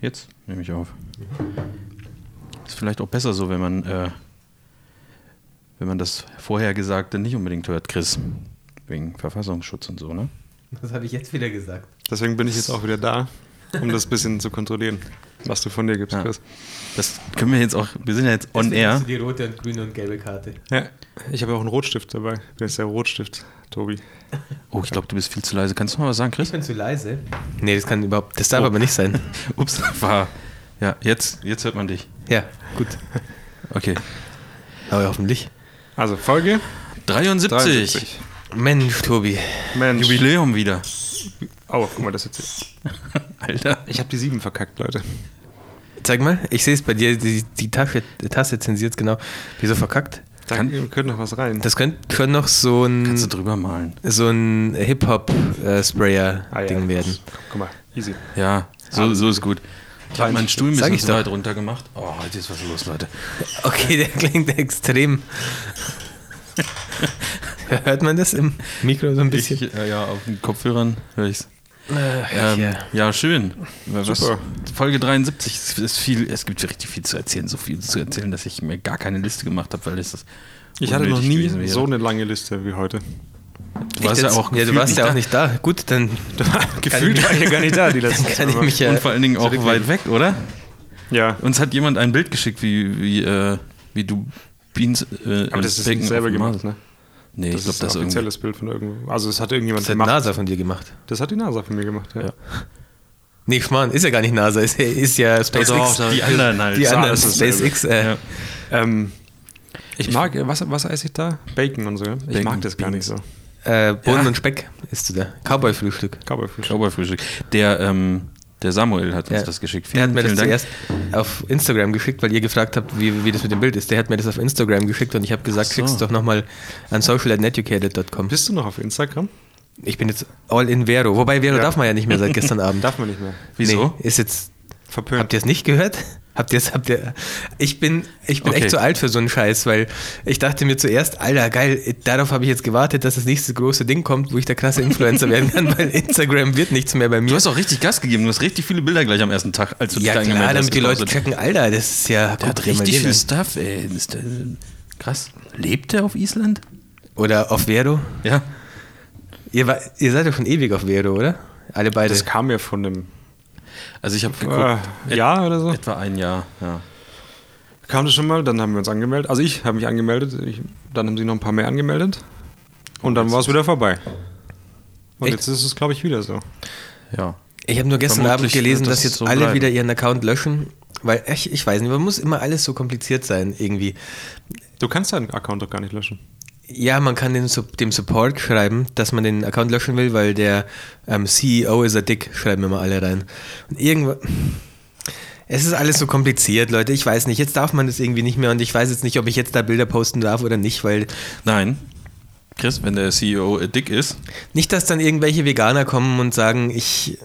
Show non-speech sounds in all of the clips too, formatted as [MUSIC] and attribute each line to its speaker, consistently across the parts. Speaker 1: jetzt nehme ich auf. Ist vielleicht auch besser so, wenn man, äh, wenn man das Vorhergesagte nicht unbedingt hört, Chris. Wegen Verfassungsschutz und so, ne?
Speaker 2: Das habe ich jetzt wieder gesagt.
Speaker 3: Deswegen bin ich jetzt auch wieder da, um das ein bisschen zu kontrollieren, was du von dir gibst,
Speaker 1: Ja.
Speaker 3: Chris.
Speaker 1: Das können wir jetzt auch, wir sind ja jetzt on
Speaker 2: Deswegen hast
Speaker 1: air.
Speaker 2: du Die rote und grüne und gelbe Karte.
Speaker 3: Ja, ich habe auch einen Rotstift dabei. Du bist der Rotstift, Tobi.
Speaker 1: Oh, ich glaube, du bist viel zu leise. Kannst du mal was sagen,
Speaker 2: Ich
Speaker 1: Chris?
Speaker 2: bin zu leise. Nee, das kann überhaupt, das darf
Speaker 1: Oh.
Speaker 2: aber nicht sein. [LAUGHS]
Speaker 1: Ups, [LAUGHS] war. Ja, jetzt, jetzt hört man dich.
Speaker 2: Ja, gut.
Speaker 1: Okay.
Speaker 2: Aber hoffentlich.
Speaker 3: Also Folge
Speaker 1: 73.
Speaker 3: 73.
Speaker 2: Mensch, Tobi.
Speaker 3: Mensch.
Speaker 1: Jubiläum wieder. [LAUGHS]
Speaker 3: Oh, guck mal, das ist jetzt.
Speaker 1: Alter.
Speaker 3: Ich habe die 7 verkackt, Leute.
Speaker 2: Zeig mal, ich sehe es bei dir, die, die Tasche, Tasse zensiert genau. Wieso verkackt?
Speaker 3: Da
Speaker 1: Kann-
Speaker 3: könnte noch was rein.
Speaker 2: Das könnte schon noch so ein,
Speaker 1: Kannst du drüber malen.
Speaker 2: so ein
Speaker 3: Ah, ja.
Speaker 2: Hip-Hop-Sprayer-Ding werden.
Speaker 3: Guck mal, easy.
Speaker 1: Ja, so, so ist gut. Ich habe meinen Stuhl ein
Speaker 2: Sag
Speaker 1: bisschen
Speaker 2: ich
Speaker 1: zu
Speaker 2: doch.
Speaker 1: weit runter gemacht. Oh, heute ist was los, Leute.
Speaker 2: Okay, der klingt
Speaker 1: [LAUGHS]
Speaker 2: extrem. Hört man das im Mikro so ein bisschen?
Speaker 1: Ich, äh, ja, auf den Kopfhörern höre ich's.
Speaker 2: Ach,
Speaker 1: Ähm,
Speaker 2: Äh, ja.
Speaker 1: Ja, schön.
Speaker 3: Super.
Speaker 1: Folge 73 ist, ist viel, es gibt richtig viel zu erzählen, so viel zu erzählen, dass ich mir gar keine Liste gemacht habe, weil es das
Speaker 3: Ich hatte noch
Speaker 1: unnötig gewesen
Speaker 3: nie
Speaker 1: wäre.
Speaker 3: so eine lange Liste wie heute.
Speaker 1: Du warst ja
Speaker 2: Echt jetzt?
Speaker 1: auch
Speaker 2: ja, du
Speaker 1: gefühlt
Speaker 2: warst ja auch
Speaker 1: da.
Speaker 2: nicht da. Gut, dann
Speaker 3: [LAUGHS] Gefühlt war ich ja gar nicht da,
Speaker 2: [LAUGHS]
Speaker 3: die letzten
Speaker 2: kann
Speaker 3: zwei
Speaker 2: ich
Speaker 3: Wochen.
Speaker 2: mich ja.
Speaker 1: Und vor allen
Speaker 3: äh,
Speaker 1: Dingen auch weit weg, oder?
Speaker 3: Ja,
Speaker 1: Uns hat jemand ein Bild geschickt, wie, wie, äh, wie du Beans. Äh,
Speaker 3: aber das ist
Speaker 1: Bacon
Speaker 3: nicht selber
Speaker 1: auf dem Mars-
Speaker 3: gemacht, ne?
Speaker 1: Nee, ich
Speaker 3: Das
Speaker 1: glaube,
Speaker 3: ist
Speaker 1: das
Speaker 3: ein
Speaker 1: irgendwie.
Speaker 3: offizielles Bild von irgendwo. Also das hat irgendjemand
Speaker 2: Das hat
Speaker 3: gemacht.
Speaker 2: NASA von dir gemacht.
Speaker 3: Das hat die NASA von mir gemacht, ja.
Speaker 1: Ja.
Speaker 2: Nee, Schmarrn, ist ja gar nicht NASA, ist ja, ist ja SpaceX.
Speaker 1: doch, doch, die anderen halt.
Speaker 2: Die
Speaker 1: So,
Speaker 2: anderen,
Speaker 3: das ist dasselbe.
Speaker 2: SpaceX. Äh,
Speaker 1: Ja.
Speaker 3: Ähm, ich, mag, was, was esse ich da? Bacon und so, ja? Ich
Speaker 1: Bacon,
Speaker 3: mag das gar nicht
Speaker 1: Beans.
Speaker 3: so.
Speaker 2: äh, Bohnen
Speaker 1: Ja.
Speaker 2: und Speck ist du da. Cowboy-Frühstück.
Speaker 3: Cowboy-Frühstück.
Speaker 1: Cowboy-Frühstück. Der, ähm, der Samuel hat uns
Speaker 2: Ja.
Speaker 1: das geschickt.
Speaker 2: Der hat mir das
Speaker 1: vielen
Speaker 2: zuerst auf Instagram geschickt, weil ihr gefragt habt, wie, wie das mit dem Bild ist. Der hat mir das auf Instagram geschickt und ich habe gesagt,
Speaker 1: Ach so.
Speaker 2: schick's doch nochmal an social.educated.com.
Speaker 3: Bist du noch auf Instagram?
Speaker 2: Ich bin jetzt all in Vero. Wobei Vero
Speaker 3: Ja.
Speaker 2: darf man ja nicht mehr
Speaker 3: [LAUGHS]
Speaker 2: seit gestern Abend.
Speaker 3: Darf man nicht mehr.
Speaker 1: Wieso?
Speaker 2: Nee, ist jetzt. Habt
Speaker 3: Verpönt.
Speaker 2: ihr es
Speaker 1: [LAUGHS]
Speaker 2: nicht gehört? Habt ihr es, habt ihr. Ich bin, ich bin
Speaker 1: Okay.
Speaker 2: echt zu alt für so einen Scheiß, weil ich dachte mir zuerst, Alter, geil, darauf habe ich jetzt gewartet, dass das nächste große Ding kommt, wo ich der krasse Influencer werden kann, [LAUGHS] weil Instagram wird nichts mehr bei mir.
Speaker 1: Du hast auch richtig Gas gegeben. Du hast richtig viele Bilder gleich am ersten Tag, als du dich
Speaker 2: ja,
Speaker 1: da
Speaker 2: klar,
Speaker 1: angemeldet hast.
Speaker 2: damit die Leute
Speaker 1: gepostet.
Speaker 2: checken, Alter, das ist ja.
Speaker 1: Der
Speaker 2: guck
Speaker 1: hat
Speaker 2: dir mal ne?
Speaker 1: richtig
Speaker 2: den
Speaker 1: viel
Speaker 2: an.
Speaker 1: Stuff, ey. Ist der, krass. Lebt der auf Island?
Speaker 2: Oder auf Vero.
Speaker 1: Ja.
Speaker 2: Ihr, war, ihr seid ja schon ewig auf Vero, oder? Alle beide.
Speaker 3: Das kam mir von dem
Speaker 1: Also ich habe geguckt,
Speaker 3: äh, Jahr oder so.
Speaker 1: etwa ein Jahr. Ja.
Speaker 3: Kam das schon mal, dann haben wir uns angemeldet. Also ich habe mich angemeldet, ich, dann haben sich noch ein paar mehr angemeldet. Und dann war es wieder vorbei. Und
Speaker 2: Echt?
Speaker 3: jetzt ist es, glaube ich, wieder so.
Speaker 1: ja.
Speaker 2: Ich habe nur gestern
Speaker 1: Vermutlich
Speaker 2: Abend gelesen,
Speaker 1: wird das
Speaker 2: dass jetzt
Speaker 1: so
Speaker 2: alle
Speaker 1: bleiben.
Speaker 2: wieder ihren Account löschen, weil ich, ich weiß nicht, man muss immer alles so kompliziert sein irgendwie.
Speaker 3: Du kannst deinen Account doch gar nicht löschen.
Speaker 2: Ja, man kann den, Sup- dem Support schreiben, dass man den Account löschen will, weil der ähm, CEO ist a dick, schreiben immer alle rein. Und irgendwann. Es ist alles so kompliziert, Leute. Ich weiß nicht. Jetzt darf man das irgendwie nicht mehr und ich weiß jetzt nicht, ob ich jetzt da Bilder posten darf oder nicht, weil
Speaker 1: Nein. Chris, wenn der CEO äh, dick ist,
Speaker 2: Nicht, dass dann irgendwelche Veganer kommen und sagen, ich.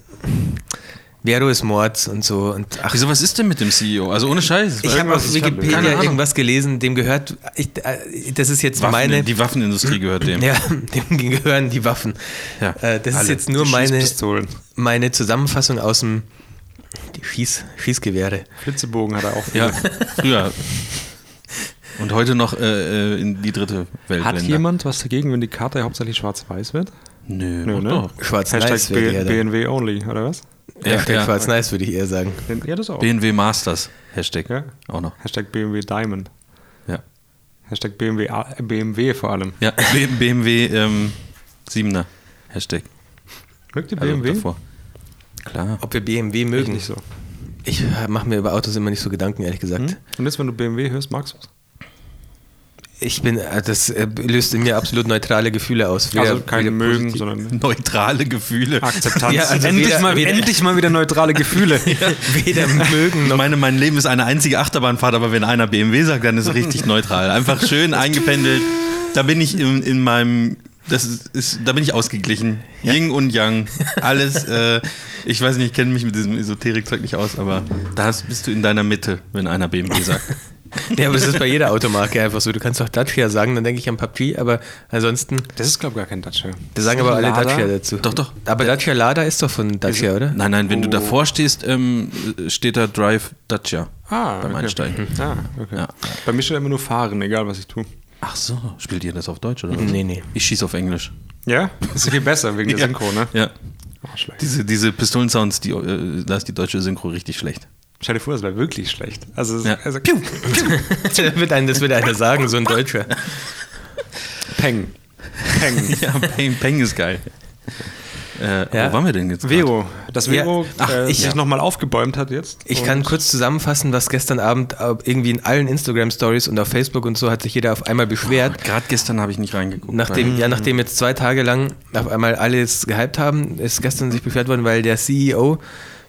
Speaker 2: Vero ist Mord und so. Und ach,
Speaker 1: Wieso, was ist denn mit dem CEO? Also ohne Scheiß.
Speaker 2: ich habe auf
Speaker 3: irgendwas ist scheinbar.
Speaker 1: Keine
Speaker 2: Wikipedia
Speaker 1: Ahnung.
Speaker 2: irgendwas gelesen, dem gehört. Ich, äh, das ist jetzt
Speaker 1: Waffen,
Speaker 2: meine.
Speaker 1: die Waffenindustrie gehört dem.
Speaker 2: [LAUGHS] ja, dem gehören die Waffen.
Speaker 1: Ja,
Speaker 2: äh, das ist
Speaker 1: alle.
Speaker 2: jetzt nur meine,
Speaker 3: Pistolen.
Speaker 2: meine Zusammenfassung aus dem die Schieß, Schießgewehre.
Speaker 3: Flitzebogen hat er auch.
Speaker 1: [LAUGHS] Ja, früher. Und heute noch äh, äh, in die dritte Welt.
Speaker 3: Hat
Speaker 1: Länder.
Speaker 3: jemand was dagegen, wenn die Karte hauptsächlich schwarz-weiß wird?
Speaker 1: Nö,
Speaker 3: Nö,
Speaker 1: mach
Speaker 3: ne?
Speaker 1: doch.
Speaker 2: Schwarz-Weiß
Speaker 3: Hashtag
Speaker 2: würde ich eher
Speaker 3: B
Speaker 2: sagen.
Speaker 3: BNW only, oder was?
Speaker 2: Hashtag
Speaker 1: ja.
Speaker 2: Schwarz-Nice würde ich eher sagen.
Speaker 3: Ja, das auch.
Speaker 1: BMW Masters, Hashtag.
Speaker 3: Ja.
Speaker 1: Auch noch.
Speaker 3: Hashtag BMW Diamond.
Speaker 1: Ja.
Speaker 3: Hashtag BMW, A- BMW vor allem.
Speaker 1: Ja, B- BMW ähm, 7er, Hashtag.
Speaker 3: Mögt ihr
Speaker 1: Also
Speaker 3: BMW?
Speaker 1: davor. Klar.
Speaker 2: Ob wir BMW
Speaker 3: Ich
Speaker 2: mögen.
Speaker 3: nicht so.
Speaker 2: Ich mache mir über Autos immer nicht so Gedanken, ehrlich gesagt.
Speaker 3: Und jetzt, wenn du BMW hörst, magst du es?
Speaker 2: Ich bin, äh, das äh, löst in mir absolut neutrale Gefühle aus. Weder-
Speaker 3: Also kein
Speaker 2: weder
Speaker 3: Mögen,
Speaker 2: positiv-
Speaker 3: sondern
Speaker 1: Neutrale Gefühle.
Speaker 3: [LAUGHS] Akzeptanz.
Speaker 2: Ja, also weder- weder-
Speaker 3: mal
Speaker 2: [LAUGHS]
Speaker 3: wieder neutrale Gefühle.
Speaker 2: Weder Mögen
Speaker 1: Ich
Speaker 2: noch.
Speaker 1: meine, mein Leben ist eine einzige Achterbahnfahrt, aber wenn einer BMW sagt, dann ist es richtig neutral. Einfach schön eingependelt. Da bin ich in, in meinem, das ist, ist, da bin ich ausgeglichen. Yin und Yang. Alles, äh, ich weiß nicht, ich kenne mich mit diesem Esoterikzeug nicht aus, aber da hast, bist du in deiner Mitte, wenn einer BMW sagt.
Speaker 2: Ja, aber das ist bei jeder Automarke einfach so. Du kannst doch Dacia sagen, dann denke ich an PUBG, aber ansonsten,
Speaker 3: Das ist, glaube ich, gar kein Dacia.
Speaker 2: da sagen aber alle Dacia dazu.
Speaker 1: Doch, doch.
Speaker 2: Aber Dacia Lada ist doch von Dacia, oder?
Speaker 1: Nein, nein,
Speaker 2: Oh.
Speaker 1: wenn du davor stehst, ähm, steht da Drive Dacia
Speaker 3: Ah,
Speaker 1: beim
Speaker 3: okay.
Speaker 2: Mhm.
Speaker 1: Einsteigen.
Speaker 3: [LAUGHS] Ah, okay.
Speaker 1: Ja.
Speaker 3: Bei mir steht immer nur fahren, egal was ich tue.
Speaker 1: Ach so, spielt ihr das auf Deutsch oder was?
Speaker 2: Mhm. Nee, nee.
Speaker 1: Ich schieße auf Englisch.
Speaker 3: Ja? Das ist viel besser wegen der Synchro, ne?
Speaker 1: [LAUGHS] Ja.
Speaker 3: Oh, schlecht.
Speaker 1: Diese, diese Pistolensounds, die, äh, da ist die deutsche Synchro richtig schlecht.
Speaker 3: Stell dir vor, das wäre wirklich schlecht. Also,
Speaker 1: Ja.
Speaker 3: also
Speaker 2: [LAUGHS] das wird einer, das wird einer sagen, so ein Deutscher.
Speaker 3: [LAUGHS] Peng. Peng.
Speaker 1: [LAUGHS] Ja, Peng, Peng ist geil. Äh,
Speaker 2: Ja.
Speaker 1: Wo waren wir denn jetzt? grad?
Speaker 3: Vero, das
Speaker 2: Ja.
Speaker 3: Vero
Speaker 2: Ach,
Speaker 3: äh,
Speaker 2: ich-
Speaker 3: sich nochmal aufgebäumt hat jetzt.
Speaker 2: Ich
Speaker 3: Und-
Speaker 2: kann kurz zusammenfassen, was gestern Abend äh, irgendwie in allen Instagram-Stories und auf Facebook und so hat sich jeder auf einmal beschwert.
Speaker 1: Gerade gestern habe ich nicht reingeguckt.
Speaker 2: Nachdem, ja, nachdem jetzt zwei Tage lang auf einmal alles gehypt haben, ist gestern sich beschwert worden, weil der CEO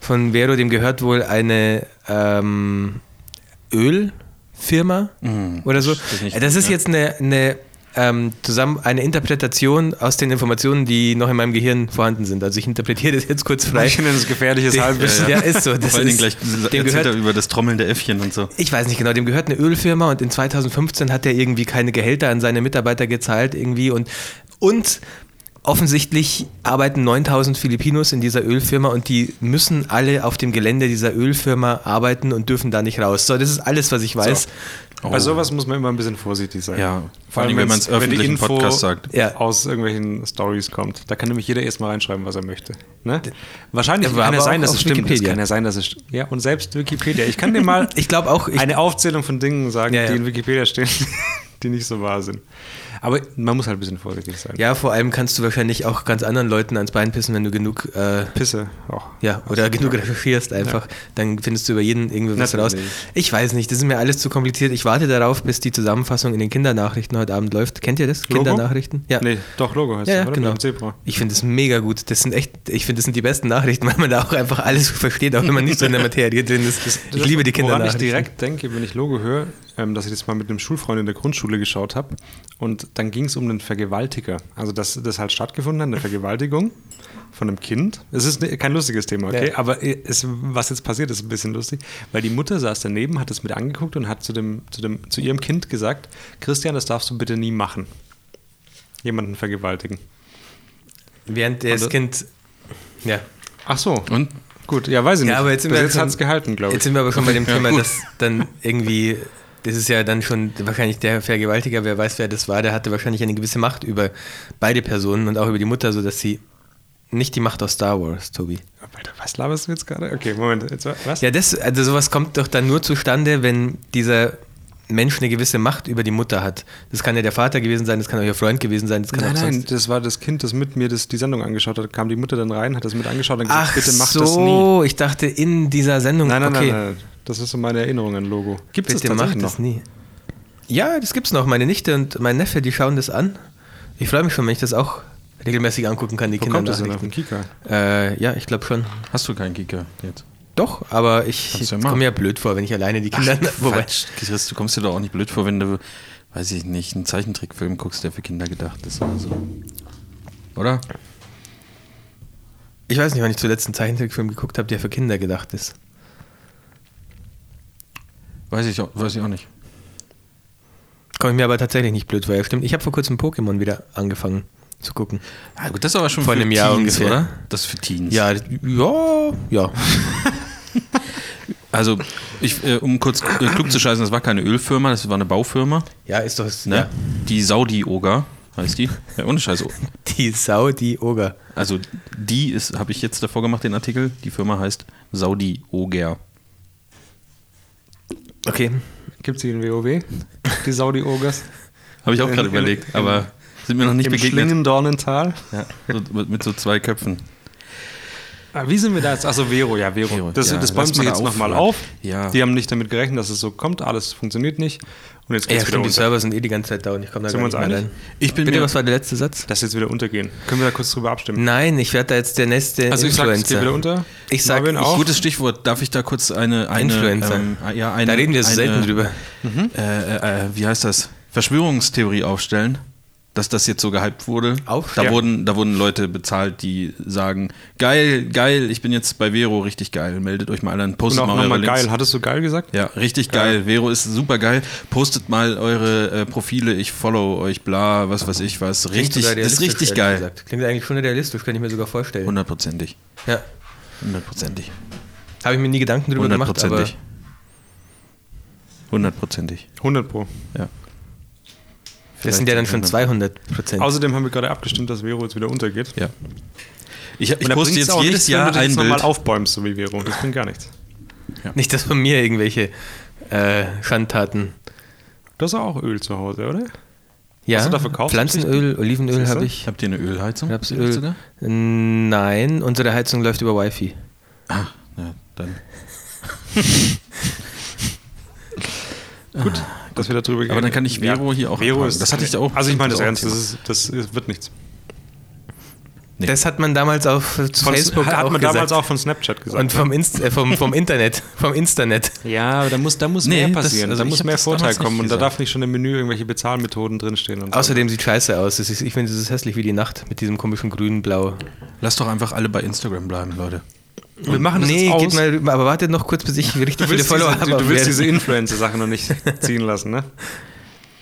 Speaker 2: von Vero, dem gehört wohl eine ähm, Ölfirma oder so.
Speaker 1: das ist nicht
Speaker 2: Das
Speaker 1: gut,
Speaker 2: ist
Speaker 1: ne?
Speaker 2: jetzt eine, eine, ähm, zusammen, eine Interpretation aus den Informationen, die noch in meinem Gehirn vorhanden sind. Also ich interpretiere das jetzt kurz frei.
Speaker 3: Ich finde das ist gefährliches
Speaker 2: Die-
Speaker 3: Halbwissen.
Speaker 2: Ja, ist so. Das
Speaker 1: Vor allem
Speaker 2: ist,
Speaker 1: gleich
Speaker 2: dem
Speaker 1: erzählt er
Speaker 2: gehört,
Speaker 1: über das Trommeln der Äffchen und so.
Speaker 2: ich weiß nicht genau, dem gehört eine Ölfirma und in 2015 hat er irgendwie keine Gehälter an seine Mitarbeiter gezahlt irgendwie und, und offensichtlich arbeiten 9000 Filipinos in dieser Ölfirma und die müssen alle auf dem Gelände dieser Ölfirma arbeiten und dürfen da nicht raus. So, das ist alles, was ich weiß.
Speaker 3: Bei sowas muss man immer ein bisschen vorsichtlich sein.
Speaker 1: Ja, vor allem, wenn
Speaker 3: wenn's-
Speaker 1: man es öffentlich
Speaker 3: wenn
Speaker 1: im
Speaker 3: die Info
Speaker 1: Podcast sagt.
Speaker 2: Ja.
Speaker 3: aus irgendwelchen Stories kommt. Da kann nämlich jeder erstmal reinschreiben, was er möchte. Ne? Wahrscheinlich
Speaker 2: Aber
Speaker 3: kann ja
Speaker 2: auch
Speaker 3: sein, dass
Speaker 2: auf
Speaker 3: es stimmt. Es
Speaker 2: Wikipedia.
Speaker 3: kann ja sein, dass es st- Ja, und selbst Wikipedia. Ich kann dir mal
Speaker 2: [LAUGHS] Ich glaube auch, ich,
Speaker 3: eine Aufzählung von Dingen sagen,
Speaker 2: Ja, ja.
Speaker 3: die in Wikipedia stehen, [LAUGHS] die nicht so wahr sind. Aber man muss halt ein bisschen vorsichtig sein.
Speaker 2: ja, vor allem kannst du wahrscheinlich auch ganz anderen Leuten ans Bein pissen, wenn du genug, äh,
Speaker 3: Pisse auch.
Speaker 2: ja, oder genug recherchierst einfach, dann findest du über jeden irgendwie was raus.
Speaker 3: Natürlich.
Speaker 2: Ich weiß nicht, das ist mir alles zu kompliziert. Ich warte darauf, bis die Zusammenfassung in den Kindernachrichten heute Abend läuft. Kennt ihr das?
Speaker 3: Logo?
Speaker 2: Kindernachrichten? Ja.
Speaker 3: Nee, doch, Logo heißt
Speaker 2: Ja,
Speaker 3: es,
Speaker 2: ja,
Speaker 3: oder?
Speaker 2: genau.
Speaker 3: Mit dem Zebra.
Speaker 2: Ich finde es mega gut. Das sind echt, ich finde, das sind die besten Nachrichten, [LAUGHS] weil man da auch einfach alles versteht, auch wenn man nicht so in der Materie drin ist. Ich liebe die
Speaker 3: Woran ich
Speaker 2: Kindernachrichten.
Speaker 3: direkt denke, wenn ich Logo höre, ähm, dass ich das mal mit einem Schulfreund in der Grundschule geschaut habe und dann ging es um den Vergewaltiger. Also dass das halt stattgefunden hat, eine Vergewaltigung von einem Kind. Es ist ne- kein lustiges Thema, okay?
Speaker 2: Ja.
Speaker 3: Aber es, was jetzt passiert, ist ein bisschen lustig, weil die Mutter saß daneben, hat das mit angeguckt und hat zu, dem, zu, dem, zu ihrem Kind gesagt, Christian, das darfst du bitte nie machen. Jemanden vergewaltigen.
Speaker 2: Während das Kind. Ja.
Speaker 3: Ach so.
Speaker 1: Und?
Speaker 3: Gut, ja, weiß ich nicht.
Speaker 2: Ja, aber jetzt sind
Speaker 3: Bis
Speaker 2: wir
Speaker 3: jetzt
Speaker 2: schon-
Speaker 3: hat es gehalten, glaube
Speaker 2: Jetzt
Speaker 3: ich.
Speaker 2: sind wir aber schon bei dem
Speaker 1: [LAUGHS] Ja,
Speaker 2: Thema,
Speaker 1: gut.
Speaker 2: dass dann irgendwie. Das ist ja dann schon wahrscheinlich der Vergewaltiger, wer weiß, wer das war, der hatte wahrscheinlich eine gewisse Macht über beide Personen und auch über die Mutter, sodass sie. Nicht die Macht aus Star Wars, Tobi.
Speaker 3: Alter, was laberst du jetzt gerade? Okay, Moment. Jetzt, wa- was?
Speaker 2: Ja, das, also sowas kommt doch dann nur zustande, wenn dieser Mensch eine gewisse Macht über die Mutter hat. Das kann ja der Vater gewesen sein, das kann auch ihr Freund gewesen sein, Genau, das kann
Speaker 3: Nein,
Speaker 2: auch
Speaker 3: nein,
Speaker 2: sonst.
Speaker 3: das war das Kind, das mit mir das, die Sendung angeschaut hat. Kam die Mutter dann rein, hat das mit angeschaut und gesagt,
Speaker 2: Ach
Speaker 3: bitte mach
Speaker 2: so,
Speaker 3: das nie.
Speaker 2: ich dachte in dieser Sendung.
Speaker 3: Nein, nein,
Speaker 2: okay,
Speaker 3: nein, nein. Das ist so meine Erinnerung an Logo. Gibt es
Speaker 2: bitte mach
Speaker 3: tatsächlich
Speaker 2: das
Speaker 3: noch?
Speaker 2: nie. Ja, das gibt's noch. Meine Nichte und mein Neffe, die schauen das an. Ich freue mich schon, wenn ich das auch regelmäßig angucken kann, die
Speaker 3: Wo kommt das denn auf
Speaker 2: Kindernachrichten.
Speaker 3: dem Kika?
Speaker 2: Äh, ja, ich glaube schon.
Speaker 1: Hast du keinen Kicker jetzt?
Speaker 2: Doch, aber ich
Speaker 1: Kannst du ja machen.
Speaker 2: komme mir ja blöd vor, wenn ich alleine die Kinder. wobei,
Speaker 1: Quatsch, Chris, du kommst dir doch auch nicht blöd vor, wenn du, weiß ich nicht, einen Zeichentrickfilm guckst, der für Kinder gedacht ist oder so. Oder?
Speaker 2: ich weiß nicht, wann ich zuletzt einen Zeichentrickfilm geguckt habe, der für Kinder gedacht ist.
Speaker 1: Weiß ich, auch- weiß ich auch nicht.
Speaker 2: Komme ich mir aber tatsächlich nicht blöd vor, ja, stimmt. Ich habe vor kurzem Pokémon wieder angefangen zu gucken.
Speaker 1: Ah, gut, das ist aber schon
Speaker 2: Vor
Speaker 1: für
Speaker 2: einem Jahr
Speaker 1: Teens,
Speaker 2: ungefähr.
Speaker 1: oder? Das ist für Teens.
Speaker 2: Ja, ja, ja.
Speaker 1: Also, ich, äh, um kurz äh, klug zu scheißen, das war keine Ölfirma, das war eine Baufirma.
Speaker 2: Ja, ist doch es-
Speaker 1: Ne?
Speaker 2: ja.
Speaker 1: Die Saudi-Oga heißt die. Ja, ohne Scheiß.
Speaker 2: die Sau, die Oger.
Speaker 1: Also, die ist, habe ich jetzt davor gemacht, den Artikel. Die Firma heißt Saudi-Oger.
Speaker 2: Okay.
Speaker 3: Gibt es die in WoW? Die Saudi-Ogers?
Speaker 1: Habe ich auch
Speaker 3: In-
Speaker 1: gerade
Speaker 3: in-
Speaker 1: überlegt,
Speaker 3: in-
Speaker 1: aber sind mir noch nicht
Speaker 3: Im
Speaker 1: begegnet.
Speaker 3: Schlingendornental?
Speaker 1: Ja, so, mit mit so zwei Köpfen.
Speaker 3: Ah, wie sind wir da jetzt? Achso, Vero, ja, Vero.
Speaker 1: Vero,
Speaker 3: das
Speaker 1: ja,
Speaker 3: das
Speaker 1: lass
Speaker 3: bäumt sich
Speaker 1: mal
Speaker 3: jetzt
Speaker 1: da
Speaker 3: nochmal
Speaker 1: aufhören.
Speaker 3: auf.
Speaker 1: Ja.
Speaker 3: Die haben nicht damit gerechnet, dass es so kommt. Alles funktioniert nicht. Und jetzt
Speaker 2: Ja,
Speaker 3: geht's wieder
Speaker 2: stimmt, die
Speaker 3: unter.
Speaker 2: Server sind eh die ganze Zeit down. Ich komme da
Speaker 3: Sind
Speaker 2: gar
Speaker 3: wir
Speaker 2: nicht
Speaker 3: uns
Speaker 2: mehr
Speaker 3: einig?
Speaker 2: rein.
Speaker 1: Ich bin
Speaker 2: Bitte,
Speaker 1: mir-
Speaker 2: was war der letzte Satz?
Speaker 3: Das jetzt wieder untergehen. Können wir da kurz drüber abstimmen?
Speaker 2: Nein, ich werde da jetzt der nächste
Speaker 3: Also ich sag, es
Speaker 2: Influencer.
Speaker 3: geht wieder unter.
Speaker 2: Ich sag,
Speaker 3: Marvin
Speaker 2: ich-
Speaker 3: auch.
Speaker 1: Gutes Stichwort. Darf ich da kurz eine. eine
Speaker 2: Influencer.
Speaker 1: Ähm, äh, ja, eine
Speaker 2: da reden wir so Mhm.
Speaker 1: eine,
Speaker 2: selten drüber.
Speaker 1: Äh, äh, äh, wie heißt das? Verschwörungstheorie aufstellen. dass das jetzt so gehypt wurde.
Speaker 2: Auch?
Speaker 1: Da,
Speaker 2: Ja.
Speaker 1: wurden, da wurden Leute bezahlt, die sagen, geil, geil, ich bin jetzt bei Vero richtig geil. Meldet euch mal an,
Speaker 3: Und
Speaker 1: postet
Speaker 3: auch
Speaker 1: mal eure
Speaker 3: nochmal
Speaker 1: Links.
Speaker 3: geil. Hattest du geil gesagt?
Speaker 1: Ja, richtig geil. Vero ist super geil. Postet mal eure äh, Profile, ich follow euch, bla, was weiß ich was.
Speaker 2: Klingt
Speaker 1: Richtig,
Speaker 2: sogar
Speaker 1: ist
Speaker 2: realistisch,
Speaker 1: richtig
Speaker 2: ehrlich
Speaker 1: geil.
Speaker 2: gesagt. Klingt eigentlich schon realistisch, kann ich mir sogar vorstellen.
Speaker 1: Hundertprozentig.
Speaker 2: Ja.
Speaker 1: Hundertprozentig.
Speaker 2: Habe ich mir nie Gedanken drüber gemacht, aber
Speaker 1: Hundertprozentig. Hundertprozentig.
Speaker 3: 100 Pro.
Speaker 1: Ja.
Speaker 2: das sind ja dann schon 200 Prozent.
Speaker 3: Außerdem haben wir gerade abgestimmt, dass Vero jetzt wieder untergeht.
Speaker 1: Ja. Ich, ich
Speaker 3: da
Speaker 1: poste
Speaker 3: bringt's
Speaker 1: jetzt
Speaker 3: auch
Speaker 1: jedes
Speaker 3: nichts, wenn
Speaker 1: Jahr
Speaker 3: du das
Speaker 1: ein
Speaker 3: nochmal
Speaker 1: Bild.
Speaker 3: aufbäumst, so wie Vero. Das bringt gar nichts.
Speaker 2: Nicht, dass von mir irgendwelche äh, Schandtaten.
Speaker 3: Du hast auch Öl zu Hause, oder?
Speaker 2: Ja,
Speaker 3: Hast du da verkauft?
Speaker 2: Pflanzenöl, Olivenöl
Speaker 3: Siehst du?
Speaker 2: habe ich.
Speaker 1: Habt ihr eine Ölheizung?
Speaker 2: Rapsöl.
Speaker 1: Sogar?
Speaker 2: Nein, unsere Heizung läuft über Wi-Fi.
Speaker 1: Ah, ja,
Speaker 3: [LAUGHS]
Speaker 1: dann.
Speaker 3: Dass wir da drüber
Speaker 1: Aber dann kann ich Vero hier auch
Speaker 3: Vero
Speaker 1: abhaken.
Speaker 3: ist,
Speaker 1: Das hatte ich auch-
Speaker 3: Also ich meine das
Speaker 1: auch
Speaker 3: ernst,
Speaker 1: Thema.
Speaker 3: das, ist, das ist, wird nichts.
Speaker 1: Nee.
Speaker 2: Das hat man damals auf
Speaker 3: Von
Speaker 2: Facebook
Speaker 3: hat
Speaker 2: auch
Speaker 3: man
Speaker 2: gesagt.
Speaker 3: damals auch von Snapchat gesagt.
Speaker 2: Und vom, Inst äh, vom, vom Internet. [LAUGHS] Vom Internet.
Speaker 3: ja, aber da muss, da muss
Speaker 1: Nee,
Speaker 3: mehr
Speaker 1: das-
Speaker 3: passieren,
Speaker 1: also
Speaker 3: da
Speaker 1: ich
Speaker 3: muss
Speaker 1: hab
Speaker 3: mehr
Speaker 1: das
Speaker 3: Vorteil
Speaker 1: damals nicht
Speaker 3: kommen und da
Speaker 1: gesagt.
Speaker 3: darf nicht schon im Menü irgendwelche Bezahlmethoden drinstehen. Und so.
Speaker 2: Außerdem sieht scheiße aus. Das ist, ich finde, das ist hässlich wie die Nacht mit diesem komischen grün-blau.
Speaker 1: Lass doch einfach alle bei Instagram bleiben, Leute.
Speaker 3: wir
Speaker 1: Ah,
Speaker 3: machen das
Speaker 2: Nee,
Speaker 3: jetzt
Speaker 2: geht
Speaker 3: aus.
Speaker 2: mal, aber wartet noch kurz, bis ich richtig
Speaker 3: Du
Speaker 2: viele
Speaker 3: willst,
Speaker 2: Follower
Speaker 3: diese,
Speaker 2: habe.
Speaker 3: du, du willst [LAUGHS] diese
Speaker 2: Wer-
Speaker 3: Influencer-Sache noch nicht ziehen lassen, ne?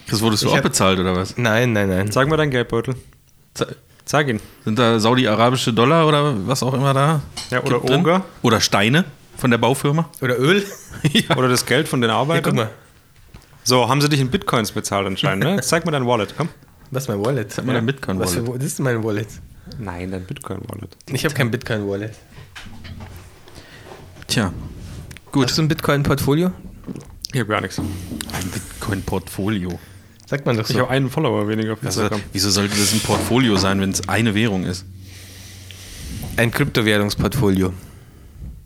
Speaker 1: Chris, wurdest du
Speaker 2: Ich
Speaker 1: auch
Speaker 2: hab-
Speaker 1: bezahlt oder was?
Speaker 2: Nein, nein, nein.
Speaker 3: Zeig mal deinen Geldbeutel.
Speaker 1: Ze-
Speaker 3: Zeig ihn.
Speaker 1: Sind da saudi-arabische Dollar oder was auch immer da?
Speaker 3: Ja, oder
Speaker 1: Gibt drin?
Speaker 3: Oger.
Speaker 1: Oder Steine von der Baufirma?
Speaker 2: Oder [LAUGHS] Öl?
Speaker 1: ja.
Speaker 3: Oder das Geld von den
Speaker 2: Ja, guck
Speaker 3: Arbeitern.
Speaker 2: mal.
Speaker 3: so, haben sie dich in Bitcoins bezahlt anscheinend, [LAUGHS] ne? Jetzt Zeig mal dein Wallet, komm.
Speaker 2: Was ist mein Wallet?
Speaker 1: mal dein Bitcoin-Wallet.
Speaker 2: Was für- Das ist mein Wallet.
Speaker 3: Nein, dein Bitcoin-Wallet.
Speaker 2: Ich habe kein Bitcoin-Wallet.
Speaker 1: Tja,
Speaker 2: Hast du ein Bitcoin-Portfolio?
Speaker 3: Ich habe gar nichts.
Speaker 1: ein Bitcoin-Portfolio.
Speaker 2: Sagt man doch so.
Speaker 3: Ich habe einen Follower weniger auf
Speaker 1: Also,
Speaker 3: Instagram.
Speaker 1: wieso sollte das ein Portfolio sein, wenn es eine Währung ist?
Speaker 2: Ein Kryptowährungsportfolio.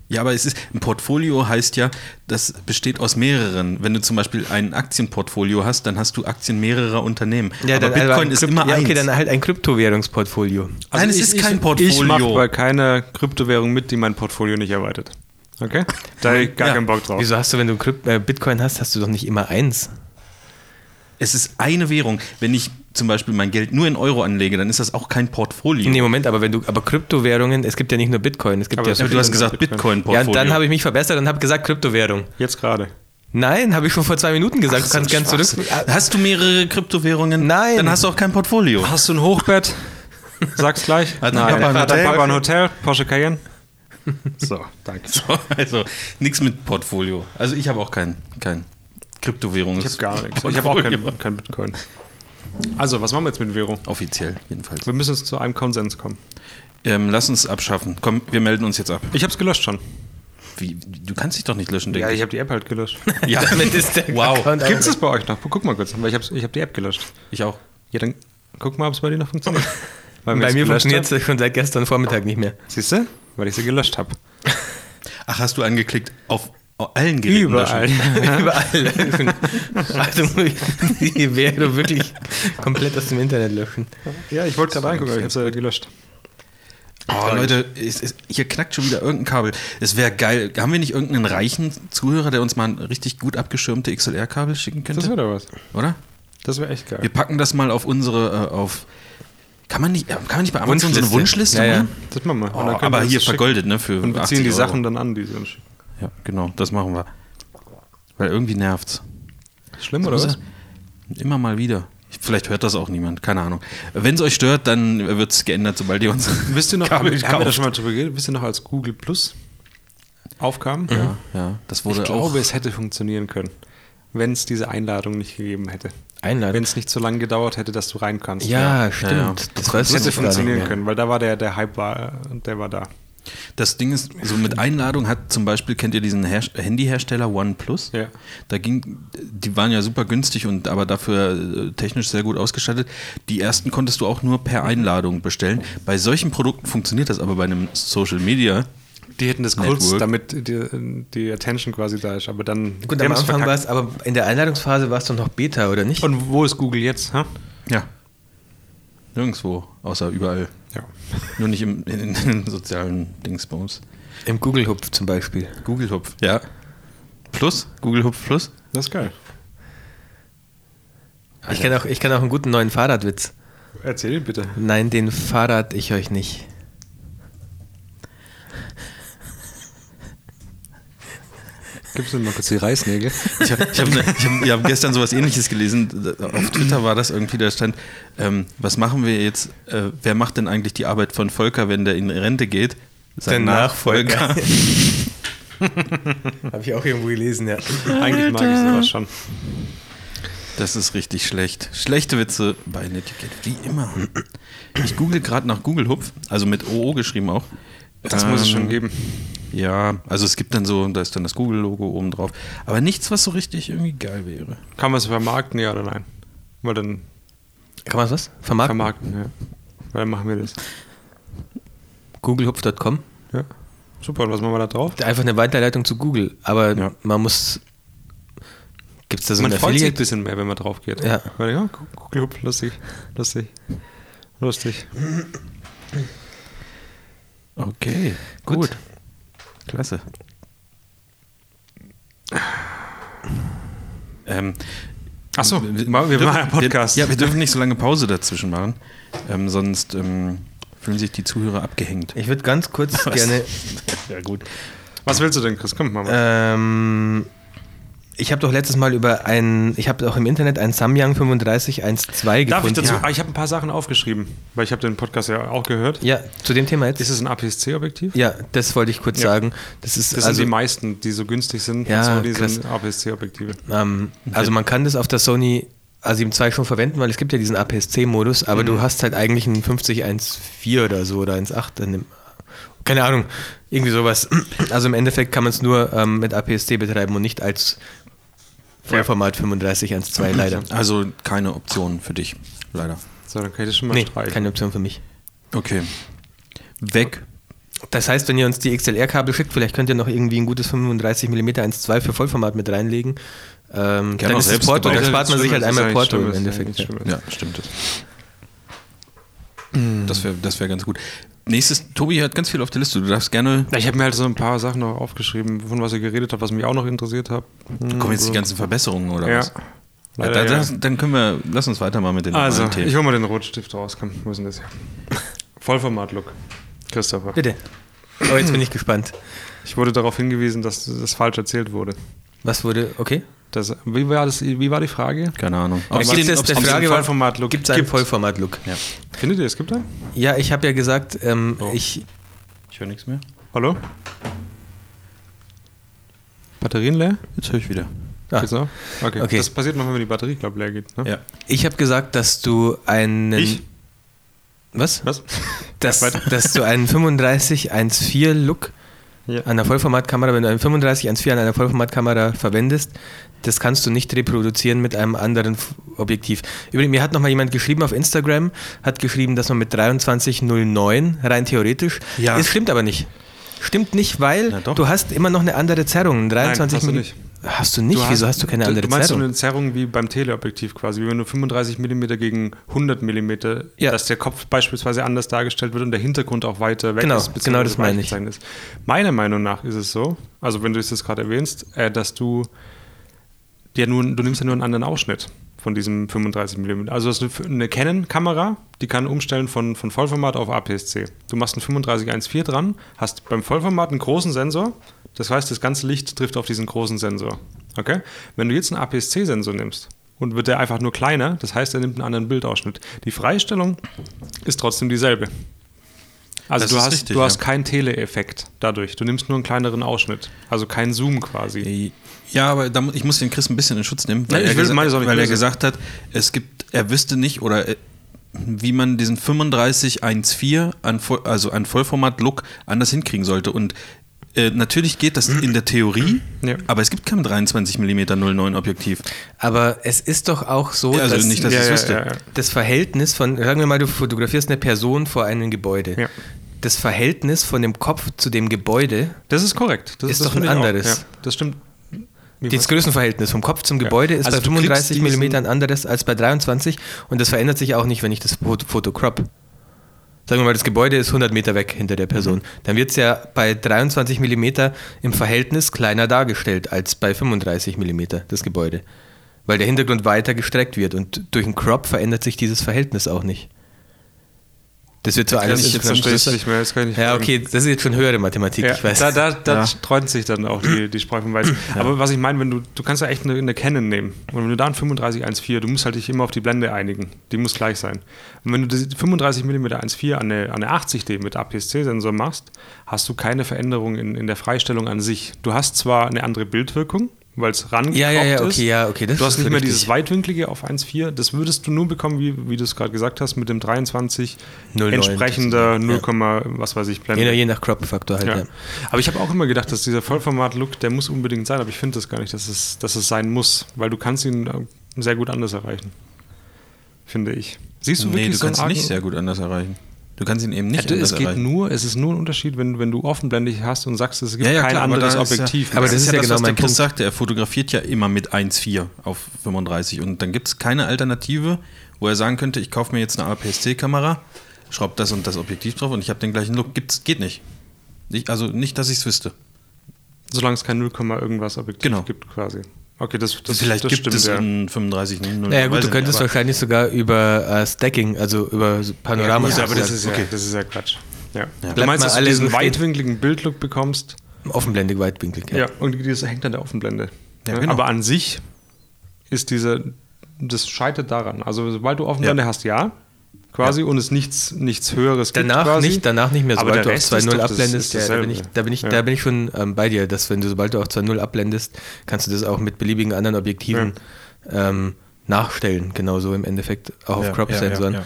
Speaker 1: Ja, aber es ist, ein Portfolio heißt ja, das besteht aus mehreren. Wenn du zum Beispiel ein Aktienportfolio hast, dann hast du Aktien mehrerer Unternehmen. aber
Speaker 2: dann also
Speaker 1: Bitcoin
Speaker 2: ein
Speaker 1: ist
Speaker 2: Krypt-
Speaker 1: immer
Speaker 2: ja, Okay,
Speaker 1: eins.
Speaker 2: dann halt ein Kryptowährungsportfolio.
Speaker 1: Nein, es
Speaker 3: Also ich-
Speaker 1: ist
Speaker 3: ich-
Speaker 1: kein
Speaker 3: Ich mache
Speaker 1: Portfolio.
Speaker 3: bei keiner Kryptowährung mit, die mein Portfolio nicht erweitert. [LAUGHS] Okay? Da hab ich gar
Speaker 1: Ja.
Speaker 3: keinen Bock drauf.
Speaker 2: Wieso hast du, wenn du Krypt äh, Bitcoin hast, hast du doch nicht immer eins?
Speaker 1: es ist eine Währung. Wenn ich zum Beispiel mein Geld nur in Euro anlege, dann ist das auch kein Portfolio. Also
Speaker 2: Nee, Moment, aber wenn du, aber Kryptowährungen, es gibt ja nicht nur Bitcoin, es gibt
Speaker 3: Aber
Speaker 2: ja
Speaker 3: das
Speaker 1: aber du hast gesagt
Speaker 3: Bitcoin.
Speaker 2: Ja,
Speaker 1: Bitcoin-Portfolio.
Speaker 2: und dann habe ich mich verbessert und habe gesagt Kryptowährung.
Speaker 3: Jetzt gerade.
Speaker 2: Nein, habe ich schon vor zwei Minuten gesagt. du kannst gern zurück.
Speaker 1: Hast du mehrere Kryptowährungen?
Speaker 2: Nein.
Speaker 1: Dann hast du auch kein Portfolio.
Speaker 3: Hast du ein Hochbett? Sag's [LAUGHS] gleich.
Speaker 1: Hat
Speaker 3: Nein,
Speaker 1: dein Papa ein
Speaker 3: hat dein
Speaker 1: Hotel?
Speaker 3: Papa ein Hotel? Porsche Cayenne?
Speaker 1: [LAUGHS] So, danke. also nichts mit Portfolio. Also ich habe auch kein, kein Kryptowährungs.
Speaker 3: Ich habe gar nichts. Ich habe auch kein, kein Bitcoin. Also, was machen wir jetzt mit Vero?
Speaker 1: Offiziell jedenfalls.
Speaker 3: Wir müssen jetzt zu einem Konsens kommen.
Speaker 1: Ähm, lass uns abschaffen. Komm, wir melden uns jetzt ab.
Speaker 3: Ich habe es gelöscht schon.
Speaker 1: Wie, du kannst dich doch nicht löschen, denke
Speaker 3: habe die App halt gelöscht.
Speaker 1: ich.
Speaker 3: [LAUGHS]
Speaker 1: Ja,
Speaker 2: Damit ist der
Speaker 1: Wow.
Speaker 2: Account auch-
Speaker 3: Gibt's das bei euch noch? Guck mal kurz, weil ich habe ich hab die App gelöscht.
Speaker 1: ich auch.
Speaker 3: Ja, dann guck mal, ob es bei dir noch [LAUGHS] funktioniert. Weil
Speaker 2: Bei
Speaker 3: ich's
Speaker 2: mir
Speaker 3: gelöscht
Speaker 2: funktioniert es schon seit gestern Vormittag nicht mehr.
Speaker 3: hab- Siehst du? Weil ich sie gelöscht habe.
Speaker 1: Ach, hast du angeklickt auf allen Geräten? löschen?
Speaker 2: [LAUGHS] Überall. [LAUGHS] also, die wäre wirklich komplett aus dem Internet löschen.
Speaker 3: ja, ich wollte gerade reingucken, aber ich habe sie gelöscht.
Speaker 1: Oh, Leute, es, es, hier knackt schon wieder irgendein Kabel. Es wäre geil. Haben wir nicht irgendeinen reichen Zuhörer, der uns mal ein richtig gut abgeschirmte XLR-Kabel schicken
Speaker 3: Das
Speaker 1: könnte?
Speaker 3: wäre doch was.
Speaker 1: Oder?
Speaker 3: Das wäre echt geil.
Speaker 1: Wir packen das mal auf unsere, äh, auf. Kann man nicht, äh, kann man nicht bei Amazon so eine Wunschliste
Speaker 2: Wunschliste. Ja, ja.
Speaker 1: machen?
Speaker 3: Das machen wir.
Speaker 1: Oh,
Speaker 3: Und dann können
Speaker 1: aber
Speaker 3: wir
Speaker 1: hier
Speaker 3: das schicken.
Speaker 1: vergoldet, ne? Für
Speaker 3: Und wir ziehen
Speaker 1: 80
Speaker 3: die
Speaker 1: Euro.
Speaker 3: Sachen dann an, die sie uns schicken.
Speaker 1: Ja, genau, das machen wir. Weil irgendwie nervt's.
Speaker 3: Schlimm, oder was?
Speaker 1: Immer mal wieder. Vielleicht hört das auch niemand, keine Ahnung. Wenn es euch stört, dann wird es geändert, sobald ihr uns.
Speaker 3: [LAUGHS] Wisst ihr noch,
Speaker 1: Kabel
Speaker 3: haben wir da
Speaker 1: kauft.
Speaker 3: schon mal drüber geredet? Wisst ihr noch, als Google Plus aufkam?
Speaker 1: Ja, ja, das wurde
Speaker 3: Ich glaube,
Speaker 1: auch.
Speaker 3: es hätte funktionieren können, wenn es diese Einladung nicht gegeben hätte. Wenn
Speaker 2: Einladung.
Speaker 3: es nicht so lange gedauert hätte, dass du rein kannst.
Speaker 2: Ja,
Speaker 1: Ja, ja.
Speaker 2: Ah, stimmt. Das
Speaker 3: Das
Speaker 2: weiß ich
Speaker 3: hätte
Speaker 2: jetzt gar nicht
Speaker 3: funktionieren
Speaker 2: mehr.
Speaker 3: können, weil da war der, der Hype war, der war da.
Speaker 1: Das Ding ist, so mit Einladung hat zum Beispiel, kennt ihr diesen Her Handyhersteller OnePlus?
Speaker 3: Ja.
Speaker 1: Da ging, die waren ja super günstig und aber dafür äh, technisch sehr gut ausgestattet. Die ersten konntest du auch nur per Einladung bestellen. Bei solchen Produkten funktioniert das aber bei einem Social Media.
Speaker 3: Die hätten das
Speaker 1: Network.
Speaker 3: kurz, damit die, die Attention quasi da ist, aber dann.
Speaker 2: Gut,
Speaker 3: die
Speaker 2: am
Speaker 3: haben's
Speaker 2: Anfang war
Speaker 3: verkackt.
Speaker 2: es, aber in der Einladungsphase war es doch noch Beta, oder nicht?
Speaker 3: Und wo ist Google jetzt? Ha?
Speaker 1: Ja. Nirgendwo, außer überall.
Speaker 3: Ja.
Speaker 1: Nur nicht im, in, in den sozialen Dingsbums.
Speaker 2: Im Google-Hupf zum Beispiel.
Speaker 1: Google Hupf. Ja. Plus? Google Hupf Plus?
Speaker 3: Das ist geil.
Speaker 2: Ich kenne auch, ich kenn auch einen guten neuen Fahrradwitz.
Speaker 3: Erzähl bitte.
Speaker 2: Nein, den verrate ich euch nicht.
Speaker 3: Gibst du mir mal kurz die Reißnägel?
Speaker 1: Ich habe ich hab ne, ich hab, ich hab gestern sowas ähnliches gelesen. Auf Twitter war das irgendwie, da stand, ähm, was machen wir jetzt, äh, wer macht denn eigentlich die Arbeit von Volker, wenn der in Rente geht?
Speaker 2: Der
Speaker 1: Sein
Speaker 2: Nachfolger.
Speaker 1: Nachfolger.
Speaker 2: Habe ich auch irgendwo gelesen, ja.
Speaker 3: [LAUGHS] Eigentlich mag ich sowas schon.
Speaker 1: Das ist richtig schlecht. Schlechte Witze bei Netiquette, wie immer. Ich google gerade nach Google Hupf, also mit OO geschrieben auch.
Speaker 3: Das muss es
Speaker 1: Ähm,
Speaker 3: schon geben.
Speaker 1: Ja, also es gibt dann so, da ist dann das Google-Logo oben drauf. Aber nichts, was so richtig irgendwie geil wäre.
Speaker 3: Kann man es vermarkten, ja oder nein? Weil dann
Speaker 2: Kann man was? Vermarkten?
Speaker 3: vermarkten, ja. Weil dann machen wir das.
Speaker 2: Googlehupf.com.
Speaker 3: Ja. Super, und was machen wir da drauf?
Speaker 2: Einfach eine Weiterleitung zu Google. Aber
Speaker 1: Ja.
Speaker 2: man muss. Gibt es da so
Speaker 3: man
Speaker 2: ein
Speaker 3: freut sich ein
Speaker 2: Affiliate?
Speaker 3: bisschen mehr, wenn man drauf geht.
Speaker 2: Ja.
Speaker 3: Weil, ja, gu- gu- Club, lustig, lustig, lustig.
Speaker 1: Okay, gut.
Speaker 2: Gut.
Speaker 1: Klasse. Ähm,
Speaker 3: Achso, wir, wir machen einen Podcast.
Speaker 1: Wir, ja, wir dürfen nicht so lange Pause dazwischen machen, ähm, sonst ähm, fühlen sich die Zuhörer abgehängt.
Speaker 2: Ich würde ganz [LAUGHS] kurz
Speaker 1: Was?
Speaker 2: gerne.
Speaker 1: Ja, gut.
Speaker 3: was willst du denn, Chris? Komm, mach mal.
Speaker 2: Ähm, ich habe doch letztes Mal über ein. Ich habe auch im Internet ein Samyang 3512
Speaker 3: Darf ich
Speaker 2: gefunden.
Speaker 3: dazu? Ah, ich habe ein paar Sachen aufgeschrieben, weil ich habe den Podcast ja auch gehört.
Speaker 2: Ja, zu dem Thema jetzt.
Speaker 3: Ist es ein APS-C-Objektiv?
Speaker 2: ja, das wollte ich kurz
Speaker 3: Ja.
Speaker 2: sagen. Das ist
Speaker 3: Das
Speaker 2: also,
Speaker 3: sind die meisten, die so günstig sind.
Speaker 2: Ja,
Speaker 3: so, die
Speaker 2: krass.
Speaker 3: sind APS-C-Objektive.
Speaker 2: ähm,
Speaker 3: Mhm.
Speaker 2: also man kann das auf der Sony A7 II schon verwenden, weil es gibt ja diesen APS-C-Modus, aber
Speaker 3: Mhm.
Speaker 2: du hast halt eigentlich einen 5014 oder so oder 1.8. in dem- Keine Ahnung, irgendwie sowas. Also im Endeffekt kann man es nur ähm, mit APS-C betreiben und nicht als Vollformat 3512 leider.
Speaker 1: Also keine Option für dich, leider.
Speaker 3: So, dann kann ich das schon mal
Speaker 2: Nee,
Speaker 3: streichen.
Speaker 2: keine Option für mich.
Speaker 1: Okay. Weg.
Speaker 2: Das heißt, wenn ihr uns die XLR-Kabel schickt, vielleicht könnt ihr noch irgendwie ein gutes 35mm 1.2 für Vollformat mit reinlegen. Ähm, dann
Speaker 1: auch
Speaker 2: ist es
Speaker 1: selbst
Speaker 2: Porto,
Speaker 1: gebaut.
Speaker 2: dann
Speaker 1: Ja,
Speaker 2: spart man sich halt
Speaker 3: Das ist ja
Speaker 2: einmal
Speaker 3: nichts
Speaker 2: Porto im
Speaker 3: Schlimmes,
Speaker 2: Endeffekt.
Speaker 3: nichts
Speaker 2: Ja.
Speaker 3: Schlimmes.
Speaker 1: Ja, stimmt es. Das wäre das wär ganz gut. Nächstes, Tobi hat ganz viel auf der Liste. Du darfst gerne.
Speaker 3: Ich habe mir halt so ein paar Sachen noch aufgeschrieben, von was ihr geredet habt, was mich auch noch interessiert hat.
Speaker 1: Kommen jetzt die ganzen Verbesserungen oder
Speaker 3: Ja.
Speaker 1: was? Ja, da,
Speaker 3: Leider, ja.
Speaker 1: das, dann können wir, lass uns weitermachen mit den
Speaker 3: Also,
Speaker 1: normalen
Speaker 3: ich
Speaker 1: Themen.
Speaker 3: hole mal den Rotstift raus. Komm, wo ist denn das hier? Vollformat-Look. Christopher.
Speaker 2: Bitte. Oh, jetzt bin ich gespannt.
Speaker 3: Ich wurde darauf hingewiesen, dass das falsch erzählt wurde.
Speaker 2: Was wurde, okay?
Speaker 3: Das, wie, war das, wie war die Frage?
Speaker 1: Keine Ahnung.
Speaker 2: Aber
Speaker 1: Ob's
Speaker 2: gibt's
Speaker 1: den-
Speaker 2: jetzt
Speaker 1: ob's
Speaker 2: der
Speaker 1: den-
Speaker 2: Frage- war,
Speaker 3: Vollformat-Look
Speaker 2: Gibt es einen Vollformat-Look?
Speaker 1: Ja.
Speaker 3: Findet ihr, es gibt einen?
Speaker 2: Ja, ich habe ja gesagt, ähm, ich,
Speaker 1: Ich höre nichts mehr.
Speaker 3: Hallo? Batterien leer?
Speaker 1: Jetzt höre ich wieder.
Speaker 2: ah,
Speaker 3: Geht's noch? Okay.
Speaker 2: Okay.
Speaker 3: Das passiert manchmal, wenn die Batterie, glaube leer geht. Ne?
Speaker 1: Ja.
Speaker 2: ich habe gesagt, dass du einen.
Speaker 3: Ich?
Speaker 2: Was?
Speaker 3: Was?
Speaker 2: Dass,
Speaker 3: Weiter.
Speaker 2: dass du einen 3514-Look
Speaker 3: Ja.
Speaker 2: an der Vollformatkamera, wenn du einen 3514 an einer Vollformatkamera verwendest, das kannst du nicht reproduzieren mit einem anderen F- Objektiv. Übrigens, mir hat nochmal jemand geschrieben auf Instagram, hat geschrieben, dass man mit 2309 rein theoretisch,
Speaker 1: Ja.
Speaker 2: das stimmt aber nicht. Stimmt nicht, weil
Speaker 1: Na doch.
Speaker 2: du hast immer noch eine andere Zerrung. 23
Speaker 3: hast du
Speaker 2: Milli-
Speaker 3: nicht.
Speaker 2: Hast du nicht? Wieso hast du keine andere
Speaker 3: Du meinst so
Speaker 2: Zerrung?
Speaker 3: eine Zerrung wie beim Teleobjektiv quasi, wie wenn du 35 mm gegen 100 mm,
Speaker 2: Ja.
Speaker 3: dass der Kopf beispielsweise anders dargestellt wird und der Hintergrund auch weiter weg
Speaker 2: Genau,
Speaker 3: ist. beziehungsweise
Speaker 2: genau das meine ich.
Speaker 3: weichgezeichnet Ist. Meiner Meinung nach ist es so, also wenn du es jetzt gerade erwähnst, äh, dass du dir nur, du nimmst ja nur einen anderen Ausschnitt von diesem 35 mm. Also das ist eine Canon-Kamera, die kann umstellen von, von Vollformat auf APS-C. Du machst einen 35-1.4 dran, hast beim Vollformat einen großen Sensor, das heißt, das ganze Licht trifft auf diesen großen Sensor. Okay? Wenn du jetzt einen APS-C-Sensor nimmst und wird der einfach nur kleiner, das heißt, er nimmt einen anderen Bildausschnitt. Die Freistellung ist trotzdem dieselbe. Also
Speaker 1: Das
Speaker 3: du
Speaker 1: ist
Speaker 3: hast,
Speaker 1: richtig,
Speaker 3: du
Speaker 1: ja.
Speaker 3: hast keinen Teleeffekt dadurch. Du nimmst nur einen kleineren Ausschnitt, also keinen Zoom quasi.
Speaker 1: Ja, aber da, mu- ich muss den Chris ein bisschen in Schutz nehmen, weil,
Speaker 3: Nein, ich
Speaker 1: er,
Speaker 3: will
Speaker 1: gesa
Speaker 3: meine Sonne nicht
Speaker 1: weil er
Speaker 3: böse.
Speaker 1: gesagt hat, es gibt, er wüsste nicht oder äh, wie man diesen 3514 an Voll, also an Vollformat-Look anders hinkriegen sollte. Und äh, natürlich geht das in der Theorie,
Speaker 3: Ja.
Speaker 1: aber es gibt kein 23 mm 09 Objektiv.
Speaker 2: Aber es ist doch auch so,
Speaker 1: Also
Speaker 2: dass
Speaker 1: nicht, dass
Speaker 3: Oh, Ja,
Speaker 1: ich es
Speaker 3: ja,
Speaker 1: wüsste.
Speaker 3: ja, ja.
Speaker 2: das Verhältnis von, sagen wir mal, du fotografierst eine Person vor einem Gebäude.
Speaker 3: Ja.
Speaker 2: Das Verhältnis von dem Kopf zu dem Gebäude,
Speaker 3: Das ist korrekt. Das
Speaker 2: Ist
Speaker 3: das
Speaker 2: doch
Speaker 3: finde
Speaker 2: ein
Speaker 3: ich auch.
Speaker 2: anderes.
Speaker 3: Ja, das stimmt. Wie
Speaker 2: das
Speaker 3: was?
Speaker 2: Größenverhältnis vom Kopf zum Gebäude ist
Speaker 3: Also
Speaker 2: bei
Speaker 3: du kriegst
Speaker 2: 35
Speaker 3: diesen-
Speaker 2: mm ein anderes als bei 23 und das verändert sich auch nicht, wenn ich das Foto, Foto crop. Sagen wir mal, das Gebäude ist 100 Meter weg hinter der Person.
Speaker 3: Mhm.
Speaker 2: Dann wird es ja bei 23 mm im Verhältnis kleiner dargestellt als bei 35 mm, das Gebäude. Weil der Hintergrund weiter gestreckt wird und durch einen Crop verändert sich dieses Verhältnis auch nicht. Das wird zwar alles
Speaker 3: ich jetzt verstehe ich nicht mehr, jetzt kann ich nicht
Speaker 2: Ja,
Speaker 3: folgen.
Speaker 2: okay, das ist jetzt schon höhere Mathematik,
Speaker 3: Ja,
Speaker 2: ich weiß.
Speaker 3: Da, da, da
Speaker 1: Ja.
Speaker 3: sträuben sich dann auch die, die Spreu vom Weizen. Aber was ich meine, wenn du, du kannst ja echt eine, eine Canon nehmen. Und wenn du da ein 3514, du musst halt dich immer auf die Blende einigen. Die muss gleich sein. Und wenn du die 35 mm 1.4 an eine, an eine 80D mit APS-C-Sensor machst, hast du keine Veränderung in, in der Freistellung an sich. Du hast zwar eine andere Bildwirkung, weil es rangekommen
Speaker 2: ja, ja, ja,
Speaker 3: ist.
Speaker 2: okay, ja, okay. Das
Speaker 3: Du hast
Speaker 2: ist
Speaker 3: nicht mehr
Speaker 2: richtig.
Speaker 3: dieses Weitwinklige auf 1,4. Das würdest du nur bekommen, wie, wie du es gerade gesagt hast, mit dem 23
Speaker 2: 0,9.
Speaker 3: entsprechender
Speaker 2: Ja.
Speaker 3: 0, was weiß ich, Blende.
Speaker 2: Je, nach- je nach Crop-Faktor halt.
Speaker 3: Ja.
Speaker 2: Ja.
Speaker 3: Aber ich habe auch immer gedacht, dass dieser Vollformat-Look, der muss unbedingt sein, aber ich finde das gar nicht, dass es, dass es sein muss, weil du kannst ihn äh, sehr gut anders erreichen. Finde ich. Siehst du
Speaker 1: nee,
Speaker 3: wirklich
Speaker 1: du
Speaker 3: so einen
Speaker 1: kannst ihn nicht
Speaker 3: argen-
Speaker 1: sehr gut anders erreichen. Du kannst ihn eben nicht
Speaker 3: Ja,
Speaker 1: anders
Speaker 3: es geht
Speaker 1: erreichen.
Speaker 3: nur, es ist nur ein Unterschied, wenn, wenn du offenblendig hast und sagst, es gibt
Speaker 1: Ja, ja,
Speaker 3: kein
Speaker 1: klar, aber
Speaker 3: anderes
Speaker 1: da ist ja-
Speaker 3: Objektiv.
Speaker 2: aber das ist ja genau
Speaker 1: was
Speaker 2: mein
Speaker 1: der Chris
Speaker 2: Punkt.
Speaker 1: sagte. Er fotografiert ja immer mit 1,4 auf 35 und dann gibt es keine Alternative, wo er sagen könnte, ich kaufe mir jetzt eine APS-C-Kamera, schraube das und das Objektiv drauf und ich habe den gleichen Look. Gibt's, geht nicht. nicht. Also nicht, dass ich es wüsste.
Speaker 3: solange es kein 0, irgendwas Objektiv
Speaker 1: Genau.
Speaker 3: gibt quasi. Okay, das, das,
Speaker 1: Vielleicht
Speaker 3: das
Speaker 1: gibt
Speaker 3: stimmt,
Speaker 1: es
Speaker 3: ja.
Speaker 1: in 35 nicht. Weiß
Speaker 2: Naja gut, du
Speaker 1: ich
Speaker 2: könntest
Speaker 1: nicht, aber-
Speaker 2: wahrscheinlich sogar über äh, Stacking, also über so Panorama.
Speaker 3: Ja, aber das
Speaker 2: sozusagen.
Speaker 3: ist ja, das ist ja Quatsch. Ja. Du
Speaker 2: Bleibt
Speaker 3: meinst,
Speaker 2: mal
Speaker 3: dass du
Speaker 2: alle so
Speaker 3: diesen
Speaker 2: stehen.
Speaker 3: weitwinkligen Bildlook bekommst?
Speaker 2: offenblendig weitwinklig.
Speaker 3: Ja, und das hängt an der Offenblende.
Speaker 1: Ja,
Speaker 3: Ne?
Speaker 1: genau.
Speaker 3: Aber an sich ist dieser, das scheitert daran. Also sobald du Offenblende
Speaker 1: Ja.
Speaker 3: hast, ja, quasi, und es nichts, nichts Höheres gibt
Speaker 2: Danach
Speaker 3: quasi.
Speaker 2: nicht, danach nicht mehr,
Speaker 3: Aber
Speaker 2: sobald
Speaker 3: der
Speaker 2: du auf
Speaker 3: Rest ist
Speaker 2: 2.0
Speaker 3: doch das- ist
Speaker 2: abblendest, ja, da,
Speaker 3: dasselbe.
Speaker 2: bin ich, da, bin ich,
Speaker 3: Ja.
Speaker 2: da bin ich schon ähm, bei dir, dass wenn du, sobald du auf 2.0 abblendest, kannst du das auch mit beliebigen anderen Objektiven ähm, nachstellen, genauso im Endeffekt, auch auf
Speaker 1: Ja,
Speaker 2: Crop-Sensoren.
Speaker 1: ja,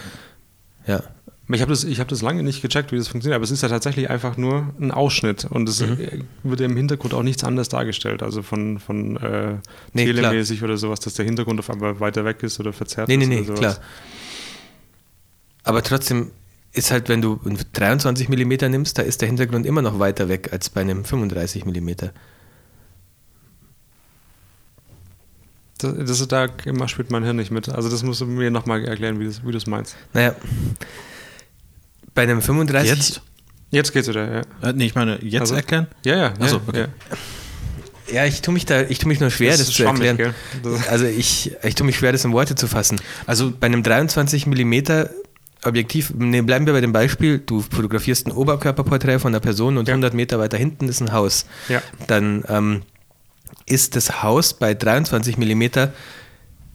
Speaker 2: Ja,
Speaker 1: ja,
Speaker 3: Ich habe das, ich hab das lange nicht gecheckt, wie das funktioniert, aber es ist ja tatsächlich einfach nur ein Ausschnitt und es
Speaker 2: Mhm.
Speaker 3: äh, wird ja im Hintergrund auch nichts anderes dargestellt, also von, von äh,
Speaker 2: Nee, klar.
Speaker 3: telemäßig oder sowas, dass der Hintergrund auf einmal weiter weg ist oder verzerrt
Speaker 2: Nee, nee,
Speaker 3: ist
Speaker 2: nee,
Speaker 3: oder sowas.
Speaker 2: klar. Aber trotzdem ist halt, wenn du einen 23 mm nimmst, da ist der Hintergrund immer noch weiter weg als bei einem 35 mm.
Speaker 3: Das, das ist da immer spielt mein Hirn nicht mit. Also das musst du mir nochmal erklären, wie du es wie du's meinst.
Speaker 2: Naja, bei einem 35
Speaker 1: Jetzt?
Speaker 3: Jetzt geht's wieder, ja.
Speaker 1: Äh, nee, ich meine, jetzt
Speaker 3: Also-
Speaker 1: erklären?
Speaker 3: Ja, ja.
Speaker 1: Ach so,
Speaker 3: ja,
Speaker 1: okay.
Speaker 3: ja.
Speaker 2: Ja, ich tue mich da, ich tue mich nur schwer,
Speaker 3: Das
Speaker 2: das,
Speaker 3: ist
Speaker 2: zu
Speaker 3: schwammig,
Speaker 2: erklären.
Speaker 3: gell? Das-
Speaker 2: Also ich, ich tue mich schwer, das in Worte zu fassen. Also bei einem 23 mm Objektiv, nee, bleiben wir bei dem Beispiel, du fotografierst ein Oberkörperporträt von einer Person und
Speaker 3: Ja.
Speaker 2: 100 Meter weiter hinten ist ein Haus.
Speaker 3: Ja.
Speaker 2: Dann ähm, ist das Haus bei 23 mm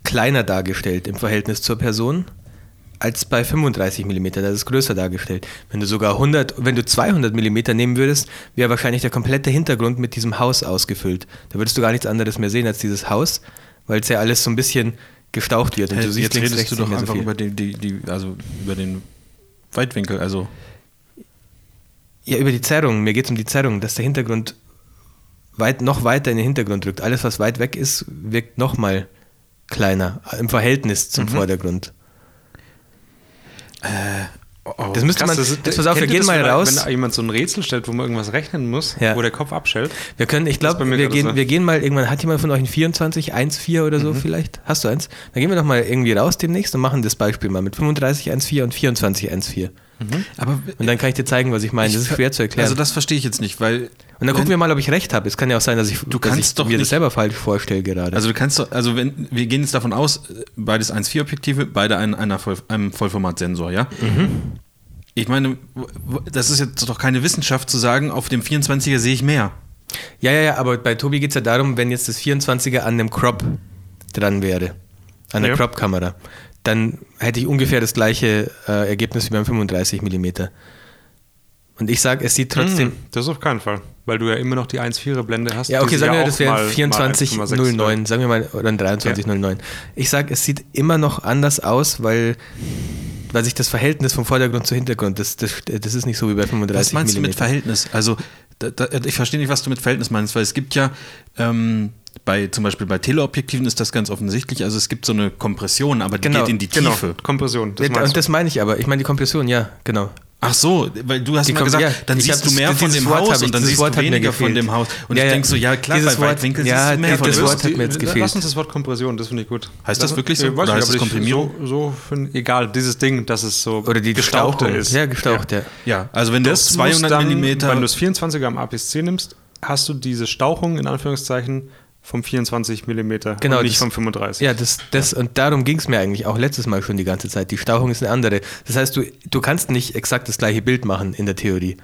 Speaker 2: kleiner dargestellt im Verhältnis zur Person als bei 35 mm, da ist es größer dargestellt. Wenn du sogar 100, wenn du 200 mm nehmen würdest, wäre wahrscheinlich der komplette Hintergrund mit diesem Haus ausgefüllt. Da würdest du gar nichts anderes mehr sehen als dieses Haus, weil es ja alles so ein bisschen gestaucht wird. Und
Speaker 1: Hey,
Speaker 2: du siehst
Speaker 1: jetzt
Speaker 2: links,
Speaker 1: redest
Speaker 2: rechts
Speaker 1: du doch
Speaker 2: nicht mehr
Speaker 1: einfach
Speaker 2: so viel.
Speaker 1: über, die, die, die, also über den Weitwinkel. Also
Speaker 2: Ja, über die Zerrung. Mir geht es um die Zerrung, dass der Hintergrund weit, noch weiter in den Hintergrund rückt. Alles, was weit weg ist, wirkt nochmal kleiner im Verhältnis
Speaker 1: Mhm.
Speaker 2: zum Vordergrund. Das müsste man- jetzt pass auf, wir
Speaker 3: kennt ihr
Speaker 2: gehen
Speaker 3: Oh, das,
Speaker 2: mal
Speaker 3: wenn,
Speaker 2: raus.
Speaker 3: Wenn da jemand so ein Rätsel stellt, wo man irgendwas rechnen muss,
Speaker 2: Ja.
Speaker 3: wo der Kopf abschält.
Speaker 2: Wir können, ich
Speaker 3: Das ist
Speaker 2: glaube,
Speaker 3: bei mir
Speaker 2: wir,
Speaker 3: gerade so.
Speaker 2: gehen, wir gehen mal irgendwann. Hat jemand von euch ein 24, 1,4 oder so vielleicht? Hast du eins? Dann gehen wir doch mal irgendwie raus demnächst und machen das Beispiel mal mit 35, 1,4 und 24, 1,4.
Speaker 1: Aber
Speaker 2: Und dann kann ich dir zeigen, was ich meine. Das ist schwer zu erklären.
Speaker 1: Also das verstehe ich jetzt nicht, weil
Speaker 2: und dann gucken wir mal, ob ich recht habe. Es kann ja auch sein, dass ich, du dass ich
Speaker 1: kannst doch
Speaker 2: mir das
Speaker 1: nicht-
Speaker 2: selber falsch vorstelle gerade.
Speaker 1: also du kannst doch, also wenn wir gehen jetzt davon aus, äh, beides 1,4 Objektive, beide ein, einer Voll, einem Vollformatsensor, ja?
Speaker 2: Mhm.
Speaker 1: Ich meine, w- w- das ist jetzt doch keine Wissenschaft zu sagen, auf dem 24er sehe ich mehr.
Speaker 2: ja, ja, ja, aber bei Tobi geht es ja darum, wenn jetzt das 24er an dem Crop dran wäre, an der
Speaker 3: Ja.
Speaker 2: Crop-Kamera, dann hätte ich ungefähr das gleiche äh, Ergebnis wie beim 35 mm. Und ich sage, es sieht trotzdem.
Speaker 3: Hm, Das auf keinen Fall. Weil du ja immer noch die 1,4er Blende hast.
Speaker 2: Ja,
Speaker 3: die
Speaker 2: okay,
Speaker 3: sie
Speaker 2: sagen wir,
Speaker 3: auch
Speaker 2: das wären
Speaker 3: mal- mal 1,6
Speaker 2: 24,09, sagen wir mal, oder ein 23,09. Ich sage, es sieht immer noch anders aus, weil, weil sich das Verhältnis vom Vordergrund zu Hintergrund, das, das, das ist nicht so wie bei 35
Speaker 1: Was meinst du mit
Speaker 2: Millimeter.
Speaker 1: Verhältnis? Also, da, da, ich verstehe nicht, was du mit Verhältnis meinst, weil es gibt ja ähm, bei zum Beispiel bei Teleobjektiven ist das ganz offensichtlich. Also es gibt so eine Kompression, aber die
Speaker 2: Genau,
Speaker 1: geht in die
Speaker 3: Genau,
Speaker 1: Tiefe.
Speaker 3: Kompression. Das
Speaker 2: Ja,
Speaker 3: meinst
Speaker 2: und
Speaker 3: du.
Speaker 2: das meine ich aber. Ich meine die Kompression, ja, genau.
Speaker 1: Ach so, weil du hast
Speaker 2: Die
Speaker 1: mal
Speaker 2: kommt-
Speaker 1: gesagt,
Speaker 2: ja,
Speaker 1: dann
Speaker 2: ich
Speaker 1: siehst
Speaker 2: hab
Speaker 1: du
Speaker 2: das-
Speaker 1: mehr von
Speaker 2: dieses
Speaker 1: dem
Speaker 2: Wort
Speaker 1: Haus
Speaker 2: hab ich-
Speaker 1: und dann
Speaker 2: dieses
Speaker 1: siehst
Speaker 2: Wort
Speaker 1: du
Speaker 2: hat mir
Speaker 1: weniger von
Speaker 2: gefehlt.
Speaker 1: dem Haus. Und
Speaker 2: Ja,
Speaker 1: ich
Speaker 2: ja.
Speaker 1: denk so, ja klar,
Speaker 2: Dieses
Speaker 1: bei
Speaker 2: Wort-
Speaker 1: Weitwinkel
Speaker 2: ja,
Speaker 1: siehst du mehr
Speaker 2: das-
Speaker 1: von
Speaker 2: das
Speaker 1: dem
Speaker 2: Wort
Speaker 1: Haus.
Speaker 2: hat mir jetzt gefehlt.
Speaker 3: Lass uns das Wort Kompression, das finde ich gut.
Speaker 1: Heißt das
Speaker 3: Lass-
Speaker 1: wirklich so?
Speaker 3: Ich weiß
Speaker 1: Oder
Speaker 3: nicht,
Speaker 1: heißt
Speaker 3: aber
Speaker 1: das
Speaker 3: ich-
Speaker 1: Komprimierung?
Speaker 3: So, so find, egal, dieses Ding, dass es so
Speaker 2: Oder die
Speaker 3: gestauchte
Speaker 2: Stauchung.
Speaker 3: ist.
Speaker 2: Ja, gestaucht, ja.
Speaker 1: Ja, also wenn du
Speaker 3: Das 200
Speaker 1: 200
Speaker 3: dann,
Speaker 1: Millimeter,
Speaker 3: Wenn du das 24er am APS-C nimmst, hast du diese Stauchung in Anführungszeichen vom 24 mm
Speaker 2: Genau,
Speaker 3: und nicht
Speaker 2: das-
Speaker 3: vom 35.
Speaker 2: Ja, das, das, und darum ging es mir eigentlich auch letztes Mal schon die ganze Zeit. Die Stauchung ist eine andere. Das heißt, du, du kannst nicht exakt das gleiche Bild machen in der Theorie,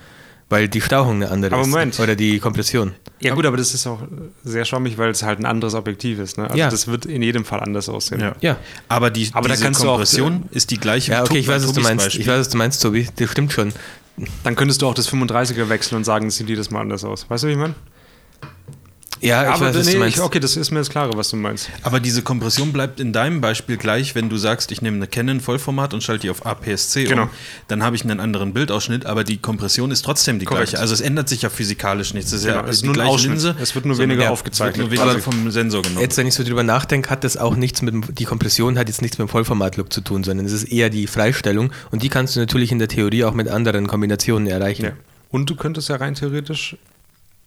Speaker 2: weil die Stauchung eine andere
Speaker 3: Aber
Speaker 2: ist.
Speaker 3: Moment.
Speaker 2: Oder die Kompression.
Speaker 3: Ja, gut, aber das ist auch sehr schwammig, weil es halt ein anderes Objektiv ist. Ne? Also
Speaker 2: Ja.
Speaker 3: das wird in jedem Fall anders aussehen.
Speaker 2: Ja.
Speaker 1: Aber die
Speaker 3: Aber da
Speaker 1: diese
Speaker 3: kannst du auch-
Speaker 1: Kompression ist die gleiche.
Speaker 2: Ja,
Speaker 1: wie
Speaker 2: okay, ich
Speaker 1: Tobi-
Speaker 2: weiß, was du
Speaker 1: Tobis
Speaker 2: meinst.
Speaker 1: Beispiel.
Speaker 2: Ich weiß, was du meinst, Tobi. Das stimmt schon.
Speaker 3: Dann könntest du auch das 35er wechseln und sagen, sieht jedes Mal anders aus. Weißt du, wie ich meine?
Speaker 2: Ja, ich
Speaker 3: aber
Speaker 2: weiß, was
Speaker 3: nee,
Speaker 2: du
Speaker 3: ich-
Speaker 2: meinst.
Speaker 3: okay, das ist mir jetzt klarer, was du meinst.
Speaker 1: Aber diese Kompression bleibt in deinem Beispiel gleich, wenn du sagst, ich nehme eine Canon Vollformat und schalte die auf APS-C um,
Speaker 3: Genau.
Speaker 1: dann habe ich einen anderen Bildausschnitt, aber die Kompression ist trotzdem die
Speaker 3: Korrekt.
Speaker 1: gleiche. Also es ändert sich ja physikalisch nichts. Es ist
Speaker 3: Genau,
Speaker 1: ja
Speaker 3: es ist
Speaker 1: die
Speaker 3: nur ein
Speaker 1: gleiche
Speaker 3: Ausschnitt.
Speaker 1: Linse.
Speaker 3: Es wird nur
Speaker 1: sondern-
Speaker 3: weniger
Speaker 1: Ja,
Speaker 3: aufgezeichnet. Also
Speaker 1: Es wird nur weniger
Speaker 3: Aber-
Speaker 1: vom Sensor genommen.
Speaker 2: Jetzt, wenn ich so drüber nachdenke, hat das auch nichts mit dem, die Kompression hat jetzt nichts mit dem Vollformat-Look zu tun, sondern es ist eher die Freistellung und die kannst du natürlich in der Theorie auch mit anderen Kombinationen erreichen.
Speaker 3: Ja. Und du könntest ja rein theoretisch,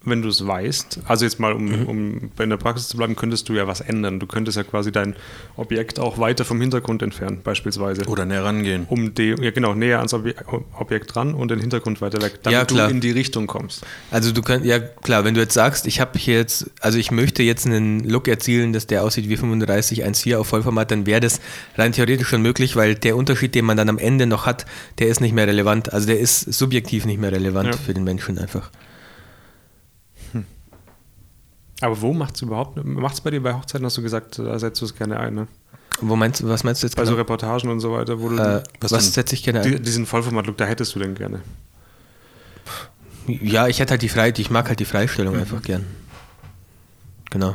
Speaker 3: wenn du es weißt, also jetzt mal, um,
Speaker 2: Mhm.
Speaker 3: um in der Praxis zu bleiben, könntest du ja was ändern. Du könntest ja quasi dein Objekt auch weiter vom Hintergrund entfernen, beispielsweise.
Speaker 1: Oder näher rangehen.
Speaker 3: Um die, ja genau, näher ans Obje Objekt dran und den Hintergrund weiter weg, damit
Speaker 2: Ja, klar.
Speaker 3: du in die Richtung kommst.
Speaker 2: Also du könnt, ja klar, wenn du jetzt sagst, ich habe hier jetzt, also ich möchte jetzt einen Look erzielen, dass der aussieht wie 35 1.4 auf Vollformat, dann wäre das rein theoretisch schon möglich, weil der Unterschied, den man dann am Ende noch hat, der ist nicht mehr relevant. Also der ist subjektiv nicht mehr relevant
Speaker 3: Ja.
Speaker 2: für den Menschen einfach.
Speaker 3: Aber wo macht es überhaupt, macht es bei dir bei Hochzeiten, hast du gesagt, da setzt du es gerne ein, ne?
Speaker 2: Wo meinst, was meinst du jetzt
Speaker 3: Bei so
Speaker 2: genau?
Speaker 3: Reportagen und so weiter, wo du
Speaker 2: äh,
Speaker 1: Mhm. was
Speaker 2: was
Speaker 1: denn?
Speaker 2: setze ich gerne ein?
Speaker 3: die, diesen Vollformat-Look, da hättest du den gerne.
Speaker 2: Ja, ich hätte halt die Freiheit, ich mag halt die Freistellung
Speaker 1: Mhm.
Speaker 2: einfach gern. Genau.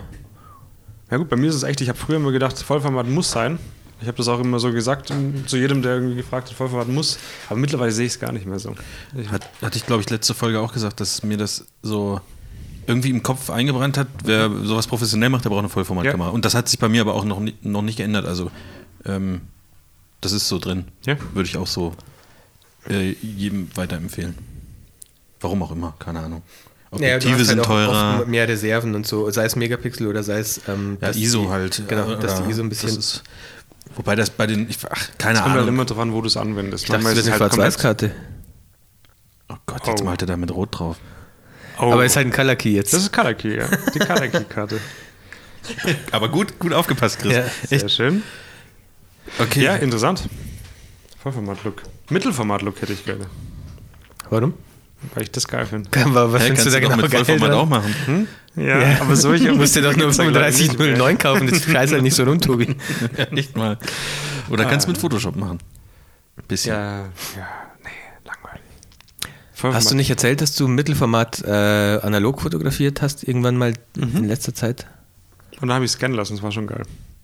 Speaker 3: Ja gut, bei mir ist es echt, ich habe früher immer gedacht, Vollformat muss sein. Ich habe das auch immer so gesagt ähm, zu jedem, der irgendwie gefragt hat, Vollformat muss. Aber mittlerweile sehe ich es gar nicht mehr so. Ich,
Speaker 1: Hat, hatte ich, glaube ich, letzte Folge auch gesagt, dass mir das so irgendwie im Kopf eingebrannt hat. Wer sowas professionell macht, der braucht eine Vollformatkamera.
Speaker 3: Ja.
Speaker 1: Und das hat sich bei mir aber auch noch, ni- noch nicht geändert. Also, ähm, das ist so drin.
Speaker 3: Ja.
Speaker 1: Würde ich auch so äh, jedem weiterempfehlen. Warum auch immer, keine Ahnung. Objektive
Speaker 2: halt
Speaker 1: sind teurer.
Speaker 2: mehr Reserven und so, sei es Megapixel oder sei es
Speaker 1: Ja, ISO halt.
Speaker 2: Genau,
Speaker 1: äh,
Speaker 2: dass die
Speaker 1: oder-
Speaker 2: ISO ein bisschen.
Speaker 1: das ist- wobei das bei den, ich, ach, keine
Speaker 3: kommt halt
Speaker 1: Ahnung.
Speaker 3: immer drauf an, wo du es halt
Speaker 2: also
Speaker 3: anwendest.
Speaker 2: ich dachte, das ist eine
Speaker 1: halt
Speaker 2: Schwarz-Weiß-Karte.
Speaker 1: Oh Gott, jetzt
Speaker 3: Oh.
Speaker 1: malte er mit Rot drauf.
Speaker 3: oh,
Speaker 2: Aber ist halt ein Color Key jetzt.
Speaker 3: das ist Color Key, ja. Die Color
Speaker 2: [LAUGHS]
Speaker 3: Key-Karte.
Speaker 1: Aber gut, gut aufgepasst, Chris.
Speaker 2: Ja.
Speaker 1: Echt?
Speaker 3: Sehr schön.
Speaker 1: Okay.
Speaker 3: Ja, interessant. Vollformat-Look. Mittelformat-Look hätte ich gerne,
Speaker 2: Warum? [LAUGHS]
Speaker 3: weil ich das geil finde.
Speaker 2: Was
Speaker 1: Hä, kannst du
Speaker 2: genau
Speaker 1: doch mit Vollformat auch machen.
Speaker 2: Hm?
Speaker 3: Ja,
Speaker 1: [LAUGHS]
Speaker 3: aber
Speaker 2: so [LAUGHS]
Speaker 3: solche
Speaker 2: ich musste doch nur
Speaker 3: gibt's ja, glaub ich, nicht.
Speaker 2: 3509 kaufen, das scheiß halt nicht so rum,
Speaker 1: [LAUGHS]
Speaker 2: Tobi.
Speaker 1: Ja, nicht mal. Oder kannst
Speaker 2: Ah.
Speaker 1: mit Photoshop machen. Bisschen.
Speaker 3: Ja, ja, nee, langweilig.
Speaker 2: Hast du nicht erzählt, dass du Mittelformat äh, analog fotografiert hast, irgendwann mal
Speaker 1: Mhm.
Speaker 2: in letzter Zeit?
Speaker 3: Und dann habe ich scannen lassen, das war schon geil.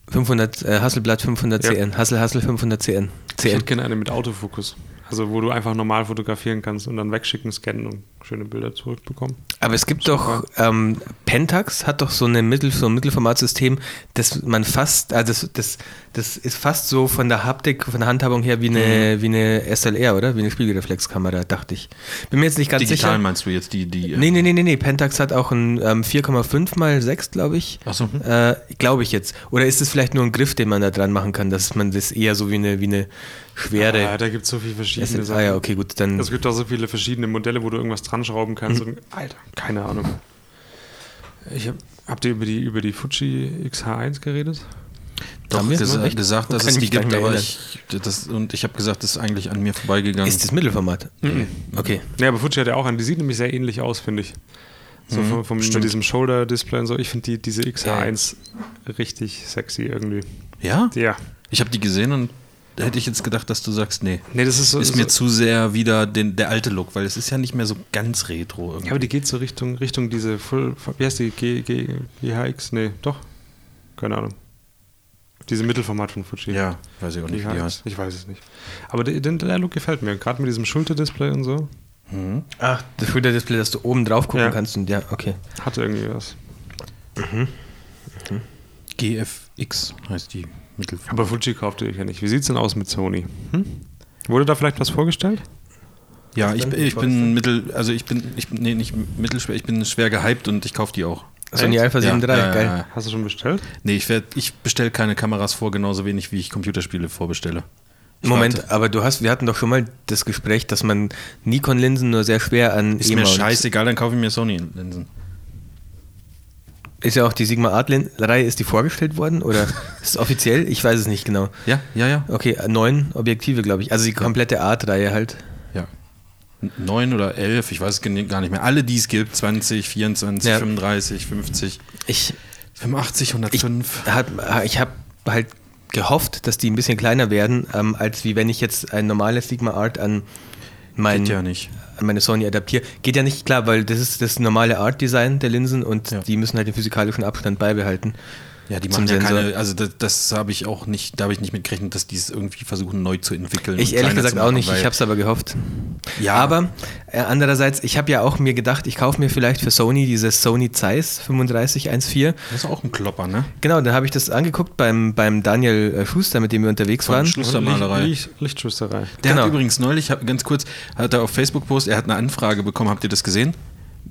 Speaker 2: 500, äh, Hasselblatt 500
Speaker 3: Ja.
Speaker 2: CN, Hassel Hassel 500 CN.
Speaker 3: Ich
Speaker 2: CN.
Speaker 3: hätte gerne eine mit Autofokus. Also wo du einfach normal fotografieren kannst und dann wegschicken, scannen und schöne Bilder zurückbekommen.
Speaker 2: Aber es gibt doch, ähm, Pentax hat doch so, eine Mittel, so ein Mittelformatsystem, das man fast, also das, das, das ist fast so von der Haptik, von der Handhabung her wie eine,
Speaker 3: Mhm.
Speaker 2: wie eine SLR, oder? Wie eine Spiegelreflexkamera, dachte ich. Bin mir jetzt nicht ganz
Speaker 1: Digital
Speaker 2: sicher.
Speaker 1: meinst du jetzt die. die äh,
Speaker 2: Nee, nee, nee, nee, nee. Pentax hat auch ein ähm, 4,5 mal 6, glaube ich.
Speaker 1: Achso.
Speaker 3: Mhm.
Speaker 2: Äh, glaube ich jetzt. Oder ist es vielleicht nur ein Griff, den man da dran machen kann, dass man das eher so wie eine, wie eine schwere.
Speaker 3: Ah, da gibt es so viele
Speaker 2: Es-
Speaker 3: verschiedene
Speaker 2: ah ja, okay, gut, dann.
Speaker 3: Es gibt auch so viele verschiedene Modelle, wo du irgendwas dran schrauben kannst. Und, Alter, keine Ahnung. Mhm. Ich hab, habt ihr über die, über die Fuji XH1 geredet?
Speaker 1: Doch,
Speaker 2: Haben wir?
Speaker 1: gesa
Speaker 2: Echt?
Speaker 1: gesagt, dass
Speaker 2: Kann
Speaker 1: es
Speaker 2: ich
Speaker 1: die
Speaker 2: mich gar
Speaker 1: gibt,
Speaker 2: nicht mehr
Speaker 1: aber ich, das, und ich habe gesagt, das ist eigentlich an mir vorbeigegangen.
Speaker 2: ist das Mittelformat? Mhm. Okay.
Speaker 3: Ja, aber Fuji hat ja auch einen, die sieht nämlich sehr ähnlich aus, finde ich. So
Speaker 1: Mhm.
Speaker 3: vom, vom, mit diesem Shoulder-Display und so. Ich finde die, diese XH1 richtig sexy irgendwie.
Speaker 1: ja?
Speaker 3: Ja.
Speaker 1: Ich habe die gesehen und da hätte ich jetzt gedacht, dass du sagst, nee.
Speaker 3: Nee, das ist so.
Speaker 1: Ist
Speaker 3: so,
Speaker 1: mir zu sehr wieder den, der alte Look, weil es ist ja nicht mehr so ganz retro irgendwie.
Speaker 3: Ja, aber die geht so Richtung, Richtung diese Full. Wie heißt die? G, G, GHX? Nee, doch. Keine Ahnung. Diese Mittelformat von Fuji.
Speaker 1: Ja, weiß ich auch nicht, wie die heißt.
Speaker 3: GHX. Ich weiß es nicht. Aber der, der, der Look gefällt mir. Gerade mit diesem Schulterdisplay und so.
Speaker 2: Ach, das Schulterdisplay, dass du oben drauf gucken
Speaker 3: Ja.
Speaker 2: kannst und ja, okay.
Speaker 3: Hat irgendwie was.
Speaker 1: GFX heißt die Mittelform.
Speaker 3: Aber Fuji kauft ihr ja nicht. Wie sieht's denn aus mit Sony? Hm? Wurde da vielleicht was vorgestellt?
Speaker 1: Ja, ich, ich bin mittel, also ich bin, ich bin, nee, nicht mittelschwer, ich bin schwer gehypt und ich kaufe die auch.
Speaker 2: Sony Alpha 7 III, geil.
Speaker 3: Hast du schon bestellt?
Speaker 1: Nee, ich, werd- ich bestelle keine Kameras vor, genauso wenig wie ich Computerspiele vorbestelle. Ich
Speaker 2: Moment,
Speaker 1: warte.
Speaker 2: aber du hast, wir hatten doch schon mal das Gespräch, dass man Nikon-Linsen nur sehr schwer an
Speaker 1: Ist mir scheißegal, dann kaufe ich mir Sony-Linsen.
Speaker 2: Ist ja auch die Sigma Adlin-Reihe, ist die vorgestellt worden [LAUGHS] oder ist es offiziell? Ich weiß es nicht genau.
Speaker 1: Ja, ja, ja.
Speaker 2: Okay, neun Objektive, glaube ich. Also die komplette Art-Reihe halt.
Speaker 1: ja. Neun oder elf, ich weiß es gen- gar nicht mehr. Alle, die es gibt, 20, 24,
Speaker 2: Ja.
Speaker 1: 35, 50,
Speaker 2: Ich
Speaker 1: 85, 105.
Speaker 2: hab, ich habe halt gehofft, dass die ein bisschen kleiner werden, ähm, als wie wenn ich jetzt ein normales Sigma Art an, mein,
Speaker 1: Geht ja nicht.
Speaker 2: an meine Sony adaptiere. Geht ja nicht, klar, weil das ist das normale Art Design der Linsen und
Speaker 1: Ja.
Speaker 2: die müssen halt den physikalischen Abstand beibehalten.
Speaker 1: ja, die
Speaker 2: zum
Speaker 1: machen ja
Speaker 2: Sensor.
Speaker 1: keine, also das, das habe ich auch nicht, da habe ich nicht mit gerechnet, dass die es irgendwie versuchen neu zu entwickeln.
Speaker 2: Ich
Speaker 1: und kleiner
Speaker 2: ehrlich
Speaker 1: zu
Speaker 2: gesagt auch
Speaker 1: machen,
Speaker 2: nicht,
Speaker 1: weil-
Speaker 2: ich habe es aber gehofft.
Speaker 1: Ja.
Speaker 2: Aber äh, andererseits, ich habe ja auch mir gedacht, ich kaufe mir vielleicht für Sony dieses Sony Zeiss 3514.
Speaker 1: Das ist auch ein Klopper, ne?
Speaker 2: Genau, da habe ich das angeguckt beim, beim Daniel äh, Schuster, mit dem wir unterwegs
Speaker 1: Von
Speaker 2: waren.
Speaker 1: Schlu- Mustermalerei.
Speaker 3: Licht, Licht, Lichtschüsterei.
Speaker 1: Der
Speaker 2: Genau.
Speaker 1: hat übrigens neulich, hab- ganz kurz, hat er auf Facebook Post, er hat eine Anfrage bekommen, habt ihr das gesehen?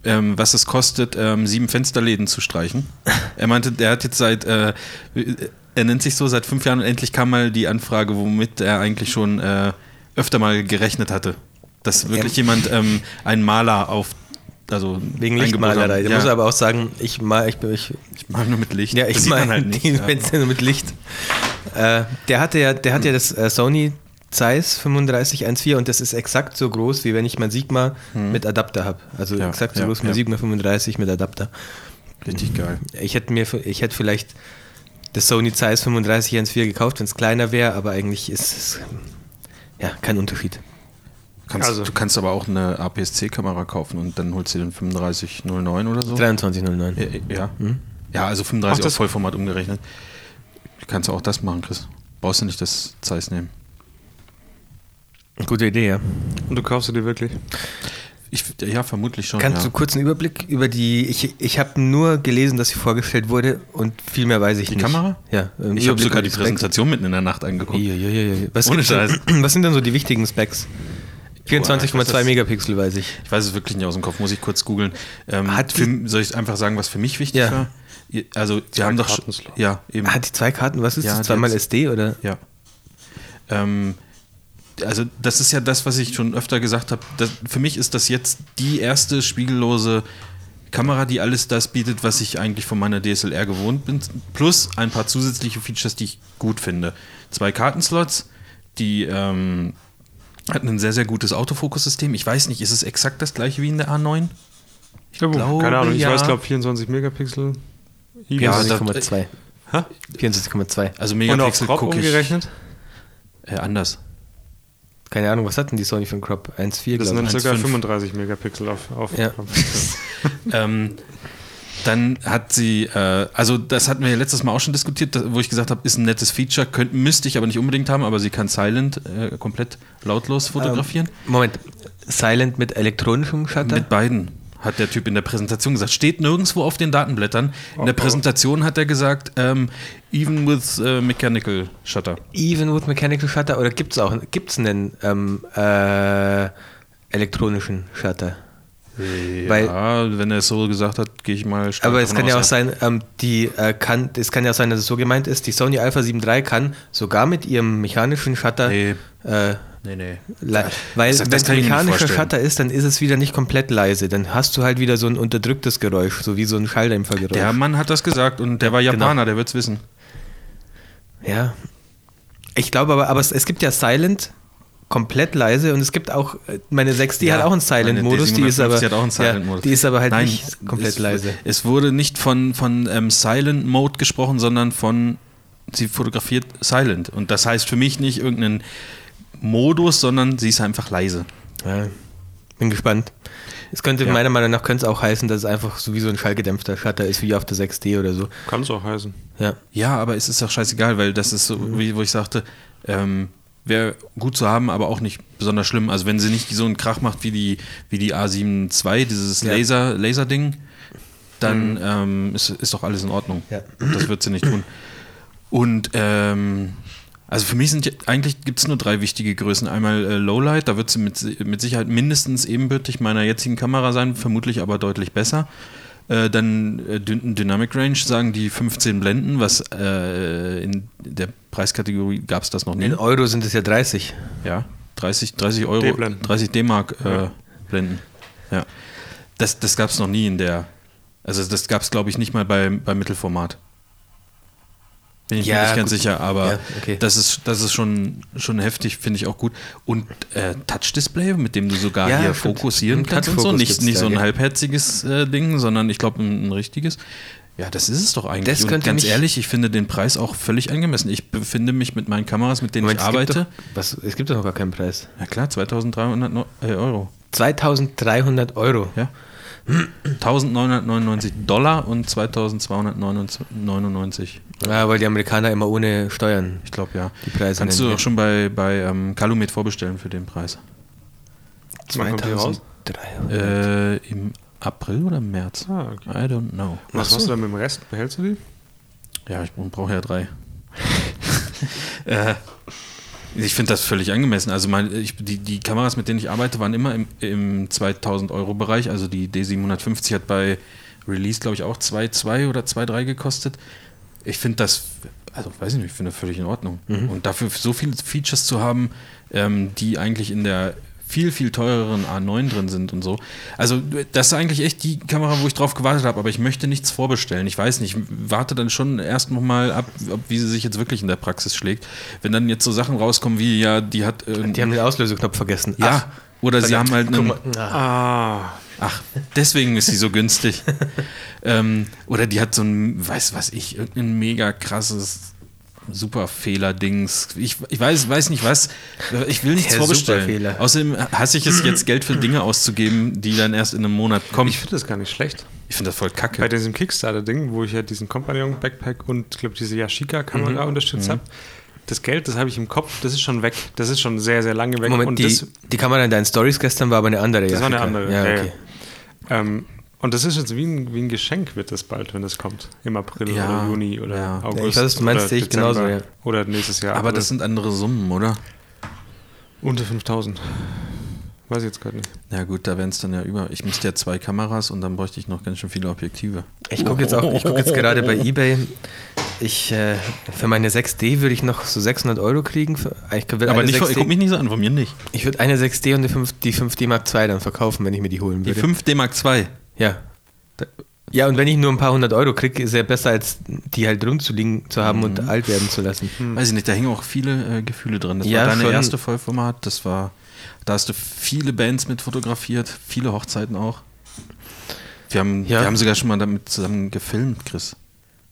Speaker 1: Ähm, was es kostet, ähm, sieben Fensterläden zu streichen. Er meinte, der hat jetzt seit, äh, er nennt sich so seit fünf Jahren und endlich kam mal die Anfrage, womit er eigentlich schon äh, öfter mal gerechnet hatte. Dass wirklich jemand ähm, einen Maler auf, also
Speaker 2: Wegen
Speaker 1: eingebaut hat.
Speaker 2: Lichtmalerei. Da
Speaker 1: Ja,
Speaker 2: muss er aber auch sagen, ich mal, ich, ich,
Speaker 1: ich mal nur mit Licht.
Speaker 2: ja, ich
Speaker 1: Das sieht
Speaker 2: mal
Speaker 1: man halt nicht.
Speaker 2: die
Speaker 1: Ja.
Speaker 2: Fenster nur mit Licht. Äh, der hatte ja, der hat ja das äh, Sony Zeiss 3514 und das ist exakt so groß, wie wenn ich mein Sigma mit Adapter habe. Also
Speaker 1: Hm. Ja,
Speaker 2: exakt so
Speaker 1: ja,
Speaker 2: groß wie mein
Speaker 1: ja.
Speaker 2: Sigma 35 mit Adapter.
Speaker 1: Richtig geil.
Speaker 2: Ich hätte mir, ich hätte vielleicht das Sony Zeiss 3514 gekauft, wenn es kleiner wäre, aber eigentlich ist es ja kein Unterschied.
Speaker 1: Kannst,
Speaker 3: Also.
Speaker 1: Du kannst aber auch eine APS-C-Kamera kaufen und dann holst du den 3509 oder so.
Speaker 2: 2309.
Speaker 1: Ja, äh, Ja,
Speaker 2: Hm?
Speaker 1: ja also 35
Speaker 3: Ach, das-
Speaker 1: auf Vollformat umgerechnet. Kannst du auch das machen, Chris. Brauchst du nicht das Zeiss nehmen.
Speaker 2: Gute Idee, ja.
Speaker 3: Und du kaufst sie dir wirklich.
Speaker 1: Ich, ja, vermutlich schon.
Speaker 2: Kannst
Speaker 1: ja.
Speaker 2: du kurz einen Überblick über die. Ich, ich habe nur gelesen, dass sie vorgestellt wurde und viel mehr weiß ich
Speaker 1: Die
Speaker 2: nicht.
Speaker 1: Kamera?
Speaker 2: Ja. einen
Speaker 1: ich habe
Speaker 2: Überblick
Speaker 1: sogar
Speaker 2: über
Speaker 1: die
Speaker 2: Specs.
Speaker 1: Präsentation mitten in der Nacht angeguckt.
Speaker 2: Uiuiui. Was,
Speaker 1: Ohne
Speaker 2: gibt's denn- [CLEARS THROAT] was sind denn so die wichtigen Specs? 24,2
Speaker 1: das-
Speaker 2: Megapixel weiß ich.
Speaker 1: Ich weiß es wirklich nicht aus dem Kopf, muss ich kurz googeln. Ähm,
Speaker 2: Hat
Speaker 1: für, soll ich einfach sagen, was für mich wichtig
Speaker 2: Ja.
Speaker 1: war? Ihr- Also, sie
Speaker 3: Zwei
Speaker 1: haben doch. sch-
Speaker 3: Kartenslots.
Speaker 1: Ja, eben.
Speaker 2: Hat Ah, die zwei Karten, was ist
Speaker 1: Ja,
Speaker 2: das?
Speaker 1: die
Speaker 2: Zweimal
Speaker 1: hat's.
Speaker 2: SD oder?
Speaker 1: Ja. Ähm, also das ist ja das, was ich schon öfter gesagt habe. Das- Für mich ist das jetzt die erste spiegellose Kamera, die alles das bietet, was ich eigentlich von meiner DSLR gewohnt bin. Plus ein paar zusätzliche Features, die ich gut finde. Zwei Kartenslots, die ähm, hat ein sehr, sehr gutes Autofokussystem. Ich weiß nicht, ist es exakt das gleiche wie in der A9?
Speaker 3: Ich glaube,
Speaker 1: glaube,
Speaker 3: keine Ahnung, ich
Speaker 1: ja.
Speaker 3: weiß, glaube 24 Megapixel.
Speaker 1: Ja, das-
Speaker 2: 24,2.
Speaker 3: Hä?
Speaker 2: 24,2.
Speaker 1: Also
Speaker 3: Und auf
Speaker 1: Megapixel
Speaker 3: Crop
Speaker 1: gucke ich.
Speaker 3: umgerechnet?
Speaker 1: Äh, anders.
Speaker 2: Keine Ahnung, was hat denn die Sony für einen Crop? 1,4
Speaker 3: Das
Speaker 2: glaube
Speaker 3: sind
Speaker 2: ich.
Speaker 1: eins,
Speaker 3: sogar
Speaker 1: fünf.
Speaker 3: 35 Megapixel auf, auf
Speaker 2: Ja.
Speaker 3: Crop.
Speaker 1: ähm, dann hat sie, äh, also das hatten wir ja letztes Mal auch schon diskutiert, da- wo ich gesagt habe, ist ein nettes Feature, könnt, müsste ich aber nicht unbedingt haben, aber sie kann silent, äh, komplett lautlos
Speaker 2: Ähm,
Speaker 1: fotografieren.
Speaker 2: Moment. Silent mit elektronischem Shutter?
Speaker 1: Mit beiden, hat der Typ in der Präsentation gesagt. Steht nirgendwo auf den Datenblättern. In
Speaker 2: Oh,
Speaker 1: der Präsentation hat er gesagt, ähm, even with äh, mechanical shutter.
Speaker 2: Even with Mechanical Shutter oder gibt es auch gibt's einen ähm, äh, elektronischen Shutter? Weil-
Speaker 1: ja, wenn er es so gesagt hat, gehe ich mal stark
Speaker 2: Aber es
Speaker 1: davon
Speaker 2: kann ja auch
Speaker 1: aus,
Speaker 2: sein, ähm, die äh, kann, es kann ja auch sein, dass es so gemeint ist, die Sony Alpha 7 III kann sogar mit ihrem mechanischen Shutter
Speaker 1: Nee.
Speaker 2: äh,
Speaker 1: Nee, nee.
Speaker 2: Le weil
Speaker 1: das
Speaker 2: wenn
Speaker 1: kann
Speaker 2: es
Speaker 1: ich mir nicht
Speaker 2: mechanischer
Speaker 1: vorstellen.
Speaker 2: Shutter ist, dann ist es wieder nicht komplett leise. Dann hast du halt wieder so ein unterdrücktes Geräusch, so wie so ein Schalldämpfergeräusch.
Speaker 1: Der Mann hat das gesagt und der war
Speaker 2: Genau.
Speaker 1: Japaner, der wird es wissen.
Speaker 2: Ja. Ich glaube aber, aber es, es gibt ja Silent, komplett leise und es gibt auch, äh, meine 6, die
Speaker 1: Ja,
Speaker 2: hat auch einen Silent-Modus, die ist aber,
Speaker 1: Die hat auch einen
Speaker 2: ja,
Speaker 1: Silent Modus.
Speaker 2: die ist aber halt nicht komplett
Speaker 1: es,
Speaker 2: leise.
Speaker 1: Es wurde nicht von, von ähm, Silent Mode gesprochen, sondern von sie fotografiert Silent. Und das heißt für mich nicht irgendeinen Modus, sondern sie ist einfach leise.
Speaker 2: Ja. Bin gespannt. Es könnte
Speaker 1: Ja.
Speaker 2: meiner Meinung nach könnte es auch heißen, dass es einfach so wie so ein schallgedämpfter Shutter ist, wie auf der 6D oder so.
Speaker 3: Kann es auch heißen.
Speaker 2: Ja.
Speaker 1: Ja, aber es ist doch scheißegal, weil das ist so,
Speaker 2: Mhm.
Speaker 1: wie wo ich sagte, ähm, wäre gut zu haben, aber auch nicht besonders schlimm. Also wenn sie nicht so einen Krach macht wie die, wie die A7 II, dieses
Speaker 2: Ja. Mhm.
Speaker 1: Laser, Laser-Ding, dann ähm, ist, ist doch alles in Ordnung.
Speaker 2: Ja.
Speaker 1: Das wird sie nicht tun. Und ähm, also für mich sind ja- eigentlich gibt es nur drei wichtige Größen. Einmal äh, Lowlight, da wird sie mit, Si- mit Sicherheit mindestens ebenbürtig meiner jetzigen Kamera sein, vermutlich aber deutlich besser. Äh, dann äh, Dyn Dynamic Range sagen die 15 Blenden, was äh, in der Preiskategorie gab es das noch nie.
Speaker 2: In Euro sind es ja 30.
Speaker 1: Ja, 30, 30 Euro,
Speaker 3: D-Blenden.
Speaker 1: 30 D-Mark äh, Blenden. Ja. Das, das gab es noch nie in der Also das gab es, glaube ich, nicht mal bei, beim Mittelformat. Bin ich
Speaker 2: Ja,
Speaker 1: mir nicht ganz
Speaker 2: gut.
Speaker 1: sicher, aber
Speaker 2: Ja, okay.
Speaker 1: das ist, das ist schon, schon heftig, finde ich auch gut. Und äh, Touch-Display, mit dem du sogar
Speaker 2: Ja,
Speaker 1: hier
Speaker 2: stimmt.
Speaker 1: fokussieren
Speaker 2: Ein
Speaker 1: kannst und so.
Speaker 2: Touch-Fokus
Speaker 1: Nicht,
Speaker 2: gibt's
Speaker 1: nicht
Speaker 2: da,
Speaker 1: so ein
Speaker 2: gell?
Speaker 1: halbherziges äh, Ding, sondern ich glaube ein, ein richtiges. Ja, das ist es doch eigentlich.
Speaker 2: Das
Speaker 1: und
Speaker 2: könnte
Speaker 1: ganz
Speaker 2: mich-
Speaker 1: ehrlich, ich finde den Preis auch völlig angemessen. Ich befinde mich mit meinen Kameras, mit denen
Speaker 2: Moment,
Speaker 1: ich
Speaker 2: es gibt
Speaker 1: arbeite.
Speaker 2: Doch, was, es gibt doch noch gar keinen Preis.
Speaker 1: Ja klar, 2300 Neu- äh, Euro.
Speaker 2: 2300 Euro.
Speaker 1: Ja. 1999 Dollar und 2299.
Speaker 2: Ja, weil die Amerikaner immer ohne Steuern.
Speaker 1: Ich glaube, ja.
Speaker 2: Die Preise
Speaker 1: Kannst du
Speaker 2: nennen,
Speaker 1: auch
Speaker 2: ja.
Speaker 1: schon bei, bei ähm, Calumet vorbestellen für den Preis.
Speaker 3: Wann kommt die raus?
Speaker 2: 2300.
Speaker 1: Äh, Im April oder März?
Speaker 3: Ah, okay.
Speaker 1: I don't know.
Speaker 3: Was machst du dann mit dem Rest? Behältst du die?
Speaker 1: Ja, ich brauche ja drei. [LAUGHS] äh, ich finde das völlig angemessen. Also mein, ich, die, die Kameras, mit denen ich arbeite, waren immer im, im 2000-Euro-Bereich. Also die D750 hat bei Release, glaube ich, auch 2,2 oder 2,3 gekostet. Ich finde das, also weiß ich nicht, ich finde das völlig in Ordnung. Und dafür so viele Features zu haben, ähm, die eigentlich in der viel, viel teureren A9 drin sind und so. Also das ist eigentlich echt die Kamera, wo ich drauf gewartet habe, aber ich möchte nichts vorbestellen. Ich weiß nicht, ich warte dann schon erst noch mal ab, ob, wie sie sich jetzt wirklich in der Praxis schlägt. Wenn dann jetzt so Sachen rauskommen wie, ja, die hat... ähm,
Speaker 2: Die haben den Auslöseknopf vergessen.
Speaker 1: ja, oder sie haben halt
Speaker 2: Verdammt.
Speaker 1: einen,
Speaker 2: Guck mal. Ah.
Speaker 3: Ah,
Speaker 1: Ach, deswegen ist sie so günstig. ähm, oder die hat so ein, weiß was ich, irgendein mega krasses Superfehler-Dings. Ich, ich weiß, weiß nicht was. Ich will nichts
Speaker 2: Der
Speaker 1: vorbestellen.
Speaker 2: Superfehler.
Speaker 1: Außerdem hasse ich es jetzt, Geld für Dinge auszugeben, die dann erst in einem Monat kommen.
Speaker 3: ich finde das gar nicht schlecht.
Speaker 1: Ich finde das voll
Speaker 3: Bei
Speaker 1: kacke.
Speaker 3: diesem Kickstarter-Ding, wo ich ja diesen Compagnon-Backpack und glaube diese Yashica-Kamera
Speaker 2: Mhm.
Speaker 3: unterstützt habe, das Geld, das habe ich im Kopf, das ist schon weg. Das ist schon sehr, sehr lange weg.
Speaker 2: Moment,
Speaker 3: und
Speaker 2: die,
Speaker 3: das,
Speaker 2: die Kamera in deinen Stories gestern war aber eine andere.
Speaker 3: das war eine
Speaker 2: Jessica.
Speaker 3: andere.
Speaker 2: Ja,
Speaker 3: Ja,
Speaker 2: okay.
Speaker 3: ja. Ähm, und das ist jetzt wie ein, wie ein Geschenk, wird das bald, wenn das kommt. Im April
Speaker 1: Ja,
Speaker 3: oder Juni oder
Speaker 1: ja. Ja, ich
Speaker 3: August.
Speaker 2: weiß, was du meinst,
Speaker 3: oder
Speaker 2: sehe ich
Speaker 3: Dezember
Speaker 2: genauso, ja.
Speaker 3: Oder nächstes Jahr.
Speaker 1: Aber das sind andere Summen, oder?
Speaker 3: unter 5000. Weiß ich jetzt gerade nicht.
Speaker 1: Ja gut, da wären es dann ja über. Ich müsste ja zwei Kameras und dann bräuchte ich noch ganz schön viele Objektive.
Speaker 2: Ich gucke jetzt, auch- ich guck jetzt gerade [LAUGHS] bei Ebay. Ich, äh, für meine 6D würde ich noch so 600 Euro kriegen. Für, ich würde
Speaker 1: Aber
Speaker 2: eine
Speaker 1: nicht, von-
Speaker 2: 6D
Speaker 1: guck mich nicht so an, von mir nicht.
Speaker 2: Ich würde eine 6D und die 5, die 5D Mark II dann verkaufen, wenn ich mir die holen
Speaker 1: Die
Speaker 2: würde.
Speaker 1: 5D Mark II.
Speaker 2: Ja. Da- Ja, und wenn ich nur ein paar hundert Euro kriege, ist ja besser, als die halt rumzuliegen zu haben und alt werden zu lassen.
Speaker 1: Weiß ich nicht, da hingen auch viele äh, Gefühle drin. Das
Speaker 2: Ja,
Speaker 1: war deine
Speaker 2: schon.
Speaker 1: erste Vollformat, das war, da hast du viele Bands mit fotografiert, viele Hochzeiten auch. Wir haben,
Speaker 2: Ja.
Speaker 1: wir haben sogar schon mal damit zusammen gefilmt, Chris.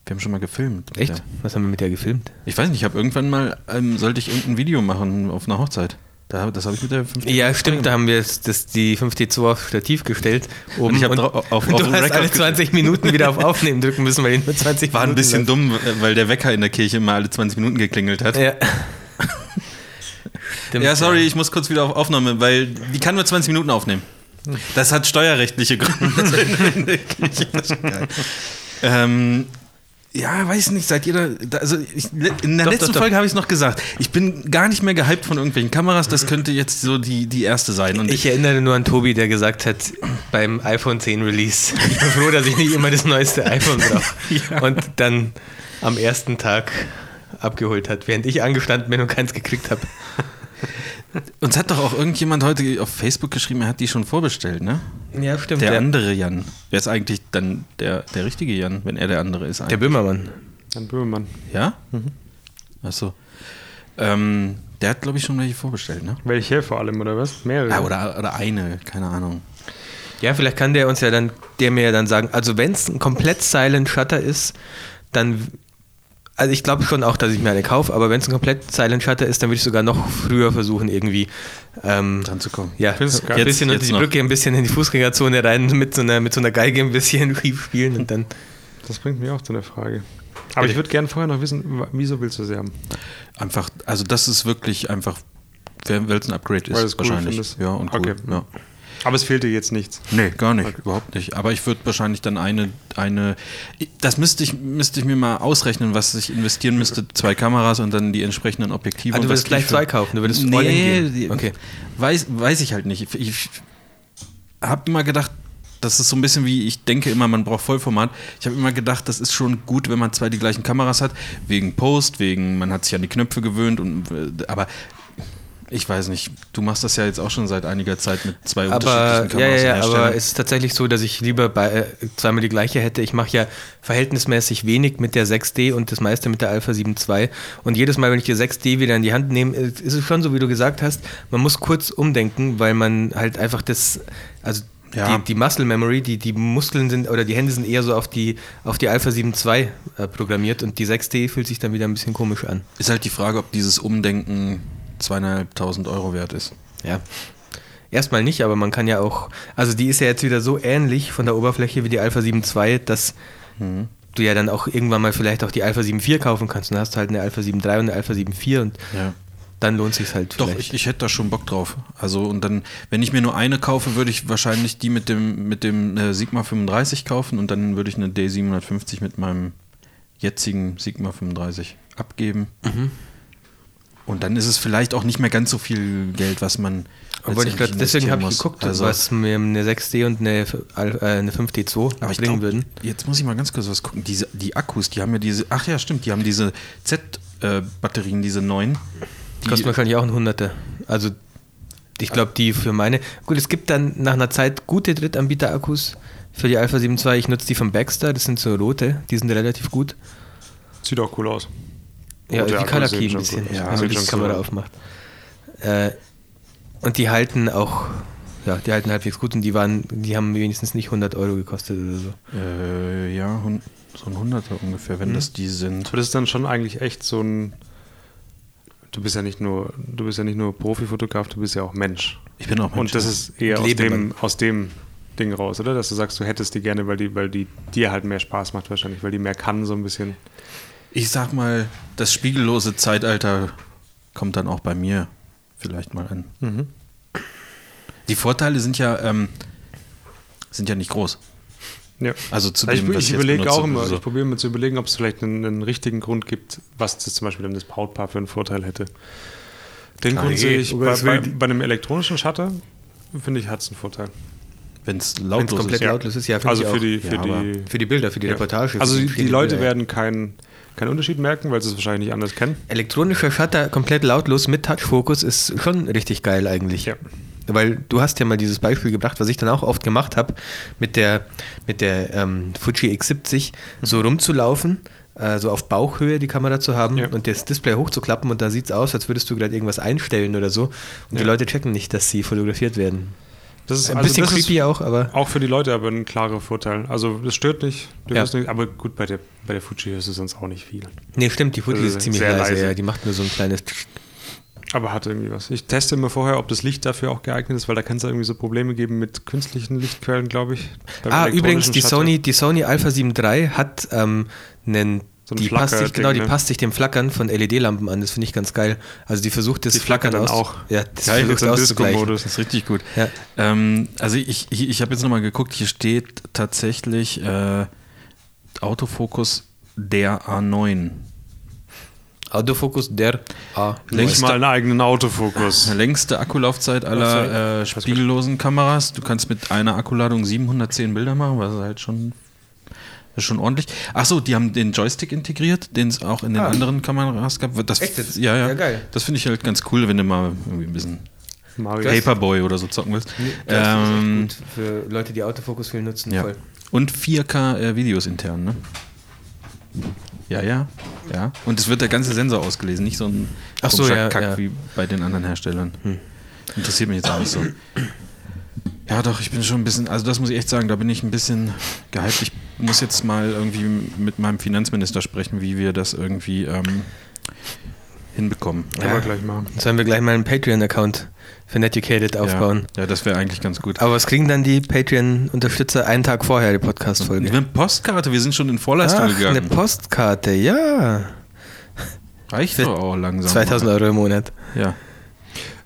Speaker 1: Wir haben schon mal gefilmt. mit
Speaker 2: Echt?
Speaker 1: Der.
Speaker 2: Was haben wir mit der gefilmt?
Speaker 1: Ich weiß nicht, ich habe irgendwann mal, ähm, sollte ich irgendein Video machen auf einer Hochzeit. Da, das habe ich mit der 50
Speaker 2: Ja, stimmt, da haben wir jetzt das, die 5D2 auf Stativ gestellt. Oben
Speaker 1: Und ich hab drau- auf- auf
Speaker 2: und du
Speaker 1: den
Speaker 2: hast
Speaker 1: Record
Speaker 2: alle
Speaker 1: gedrückt.
Speaker 2: 20 Minuten [LAUGHS] wieder auf Aufnehmen drücken müssen, weil die nur 20
Speaker 1: War ein
Speaker 2: Minuten
Speaker 1: bisschen dumm, äh, weil der Wecker in der Kirche immer alle 20 Minuten geklingelt hat.
Speaker 2: lassen. Ja. Stimmt,
Speaker 1: Ja, sorry, ich muss kurz wieder auf Aufnahme, weil die kann nur 20 Minuten aufnehmen. Das hat steuerrechtliche Gründe.
Speaker 2: [LAUGHS]
Speaker 1: Das ist geil. ähm, ja, weiß nicht, seid ihr da. da also ich, in der
Speaker 2: Doch,
Speaker 1: letzten
Speaker 2: doch, doch.
Speaker 1: Folge habe ich es noch gesagt. Ich bin gar nicht mehr gehypt von irgendwelchen Kameras. Das könnte jetzt so die, die erste sein. Und
Speaker 2: Ich erinnere nur an Tobi, der gesagt hat, beim iPhone 10 Release, [LAUGHS] ich bin froh, dass ich nicht immer das neueste iPhone brauche. [LAUGHS] Und dann am ersten Tag abgeholt hat, während ich angestanden bin und keins gekriegt habe.
Speaker 1: uns hat doch auch irgendjemand heute auf Facebook geschrieben, er hat die schon vorbestellt, ne?
Speaker 2: Ja, stimmt.
Speaker 1: Der
Speaker 2: Der, der,
Speaker 1: andere Jan. Wer ist eigentlich dann der, der richtige Jan, wenn er der andere ist? eigentlich?
Speaker 2: Böhmermann.
Speaker 3: Dann Böhmermann.
Speaker 1: Ja? Achso. Ähm, der hat, glaube ich, schon welche vorbestellt, ne?
Speaker 3: Welche vor allem, oder was? Mehrere.
Speaker 1: Ja, oder, oder eine, keine Ahnung.
Speaker 2: Ja, vielleicht kann der uns ja dann, der mir ja dann sagen, also wenn es ein komplett Silent Shutter ist, dann, also ich glaube schon auch, dass ich mir eine kaufe, aber wenn es ein komplett Silent Shutter ist, dann würde ich sogar noch früher versuchen, irgendwie ähm,
Speaker 1: Dran zu kommen.
Speaker 2: Ja, ein
Speaker 3: Findest du geil?
Speaker 2: bisschen
Speaker 1: Jetzt-
Speaker 2: unter
Speaker 1: jetzt
Speaker 2: die
Speaker 1: noch.
Speaker 2: Brücke, ein bisschen in die Fußgängerzone rein, mit so einer, mit so einer Geige ein bisschen [LAUGHS] schief spielen und dann.
Speaker 3: Das bringt mich auch zu einer Frage. Aber ich würde gerne vorher noch wissen, wa- wieso willst du sie haben?
Speaker 1: Einfach, also das ist wirklich einfach, wer es ein Upgrade ist,
Speaker 3: Weil du's cool
Speaker 1: wahrscheinlich.
Speaker 3: findest.
Speaker 1: ja, und cool.
Speaker 3: Okay.
Speaker 1: Ja.
Speaker 3: Aber es fehlt dir jetzt nichts.
Speaker 1: Nee, gar nicht, überhaupt nicht. Aber ich würde wahrscheinlich dann eine, eine, das müsste ich, müsste ich mir mal ausrechnen, was ich investieren müsste. Zwei Kameras und dann die entsprechenden Objektive.
Speaker 2: Ah, du
Speaker 1: und
Speaker 2: würdest
Speaker 1: was
Speaker 2: gleich
Speaker 1: ich
Speaker 2: zwei kaufen, du würdest all in gehen.
Speaker 1: die-
Speaker 2: Okay.
Speaker 1: Weiß, weiß ich halt nicht. Ich, ich habe immer gedacht, das ist so ein bisschen wie, ich denke immer, man braucht Vollformat. Ich habe immer gedacht, das ist schon gut, wenn man zwei die gleichen Kameras hat, wegen Post, wegen, man hat sich an die Knöpfe gewöhnt und, äh, aber Ich weiß nicht. Du machst das ja jetzt auch schon seit einiger Zeit mit zwei
Speaker 2: Aber,
Speaker 1: unterschiedlichen
Speaker 2: ja,
Speaker 1: Kameras.
Speaker 2: ja, ja,
Speaker 1: und
Speaker 2: aber
Speaker 1: Herstellern.
Speaker 2: es ist tatsächlich so, dass ich lieber bei, äh, zweimal die gleiche hätte. Ich mache ja verhältnismäßig wenig mit der 6D und das meiste mit der Alpha 7 II. Und jedes Mal, wenn ich die 6D wieder in die Hand nehme, äh, ist es schon so, wie du gesagt hast, man muss kurz umdenken, weil man halt einfach das, also
Speaker 1: Ja.
Speaker 2: die, die Muscle Memory, die, die Muskeln sind oder die Hände sind eher so auf die, auf die Alpha 7 II äh, programmiert und die 6D fühlt sich dann wieder ein bisschen komisch an.
Speaker 1: ist halt die Frage, ob dieses Umdenken zweieinhalbtausend Euro wert ist.
Speaker 2: Ja. Erstmal nicht, aber man kann ja auch. Also, die ist ja jetzt wieder so ähnlich von der Oberfläche wie die Alpha 7 II, dass
Speaker 1: Mhm.
Speaker 2: du ja dann auch irgendwann mal vielleicht auch die Alpha 7 IV kaufen kannst. Und dann hast du halt eine Alpha 7 III und eine Alpha 7 IV und
Speaker 1: Ja.
Speaker 2: dann lohnt sich halt
Speaker 1: Doch,
Speaker 2: vielleicht.
Speaker 1: ich, ich hätte da schon Bock drauf. Also und dann, wenn ich mir nur eine kaufe, würde ich wahrscheinlich die mit dem, mit dem äh, Sigma 35 kaufen und dann würde ich eine D750 mit meinem jetzigen Sigma 35 abgeben.
Speaker 2: Mhm.
Speaker 1: Und dann ist es vielleicht auch nicht mehr ganz so viel Geld, was man.
Speaker 2: Obwohl ich gerade
Speaker 1: letztendlich
Speaker 2: deswegen
Speaker 1: investieren
Speaker 2: habe ich
Speaker 1: muss.
Speaker 2: geguckt,
Speaker 1: Also-
Speaker 2: was mir eine 6D und eine, F- Al- äh, eine 5D2
Speaker 1: Aber ich
Speaker 2: bringen
Speaker 1: glaub,
Speaker 2: würden.
Speaker 1: Jetzt muss ich mal ganz kurz was gucken. Diese, die Akkus, die haben ja diese. Ach ja, stimmt, die haben diese Z-Batterien, diese neuen. Die,
Speaker 2: Kostet wahrscheinlich auch ein Hunderter. Also, ich glaube, die für meine. Gut, es gibt dann nach einer Zeit gute Drittanbieter-Akkus für die Alpha 7 II. Ich nutze die von Baxter, das sind so rote, die sind relativ gut.
Speaker 3: Sieht auch cool aus.
Speaker 2: Ja,
Speaker 3: Gute
Speaker 2: die
Speaker 3: Akkus
Speaker 2: Color
Speaker 3: sehen
Speaker 2: Key ein
Speaker 3: schon
Speaker 2: bisschen,
Speaker 3: gut aus.
Speaker 2: ja,
Speaker 3: Sehen
Speaker 2: wenn man
Speaker 3: schon
Speaker 2: die Kamera
Speaker 3: cool aus.
Speaker 2: aufmacht. Äh, und die halten auch, ja, die halten halbwegs gut und die waren, die haben wenigstens nicht 100 Euro gekostet oder so.
Speaker 1: äh, ja, hun- so ein Hunderter ungefähr,
Speaker 2: Mhm.
Speaker 1: wenn das die sind.
Speaker 3: Aber das ist dann schon eigentlich echt so ein. Du bist ja nicht nur, du bist ja nicht nur Profifotograf, du bist ja auch Mensch.
Speaker 1: Ich bin auch
Speaker 3: Und das
Speaker 1: ja.
Speaker 3: ist eher aus dem, aus dem Ding raus, oder? Dass du sagst, du hättest die gerne, weil die, weil die dir halt mehr Spaß macht wahrscheinlich, weil die mehr kann so ein bisschen.
Speaker 1: Ich sag mal, das spiegellose Zeitalter kommt dann auch bei mir vielleicht mal an.
Speaker 2: Mhm.
Speaker 1: Die Vorteile sind ja, ähm, sind ja nicht groß.
Speaker 3: Ja.
Speaker 1: Also zu
Speaker 3: ich
Speaker 1: dem, was
Speaker 3: ich
Speaker 1: ich jetzt
Speaker 3: überlege
Speaker 1: benutze, also
Speaker 3: auch immer,
Speaker 1: so.
Speaker 3: ich probiere mir zu überlegen, ob es vielleicht einen, einen richtigen Grund gibt, was das zum Beispiel dann das Brautpaar für einen Vorteil hätte. Den
Speaker 1: Ah, nee.
Speaker 3: Grund sehe ich
Speaker 2: Aber
Speaker 3: bei,
Speaker 2: es
Speaker 3: bei,
Speaker 2: will die-
Speaker 3: bei einem elektronischen Shutter, finde ich, hat es einen Vorteil.
Speaker 1: Wenn es
Speaker 2: Wenn's
Speaker 1: lautlos
Speaker 2: komplett
Speaker 1: ist.
Speaker 2: laut ist, ja, finde
Speaker 3: Also
Speaker 2: ich
Speaker 3: für
Speaker 2: auch.
Speaker 3: die, für
Speaker 1: Ja,
Speaker 3: die,
Speaker 2: Für die Bilder, für die
Speaker 3: ja.
Speaker 2: Reportage. für
Speaker 3: Also die,
Speaker 2: für
Speaker 3: Leute
Speaker 2: Bilder.
Speaker 3: werden keinen keinen Unterschied merken, weil sie es wahrscheinlich nicht anders kennen.
Speaker 2: Elektronischer Shutter komplett lautlos mit Touchfokus ist schon richtig geil eigentlich.
Speaker 3: Ja.
Speaker 2: Weil du hast ja mal dieses Beispiel gebracht, was ich dann auch oft gemacht habe, mit der, mit der ähm, Fuji X70
Speaker 3: Mhm.
Speaker 2: so rumzulaufen, äh, so auf Bauchhöhe die Kamera zu haben
Speaker 3: Ja.
Speaker 2: und das Display hochzuklappen und da sieht es aus, als würdest du gerade irgendwas einstellen oder so. Und die
Speaker 3: Ja.
Speaker 2: Leute checken nicht, dass sie fotografiert werden.
Speaker 3: Das ist
Speaker 2: Ein
Speaker 3: also
Speaker 2: bisschen
Speaker 3: das
Speaker 2: creepy
Speaker 3: Ist
Speaker 2: auch, aber
Speaker 3: auch für die Leute aber ein klarer Vorteil. Also das stört nicht, du
Speaker 2: Ja.
Speaker 3: hörst nicht aber gut, bei der, bei der Fuji hörst du sonst auch nicht viel.
Speaker 2: nee, stimmt, die Fuji
Speaker 3: Also
Speaker 2: ist ziemlich
Speaker 3: sehr
Speaker 2: leise.
Speaker 3: leise.
Speaker 2: Ja, die macht nur so ein kleines
Speaker 3: Aber hat irgendwie was. Ich teste immer vorher, ob das Licht dafür auch geeignet ist, weil da kann es ja irgendwie so Probleme geben mit künstlichen Lichtquellen, glaube ich. Beim
Speaker 2: Ah,
Speaker 3: elektronischen
Speaker 2: übrigens, die
Speaker 3: Shutter.
Speaker 2: Sony, die Sony Alpha 7 III hat ähm, einen.
Speaker 3: So ein
Speaker 2: die passt sich,
Speaker 3: Flacker-Ding,
Speaker 2: genau, die
Speaker 3: ne?
Speaker 2: passt sich dem Flackern von LED-Lampen an. Das finde ich ganz geil. Also die versucht das
Speaker 3: Die flackern dann
Speaker 2: aus-
Speaker 3: auch.
Speaker 2: Ja, das
Speaker 1: Geil,
Speaker 2: versucht
Speaker 3: so ein
Speaker 2: auszugleichen.
Speaker 3: Disco-Modus.
Speaker 1: Das ist richtig gut.
Speaker 2: Ja.
Speaker 1: Ähm, also ich, ich, ich habe jetzt nochmal geguckt, hier steht tatsächlich äh, Autofokus der A9.
Speaker 2: Autofokus der A.
Speaker 3: Nicht
Speaker 1: Längst-
Speaker 3: mal einen eigenen Autofokus.
Speaker 1: Längste Akkulaufzeit
Speaker 3: Oh,
Speaker 1: aller
Speaker 3: sorry.
Speaker 1: äh, spiegellosen Kameras. Du kannst mit einer Akkuladung 710 Bilder machen, was halt schon das ist schon ordentlich. Achso, die haben den Joystick integriert, den es auch in den
Speaker 2: Ah.
Speaker 1: anderen Kameras gab. Das,
Speaker 2: Echt jetzt?
Speaker 1: Ja, ja.
Speaker 2: Ja, geil.
Speaker 1: Das finde ich halt ganz cool, wenn du mal irgendwie ein bisschen
Speaker 3: Mario.
Speaker 1: Paperboy oder so zocken willst. Ähm,
Speaker 2: gut für Leute, die Autofokus viel nutzen.
Speaker 1: Ja.
Speaker 2: Voll.
Speaker 1: Und 4K äh, Videos intern, ne? Ja, ja, ja. Und es wird der ganze Sensor ausgelesen, nicht so ein
Speaker 2: Ach so,
Speaker 1: komischer
Speaker 2: ja,
Speaker 1: Kack
Speaker 2: ja. Hm.
Speaker 1: wie bei den anderen Herstellern. Interessiert mich jetzt auch nicht so. Ja, doch, ich bin schon ein bisschen, also das muss ich echt sagen, da bin ich ein bisschen gehypt. Ich muss jetzt mal irgendwie mit meinem Finanzminister sprechen, wie wir das irgendwie ähm, hinbekommen.
Speaker 3: Können
Speaker 2: Ja.
Speaker 3: wir gleich machen.
Speaker 2: Sollen wir gleich mal einen Patreon-Account für Netucated aufbauen?
Speaker 1: Ja, ja das wäre eigentlich ganz gut.
Speaker 2: Aber was kriegen dann die Patreon-Unterstützer einen Tag vorher, die Podcast-Folge?
Speaker 1: Eine Postkarte, wir sind schon in Vorleistung
Speaker 2: Ach, eine
Speaker 1: gegangen.
Speaker 2: Postkarte, ja.
Speaker 1: Reicht doch auch langsam.
Speaker 2: 2000 Euro im Monat.
Speaker 1: Ja.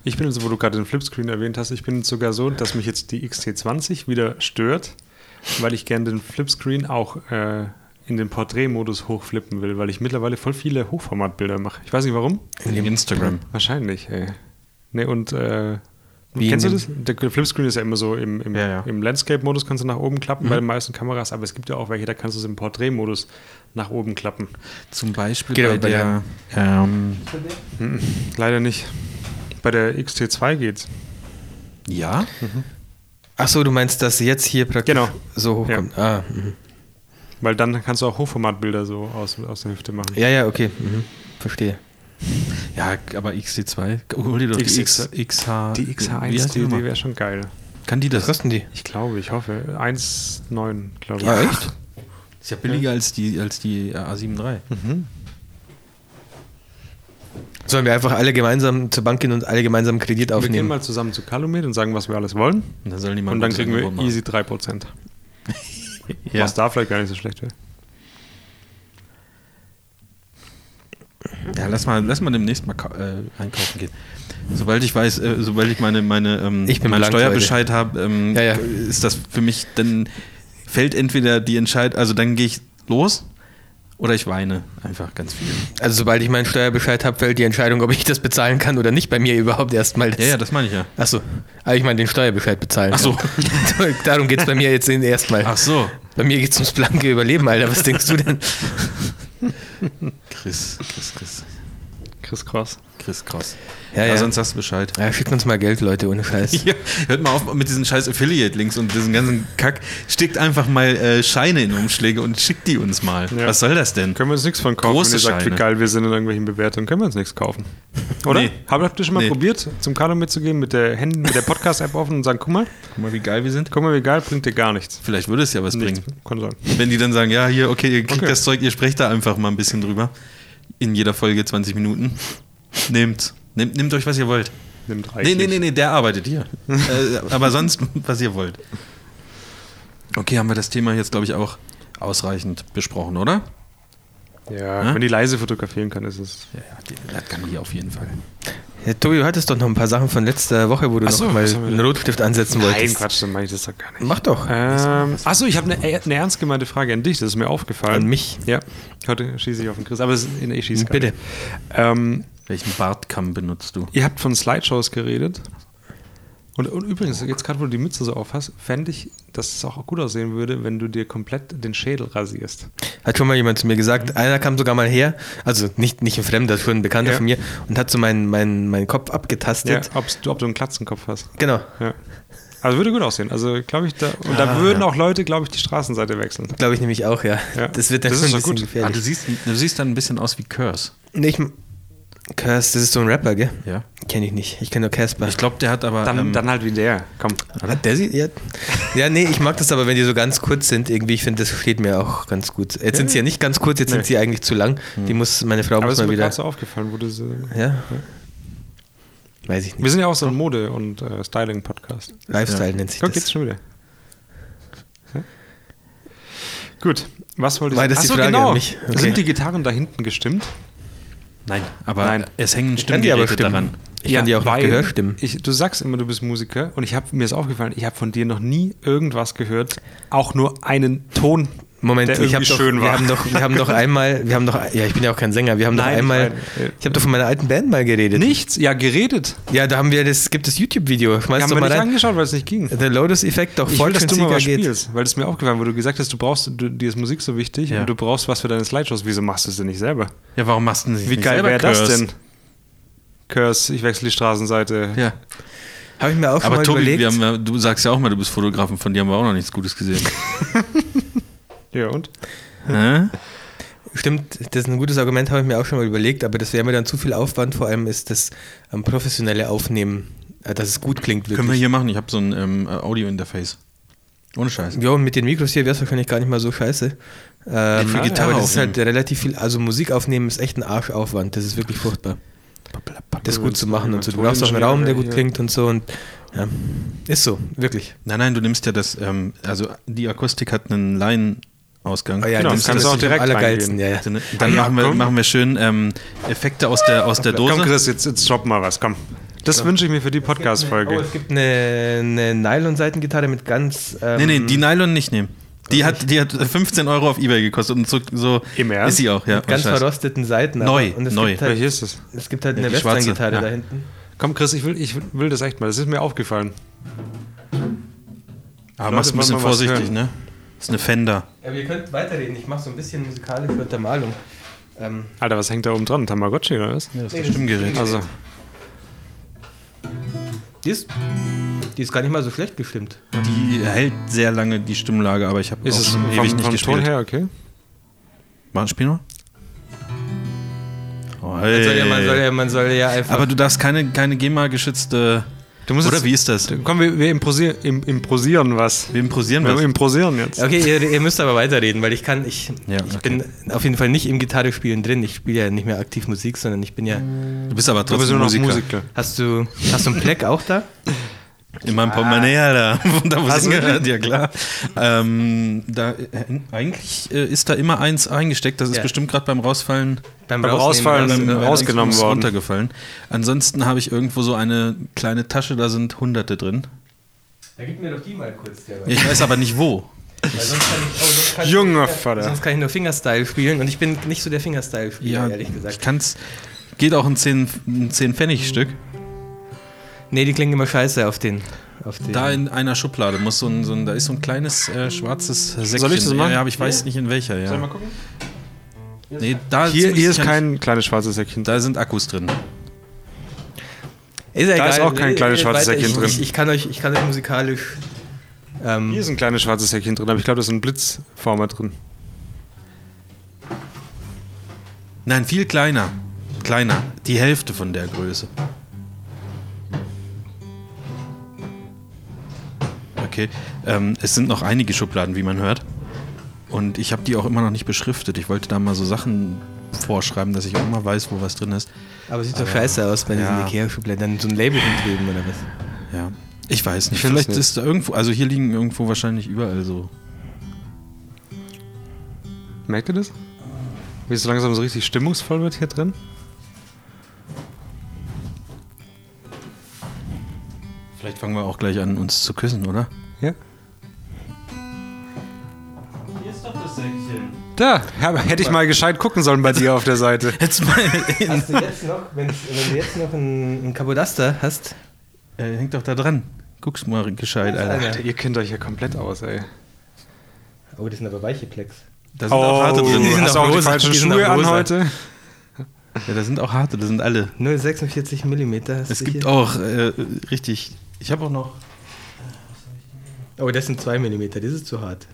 Speaker 3: Ich bin, jetzt, wo du gerade den Flipscreen erwähnt hast, ich bin jetzt sogar so, dass mich jetzt die XT20 wieder stört, weil ich gerne den Flipscreen auch äh, in den Porträtmodus hochflippen will, weil ich mittlerweile voll viele Hochformatbilder mache. Ich weiß nicht warum.
Speaker 1: Instagram.
Speaker 3: Wahrscheinlich, ey. Nee, und äh,
Speaker 2: Wie
Speaker 3: kennst du
Speaker 2: in
Speaker 3: das? Der Flipscreen ist ja immer so im, im,
Speaker 1: Ja, ja.
Speaker 3: im Landscape-Modus kannst du nach oben klappen bei den meisten Kameras, aber es gibt ja auch welche, da kannst du es im Porträtmodus nach oben klappen.
Speaker 1: Zum Beispiel Genau,
Speaker 2: Geht
Speaker 1: bei
Speaker 2: aber bei
Speaker 1: der, ähm,
Speaker 3: Leider nicht. Bei der XT2 geht's.
Speaker 1: Ja?
Speaker 2: Achso, du meinst, dass sie jetzt hier praktisch
Speaker 3: Genau.
Speaker 2: so hochkommt. Ja. Ah, mhm.
Speaker 3: Weil dann kannst du auch Hochformatbilder so aus, aus der Hüfte machen.
Speaker 2: ja, ja, okay. Mhm. Verstehe.
Speaker 1: Ja, aber XT2. Hol dir doch die X,
Speaker 3: XX.
Speaker 1: XH.
Speaker 3: Die
Speaker 1: Wie
Speaker 3: XH1,
Speaker 1: heißt die
Speaker 3: die, die
Speaker 1: Nummer?
Speaker 3: wäre schon geil.
Speaker 1: Kann die
Speaker 2: Was
Speaker 1: das?
Speaker 2: kosten die?
Speaker 3: Ich glaube, ich hoffe. 1,9, glaube ich.
Speaker 2: Ah, echt?
Speaker 1: Ist ja billiger als die, als die äh, A73.
Speaker 2: Sollen wir einfach alle gemeinsam zur Bank gehen und alle gemeinsam Kredit
Speaker 3: Wir gehen
Speaker 2: aufnehmen?
Speaker 3: mal zusammen zu Calumet und sagen, was wir alles wollen.
Speaker 1: Und dann sollen die mal
Speaker 3: und
Speaker 1: ein
Speaker 3: dann
Speaker 1: gutes
Speaker 3: kriegen wir
Speaker 1: Angebot machen.
Speaker 3: easy 3%.
Speaker 1: Ja.
Speaker 3: Was da vielleicht gar nicht so schlecht wäre.
Speaker 1: Ja, lass mal, lass mal demnächst mal ka- äh, einkaufen gehen. Sobald ich weiß, äh, sobald ich meine, meine ähm,
Speaker 2: Ich bin
Speaker 1: meinen
Speaker 2: blank,
Speaker 1: Steuerbescheid habe, ähm,
Speaker 2: Ja, ja.
Speaker 1: ist das für mich, dann fällt entweder die Entscheidung, also dann gehe ich los oder ich weine einfach ganz viel.
Speaker 2: Also sobald ich meinen Steuerbescheid habe, fällt die Entscheidung, ob ich das bezahlen kann oder nicht bei mir überhaupt erstmal. das-
Speaker 1: Ja, ja, das meine ich ja.
Speaker 2: Achso, aber ich meine den Steuerbescheid bezahlen.
Speaker 1: Ach so.
Speaker 2: kann. [LAUGHS] Darum geht es bei mir jetzt in- erstmal.
Speaker 1: Ach so,
Speaker 2: Bei mir geht es ums blanke Überleben, Alter. Was denkst du denn?
Speaker 1: Chris, Chris, Chris,
Speaker 3: Chris Cross.
Speaker 1: Chris Cross.
Speaker 2: Ja, ja.
Speaker 1: sonst sagst du Bescheid.
Speaker 2: Ja, schickt uns mal Geld, Leute, ohne
Speaker 1: [LAUGHS]
Speaker 2: Scheiß.
Speaker 1: Ja, hört mal auf mit diesen scheiß Affiliate-Links und diesen ganzen Kack. Stickt einfach mal äh, Scheine in Umschläge und schickt die uns mal.
Speaker 3: Ja.
Speaker 1: Was soll das denn?
Speaker 3: Können wir uns nichts von kaufen,
Speaker 1: Große
Speaker 3: wenn ihr sagt,
Speaker 1: Scheine.
Speaker 3: wie geil wir sind in irgendwelchen Bewertungen. Können wir uns nichts kaufen. Oder?
Speaker 1: Nee.
Speaker 3: Habt habt ihr schon mal
Speaker 1: Nee.
Speaker 3: probiert, zum Carlo mitzugehen, mit der, Hand- mit der Podcast-App offen und sagen, guck mal,
Speaker 1: Guck mal, wie geil wir sind.
Speaker 3: guck mal, wie geil, bringt dir gar nichts.
Speaker 1: Vielleicht würde es ja was
Speaker 3: Nichts.
Speaker 1: bringen.
Speaker 3: Kann sein.
Speaker 1: Wenn die dann sagen, ja, hier, okay, ihr kriegt
Speaker 3: Okay.
Speaker 1: das Zeug, ihr sprecht da einfach mal ein bisschen drüber. In jeder Folge 20 Minuten. Nehmt. Nehmt, nehmt euch, was ihr wollt.
Speaker 3: Nimmt
Speaker 1: Nee,
Speaker 3: reichlich.
Speaker 1: nee, nee, nee, der arbeitet hier. äh, aber sonst, [LAUGHS] was ihr wollt. Okay, haben wir das Thema jetzt, glaube ich, auch ausreichend besprochen, oder?
Speaker 3: Ja,
Speaker 1: Hm?
Speaker 3: wenn die leise fotografieren kann, ist es.
Speaker 1: Ja, das kann ich auf jeden Fall.
Speaker 2: Ja, Tobi, du hattest doch noch ein paar Sachen von letzter Woche, wo du
Speaker 3: Ach so,
Speaker 2: noch mal
Speaker 3: was haben wir
Speaker 2: einen
Speaker 3: denn?
Speaker 2: Rotstift ansetzen
Speaker 3: Nein,
Speaker 2: wolltest. Hm.
Speaker 3: Quatsch, dann mache ich das doch gar nicht.
Speaker 2: Mach doch.
Speaker 3: Ähm, achso, ich habe eine eine ernst gemeinte Frage an dich, das ist mir aufgefallen.
Speaker 2: An mich?
Speaker 3: Ja. Heute schieße ich auf den Chris, aber es ist, ich schieße gar
Speaker 2: Bitte.
Speaker 3: nicht. Ähm,
Speaker 1: Welchen Bartkamm benutzt du?
Speaker 3: ihr habt von Slideshows geredet. Und, und übrigens, jetzt gerade, wo du die Mütze so auf hast, fände ich, dass es auch gut aussehen würde, wenn du dir komplett den Schädel rasierst.
Speaker 2: Hat schon mal jemand zu mir gesagt, einer kam sogar mal her, also nicht, nicht ein Fremder, schon ein Bekannter
Speaker 3: Ja.
Speaker 2: von mir, und hat so meinen meinen meinen Kopf abgetastet.
Speaker 3: ob's, du, ob du einen Klatzenkopf hast.
Speaker 2: Genau.
Speaker 3: Ja. Also würde gut aussehen. Also glaube ich, da, und
Speaker 2: Ah,
Speaker 3: da würden auch Leute, glaube ich, die Straßenseite wechseln.
Speaker 2: Glaube ich nämlich auch, ja.
Speaker 3: Ja.
Speaker 2: Das wird dann
Speaker 3: Das
Speaker 2: schon ein
Speaker 3: ist
Speaker 2: bisschen
Speaker 3: doch gut.
Speaker 1: Ah,
Speaker 2: gefährlich.
Speaker 1: du, siehst, du siehst dann ein bisschen aus wie Curse.
Speaker 2: Nee, ich, Curse, das ist so ein Rapper, gell?
Speaker 1: Ja.
Speaker 2: Kenne ich nicht. Ich kenne nur Casper.
Speaker 1: Ich glaube, der hat aber.
Speaker 3: Dann,
Speaker 1: ähm,
Speaker 3: dann halt wie der. Komm.
Speaker 2: Hat der sie? Ja. ja, nee, ich mag das aber, wenn die so ganz kurz sind, irgendwie. Ich finde, das steht mir auch ganz gut. Jetzt sind sie ja nicht ganz kurz, jetzt sind sie eigentlich zu lang. Die muss, meine Frau
Speaker 3: Hm. Aber
Speaker 2: muss
Speaker 3: es ist
Speaker 2: mal
Speaker 3: mir
Speaker 2: wieder.
Speaker 3: gerade so aufgefallen, wo du so.
Speaker 2: Ja. Weiß ich
Speaker 3: Wir
Speaker 2: nicht.
Speaker 3: sind ja auch so ein Mode- und äh, Styling-Podcast.
Speaker 2: Lifestyle nennt sich
Speaker 3: Guck,
Speaker 2: das.
Speaker 3: geht's schon wieder. Ja. Gut, was wollte ich
Speaker 2: War das die
Speaker 3: Ach so, genau.
Speaker 2: Frage an mich? Okay.
Speaker 3: Sind die Gitarren da hinten gestimmt?
Speaker 1: nein, aber
Speaker 3: Nein.
Speaker 1: es hängen
Speaker 2: kann die aber
Speaker 1: Stimmgeräte daran.
Speaker 2: Ich kann die auch nach
Speaker 3: weil
Speaker 2: Gehörstimmen.
Speaker 3: Ich, du sagst immer, du bist Musiker und ich habe mir ist aufgefallen, ich habe von dir noch nie irgendwas gehört, auch nur einen Ton,
Speaker 2: Moment,
Speaker 3: der
Speaker 2: ich
Speaker 3: irgendwie
Speaker 2: hab doch,
Speaker 3: schön
Speaker 2: wir
Speaker 3: war.
Speaker 2: haben doch, wir haben doch einmal, wir haben doch, ja, ich bin ja auch kein Sänger, wir haben doch
Speaker 3: Nein, ich
Speaker 2: einmal,
Speaker 3: meine, äh,
Speaker 2: ich habe doch von meiner alten Band mal geredet.
Speaker 3: nichts, ja geredet.
Speaker 2: Ja, da haben wir das, gibt das YouTube-Video,
Speaker 3: Wir
Speaker 2: schmeiß
Speaker 3: haben
Speaker 2: doch
Speaker 3: wir
Speaker 2: mal
Speaker 3: nicht
Speaker 2: rein.
Speaker 3: angeschaut, weil es nicht ging.
Speaker 2: Der Lotus-Effekt, doch
Speaker 3: Ich will,
Speaker 2: voll
Speaker 3: dass
Speaker 2: schön
Speaker 3: du mal was
Speaker 2: Sieger geht.
Speaker 3: spielst, weil es mir aufgefallen, wo du gesagt hast, du brauchst, du, dir ist Musik so wichtig
Speaker 1: Ja.
Speaker 3: und du brauchst was für deine Slideshows. Wieso machst du es denn nicht selber?
Speaker 1: Ja, warum machst du denn
Speaker 3: Wie geil wäre das denn? Curse, ich wechsle die Straßenseite.
Speaker 1: Ja.
Speaker 2: Habe ich mir auch schon
Speaker 1: Aber
Speaker 2: mal
Speaker 1: Tobi,
Speaker 2: überlegt.
Speaker 1: wir haben, ja- du sagst ja auch mal, du bist Fotograf und von dir haben wir auch noch nichts Gutes
Speaker 3: [LAUGHS]
Speaker 1: gesehen.
Speaker 3: Ja, und?
Speaker 1: Hä?
Speaker 2: Stimmt, das ist ein gutes Argument, habe ich mir auch schon mal überlegt, aber das wäre mir dann zu viel Aufwand, vor allem ist das ähm, professionelle Aufnehmen, äh, dass es gut klingt wirklich.
Speaker 1: Können wir hier machen? Ich habe so ein ähm, Audio-Interface. Ohne Scheiß.
Speaker 2: ja, und mit den Mikros hier wäre es wahrscheinlich gar nicht mal so scheiße. Ähm,
Speaker 1: für Gitarre
Speaker 2: aber das ist halt
Speaker 1: aufnehmen.
Speaker 2: relativ viel, also Musik aufnehmen ist echt ein Arschaufwand, das ist wirklich furchtbar. Das
Speaker 3: Also,
Speaker 2: gut zu machen und so. Du brauchst auch einen Raum, der gut klingt und so und ja, ist so, wirklich.
Speaker 1: Nein, nein, du nimmst ja das, ähm, also die Akustik hat einen Laienausgang.
Speaker 2: Ah ja,
Speaker 3: Genau,
Speaker 2: das
Speaker 3: das kannst
Speaker 2: ist
Speaker 3: du auch
Speaker 2: natürlich
Speaker 3: direkt
Speaker 2: am allergeilsten, ja, ja.
Speaker 1: Dann dann
Speaker 3: Ah ja,
Speaker 1: machen, wir,
Speaker 3: komm.
Speaker 1: machen wir schön ähm, Effekte aus der, aus der
Speaker 3: Komm,
Speaker 1: Dose.
Speaker 3: Chris, jetzt, jetzt stopp mal was, komm. Das wünsche ich mir für die
Speaker 2: Oh,
Speaker 3: Podcast-Folge.
Speaker 2: es gibt eine, eine Nylon-Seitengitarre mit ganz. Ähm,
Speaker 1: Nee, nee,
Speaker 3: Mhm.
Speaker 1: die Nylon nicht nehmen. Die hat, die hat 15 Euro auf Ebay gekostet und so, so
Speaker 3: Im Ernst?
Speaker 1: ist sie auch, ja.
Speaker 2: mit ganz
Speaker 1: ohne Scheiß.
Speaker 2: verrosteten Seiten. aber-
Speaker 1: Neu,
Speaker 2: und es
Speaker 1: neu.
Speaker 2: Gibt halt,
Speaker 3: Welche ist das?
Speaker 2: Es gibt halt
Speaker 1: Ja,
Speaker 2: eine
Speaker 1: die schwarze,
Speaker 2: Western-Gitarre
Speaker 1: ja.
Speaker 2: da hinten.
Speaker 3: Komm, Chris, ich will, ich will das echt mal. Das ist mir aufgefallen.
Speaker 1: Aber mach's ein bisschen
Speaker 3: Leute, wollen wir was
Speaker 1: vorsichtig,
Speaker 3: hören?
Speaker 1: ne? Ist eine Fender.
Speaker 2: Aber ihr könnt weiterreden. Ich mache so ein bisschen musikalische Untermalung. Ähm,
Speaker 3: Alter, was Also, hängt da oben dran? Tamagotchi oder was?
Speaker 1: Das ist ein Stimmgerät.
Speaker 3: Also,
Speaker 2: Die ist, die ist gar nicht mal so schlecht gestimmt.
Speaker 1: Die hält sehr lange die Stimmlage, aber ich habe
Speaker 3: Ist
Speaker 1: auch
Speaker 3: es
Speaker 1: schon
Speaker 3: vom,
Speaker 1: ewig nicht
Speaker 3: vom Ton
Speaker 1: gespielt.
Speaker 3: her okay?
Speaker 1: Warte, spiel mal. Oh,
Speaker 2: Man soll ja,
Speaker 1: hey.
Speaker 3: Äh.
Speaker 2: man soll ja, man soll ja einfach.
Speaker 1: Aber du darfst keine, keine GEMA-geschützte.
Speaker 3: Du musst
Speaker 1: Oder
Speaker 3: jetzt-
Speaker 1: wie ist das?
Speaker 3: Komm, wir, wir improsier, im, improsieren was.
Speaker 1: Wir imposieren
Speaker 3: Wir
Speaker 1: was.
Speaker 3: improsieren jetzt.
Speaker 2: okay, ihr, ihr müsst aber weiterreden, weil ich kann, ich,
Speaker 1: Ja,
Speaker 2: ich
Speaker 1: okay.
Speaker 2: bin auf jeden Fall nicht im Gitarrespielen drin. Ich spiele ja nicht mehr aktiv Musik, sondern ich bin ja.
Speaker 1: Du bist aber
Speaker 3: Du bist
Speaker 1: trotzdem
Speaker 3: nur noch
Speaker 1: Musiker.
Speaker 3: Musiker.
Speaker 2: Hast du, hast du einen Pleck auch da?
Speaker 1: In meinem Portemonnaie, Alter. [LAUGHS] Von da, wo es
Speaker 3: Hast du
Speaker 1: hingehört, ja klar. Ähm, da, äh, eigentlich äh, ist da immer eins eingesteckt. Das ist
Speaker 2: Ja.
Speaker 1: bestimmt gerade beim Rausfallen
Speaker 3: Beim Rausfallen,
Speaker 2: raus-
Speaker 3: beim-
Speaker 2: raus-
Speaker 3: äh, rausgenommen
Speaker 1: ist
Speaker 3: worden.
Speaker 1: runtergefallen. Ansonsten habe ich irgendwo so eine kleine Tasche, da sind Hunderte drin.
Speaker 2: Da gib mir doch die mal kurz. Der
Speaker 1: Ich weiß aber nicht wo.
Speaker 2: Weil sonst kann ich, oh, sonst kann
Speaker 3: Junger
Speaker 2: ich,
Speaker 3: Vater.
Speaker 2: Sonst kann ich nur Fingerstyle spielen und ich bin nicht so der Fingerstyle-Spieler,
Speaker 1: Ja,
Speaker 2: ehrlich
Speaker 1: Ich
Speaker 2: gesagt.
Speaker 1: kann's. Geht auch ein 10 ein 10-Pfennig-Stück.
Speaker 3: Mhm.
Speaker 2: Nee, die klingen immer scheiße auf den. Auf den
Speaker 1: Da in einer Schublade muss so ein, so ein da ist so ein kleines äh, schwarzes Säckchen.
Speaker 3: ich das machen?
Speaker 1: Ja, aber ich weiß nicht in welcher. Ja.
Speaker 3: gucken?
Speaker 1: Nee, da
Speaker 3: Hier,
Speaker 1: ziemlich
Speaker 3: hier ist
Speaker 1: sicher nicht.
Speaker 3: kein kleines schwarzes Säckchen.
Speaker 1: Da sind Akkus drin.
Speaker 2: ist, ja
Speaker 3: da ist
Speaker 2: egal.
Speaker 3: auch kein
Speaker 2: Redet
Speaker 3: kleines schwarzes
Speaker 2: weiter.
Speaker 3: Säckchen
Speaker 2: ich,
Speaker 3: drin.
Speaker 2: Ich, ich, kann euch, ich kann euch musikalisch.
Speaker 3: Hier
Speaker 2: Ähm,
Speaker 3: ist ein kleines schwarzes Säckchen drin, aber ich glaube, da ist ein Blitzformer drin.
Speaker 1: Nein, viel kleiner. Kleiner. Die Hälfte von der Größe. Okay. Ähm, es sind noch einige Schubladen, wie man hört. Und ich habe die auch immer noch nicht beschriftet. Ich wollte da mal so Sachen vorschreiben, dass ich auch immer weiß, wo was drin ist.
Speaker 2: aber
Speaker 3: Ah,
Speaker 2: sieht doch scheiße aus bei
Speaker 1: ja.
Speaker 2: diesen Ikea-Schubladen. Dann so ein Label hinkleben oder was?
Speaker 1: Ja. Ich weiß nicht.
Speaker 3: Ich weiß
Speaker 1: Vielleicht
Speaker 3: nicht.
Speaker 1: ist da irgendwo, also hier liegen irgendwo wahrscheinlich überall so.
Speaker 3: Merkt ihr das? Wie es so langsam so richtig stimmungsvoll wird hier drin?
Speaker 1: Vielleicht fangen wir auch gleich an, uns zu küssen, oder?
Speaker 3: Ja.
Speaker 1: Hier ist doch das Säckchen.
Speaker 3: Da, aber hätte ich mal gescheit gucken sollen bei dir auf der Seite.
Speaker 1: Jetzt mal. [LAUGHS] In,
Speaker 2: Hast du jetzt noch, wenn du jetzt noch einen, Kapodaster hast,
Speaker 1: äh, hängt doch da dran. Guck's mal gescheit, Alter.
Speaker 2: Alter.
Speaker 3: Ihr kennt euch ja komplett aus, ey.
Speaker 2: oh, das sind aber weiche Plecks.
Speaker 1: Da sind
Speaker 3: Oh.
Speaker 1: auch harte
Speaker 2: Die
Speaker 1: drin.
Speaker 2: sind
Speaker 3: hast
Speaker 2: auch
Speaker 3: du auch die
Speaker 2: rosa,
Speaker 3: falschen
Speaker 2: die sind
Speaker 3: Schuhe
Speaker 2: auch
Speaker 3: an
Speaker 2: rosa.
Speaker 3: heute?
Speaker 1: Ja, da sind auch harte, da sind alle.
Speaker 2: 0,46 Millimeter. hast
Speaker 1: Es
Speaker 2: du
Speaker 1: gibt
Speaker 2: hier.
Speaker 1: auch äh, richtig. Ich habe auch noch.
Speaker 2: Oh, das sind 2 Millimeter, das ist zu hart.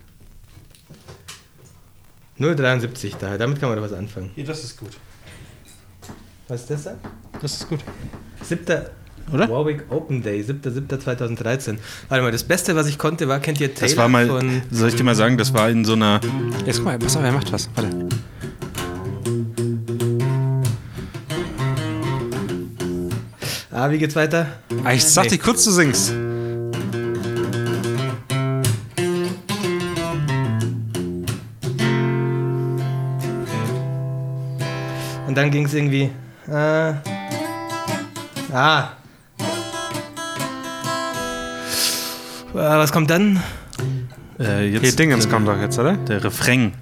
Speaker 2: 0,73 da, damit kann man doch was anfangen.
Speaker 1: Hier, das ist gut.
Speaker 2: Was ist das da?
Speaker 1: Das ist gut.
Speaker 2: 7.
Speaker 1: Oder?
Speaker 2: Warwick Open Day, 7.7.2013. Warte mal, das Beste, was ich konnte, war, kennt ihr Taylor
Speaker 1: Das war mal.
Speaker 2: von...
Speaker 1: Soll ich dir mal sagen, das war in so einer.
Speaker 3: Jetzt mal, pass auf, er macht was. Warte.
Speaker 2: Ah, wie geht's weiter?
Speaker 3: Ah, ich sag
Speaker 2: Nee.
Speaker 3: dir kurz, du singst.
Speaker 2: Und dann ging's irgendwie... Äh, ah. Äh, was kommt dann?
Speaker 1: Äh, jetzt,
Speaker 3: Hier, Dingens kommt doch jetzt, oder?
Speaker 1: Der Refrain.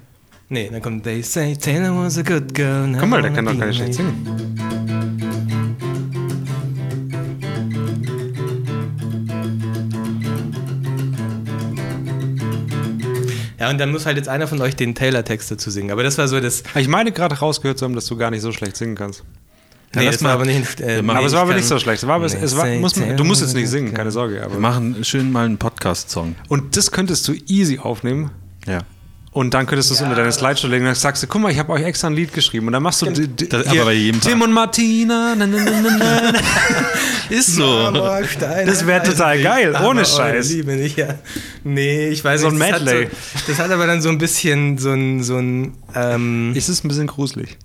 Speaker 2: Nee, dann kommt They say Taylor was a good girl. now
Speaker 3: Guck mal, der
Speaker 2: I
Speaker 3: kann doch
Speaker 2: wanna
Speaker 3: gar nicht
Speaker 2: be
Speaker 3: schlecht
Speaker 2: like-
Speaker 3: singen.
Speaker 2: Ja, und dann muss halt jetzt einer von euch den Taylor-Text dazu singen. Aber das war so das...
Speaker 3: Ah, Ich meine gerade rausgehört zu haben, dass du gar nicht so schlecht singen kannst.
Speaker 1: Ja,
Speaker 2: nee,
Speaker 1: lass
Speaker 2: das war
Speaker 1: mal.
Speaker 2: aber nicht... Äh,
Speaker 1: Ja, mach.
Speaker 2: nee,
Speaker 3: aber es
Speaker 2: ich
Speaker 3: war aber
Speaker 2: kann-
Speaker 3: nicht so schlecht. Es war, aber es,
Speaker 2: Nee,
Speaker 3: es war,
Speaker 2: say
Speaker 3: muss man,
Speaker 2: Taylor
Speaker 3: du musst jetzt
Speaker 2: was a
Speaker 3: nicht singen,
Speaker 2: good
Speaker 3: keine
Speaker 2: girl.
Speaker 3: Sorge. Aber.
Speaker 1: Wir machen schön mal einen Podcast-Song.
Speaker 3: Und das könntest du easy aufnehmen.
Speaker 1: Ja.
Speaker 3: Und dann könntest du es unter deine Slideshow legen und dann sagst du, guck mal, ich habe euch extra ein Lied geschrieben. Und dann machst du. d- d-
Speaker 1: Das-
Speaker 3: hier,
Speaker 1: aber bei jedem
Speaker 3: Tim
Speaker 1: Tag.
Speaker 3: und Martina. Na, na, na, na, na.
Speaker 1: Ist so.
Speaker 2: [LAUGHS] Aber Steine
Speaker 3: Das wär total
Speaker 2: heißen
Speaker 3: geil,
Speaker 2: nicht,
Speaker 3: ohne
Speaker 2: aber
Speaker 3: Scheiß.
Speaker 2: eure Liebe nicht, ja. Nee, ich weiß
Speaker 3: So
Speaker 2: nicht.
Speaker 3: ein
Speaker 2: das
Speaker 3: Medley.
Speaker 2: Hat so, das hat aber dann so ein bisschen so ein, so ein ähm,
Speaker 3: Es ist ein bisschen gruselig.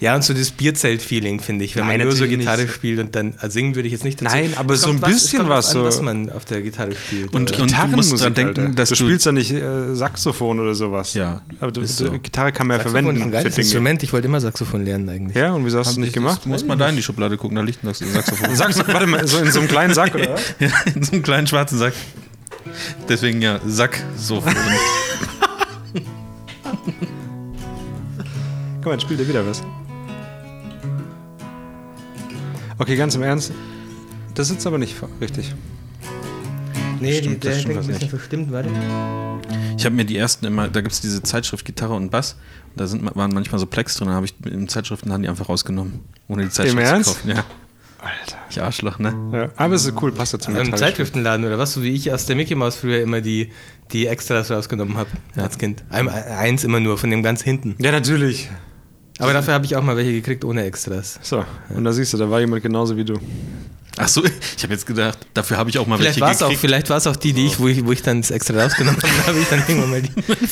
Speaker 2: ja, und so das Bierzelt-Feeling, finde ich, wenn
Speaker 3: Nein,
Speaker 2: man nur so
Speaker 3: natürlich
Speaker 2: Gitarre
Speaker 3: nicht.
Speaker 2: spielt und dann also singen würde ich jetzt nicht dazu.
Speaker 3: Nein, aber
Speaker 2: Es
Speaker 3: so
Speaker 2: kommt
Speaker 3: ein
Speaker 2: was- es
Speaker 3: bisschen
Speaker 2: kommt
Speaker 3: was
Speaker 2: drauf an,
Speaker 3: so-
Speaker 2: was man auf der Gitarre spielt.
Speaker 1: Und-
Speaker 2: aber-
Speaker 1: und- du musst dran
Speaker 3: Gitarrenmusik,
Speaker 1: denken,
Speaker 3: Alter.
Speaker 1: dass
Speaker 3: du
Speaker 1: du-
Speaker 3: spielst ja nicht äh, Saxophon oder sowas.
Speaker 1: Ja,
Speaker 3: Aber du,
Speaker 1: ist so.
Speaker 3: du- Gitarre kann man ja
Speaker 2: Saxophon ist ein
Speaker 3: verwenden.
Speaker 2: geiles
Speaker 3: für Dinge.
Speaker 2: Instrument, ich wollte immer Saxophon lernen eigentlich.
Speaker 3: Ja, und wieso hast du nicht gemacht?
Speaker 1: Du musst mal da in die Schublade gucken, da liegt ein Sax-
Speaker 3: [LAUGHS]
Speaker 1: Saxophon.
Speaker 3: Saxo- warte mal, so in so einem kleinen Sack,
Speaker 2: [LAUGHS]
Speaker 3: oder? was?
Speaker 1: Ja, in so einem kleinen schwarzen Sack. Deswegen ja, Sack so.
Speaker 3: Guck mal, jetzt spielt er wieder was. Okay, ganz im Ernst. Das ist aber nicht fa- richtig.
Speaker 2: Nee, die,
Speaker 1: Stimmt,
Speaker 2: der
Speaker 1: das
Speaker 2: hängt
Speaker 1: stimmt
Speaker 2: ein
Speaker 1: was
Speaker 2: bisschen
Speaker 1: nicht.
Speaker 2: verstimmt, warte.
Speaker 1: Ich habe mir die ersten immer, da gibt es diese Zeitschrift Gitarre und Bass, und da sind, waren manchmal so Plex drin, da habe ich in Zeitschriften haben die einfach rausgenommen, ohne die Zeitschrift
Speaker 3: Ernst?
Speaker 1: zu kaufen. Ja.
Speaker 3: Alter.
Speaker 1: Ich Arschloch, ne?
Speaker 3: Ja, aber es ist cool, passt dazu.
Speaker 2: Also Im Zeitschriftenladen oder was? So wie ich aus der Mickey Mouse früher immer die, die Extras rausgenommen habe als Kind. Ein, eins immer nur, von dem ganz hinten.
Speaker 3: Ja, natürlich.
Speaker 2: Aber dafür habe ich auch mal welche gekriegt ohne Extras.
Speaker 3: So, und da siehst du, da war jemand genauso wie du.
Speaker 1: Ach so, ich habe jetzt gedacht, dafür habe ich auch mal
Speaker 2: Vielleicht war
Speaker 1: welche
Speaker 2: es auch,
Speaker 1: gekriegt.
Speaker 2: vielleicht war es auch die, die ich, wo ich, wo ich dann das extra
Speaker 3: Genau, [LAUGHS]
Speaker 2: rausgenommen [LAUGHS] habe, da habe ich dann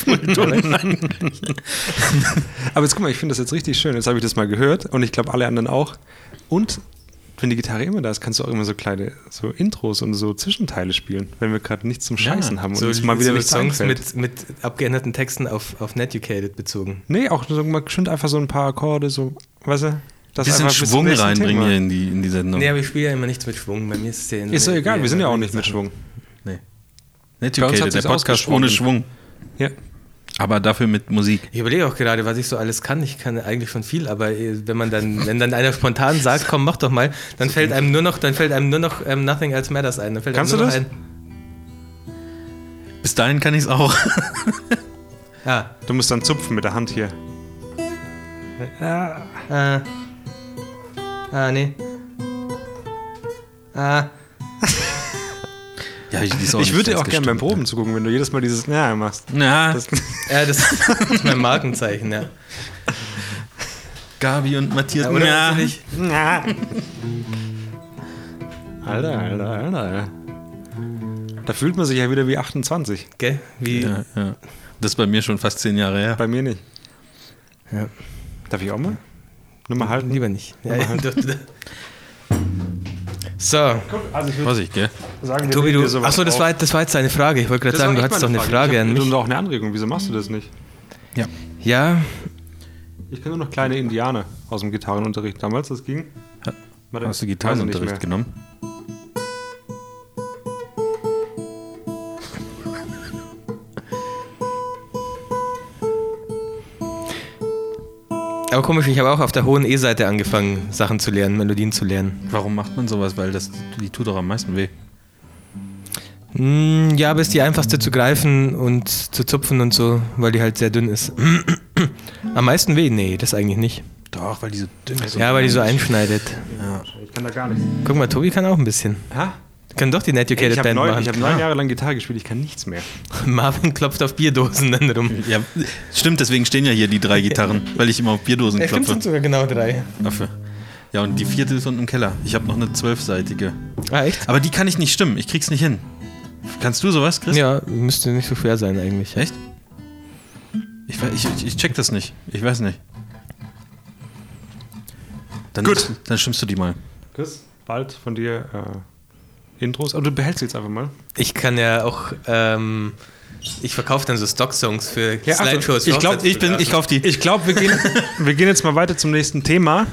Speaker 2: irgendwann mal
Speaker 1: [LAUGHS]
Speaker 2: die.
Speaker 3: Aber jetzt guck mal, ich finde das jetzt richtig schön. Jetzt habe ich das mal gehört und ich glaube, alle anderen auch. Und wenn die Gitarre immer da ist, kannst du auch immer so kleine so Intros und so Zwischenteile spielen, wenn wir gerade nichts zum Scheißen haben und
Speaker 2: so,
Speaker 3: uns mal wieder
Speaker 2: so
Speaker 3: was
Speaker 2: Songs
Speaker 3: einfällt.
Speaker 2: mit, mit abgeänderten Texten auf, auf Netucated bezogen.
Speaker 3: Nee, auch so, mal schön einfach so ein paar Akkorde, so, weißt du? Das
Speaker 1: bisschen
Speaker 3: einfach bis zum
Speaker 1: Schwung
Speaker 3: nächsten
Speaker 1: reinbringen
Speaker 3: Thema.
Speaker 1: hier in die, in die Sendung.
Speaker 2: Nee,
Speaker 1: Nee,
Speaker 2: aber ich spiele ja immer nichts mit Schwung. Bei mir ist es ja
Speaker 3: Ist doch egal, wir sind ja auch nicht mit Schwung.
Speaker 1: Netucated,
Speaker 3: Bei uns hat
Speaker 1: der
Speaker 3: sich's
Speaker 1: Podcast ohne Schwung,
Speaker 3: Ja.
Speaker 1: aber dafür mit Musik.
Speaker 2: Ich überlege auch gerade, was ich so alles kann. Ich kann eigentlich schon viel, aber äh, wenn man dann, wenn dann einer
Speaker 3: [LAUGHS]
Speaker 2: spontan sagt, komm, mach doch mal, dann fällt einem nur noch, dann fällt einem nur noch ähm, Nothing Else Matters ein. Dann fällt
Speaker 3: Kannst
Speaker 2: einem
Speaker 3: du
Speaker 2: nur
Speaker 3: das?
Speaker 2: noch
Speaker 1: Bis dahin kann ich es
Speaker 3: [LAUGHS]
Speaker 1: auch.
Speaker 2: Ein,
Speaker 3: Du musst dann zupfen mit der Hand hier.
Speaker 2: ah, äh, ah, nee. Ah,
Speaker 1: Ja, ich, die ist
Speaker 3: ich
Speaker 1: nicht
Speaker 3: würde
Speaker 1: ganz
Speaker 3: auch gerne beim
Speaker 1: gestimmt.
Speaker 3: Proben zugucken, wenn du jedes Mal dieses Ja machst.
Speaker 1: Ja,
Speaker 3: Das,
Speaker 2: ja, das ist mein Markenzeichen, ja.
Speaker 1: Gabi und Matthias.
Speaker 2: ja, oder
Speaker 1: Ja,
Speaker 2: natürlich-
Speaker 3: Na. Alter, alter, alter. Da fühlt man sich ja wieder wie 28.
Speaker 2: Gell? Wie,
Speaker 1: ja, ja. Das ist bei mir schon fast zehn Jahre her.
Speaker 3: Bei mir nicht.
Speaker 2: Ja.
Speaker 3: Darf ich auch mal? Nur mal halten.
Speaker 2: Lieber nicht. Ja, so,
Speaker 3: Also ich würde
Speaker 1: Vorsicht, gell?
Speaker 3: sagen, wir
Speaker 2: Tobi,
Speaker 3: legen dir
Speaker 2: du.
Speaker 3: sowas
Speaker 2: Achso, das
Speaker 3: auf.
Speaker 2: war, das war jetzt deine Frage. Ich wollte gerade
Speaker 3: Das war
Speaker 2: sagen, du
Speaker 3: echt
Speaker 2: hattest doch
Speaker 3: meine
Speaker 2: eine Frage an
Speaker 3: Ich
Speaker 2: mich.
Speaker 3: habe auch eine Anregung. Wieso machst du das nicht?
Speaker 2: Ja,
Speaker 3: Ich kenne nur noch kleine Indianer aus dem Gitarrenunterricht damals. Das ging.
Speaker 1: Ha-
Speaker 3: Warte,
Speaker 1: Hast du
Speaker 3: weiß ich
Speaker 1: Gitarrenunterricht
Speaker 3: nicht mehr.
Speaker 1: genommen?
Speaker 2: aber komisch, ich habe auch auf der hohen E-Seite angefangen, Sachen zu lernen, Melodien zu lernen.
Speaker 1: Warum macht man sowas? Weil das, die tut doch am meisten weh.
Speaker 2: Hm, ja, aber ist die einfachste zu greifen und zu zupfen und so, weil die halt sehr dünn ist. [CLEARS THROAT] Am meisten weh? Nee, das eigentlich nicht.
Speaker 1: Doch, weil diese dünne
Speaker 3: Also
Speaker 1: so.
Speaker 2: Ja, weil die so einschneidet. genau.
Speaker 3: Ich kann da gar nichts.
Speaker 2: Guck mal, Tobi kann auch ein bisschen.
Speaker 3: Ha?
Speaker 2: Kann doch die
Speaker 3: Ey,
Speaker 2: Netucated
Speaker 3: ich habe
Speaker 2: Band
Speaker 3: neun,
Speaker 2: machen.
Speaker 3: ich hab neun Jahre lang Gitarre gespielt. Ich kann nichts mehr.
Speaker 2: [LAUGHS] Marvin klopft auf Bierdosen dann rum.
Speaker 1: Ja, stimmt, deswegen stehen ja hier die drei
Speaker 3: [LAUGHS]
Speaker 1: Gitarren, weil ich immer auf Bierdosen klopfe.
Speaker 2: sogar genau drei.
Speaker 1: Affe. Ja, und die vierte ist unten im Keller. Ich habe noch eine zwölfseitige.
Speaker 2: Ah, echt?
Speaker 1: Aber die kann ich nicht stimmen. Ich krieg's nicht hin. Kannst du sowas, Chris?
Speaker 2: Ja, müsste nicht so schwer sein eigentlich.
Speaker 1: Echt? Ich, we- ich, ich- ich check das nicht. Ich weiß nicht. Dann
Speaker 3: Gut.
Speaker 1: Dann stimmst du die mal.
Speaker 3: Chris, bald von dir äh, Intros. Aber du behältst sie jetzt einfach mal.
Speaker 2: Ich kann ja auch, ähm, ich verkaufe dann so Stock-Songs für
Speaker 3: Ja, also,
Speaker 2: Slideshows. für
Speaker 1: Ich glaube, ich bin, ich kauf die.
Speaker 3: Ich glaube, wir gehen,
Speaker 2: [LAUGHS]
Speaker 3: wir gehen jetzt mal weiter zum nächsten Thema.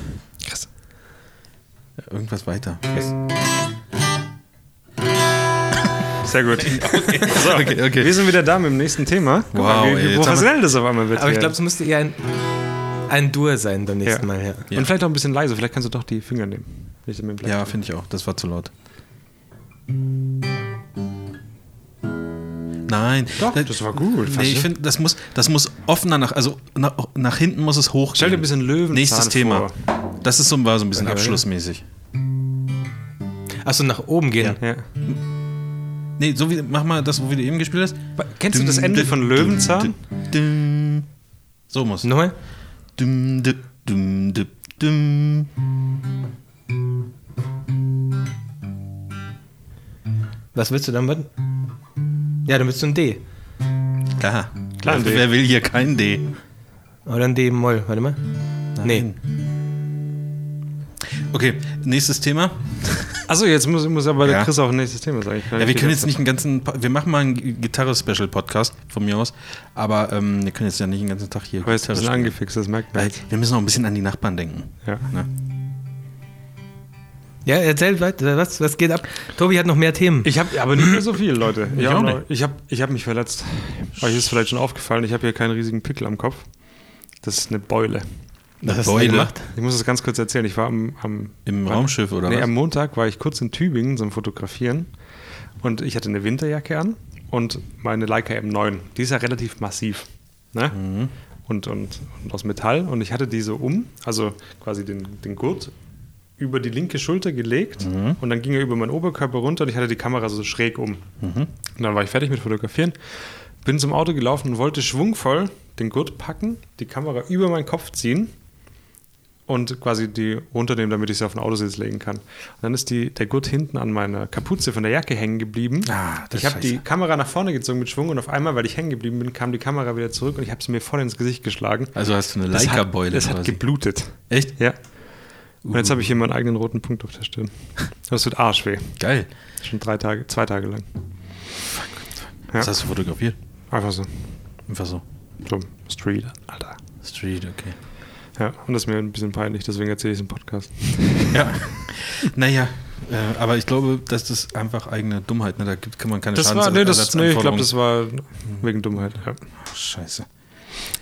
Speaker 3: Krass.
Speaker 1: Irgendwas weiter.
Speaker 3: Sehr gut. [LAUGHS] So,
Speaker 1: Okay, okay.
Speaker 3: Wir sind wieder da mit dem nächsten Thema. Guck
Speaker 1: Wow,
Speaker 3: mal, wie,
Speaker 1: ey,
Speaker 3: wie
Speaker 1: jetzt
Speaker 3: professionell das auf einmal wird.
Speaker 2: Aber ich
Speaker 3: hier.
Speaker 2: glaube, es müsste eher ein, ein Dur sein beim nächsten
Speaker 3: Ja.
Speaker 2: Mal. Ja.
Speaker 1: Ja.
Speaker 3: Und vielleicht auch ein bisschen leise. Vielleicht kannst du doch die Finger nehmen. Nicht mit dem Blatt.
Speaker 1: Ja, finde ich auch. Das war zu laut. Nein.
Speaker 3: Doch,
Speaker 1: Da-
Speaker 3: das war gut. ne?
Speaker 1: Nee, ich finde, das muss, das muss offener nach, also nach, nach hinten muss es hoch.
Speaker 3: Stell dir ein bisschen Löwenzahn
Speaker 1: Nächstes Thema.
Speaker 3: vor.
Speaker 1: Das ist so, war so ein bisschen abschlussmäßig.
Speaker 2: Achso, nach oben gehen.
Speaker 3: Ja.
Speaker 1: Nee, so wie, mach mal das, wo du eben gespielt hast.
Speaker 3: Kennst du das Ende von Löwenzahn?
Speaker 1: Düm. So muss.
Speaker 2: Nochmal?
Speaker 1: Düm, düm, düm, düm, düm.
Speaker 2: Was willst du dann machen? Ja, dann bist du ein D.
Speaker 1: Klar. Also
Speaker 3: Klar, ein D.
Speaker 1: Wer will hier kein D?
Speaker 2: Oder ein D-Moll. Warte mal. Nee.
Speaker 1: Okay, nächstes Thema.
Speaker 3: Achso, jetzt muss, muss aber der
Speaker 1: Ja.
Speaker 3: Chris auch ein nächstes Thema sagen.
Speaker 1: Ja, wir können jetzt nicht einen ganzen. Po- Wir machen mal einen Gitarre-Special-Podcast von mir aus. Aber ähm, wir können jetzt ja nicht den ganzen Tag hier.
Speaker 3: Aber jetzt
Speaker 1: Gitarre
Speaker 3: ein bisschen
Speaker 1: spielen.
Speaker 3: angefixt, das merkt man.
Speaker 1: Weil wir müssen auch ein bisschen an die Nachbarn denken.
Speaker 3: Ja.
Speaker 1: Ne?
Speaker 2: Ja, erzähl weiter. Was, was geht ab? Tobi hat noch mehr Themen.
Speaker 3: Ich habe aber nicht mehr so viel, Leute. Ich
Speaker 1: Ja, auch
Speaker 3: habe
Speaker 1: nicht.
Speaker 3: ich hab, ich hab mich verletzt. Euch ist vielleicht schon aufgefallen, ich habe hier keinen riesigen Pickel am Kopf. Das ist eine Beule.
Speaker 2: was
Speaker 1: Beule.
Speaker 2: denn gemacht?
Speaker 3: Ich muss das ganz kurz erzählen. Ich war am, am
Speaker 1: Im
Speaker 3: war,
Speaker 1: Raumschiff oder
Speaker 3: Nee,
Speaker 1: was?
Speaker 3: am Montag war ich kurz in Tübingen zum Fotografieren und ich hatte eine Winterjacke an und meine Leica M9. Die ist ja relativ massiv. Ne?
Speaker 1: Mhm.
Speaker 3: Und, und, und aus Metall. Und ich hatte die so um, also quasi den, den Gurt über die linke Schulter gelegt
Speaker 1: Mhm.
Speaker 3: und dann ging er über meinen Oberkörper runter und ich hatte die Kamera so schräg um.
Speaker 1: Mhm.
Speaker 3: Und dann war ich fertig mit Fotografieren, bin zum Auto gelaufen und wollte schwungvoll den Gurt packen, die Kamera über meinen Kopf ziehen und quasi die runternehmen, damit ich sie auf den Autositz legen kann. Und dann ist die, der Gurt hinten an meiner Kapuze von der Jacke hängen geblieben.
Speaker 2: Ah, das
Speaker 3: ich habe
Speaker 2: ist
Speaker 3: die
Speaker 2: scheiße.
Speaker 3: Kamera nach vorne gezogen mit Schwung und auf einmal, weil ich hängen geblieben bin, kam die Kamera wieder zurück und ich habe sie mir voll ins Gesicht geschlagen.
Speaker 1: Also hast du eine
Speaker 3: Das hat-
Speaker 1: Leica-Beule
Speaker 3: Das hat
Speaker 1: quasi.
Speaker 3: geblutet.
Speaker 1: Echt? Uh.
Speaker 3: Ja. Und jetzt habe ich hier meinen eigenen roten Punkt auf der Stirn. Das tut arschweh.
Speaker 1: Geil.
Speaker 3: Schon drei Tage, zwei Tage lang. Ja.
Speaker 1: Das hast du fotografiert.
Speaker 3: Einfach so.
Speaker 1: Einfach so.
Speaker 3: So, Street, Alter.
Speaker 1: Street, okay.
Speaker 3: Ja, und das ist mir ein bisschen peinlich, deswegen erzähle ich es im Podcast.
Speaker 1: Ja. [LAUGHS] naja, äh, aber ich glaube, dass das einfach eigene Dummheit, ne? da gibt, kann man keine
Speaker 3: Das
Speaker 1: Schadenser-
Speaker 3: war, nee, das, nee, ich glaube,
Speaker 1: Ersatzanforderungen-
Speaker 3: das war wegen Dummheit. Ja.
Speaker 1: Scheiße.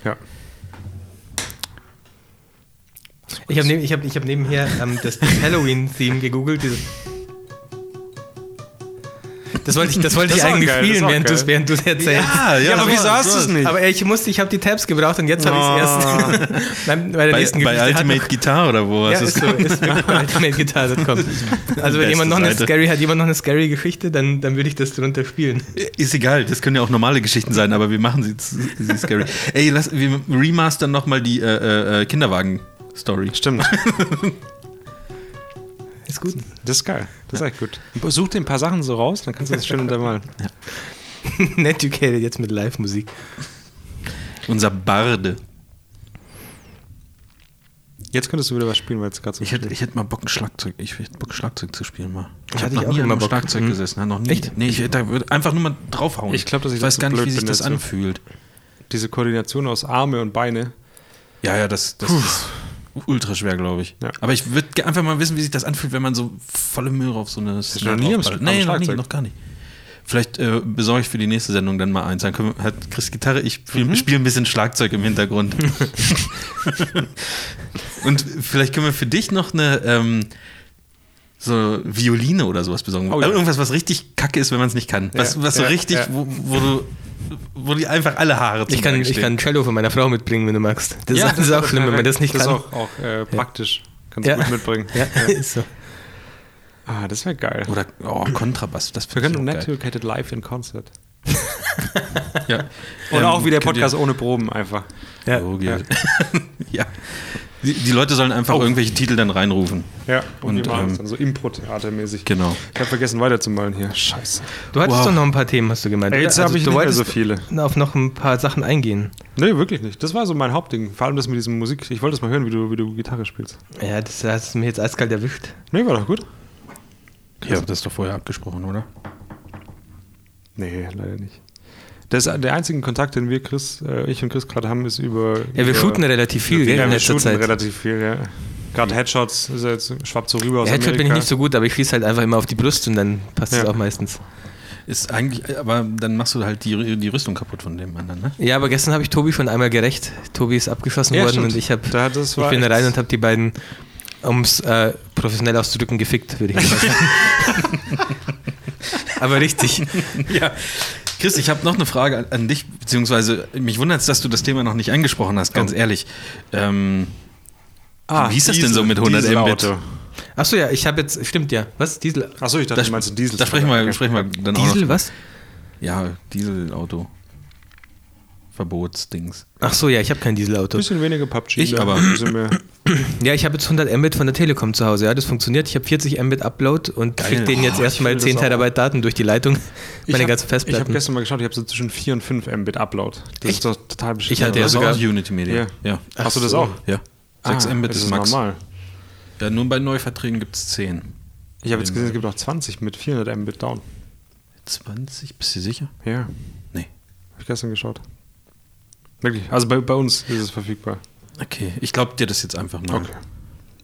Speaker 3: ja.
Speaker 2: Ich habe neb, ich hab, ich hab nebenher ähm, das, das Halloween-Theme gegoogelt. Dieses das wollte ich, das wollte
Speaker 3: Das
Speaker 2: ich
Speaker 3: ist auch
Speaker 2: eigentlich
Speaker 3: geil, das ist
Speaker 2: spielen,
Speaker 3: auch
Speaker 2: während du es
Speaker 3: geil.
Speaker 2: während du's erzählst.
Speaker 1: Ja, ja,
Speaker 3: aber
Speaker 1: das
Speaker 3: wieso
Speaker 1: war-
Speaker 3: hast du es
Speaker 1: so-
Speaker 3: nicht?
Speaker 2: Aber ich musste, ich habe die Tabs gebraucht und jetzt habe ich es erst. [LAUGHS] Nein, bei der
Speaker 1: Bei,
Speaker 2: nächsten
Speaker 1: bei
Speaker 2: Geschichte hat
Speaker 1: Ultimate Guitar oder wo?
Speaker 2: noch-
Speaker 1: hast
Speaker 2: Ja,
Speaker 1: du
Speaker 2: ist
Speaker 1: es-
Speaker 2: so, ist so, bei ultimateguitar.com. Also wenn
Speaker 1: Beste
Speaker 2: jemand noch eine
Speaker 1: Seite.
Speaker 2: scary hat, jemand noch eine scary Geschichte, dann, dann würde ich das drunter spielen.
Speaker 1: Ist egal, das können ja auch normale Geschichten sein, aber wir machen sie, sie scary. Ey, lass, wir remastern nochmal die äh, äh, Kinderwagen-Story.
Speaker 3: [LAUGHS] Stimmt.
Speaker 2: Ist [LAUGHS] gut.
Speaker 3: Das ist geil. Das ist echt gut. Such dir ein paar Sachen so raus, dann kannst du das schön untermalen.
Speaker 2: Netucated jetzt mit Live-Musik.
Speaker 1: Unser Barde.
Speaker 3: Jetzt könntest du wieder was spielen, weil es gerade so
Speaker 1: Ich hätte, ich hätte mal Bock, ein Schlagzeug, ich hätte Bock, Schlagzeug zu spielen mal. Ich
Speaker 2: Hatte
Speaker 1: habe
Speaker 2: ich
Speaker 1: noch
Speaker 2: auch
Speaker 1: nie an
Speaker 2: immer
Speaker 1: einem
Speaker 2: Bock.
Speaker 1: Schlagzeug
Speaker 2: Mhm.
Speaker 1: gesessen. ne? Noch nie.
Speaker 2: Echt?
Speaker 1: Nee, ich hätte da würd einfach nur mal draufhauen.
Speaker 3: Ich glaub, dass ich
Speaker 1: weiß
Speaker 3: dazu
Speaker 1: gar nicht,
Speaker 3: blöd
Speaker 1: wie sich
Speaker 3: bin
Speaker 1: das
Speaker 3: dazu.
Speaker 1: anfühlt.
Speaker 3: diese Koordination aus Arme und Beine.
Speaker 1: Ja, ja, das, das ist ultra schwer, glaube ich.
Speaker 3: Ja.
Speaker 1: Aber ich würde einfach mal wissen, wie sich das anfühlt, wenn man so volle Möhre auf so eine
Speaker 3: du noch nie am Sch- am
Speaker 1: Nee, noch nie,
Speaker 3: Schlagzeug?
Speaker 1: noch gar nicht. Vielleicht äh, besorge ich für die nächste Sendung dann mal eins. Dann können wir, hat Chris Gitarre, ich spiele
Speaker 3: Mhm.
Speaker 1: spiel ein bisschen Schlagzeug im
Speaker 3: [LAUGHS]
Speaker 1: Hintergrund. Und vielleicht können wir für dich noch eine ähm, so Violine oder sowas besorgen.
Speaker 3: Oh ja.
Speaker 1: Irgendwas, was richtig kacke ist, wenn man es nicht kann. Was,
Speaker 3: Ja,
Speaker 1: was so
Speaker 3: ja,
Speaker 1: richtig,
Speaker 3: ja.
Speaker 1: wo, wo du wo die einfach alle Haare zum
Speaker 2: Ich kann,
Speaker 1: Berg
Speaker 2: ich
Speaker 1: stehen.
Speaker 2: kann ein Cello von meiner Frau mitbringen, wenn du magst. Das ist, das ist auch schlimm, wenn man das nicht
Speaker 3: Das
Speaker 2: kann.
Speaker 3: ist auch, auch äh, praktisch. Kannst
Speaker 2: Ja.
Speaker 3: du gut mitbringen.
Speaker 2: Ja, ist so.
Speaker 3: Ah, das wäre geil.
Speaker 1: Oder oh, Kontrabass, das
Speaker 3: Wir
Speaker 1: finde ich
Speaker 3: können
Speaker 1: auch geil.
Speaker 3: Networkated live in Konzert.
Speaker 1: Ja.
Speaker 3: [LAUGHS] Und
Speaker 1: Ähm,
Speaker 3: auch wie der
Speaker 1: könnt ihr-
Speaker 3: Podcast ohne Proben einfach.
Speaker 2: Ja.
Speaker 1: Oh, ja. [LAUGHS] ja. Oh. Die, die Leute sollen einfach irgendwelche Titel dann reinrufen.
Speaker 3: Ja, und,
Speaker 1: Und,
Speaker 3: wir machen
Speaker 1: ähm,
Speaker 3: es dann so Impro-Theatermäßig.
Speaker 1: Genau.
Speaker 3: Ich habe vergessen weiterzumalen hier. Scheiße.
Speaker 2: Du hattest
Speaker 1: Wow.
Speaker 2: doch noch ein paar Themen, hast du gemeint.
Speaker 3: Ey,
Speaker 2: oder? Also
Speaker 3: jetzt habe ich
Speaker 2: du
Speaker 3: nicht mehr
Speaker 2: wolltest
Speaker 3: so viele.
Speaker 2: auf noch ein paar Sachen eingehen.
Speaker 3: Nee, wirklich nicht. Das war so mein Hauptding. Vor allem das mit diesem Musik. Ich wollte das mal hören, wie du, wie du Gitarre spielst.
Speaker 2: Ja, das hast du mir jetzt eiskalt erwischt.
Speaker 3: Nee, war doch gut.
Speaker 1: Ja, Also, das ist doch vorher abgesprochen, oder?
Speaker 3: Nee, leider nicht. Das, der einzige Kontakt, den wir Chris, äh, ich und Chris gerade haben, ist über.
Speaker 2: Ja, wir
Speaker 3: über,
Speaker 2: shooten relativ viel
Speaker 3: ja,
Speaker 2: gell, in
Speaker 3: wir
Speaker 2: letzter
Speaker 3: shooten
Speaker 2: Zeit.
Speaker 3: relativ viel, ja. Gerade Headshots ist ja jetzt, schwappt so rüber aus
Speaker 2: Ja, Headshot
Speaker 3: Amerika.
Speaker 2: bin ich nicht so gut, aber ich schieße halt einfach immer auf die Brust und dann passt es
Speaker 3: Ja.
Speaker 2: auch meistens.
Speaker 1: Ist eigentlich, aber dann machst du halt die, die Rüstung kaputt von dem anderen, ne?
Speaker 2: Ja, aber gestern habe ich Tobi schon einmal gerecht. Tobi ist abgeschossen
Speaker 3: Ja,
Speaker 2: worden
Speaker 3: stimmt.
Speaker 2: und ich, hab,
Speaker 3: Da, das
Speaker 2: ich
Speaker 3: war
Speaker 2: bin
Speaker 3: echt-
Speaker 2: rein und habe die beiden, um es äh, professionell auszudrücken, gefickt, würde ich mal
Speaker 3: [LAUGHS]
Speaker 2: sagen. aber richtig.
Speaker 1: [LAUGHS] Ja. Chris, ich habe noch eine Frage an, an dich, beziehungsweise mich wundert es, dass du das Thema noch nicht angesprochen hast, ganz ehrlich. Ähm,
Speaker 3: Ah,
Speaker 1: wie hieß das denn so
Speaker 3: Diesel-
Speaker 1: mit 100 Mbit?
Speaker 3: Dieselauto.
Speaker 2: Achso, ja, ich habe jetzt, stimmt ja. Was? Diesel?
Speaker 3: Achso, ich dachte,
Speaker 1: Das-
Speaker 3: du meinst ein Diesel.
Speaker 1: Da sprechen wir, sprechen wir dann auch
Speaker 2: Diesel,
Speaker 1: noch.
Speaker 2: was?
Speaker 1: Ja, Dieselauto. Verbotsdings.
Speaker 2: Achso, ja, ich habe kein Dieselauto.
Speaker 3: Ein bisschen weniger PUBG.
Speaker 1: Ich
Speaker 3: ne?
Speaker 1: aber.
Speaker 2: [LAUGHS]
Speaker 3: Ein bisschen mehr.
Speaker 2: Ja, ich habe jetzt 100 Mbit von der Telekom zu Hause. Ja, das funktioniert. Ich habe 40 Mbit Upload und kriege den jetzt
Speaker 3: Oh, ich
Speaker 2: erstmal
Speaker 3: will
Speaker 2: 10
Speaker 3: das auch.
Speaker 2: Terabyte Daten durch die Leitung. [LAUGHS]
Speaker 3: Ich
Speaker 2: Meine
Speaker 3: hab-
Speaker 2: ganzen
Speaker 3: Ich habe
Speaker 2: Festplatten.
Speaker 3: gestern mal geschaut, ich habe so zwischen 4 und 5 Mbit Upload. Das
Speaker 2: Echt?
Speaker 3: ist doch total beschissen.
Speaker 2: Ich hatte ja
Speaker 3: oder?
Speaker 2: sogar-
Speaker 1: auch Unity Media.
Speaker 3: Ja.
Speaker 1: Ja.
Speaker 3: Hast du das auch?
Speaker 1: Ja. 6
Speaker 3: Ah,
Speaker 1: Mbit
Speaker 3: das
Speaker 1: ist Max.
Speaker 3: normal.
Speaker 1: Ja, nur bei Neuverträgen gibt es 10.
Speaker 3: Ich habe jetzt gesehen, es gibt auch 20 mit 400 Mbit down.
Speaker 1: 20? Bist du sicher?
Speaker 3: Ja, habe
Speaker 1: Nee.
Speaker 3: ich gestern geschaut. Wirklich. Also bei, bei uns ist es verfügbar.
Speaker 1: Okay, ich glaube dir das jetzt einfach mal.
Speaker 3: Okay.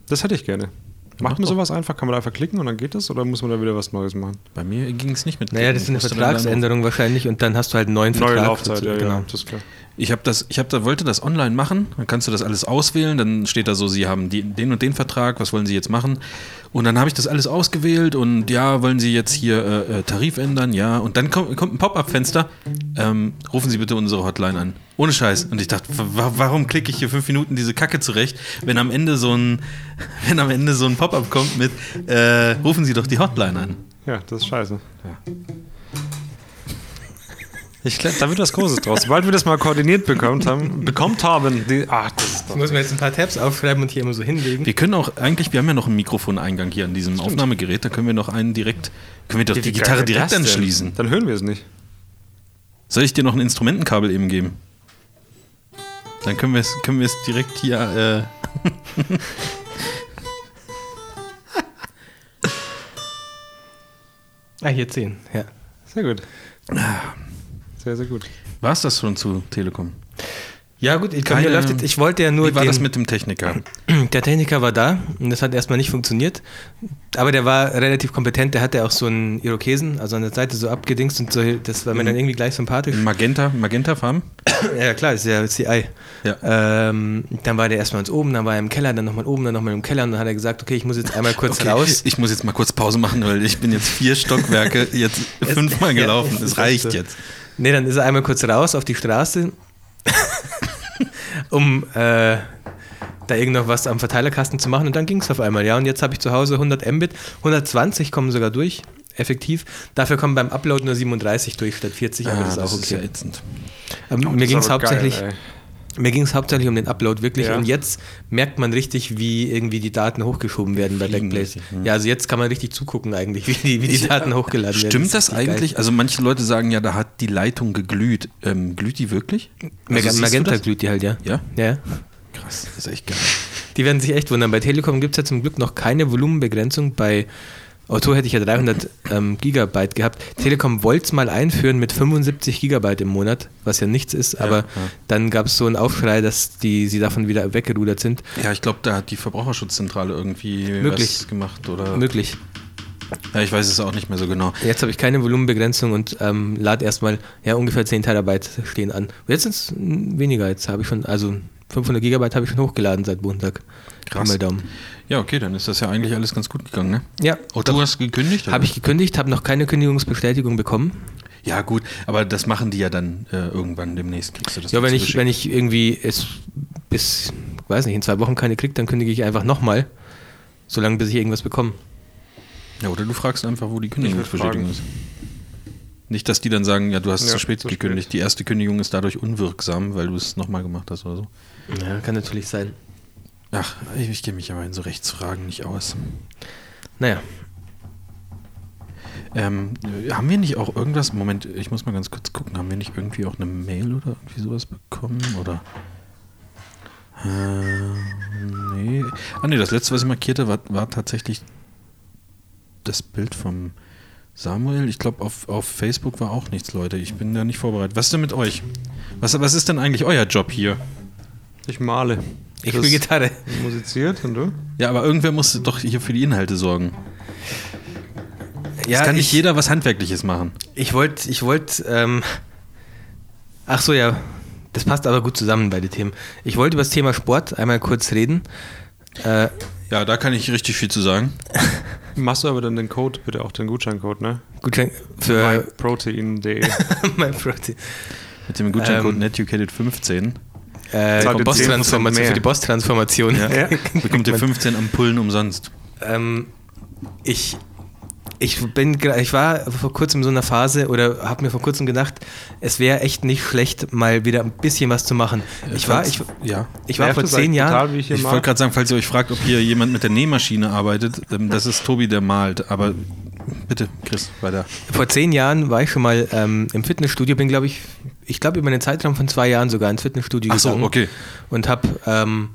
Speaker 3: Das hätte ich gerne.
Speaker 1: Mach
Speaker 3: Macht man
Speaker 1: doch.
Speaker 3: sowas einfach? Kann man da einfach klicken und dann geht das? Oder muss man da wieder was Neues machen?
Speaker 1: Bei mir ging es nicht mit.
Speaker 2: Naja, das ist
Speaker 1: Klicken.
Speaker 2: eine
Speaker 1: Ich musste dann
Speaker 2: Vertragsänderung wahrscheinlich und dann hast du halt einen neuen
Speaker 3: Neue
Speaker 2: Vertrag.
Speaker 3: Laufzeit, ja,
Speaker 2: genau.
Speaker 3: ja, das ist klar.
Speaker 1: dann- ich habe das, ich habe da wollte das online machen, dann kannst du das alles auswählen, dann steht da so, sie haben die, den und den Vertrag, was wollen sie jetzt machen? Und dann habe ich das alles ausgewählt und ja, wollen sie jetzt hier äh, äh, Tarif ändern, ja. Und dann kommt, kommt ein Pop-up-Fenster, ähm, rufen Sie bitte unsere Hotline an. Ohne Scheiß. Und ich dachte, wa warum klicke ich hier fünf Minuten diese Kacke zurecht, wenn am Ende so ein, [LAUGHS] wenn am Ende so ein Pop-up kommt mit, äh, rufen Sie doch die Hotline an.
Speaker 3: Ja, das ist scheiße.
Speaker 1: Ich glaub,
Speaker 3: Da wird was Großes draus. Sobald wir das mal koordiniert bekommt haben, bekommt haben, die, ah, das ist
Speaker 2: Ich
Speaker 3: doch.
Speaker 2: muss mir jetzt ein paar Tabs aufschreiben und hier immer so hinlegen.
Speaker 1: Wir können auch eigentlich, wir haben ja noch einen Mikrofoneingang hier an diesem Aufnahmegerät, da können wir noch einen direkt, können wir doch die Gitarre direkt anschließen.
Speaker 3: Dann hören wir es nicht.
Speaker 1: Soll ich dir noch ein Instrumentenkabel eben geben? Dann können wir es, können wir es direkt hier. äh,
Speaker 2: Ah, hier 10. Ja.
Speaker 3: Sehr gut.
Speaker 2: Ah.
Speaker 3: Sehr, sehr gut.
Speaker 1: Äh, War es das schon zu Telekom?
Speaker 2: Ja, gut, ich, bei mir
Speaker 1: Keine-
Speaker 2: läuft jetzt, ich wollte ja nur.
Speaker 1: Wie war
Speaker 2: den,
Speaker 1: das mit dem Techniker?
Speaker 2: [CLEARS THROAT] Der Techniker war da und das hat erstmal nicht funktioniert. Aber der war relativ kompetent. Der hatte auch so einen Irokesen, also an der Seite so abgedingst und so. Das
Speaker 3: Mhm.
Speaker 2: war mir dann irgendwie gleich sympathisch.
Speaker 1: Magenta, Magenta Farm?
Speaker 2: Ja, klar, ist ja CI.
Speaker 1: Ja.
Speaker 2: Ähm, dann war der erstmal ins Oben, dann war er im Keller, dann nochmal oben, dann nochmal im Keller und dann hat er gesagt, okay, ich muss jetzt einmal
Speaker 3: [LAUGHS]
Speaker 2: kurz raus.
Speaker 1: Ich muss jetzt mal kurz Pause machen, weil ich bin jetzt vier Stockwerke jetzt fünfmal
Speaker 2: ja,
Speaker 1: gelaufen.
Speaker 2: [LAUGHS] es
Speaker 1: Es
Speaker 2: ist
Speaker 1: reicht
Speaker 2: echt so.
Speaker 1: jetzt.
Speaker 2: Nee, dann ist er einmal kurz raus auf die Straße, [LAUGHS] um äh, da irgend noch was am Verteilerkasten zu machen und dann ging es auf einmal, ja. Und jetzt habe ich zu Hause 100 Mbit, 120 kommen sogar durch, effektiv. Dafür kommen beim Upload nur 37 durch statt 40, aber
Speaker 1: Ah,
Speaker 2: das ist auch okay.
Speaker 1: ätzend.
Speaker 2: Ähm, mir
Speaker 3: Das ist
Speaker 2: ging es
Speaker 3: aber geil,
Speaker 2: hauptsächlich...
Speaker 3: ey.
Speaker 2: Mir ging es hauptsächlich um den Upload wirklich
Speaker 3: Ja.
Speaker 2: und jetzt merkt man richtig, wie irgendwie die Daten hochgeschoben werden bei
Speaker 1: Fliegen
Speaker 2: Backblaze.
Speaker 1: richtig, ja.
Speaker 2: Ja, also jetzt kann man richtig zugucken eigentlich, wie die, wie die Daten hochgeladen werden.
Speaker 1: Stimmt das
Speaker 2: ist richtig
Speaker 1: eigentlich? Also manche Leute sagen ja, da hat die Leitung geglüht. Ähm, glüht die wirklich?
Speaker 2: Geil. Mag
Speaker 1: Also siehst du
Speaker 2: Magenta
Speaker 1: das?
Speaker 2: glüht die halt, ja.
Speaker 1: Ja?
Speaker 2: Ja.
Speaker 1: Krass, das ist echt geil.
Speaker 2: Die werden sich echt wundern. Bei Telekom gibt es ja zum Glück noch keine Volumenbegrenzung. Bei Otto hätte ich ja 300 ähm, Gigabyte gehabt. Telekom wollte es mal einführen mit 75 Gigabyte im Monat, was ja nichts ist, aber dann gab es so einen Aufschrei, dass die, sie davon wieder weggerudert sind.
Speaker 1: Ja, ich glaube, da hat die Verbraucherschutzzentrale irgendwie was
Speaker 2: Möglich.
Speaker 1: gemacht oder.
Speaker 2: Möglich.
Speaker 1: Ja, ich weiß es auch nicht mehr so genau.
Speaker 2: Jetzt habe ich keine Volumenbegrenzung und ähm, lade erstmal ja, ungefähr 10 Terabyte stehen an. Jetzt sind es weniger, jetzt habe ich schon, also 500 Gigabyte habe ich schon hochgeladen seit Montag.
Speaker 1: Krass.
Speaker 2: Mal Daumen.
Speaker 1: Ja, okay, dann ist das ja eigentlich alles ganz gut gegangen, ne?
Speaker 2: Ja,
Speaker 1: Oh, du hast gekündigt? oder?
Speaker 2: habe ich gekündigt, habe noch keine Kündigungsbestätigung bekommen.
Speaker 1: Ja, gut, aber das machen die ja dann äh, irgendwann demnächst. Kriegst du das
Speaker 2: ja, wenn ich,
Speaker 1: zugeschickt.
Speaker 2: wenn ich irgendwie es bis, weiß nicht, in zwei Wochen keine kriege, dann kündige ich einfach nochmal, solange bis ich irgendwas bekomme.
Speaker 1: Ja, oder du fragst einfach, wo die Kündigungsbestätigung
Speaker 3: Ich würd
Speaker 1: ist. Nicht, dass die dann sagen, ja, du hast
Speaker 3: Ja,
Speaker 1: zu spät
Speaker 3: zu spät.
Speaker 1: gekündigt. Die erste Kündigung ist dadurch unwirksam, weil du es nochmal gemacht hast oder so.
Speaker 2: Ja, kann natürlich sein.
Speaker 1: Ach, ich, ich gehe mich aber in so Rechtsfragen nicht aus.
Speaker 2: Naja,
Speaker 1: Ähm, äh, haben wir nicht auch irgendwas? Moment, ich muss mal ganz kurz gucken. Haben wir nicht irgendwie auch eine Mail oder irgendwie sowas bekommen? Oder. Äh, nee. Ah, nee, das letzte, was ich markierte, war, war tatsächlich das Bild vom Samuel. Ich glaube, auf, auf Facebook war auch nichts, Leute. Ich bin da nicht vorbereitet. Was ist denn mit euch? Was, was ist denn eigentlich euer Job hier?
Speaker 3: Ich male.
Speaker 2: ich
Speaker 3: Chris
Speaker 2: spiele Gitarre.
Speaker 3: Musiziert und du?
Speaker 1: Ja, aber irgendwer muss doch hier für die Inhalte sorgen. Ja, es kann nicht
Speaker 2: ich-
Speaker 1: jeder was Handwerkliches machen.
Speaker 2: Ich wollte, ich wollte, ähm, ach so, ja, das passt aber gut zusammen, beide Themen. Ich wollte über das Thema Sport einmal kurz reden. Äh,
Speaker 1: Ja, da kann ich richtig viel zu sagen.
Speaker 3: Machst du aber dann den Code, bitte auch den Gutscheincode, ne?
Speaker 2: Gutschein für [LAUGHS]
Speaker 3: Protein.de.
Speaker 2: mein Protein.
Speaker 1: Mit dem Gutscheincode
Speaker 2: Ähm, [LAUGHS]
Speaker 1: NETUCATED15
Speaker 2: Äh,
Speaker 3: Zahlt ihr
Speaker 2: Boss-Transformation,
Speaker 3: 10%
Speaker 2: für die
Speaker 3: mehr.
Speaker 2: Boss-Transformation.
Speaker 1: Ja. bekommt ihr
Speaker 2: Man-
Speaker 1: 15 Ampullen umsonst.
Speaker 2: Ähm, ich, ich, bin, gra- ich war vor kurzem in so einer Phase oder habe mir vor kurzem gedacht, es wäre echt nicht schlecht, mal wieder ein bisschen was zu machen. Ich war, ich,
Speaker 1: ja.
Speaker 2: ich war vor zehn Jahren.
Speaker 3: Total, wie ich hier
Speaker 1: Ich
Speaker 3: mal.
Speaker 1: wollte gerade sagen, falls ihr euch fragt, ob hier jemand mit der Nähmaschine arbeitet, ähm, das ist Tobi, der malt. Aber bitte, Chris, weiter.
Speaker 2: Vor zehn Jahren war ich schon mal ähm, im Fitnessstudio, bin glaube ich, ich glaube über einen Zeitraum von zwei Jahren sogar ins Fitnessstudio
Speaker 1: Ach so,
Speaker 2: gegangen
Speaker 1: okay.
Speaker 2: und habe ähm,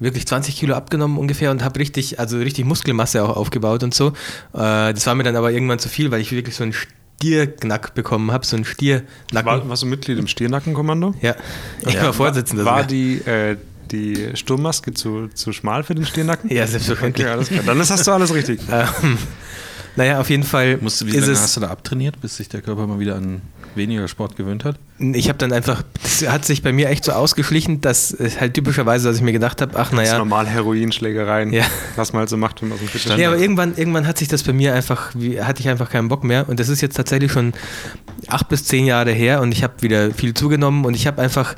Speaker 2: wirklich 20 Kilo abgenommen ungefähr und habe richtig, also richtig Muskelmasse auch aufgebaut und so. Äh, das war mir dann aber irgendwann zu viel, weil ich wirklich so einen Stierknack bekommen habe, so einen Stiernacken.
Speaker 3: War, warst du Mitglied im Stirnackenkommando?
Speaker 2: ja, ich war Vorsitzender.
Speaker 3: War
Speaker 2: sogar.
Speaker 3: die, äh, die Sturmmaske zu, zu schmal für den Stirnacken?
Speaker 2: ja, selbstverständlich. Äh,
Speaker 3: Okay, alles klar. Dann ist- hast du alles richtig.
Speaker 2: Ähm, Naja, auf jeden Fall
Speaker 1: Musst du, wie
Speaker 2: ist
Speaker 1: lange
Speaker 2: es.
Speaker 1: hast du da abtrainiert, bis sich der Körper mal wieder an weniger Sport gewöhnt hat?
Speaker 2: Ich habe dann einfach, das hat sich bei mir echt so ausgeschlichen, dass es halt typischerweise, dass ich mir gedacht habe, ach
Speaker 3: Das ist
Speaker 2: naja.
Speaker 3: normal Heroinschlägereien.
Speaker 2: Ja.
Speaker 3: Was man halt so macht, wenn man aus dem Fitness
Speaker 2: Ja, aber irgendwann, irgendwann hat sich das bei mir einfach, wie, hatte ich einfach keinen Bock mehr. Und das ist jetzt tatsächlich schon acht bis zehn Jahre her und ich habe wieder viel zugenommen und ich habe einfach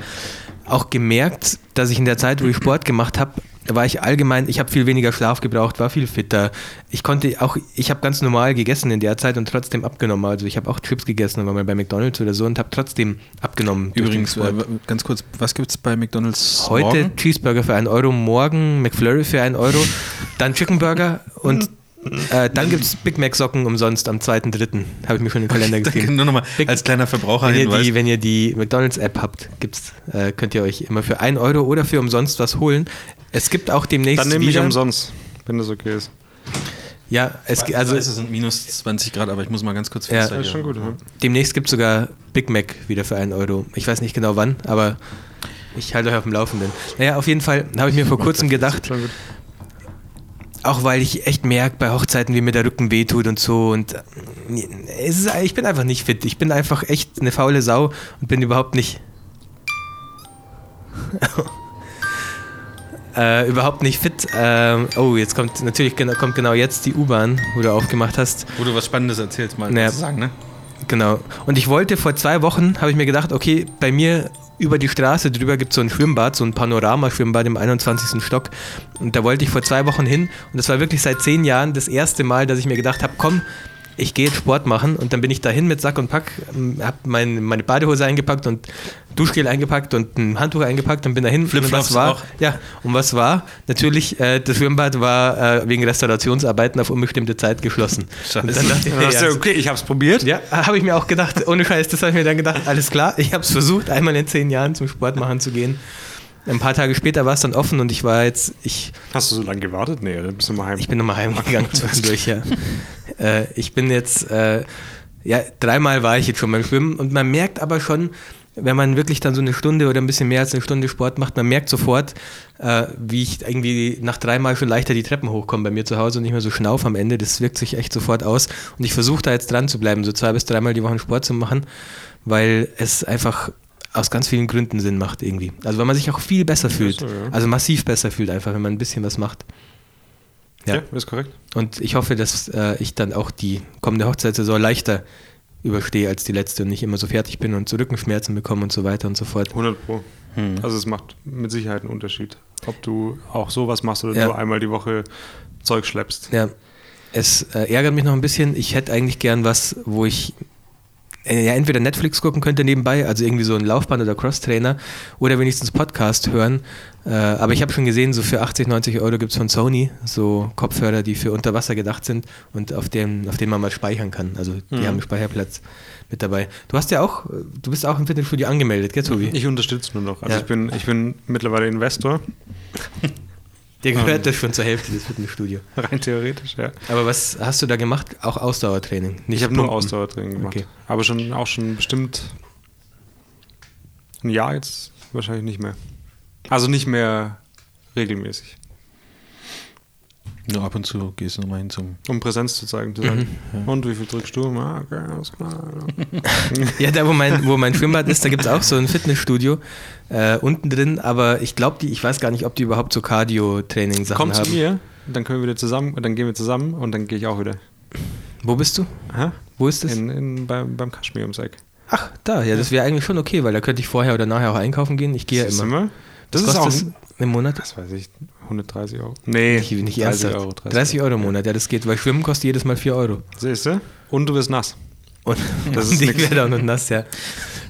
Speaker 2: auch gemerkt, dass ich in der Zeit, wo ich Sport gemacht habe, war ich allgemein, ich habe viel weniger Schlaf gebraucht, war viel fitter. Ich konnte auch, ich habe ganz normal gegessen in der Zeit und trotzdem abgenommen. Also ich habe auch Chips gegessen, war mal bei McDonalds oder so und habe trotzdem abgenommen. durch den
Speaker 1: Übrigens,
Speaker 2: Sport.
Speaker 1: äh, ganz kurz, was gibt es bei McDonalds
Speaker 2: Heute
Speaker 1: morgen?
Speaker 2: Cheeseburger für 1 Euro, morgen McFlurry für 1 Euro, dann Chicken Burger und äh, dann gibt es Big Mac Socken umsonst am 2.3. Habe ich mir schon in den
Speaker 3: [LAUGHS]
Speaker 2: Kalender
Speaker 1: [LAUGHS] Danke,
Speaker 2: geschrieben.
Speaker 1: nur nochmal
Speaker 2: Big-
Speaker 1: als kleiner
Speaker 2: Wenn ihr,
Speaker 1: Verbraucherhinweis.
Speaker 2: die, wenn ihr die McDonalds App habt, gibt's, äh, könnt ihr euch immer für 1 Euro oder für umsonst was holen. Es gibt auch demnächst
Speaker 3: Dann nehme ich
Speaker 2: wieder,
Speaker 3: umsonst, wenn das okay ist.
Speaker 2: Ja, es, gi- also
Speaker 1: es sind minus 20 Grad, aber ich muss mal ganz kurz
Speaker 2: Ja.
Speaker 3: Das ist schon gut. Ja.
Speaker 2: demnächst gibt es sogar Big Mac wieder für 1 Euro. Ich weiß nicht genau wann, aber ich halte euch auf dem Laufenden. Naja, auf jeden Fall habe ich mir vor
Speaker 3: [LAUGHS]
Speaker 2: kurzem gedacht,
Speaker 3: Schon gut.
Speaker 2: Auch weil ich echt merke bei Hochzeiten, wie mir der Rücken wehtut und so. Und äh, es ist, ich bin einfach nicht fit. Ich bin einfach echt eine faule Sau und bin überhaupt nicht. [LAUGHS] äh, überhaupt nicht fit. Ähm, oh, jetzt kommt natürlich genau, kommt genau jetzt die U-Bahn, wo du aufgemacht hast.
Speaker 1: Wo du was Spannendes erzählst, mal
Speaker 2: Ja.
Speaker 1: was zu sagen, ne?
Speaker 2: Genau. Und ich wollte vor zwei Wochen, habe ich mir gedacht, okay, bei mir über die Straße drüber gibt es so ein Schwimmbad, so ein Panoramaschwimmbad im 21. Stock. Und da wollte ich vor zwei Wochen hin. Und das war wirklich seit zehn Jahren das erste Mal, dass ich mir gedacht habe, komm, ich gehe jetzt Sport machen. Und dann bin ich dahin mit Sack und Pack, habe mein, meine Badehose eingepackt und Duschgel eingepackt und ein Handtuch eingepackt und bin dahin. und
Speaker 1: Flipflops
Speaker 2: was war?
Speaker 1: auch.
Speaker 2: Ja, und was war? Natürlich, äh, das Schwimmbad war äh, wegen Restaurationsarbeiten auf unbestimmte Zeit geschlossen.
Speaker 1: [LAUGHS] Scheiße.
Speaker 2: Und dann dachte ich,
Speaker 3: Dann hast
Speaker 2: [LAUGHS] ja,
Speaker 3: du, okay, ich hab's probiert.
Speaker 2: ja, äh, habe ich mir auch gedacht. Ohne Scheiß, das habe ich mir dann gedacht. Alles klar, ich habe es versucht, einmal in zehn Jahren zum Sport machen zu gehen. Ein paar Tage später war es dann offen und ich war jetzt, ich,
Speaker 3: Hast du so lange gewartet? Nee, dann bist du mal heim.
Speaker 2: ich bin nochmal
Speaker 3: [LAUGHS]
Speaker 2: heimgegangen zwischendurch, ja. Äh, ich bin jetzt, äh, ja, dreimal war ich jetzt schon beim Schwimmen und man merkt aber schon, wenn man wirklich dann so eine Stunde oder ein bisschen mehr als eine Stunde Sport macht, man merkt sofort, äh, wie ich irgendwie nach dreimal schon leichter die Treppen hochkomme bei mir zu Hause und nicht mehr so schnauf am Ende. Das wirkt sich echt sofort aus. Und ich versuche da jetzt dran zu bleiben, so zwei bis dreimal die Woche Sport zu machen, weil es einfach aus ganz vielen Gründen Sinn macht irgendwie. Also weil man sich auch viel besser fühlt.
Speaker 3: so, ja.
Speaker 2: Also massiv besser fühlt einfach, wenn man ein bisschen was macht.
Speaker 3: ja.
Speaker 2: Ja.
Speaker 3: ist korrekt.
Speaker 2: Und ich hoffe, dass äh, ich dann auch die kommende Hochzeitssaison leichter überstehe als die letzte und nicht immer so fertig bin und so Rückenschmerzen bekomme und so weiter und so fort.
Speaker 3: 100 Pro.
Speaker 2: Hm.
Speaker 3: Also, es macht mit Sicherheit einen Unterschied, ob du auch sowas machst oder
Speaker 2: Ja.
Speaker 3: nur einmal die Woche Zeug schleppst.
Speaker 2: Ja, es äh, ärgert mich noch ein bisschen. Ich hätte eigentlich gern was, wo ich äh, ja, entweder Netflix gucken könnte nebenbei, also irgendwie so ein Laufband oder Crosstrainer oder wenigstens Podcast hören. Äh, aber ich habe schon gesehen, so für 80, 90 Euro gibt es von Sony so Kopfhörer, die für unter Wasser gedacht sind und auf denen auf denen man mal speichern kann. Also die haben
Speaker 3: Hm.
Speaker 2: einen Speicherplatz mit dabei. Du hast ja auch, äh, du bist auch im Fitnessstudio angemeldet, gell, Tobi?
Speaker 3: Ich unterstütze nur noch. Also,
Speaker 2: Ja.
Speaker 3: ich, bin, ich bin mittlerweile Investor, [LAUGHS]
Speaker 2: Dir gehört das schon zur Hälfte des Fitnessstudio.
Speaker 3: rein theoretisch, ja.
Speaker 2: Aber was hast du da gemacht? Auch Ausdauertraining? Nicht
Speaker 3: Ich habe nur
Speaker 2: Pumpen.
Speaker 3: Ausdauertraining gemacht.
Speaker 2: Okay.
Speaker 3: Aber schon auch schon bestimmt ein Jahr jetzt wahrscheinlich nicht mehr. Also nicht mehr regelmäßig,
Speaker 1: Nur ab und zu gehst du nochmal hin zum.
Speaker 3: um Präsenz zu zeigen. Zu sagen.
Speaker 2: Mhm.
Speaker 3: Und wie viel drückst du? Ah, okay, alles klar.
Speaker 2: Ja, da wo mein, wo mein Schwimmbad ist, da gibt es auch so ein Fitnessstudio äh, unten drin, aber ich glaube, ich weiß gar nicht, ob die überhaupt so Cardio-Training-Sachen
Speaker 3: Komm
Speaker 2: haben.
Speaker 3: zu mir, dann können wir wieder zusammen, dann gehen wir zusammen und dann gehe ich auch wieder.
Speaker 2: Wo bist du?
Speaker 3: Aha.
Speaker 2: Wo ist das?
Speaker 3: In, in, beim, beim Kaschmir ums Eck.
Speaker 2: Ach, da, ja, das wäre eigentlich schon okay, weil da könnte ich vorher oder nachher auch einkaufen gehen. Ich gehe ja
Speaker 3: Siehst du
Speaker 2: immer.
Speaker 3: mal? Das, ist auch,
Speaker 2: kostet im Monat?
Speaker 3: das weiß ich, 130 Euro. Nee,
Speaker 2: Ich bin nicht ernsthaft.
Speaker 3: Euro. 30,
Speaker 2: 30 Euro im Monat, ja, das geht, weil Schwimmen kostet jedes Mal 4 Euro.
Speaker 3: Siehst du? Und du bist nass.
Speaker 2: Und
Speaker 3: Das
Speaker 2: [LAUGHS]
Speaker 3: ist
Speaker 2: und ich
Speaker 3: nix.
Speaker 2: werde auch noch nass, ja.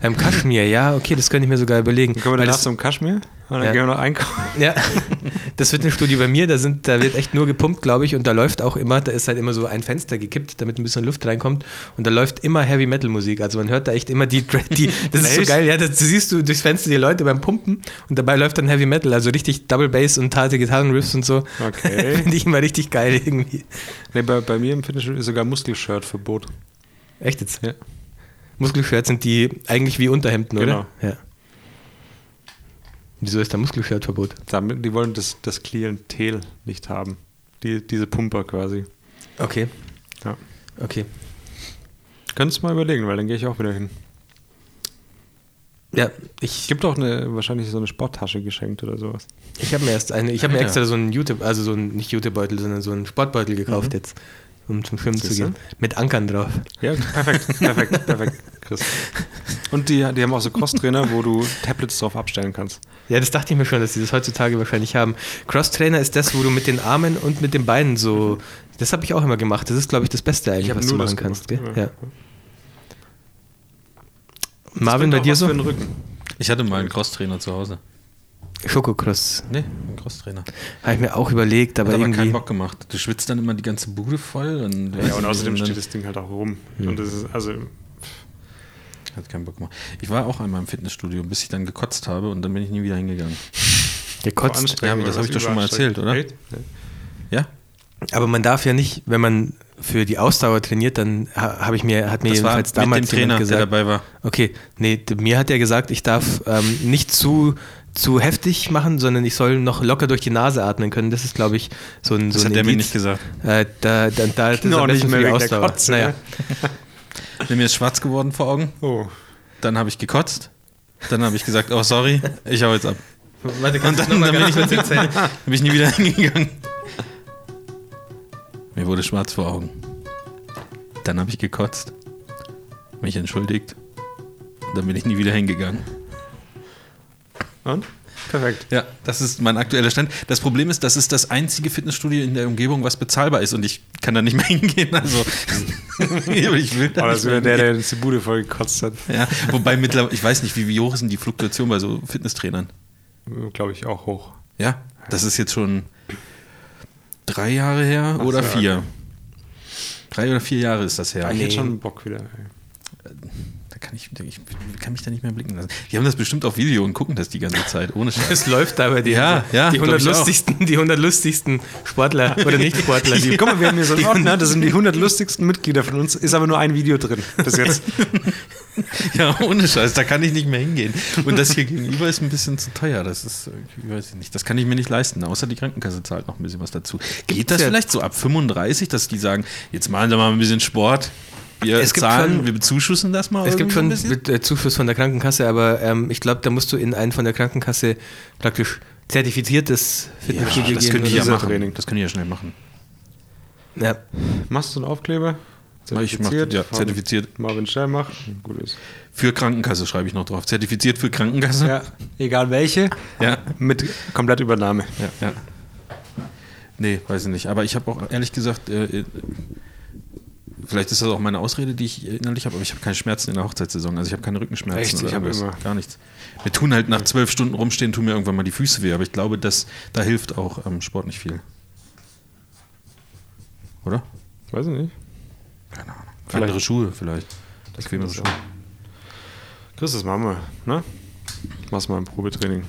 Speaker 2: Beim Kaschmir, ja, okay, das könnte ich mir sogar überlegen.
Speaker 3: Dann können wir
Speaker 2: Weil
Speaker 3: danach
Speaker 2: das,
Speaker 3: zum Kaschmir und dann
Speaker 2: Ja.
Speaker 3: gehen wir noch einkaufen. [LAUGHS]
Speaker 2: Ja, [LAUGHS] das Fitnessstudio bei mir, da, sind, da wird echt nur gepumpt, glaube ich, und da läuft auch immer, da ist halt immer so ein Fenster gekippt, damit ein bisschen Luft reinkommt und da läuft immer Heavy Metal Musik. Also man hört da echt immer die, [LAUGHS] die das ist so
Speaker 3: Echt?
Speaker 2: geil, ja, das siehst du durchs Fenster die Leute beim Pumpen und dabei läuft dann Heavy Metal, also richtig Double Bass und harte Gitarrenriffs und so.
Speaker 3: Okay.
Speaker 2: [LAUGHS] Finde ich immer richtig geil irgendwie.
Speaker 3: Nee, bei, bei mir im Fitnessstudio ist sogar Muskelshirt-Verbot.
Speaker 2: Echt jetzt?
Speaker 3: Ja.
Speaker 2: Muskelshirt sind die eigentlich wie Unterhemden, oder? Genau. Ja. Wieso ist da Muskelshirt-Verbot?
Speaker 3: Damit, die wollen das, das Klientel nicht haben. Die, diese Pumper quasi.
Speaker 2: Okay.
Speaker 3: Ja.
Speaker 2: Okay.
Speaker 3: Könntest mal überlegen, weil dann gehe ich auch wieder hin.
Speaker 2: Ja, ich
Speaker 3: Es gibt auch eine, wahrscheinlich so eine Sporttasche geschenkt oder sowas.
Speaker 2: Ich habe mir erst eine, ich habe mir
Speaker 1: Ah, ja.
Speaker 2: extra so einen Jute, also so einen, nicht Jutebeutel, sondern so einen Sportbeutel gekauft jetzt, um zum Schwimmen zu
Speaker 3: Siehste?
Speaker 2: gehen. Mit Ankern drauf.
Speaker 3: Ja, perfekt, [LAUGHS] perfekt, perfekt, Chris. Und die, die haben auch so Crosstrainer, wo du Tablets drauf abstellen kannst.
Speaker 2: Ja, das dachte ich mir schon, dass die das heutzutage wahrscheinlich haben. Crosstrainer ist das, wo du mit den Armen und mit den Beinen so. Das habe ich auch immer gemacht. Das ist, glaube ich, das Beste eigentlich,
Speaker 3: hab
Speaker 2: was du
Speaker 3: nur
Speaker 2: machen
Speaker 3: das
Speaker 2: kannst. Gell?
Speaker 3: gemacht,
Speaker 2: Ja.
Speaker 3: ja.
Speaker 2: Marvin, bei
Speaker 3: Bringt auch
Speaker 2: dir
Speaker 3: was
Speaker 2: so?
Speaker 3: Für den Rücken.
Speaker 1: Ich hatte mal einen Crosstrainer zu Hause.
Speaker 2: Schokocross.
Speaker 1: Nee, einen Crosstrainer. Hat
Speaker 2: Habe ich mir auch überlegt, aber,
Speaker 1: aber keinen
Speaker 2: irgendwie.
Speaker 1: Bock gemacht. Du schwitzt dann immer die ganze Bude voll. Und
Speaker 3: Ja, und außerdem
Speaker 1: dann-
Speaker 3: steht das Ding halt auch rum. Und das ist, also,
Speaker 1: Hat keinen Bock gemacht. Ich war auch einmal im Fitnessstudio, bis ich dann gekotzt habe und dann bin ich nie wieder hingegangen.
Speaker 2: Gekotzt.
Speaker 1: Ja, aber das
Speaker 3: weil
Speaker 1: hab ich doch schon mal erzählt,
Speaker 3: überanstrengend-
Speaker 1: oder?
Speaker 3: Echt? Ja.
Speaker 1: Ja?
Speaker 2: Aber man darf ja nicht, wenn man für die Ausdauer trainiert, dann ha- habe ich mir, hat mir jedenfalls damals
Speaker 1: mit dem Trainer,
Speaker 2: jemand
Speaker 1: der
Speaker 2: gesagt,
Speaker 1: dabei war.
Speaker 2: Okay, nee, d- mir hat er gesagt, ich darf ähm, nicht zu, zu heftig machen, sondern ich soll noch locker durch die Nase atmen können. Das ist, glaube ich, so ein.
Speaker 1: Das
Speaker 2: so ein
Speaker 1: hat der mir
Speaker 2: Indiz.
Speaker 1: nicht gesagt.
Speaker 2: Äh, da, da, da das ist
Speaker 3: Noch
Speaker 2: am
Speaker 3: nicht
Speaker 2: besten für
Speaker 3: mehr
Speaker 2: die
Speaker 3: wegen der
Speaker 2: Ausdauer.
Speaker 3: Kotze,
Speaker 2: naja.
Speaker 3: ne?
Speaker 1: Wenn mir ist schwarz geworden vor Augen,
Speaker 3: Oh.
Speaker 1: dann habe ich gekotzt, dann habe ich gesagt, oh sorry, ich hau jetzt ab.
Speaker 2: Warte,
Speaker 1: Und dann, dann, bin, ich, dann bin ich nie wieder [LAUGHS] hingegangen. Mir wurde schwarz vor Augen. Dann habe ich gekotzt, mich entschuldigt. Und Dann bin ich nie wieder hingegangen.
Speaker 3: Und? Perfekt.
Speaker 1: Ja, das ist mein aktueller Stand. Das Problem ist, das ist das einzige Fitnessstudio in der Umgebung, was bezahlbar ist und ich kann da nicht mehr [LAUGHS] hingehen. Also ich will da nicht
Speaker 3: [LAUGHS] Aber [LAUGHS] Oh, das
Speaker 1: mehr
Speaker 3: wäre der,
Speaker 1: hingehen.
Speaker 3: der uns die Bude voll gekotzt hat.
Speaker 1: Ja, wobei mittlerweile, ich weiß nicht, wie, wie hoch ist denn die Fluktuation bei so Fitnesstrainern?
Speaker 3: Glaube ich auch hoch.
Speaker 1: Ja, das ist jetzt schon drei Jahre her
Speaker 3: Ach
Speaker 1: oder
Speaker 3: so,
Speaker 1: vier. Drei oder vier Jahre ist das her.
Speaker 3: Ah, Ich hätte
Speaker 2: Ah, Nee.
Speaker 3: schon Bock wieder. ey.
Speaker 1: Da kann ich, ich kann mich da nicht mehr blicken lassen. Die haben das bestimmt auf Video und gucken das die ganze Zeit, ohne Scheiß.
Speaker 2: [LAUGHS] Es [LAUGHS] läuft da bei dir.
Speaker 1: Ja,
Speaker 2: die,
Speaker 1: ja,
Speaker 2: die,
Speaker 1: glaub
Speaker 2: 100
Speaker 1: ich auch.
Speaker 2: lustigsten, die 100 lustigsten
Speaker 1: [LAUGHS]
Speaker 2: Sportler oder Nicht-Sportler. die-
Speaker 3: Guck mal, wir haben hier so einen Ordner, [LAUGHS] das sind die 100 lustigsten Mitglieder von uns, ist aber nur ein Video drin bis [LAUGHS] jetzt.
Speaker 1: Ja, ohne Scheiß, da kann ich nicht mehr hingehen. Und das hier gegenüber ist ein bisschen zu teuer. Das ist, äh, ich weiß nicht, das kann ich mir nicht leisten, außer die Krankenkasse zahlt noch ein bisschen was dazu. Geht das
Speaker 2: ja-
Speaker 1: vielleicht so ab 35, dass die sagen, jetzt machen Sie mal ein bisschen Sport, wir
Speaker 2: Es gibt
Speaker 1: zahlen,
Speaker 2: schon-
Speaker 1: wir bezuschussen das mal
Speaker 2: Es gibt
Speaker 1: irgendwie so ein
Speaker 2: schon
Speaker 1: bisschen?
Speaker 2: mit, äh, Zuschuss von der Krankenkasse, aber ähm, ich glaube, da musst du in ein von der Krankenkasse praktisch zertifiziertes Fitnessstudio
Speaker 1: das
Speaker 2: gehen.
Speaker 1: können die ja
Speaker 2: oder so.
Speaker 1: machen.
Speaker 3: Training.
Speaker 1: Das können die ja schnell machen.
Speaker 2: Ja.
Speaker 3: Machst du einen Aufkleber? Also
Speaker 1: Ich mach- ja,
Speaker 3: von
Speaker 1: zertifiziert.
Speaker 3: Marvin Schellmach. Gut ist.
Speaker 1: Für Krankenkasse schreibe ich noch drauf. Zertifiziert für Krankenkasse.
Speaker 3: Ja, egal welche.
Speaker 1: ja.
Speaker 3: Mit komplett Übernahme.
Speaker 1: ja, ja. Nee, weiß ich nicht. Aber ich habe auch ehrlich gesagt, äh, äh, vielleicht ist das auch meine Ausrede, die ich innerlich habe, aber ich habe keine Schmerzen in der Hochzeitssaison. Also ich habe keine Rückenschmerzen.
Speaker 3: Echt? Ich hab
Speaker 1: irgendwas.
Speaker 3: immer.
Speaker 1: Gar nichts. Mir tun halt nach zwölf Stunden rumstehen, tun mir irgendwann mal die Füße weh. Aber ich glaube, das, da hilft auch ähm, Sport nicht viel. Oder?
Speaker 3: Weiß ich nicht.
Speaker 1: Keine Ahnung.
Speaker 3: Vielleicht.
Speaker 1: Andere Schuhe vielleicht. Das
Speaker 3: kann
Speaker 1: Bequemere
Speaker 3: das
Speaker 1: Schuhe.
Speaker 3: sein. Chris, das machen wir. Ne? Mach's mal ein Probetraining.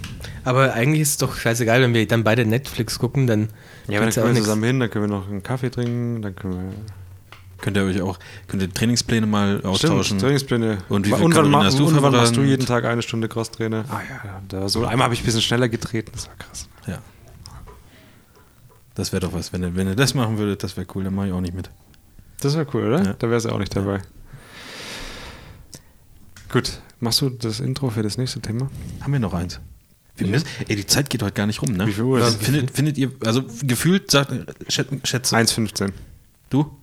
Speaker 2: Aber eigentlich ist es doch scheißegal, wenn wir dann beide Netflix gucken, dann
Speaker 3: dann
Speaker 2: gibt's
Speaker 3: können wir
Speaker 2: nix.
Speaker 3: zusammen hin, dann können wir noch einen Kaffee trinken, dann können wir
Speaker 1: Könnt ihr euch auch, könnt ihr Trainingspläne mal austauschen?
Speaker 3: Trainingspläne.
Speaker 1: Und wie viel
Speaker 3: und wann,
Speaker 1: Kalorien
Speaker 3: ma-
Speaker 1: hast du
Speaker 3: und wann machst du
Speaker 1: verbrannt?
Speaker 3: jeden Tag eine Stunde Crosstrainer? Ah ja, da war so, einmal habe ich ein bisschen schneller getreten, das war krass.
Speaker 1: Ja. Das wäre doch was, wenn ihr, wenn ihr das machen würdet, das wäre cool, dann mache ich auch nicht mit.
Speaker 3: Das wäre cool, oder?
Speaker 1: Ja.
Speaker 3: Da wärst du auch nicht dabei. Gut, machst du das Intro für das nächste Thema?
Speaker 1: Haben wir noch eins? Wir müssen, ey, die Zeit geht heute gar nicht rum, ne?
Speaker 3: Wie viel Uhr ist
Speaker 1: Ja,
Speaker 3: es?
Speaker 1: findet, findet ihr, also gefühlt, sagt, schät, schätze,
Speaker 3: 1,15.
Speaker 1: du?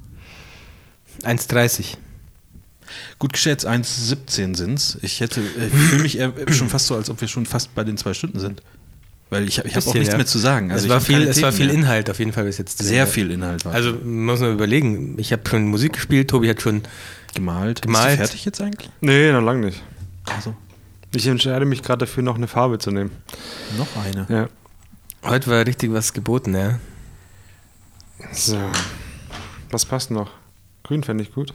Speaker 2: 1,30.
Speaker 1: Gut geschätzt, 1,17 sind's. Ich hätte, äh, ich fühle mich eher schon fast so, als ob wir schon fast bei den zwei Stunden sind. Weil ich, ich habe auch
Speaker 2: Bisschen,
Speaker 1: nichts
Speaker 2: ja.
Speaker 1: mehr zu sagen. Also
Speaker 2: es
Speaker 1: ich
Speaker 2: war
Speaker 1: hab keine
Speaker 2: viel, es war
Speaker 1: Themen
Speaker 2: viel
Speaker 1: mehr.
Speaker 2: Inhalt auf jeden Fall bis jetzt.
Speaker 1: Sehr viel Inhalt war.
Speaker 2: Also muss man überlegen, ich habe schon Musik gespielt, Tobi hat schon.
Speaker 1: gemalt.
Speaker 2: gemalt.
Speaker 1: Ist die fertig jetzt eigentlich?
Speaker 3: Nee, noch lang nicht.
Speaker 1: Also,
Speaker 3: Ich entscheide mich gerade dafür, noch eine Farbe zu nehmen.
Speaker 1: noch eine.
Speaker 3: Ja.
Speaker 2: Heute war richtig was geboten, ja. [LAUGHS]
Speaker 3: So. Was passt noch? Grün fände ich gut.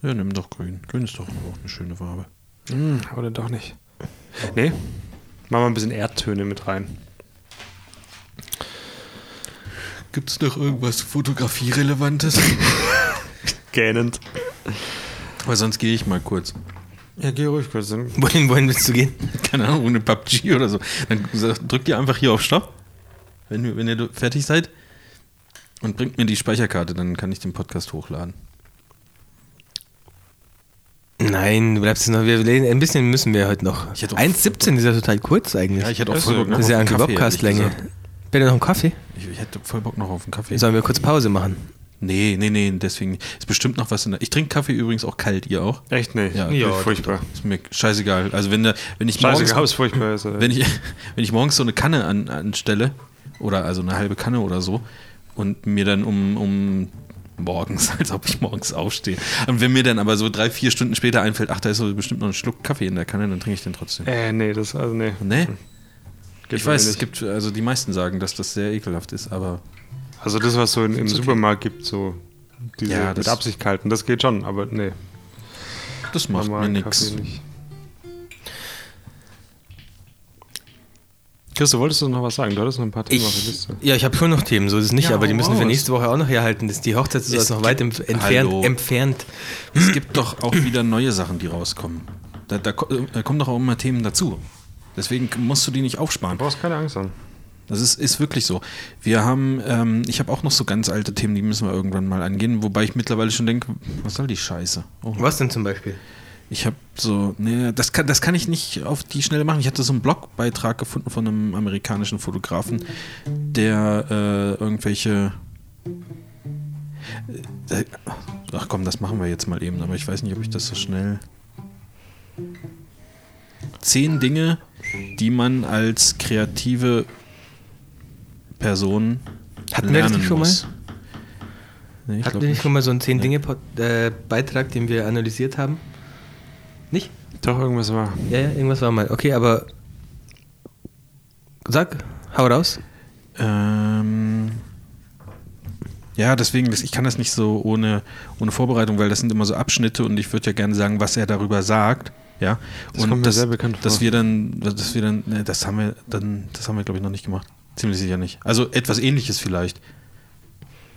Speaker 1: Ja, nimm doch grün. Grün ist doch auch eine schöne Farbe.
Speaker 3: Hm, oder doch nicht. Nee. Machen wir ein bisschen Erdtöne mit rein.
Speaker 1: Gibt es noch irgendwas Fotografierelevantes?
Speaker 3: Gähnend.
Speaker 1: [LAUGHS] Weil sonst gehe ich mal kurz. [LAUGHS]
Speaker 3: Ja, geh ruhig kurz. Dann
Speaker 2: Wohin, wohin willst du gehen?
Speaker 1: Keine Ahnung, eine PUBG oder so. Dann sagt- drückt ihr einfach hier auf Stopp, wenn, ihr- wenn ihr fertig seid. Und bringt mir die Speicherkarte, dann kann ich den Podcast hochladen.
Speaker 2: Nein, du bleibst jetzt noch. Wir lehnen- ein bisschen müssen wir heute noch.
Speaker 1: Ich hätte auch-
Speaker 2: 1,17 ist ja total kurz eigentlich.
Speaker 1: Ja, ich hätte auch
Speaker 3: Also,
Speaker 1: voll Bock
Speaker 3: ne?
Speaker 1: noch
Speaker 2: das ist ja
Speaker 1: auf
Speaker 2: eigentlich
Speaker 1: einen Kaffee,
Speaker 2: Podcast-Länge.
Speaker 1: ehrlich gesagt.
Speaker 2: Bitte noch einen Kaffee?
Speaker 1: Ich, ich hätte voll Bock noch auf einen Kaffee.
Speaker 2: Sollen wir kurz Pause machen?
Speaker 1: Nee, nee, nee, deswegen nicht. Ist bestimmt noch was in der. Ich trinke Kaffee übrigens auch kalt, ihr auch?
Speaker 3: Echt nicht.
Speaker 1: Ja,
Speaker 3: Nee,
Speaker 1: ja,
Speaker 3: furchtbar.
Speaker 1: Ist mir scheißegal. Also wenn, der, wenn ich morgens,
Speaker 3: Scheißegal, ist furchtbar. Ist, äh,
Speaker 1: wenn ich, [LAUGHS] wenn ich morgens so eine Kanne an, anstelle, oder also eine halbe Kanne oder so, und mir dann um, um morgens, [LAUGHS] als ob ich morgens aufstehe. Und wenn mir dann aber so drei, vier Stunden später einfällt, ach, da ist so bestimmt noch ein Schluck Kaffee in der Kanne, dann trinke ich den trotzdem.
Speaker 3: äh, nee, das, also nee.
Speaker 1: Ne?
Speaker 3: Geht
Speaker 1: Ich weiß,
Speaker 3: mir
Speaker 1: es
Speaker 3: nicht.
Speaker 1: gibt, also die meisten sagen, dass das sehr ekelhaft ist, aber
Speaker 3: Also das, was so in, im Supermarkt gibt, so diese
Speaker 1: Ja,
Speaker 3: mit
Speaker 1: das-
Speaker 3: Absicht kalten, das geht schon, aber nee.
Speaker 1: das macht mir
Speaker 3: normalen
Speaker 1: nichts.
Speaker 3: Kaffee nicht. Christo, wolltest du noch was sagen? Du hattest noch ein paar Themen auf der
Speaker 2: Ich,
Speaker 3: Liste.
Speaker 2: ja, ich habe schon noch Themen, so ist es nicht,
Speaker 1: Ja,
Speaker 2: aber die
Speaker 1: hau
Speaker 2: müssen wir
Speaker 1: raus.
Speaker 2: nächste Woche auch noch herhalten. Das, die Hochzeit ist
Speaker 1: Es
Speaker 2: also noch weit
Speaker 1: gibt-
Speaker 2: entf- entfernt.
Speaker 1: Hallo.
Speaker 2: entfernt.
Speaker 1: Es gibt doch auch wieder neue Sachen, die rauskommen. Da, da, ko- da kommen doch auch immer Themen dazu. Deswegen musst du die nicht aufsparen.
Speaker 3: Du brauchst keine Angst haben.
Speaker 1: Das ist, ist wirklich so. Wir haben, ähm, ich habe auch noch so ganz alte Themen, die müssen wir irgendwann mal angehen, wobei ich mittlerweile schon denke, was soll die Scheiße? Oh,
Speaker 2: Was denn zum Beispiel?
Speaker 1: ich habe so, nee, das kann, das kann ich nicht auf die Schnelle machen. Ich hatte so einen Blogbeitrag gefunden von einem amerikanischen Fotografen, der äh, irgendwelche. Äh, Ach komm, das machen wir jetzt mal eben, aber ich weiß nicht, ob ich das so schnell. Zehn Dinge, die man als kreative Person.
Speaker 2: Hatten wir das
Speaker 1: lernen
Speaker 2: nicht schon mal?
Speaker 1: muss. Nee, ich
Speaker 2: Hatten
Speaker 1: glaub
Speaker 2: wir nicht
Speaker 1: nicht.
Speaker 2: schon mal so einen 10-Dinge-Beitrag, äh, den wir analysiert haben? Nicht?
Speaker 3: Doch, irgendwas war.
Speaker 2: Ja, ja, irgendwas war mal. Okay, aber sag, hau raus.
Speaker 1: Ähm, ja, deswegen, das- ich kann das nicht so ohne, ohne Vorbereitung, weil das sind immer so Abschnitte und ich würde ja gerne sagen, was er darüber sagt. Ja,
Speaker 3: Das
Speaker 1: und
Speaker 3: kommt mir sehr bekannt vor.
Speaker 1: dass wir dann, dass wir dann, ne, das haben wir dann, das haben wir glaube ich noch nicht gemacht. Ziemlich sicher nicht. Also etwas ähnliches vielleicht.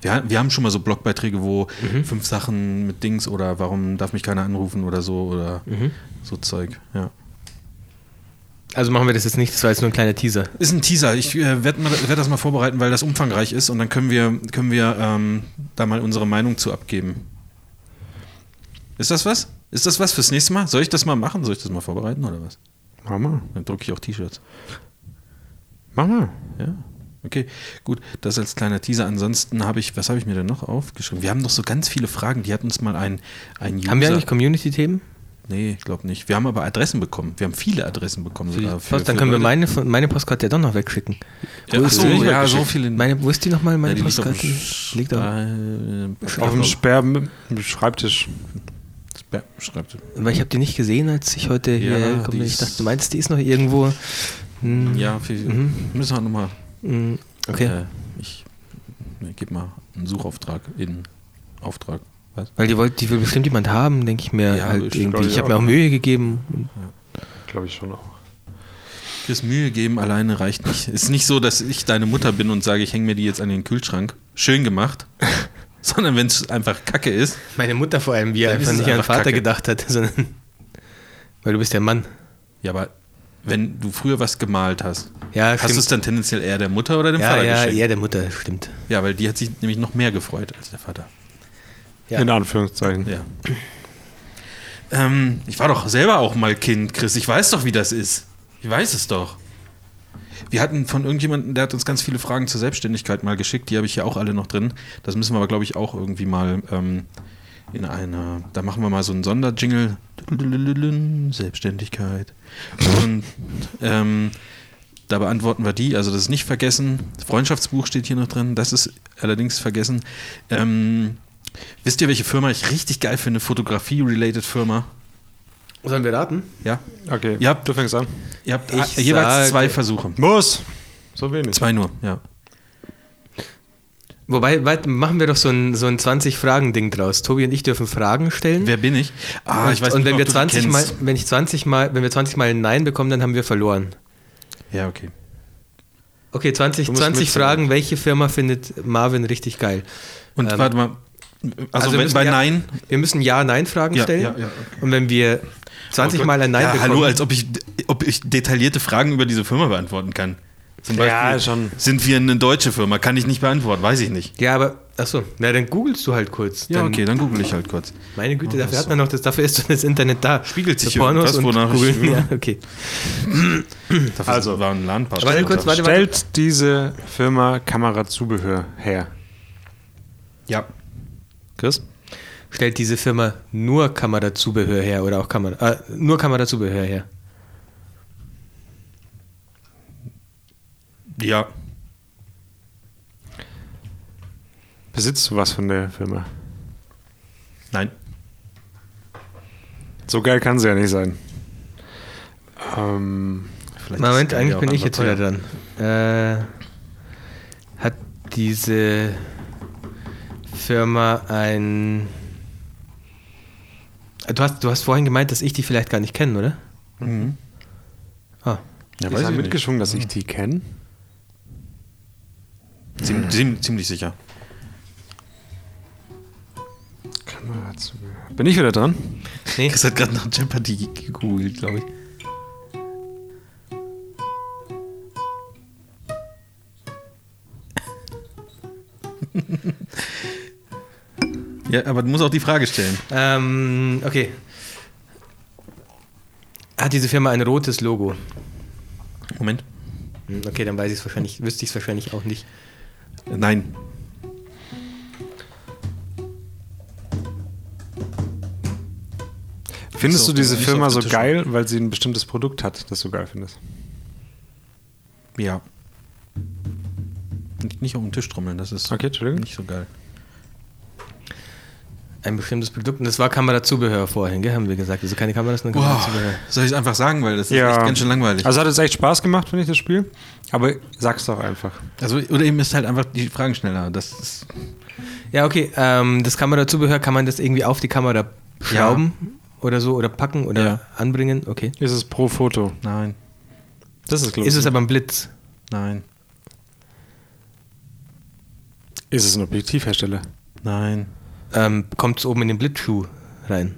Speaker 1: Wir, ha- wir haben schon mal so Blogbeiträge, wo
Speaker 3: Mhm.
Speaker 1: fünf Sachen mit Dings oder warum darf mich keiner anrufen oder so oder
Speaker 3: Mhm.
Speaker 1: so Zeug. Ja.
Speaker 2: Also machen wir das jetzt nicht, das war jetzt nur ein kleiner Teaser.
Speaker 1: Ist ein Teaser. Ich äh, werde werd das mal vorbereiten, weil das umfangreich ist und dann können wir, können wir ähm, da mal unsere Meinung zu abgeben. Ist das was? Ist das was fürs nächste Mal? Soll ich das mal machen? Soll ich das mal vorbereiten oder was?
Speaker 3: Mach mal.
Speaker 1: Dann drucke ich auch T-Shirts.
Speaker 3: Mach mal.
Speaker 1: Ja. Okay, gut. Das als kleiner Teaser. Ansonsten habe ich, was habe ich mir denn noch aufgeschrieben? Wir haben noch so ganz viele Fragen. Die hat uns mal ein, ein User.
Speaker 2: Haben wir eigentlich Community-Themen?
Speaker 1: Nee, ich glaube nicht. Wir haben aber Adressen bekommen. Wir haben viele Adressen bekommen. sogar für-
Speaker 2: Post, dann
Speaker 1: für
Speaker 2: können wir
Speaker 1: Leute.
Speaker 2: meine, meine Postkarte ja doch noch wegschicken.
Speaker 1: Ja,
Speaker 2: Wo
Speaker 1: ach
Speaker 2: ist
Speaker 1: so,
Speaker 2: die?
Speaker 1: ja, so viele.
Speaker 2: Meine, wo ist die nochmal, meine
Speaker 1: Ja, die liegt auf dem
Speaker 2: Postkarte?
Speaker 1: Sch-
Speaker 2: Liegt auf.
Speaker 1: äh,
Speaker 3: Auf dem Sperben Schreibtisch.
Speaker 1: Ja, schreibt.
Speaker 2: Weil ich habe die nicht gesehen, als ich heute hier
Speaker 1: Ja,
Speaker 2: gekommen bin.
Speaker 1: die
Speaker 2: Ich dachte,
Speaker 1: ist-
Speaker 2: du meinst, die ist noch irgendwo. Hm,
Speaker 1: Ja, viel, müssen wir nochmal.
Speaker 2: hm, Okay.
Speaker 1: Äh, ich ne, gebe mal einen Suchauftrag in Auftrag. Was?
Speaker 2: Weil die wollte, die will bestimmt jemand haben, denke ich mir
Speaker 1: Ja,
Speaker 2: halt
Speaker 1: ich
Speaker 2: irgendwie.
Speaker 3: glaub,
Speaker 2: Ich
Speaker 3: ja.
Speaker 2: habe mir auch Mühe gegeben.
Speaker 3: Glaube ich schon auch.
Speaker 1: Fürs Mühe geben alleine reicht nicht. Ist nicht so, dass ich deine Mutter bin und sage, ich hänge mir die jetzt an den Kühlschrank. Schön
Speaker 2: [LAUGHS]
Speaker 1: gemacht. Sondern wenn es einfach Kacke ist.
Speaker 2: Meine Mutter vor allem, wie er
Speaker 1: Dann ist
Speaker 2: einfach
Speaker 1: es
Speaker 2: nicht an den
Speaker 1: einfach
Speaker 2: Vater
Speaker 1: Kacke.
Speaker 2: gedacht hat, sondern [LAUGHS] weil du bist der Mann.
Speaker 1: Ja, aber wenn du früher was gemalt hast,
Speaker 2: Ja,
Speaker 1: hast du es
Speaker 2: stimmt.
Speaker 1: dann tendenziell eher der Mutter oder dem
Speaker 2: Ja,
Speaker 1: Vater
Speaker 2: ja,
Speaker 1: geschenkt?
Speaker 2: eher der Mutter, stimmt.
Speaker 1: Ja, weil die hat sich nämlich noch mehr gefreut als der Vater.
Speaker 2: Ja.
Speaker 3: In Anführungszeichen.
Speaker 1: Ja. Ähm, ich war doch selber auch mal Kind, Chris. Ich weiß doch, wie das ist. Ich weiß es doch. Wir hatten von irgendjemandem, der hat uns ganz viele Fragen zur Selbstständigkeit mal geschickt. Die habe ich hier auch alle noch drin. Das müssen wir aber, glaube ich, auch irgendwie mal ähm, in einer. Da machen wir mal so einen Sonderjingle. Selbstständigkeit. Und ähm, da beantworten wir die. Also, das ist nicht vergessen. Das Freundschaftsbuch steht hier noch drin. Das ist allerdings vergessen. Ähm, Wisst ihr, welche Firma ich richtig geil finde? Fotografie-related Firma.
Speaker 2: Sollen wir raten?
Speaker 1: Ja.
Speaker 3: Okay,
Speaker 1: Ja.
Speaker 3: du fängst an.
Speaker 1: Ihr habt
Speaker 2: Ich
Speaker 1: a- jeweils
Speaker 2: sage-
Speaker 1: zwei Versuche.
Speaker 3: Muss! So wenig.
Speaker 1: Zwei nur, ja.
Speaker 2: Wobei, weit, machen wir doch so ein, so ein 20-Fragen-Ding draus. Tobi und ich dürfen Fragen stellen.
Speaker 1: Wer bin ich? Ah, ich weiß
Speaker 2: und
Speaker 1: nicht,
Speaker 2: wenn
Speaker 1: ob
Speaker 2: wir
Speaker 1: du die
Speaker 2: 20 mal,
Speaker 1: kennst.
Speaker 2: wenn ich 20 mal, wenn wir 20 mal ein Nein bekommen, dann haben wir verloren.
Speaker 1: Ja, okay.
Speaker 2: Okay, 20,
Speaker 3: Du musst
Speaker 2: 20
Speaker 3: mitzählen.
Speaker 2: Fragen, welche Firma findet Marvin richtig geil?
Speaker 1: Und
Speaker 2: Ähm,
Speaker 1: warte mal. Also,
Speaker 2: wir
Speaker 1: wenn,
Speaker 2: müssen
Speaker 1: bei
Speaker 2: ja,
Speaker 1: Nein.
Speaker 2: Wir müssen Ja-Nein-Fragen
Speaker 1: Ja,
Speaker 2: stellen.
Speaker 1: ja, ja, okay.
Speaker 2: Und wenn wir 20 Mal ein
Speaker 1: Oh
Speaker 2: Nein
Speaker 1: ja, also-
Speaker 2: bekommen.
Speaker 1: hallo, als ob ich, ob ich detaillierte Fragen über diese Firma beantworten kann. Zum Beispiel,
Speaker 3: Ja, schon.
Speaker 1: sind wir eine deutsche Firma? Kann ich nicht beantworten, weiß ich nicht.
Speaker 2: Ja, aber, achso, na dann googelst du halt kurz.
Speaker 1: Ja,
Speaker 2: dann,
Speaker 1: okay, dann google ich halt kurz.
Speaker 2: Meine Güte, dafür hat man noch das, dafür ist doch das Internet da.
Speaker 1: Spiegelt sich
Speaker 2: Für Pornos
Speaker 1: irgendwas,
Speaker 2: und
Speaker 1: wonach ich
Speaker 2: googeln.
Speaker 1: suche.
Speaker 2: [LAUGHS] Ja, okay.
Speaker 1: Dafür also, war ein lan
Speaker 2: Warte kurz, warte, warte.
Speaker 3: Stellt diese Firma Kamerazubehör her?
Speaker 1: Ja.
Speaker 3: Chris?
Speaker 2: Stellt diese Firma nur Kamerazubehör her oder auch Kamera, äh, nur Kamerazubehör her?
Speaker 1: Ja.
Speaker 3: Besitzt du was von der Firma?
Speaker 1: Nein.
Speaker 3: So geil kann sie ja nicht sein. Ähm,
Speaker 1: Vielleicht
Speaker 2: Moment,
Speaker 1: ist
Speaker 2: eigentlich
Speaker 1: ja
Speaker 2: bin
Speaker 1: auch
Speaker 2: ich jetzt wieder
Speaker 1: einfach
Speaker 2: dran. Äh, hat diese Firma ein. äh, Du hast, du hast vorhin gemeint, dass ich die vielleicht gar nicht kenne, oder? Ah,
Speaker 3: ja,
Speaker 1: weiß ich
Speaker 3: weiß ich
Speaker 1: nicht.
Speaker 3: mitgeschwungen, dass ich die kenne.
Speaker 1: Ziem, ziem, ziemlich sicher.
Speaker 3: Kamerazubehör. Bin ich wieder dran?
Speaker 2: nee.
Speaker 1: Chris hat gerade nach Jeopardy gegoogelt, glaube ich. [LAUGHS] ja, aber du musst auch die Frage stellen.
Speaker 2: Ähm, okay. Hat diese Firma ein rotes Logo?
Speaker 1: Moment.
Speaker 2: Hm, Okay, dann weiß ich es wahrscheinlich, wüsste ich es wahrscheinlich auch nicht.
Speaker 1: Nein.
Speaker 3: Findest
Speaker 1: So,
Speaker 3: du diese
Speaker 1: nicht
Speaker 3: Firma
Speaker 1: auf
Speaker 3: so
Speaker 1: den Tisch.
Speaker 3: geil, weil sie ein bestimmtes Produkt hat, das du geil findest?
Speaker 1: Ja. Nicht, nicht auf den Tisch trommeln, das ist
Speaker 3: Okay, Entschuldigung.
Speaker 1: nicht so geil.
Speaker 2: Ein bestimmtes Produkt. Und das war Kamerazubehör vorhin, gell, haben wir gesagt. Also keine Kameras, nur
Speaker 1: Wow.
Speaker 2: Kamerazubehör.
Speaker 1: Soll ich es einfach sagen, weil das ist echt ganz schön langweilig.
Speaker 3: Also hat es echt Spaß gemacht, finde ich, das Spiel. Aber sag's doch einfach.
Speaker 1: Also, oder ihr müsst halt einfach die Fragen schneller. Das ist,
Speaker 2: Ja, okay. Ähm, das Kamerazubehör, kann man das irgendwie auf die Kamera schrauben oder so oder packen oder
Speaker 1: Ja.
Speaker 2: anbringen? Okay.
Speaker 3: Ist es pro Foto?
Speaker 1: nein,
Speaker 3: Das ist, glaube ich.
Speaker 2: Ist es aber ein Blitz?
Speaker 1: nein,
Speaker 3: ist es ein Objektivhersteller?
Speaker 1: nein.
Speaker 2: Ähm, Kommt es oben in den Blitzschuh rein?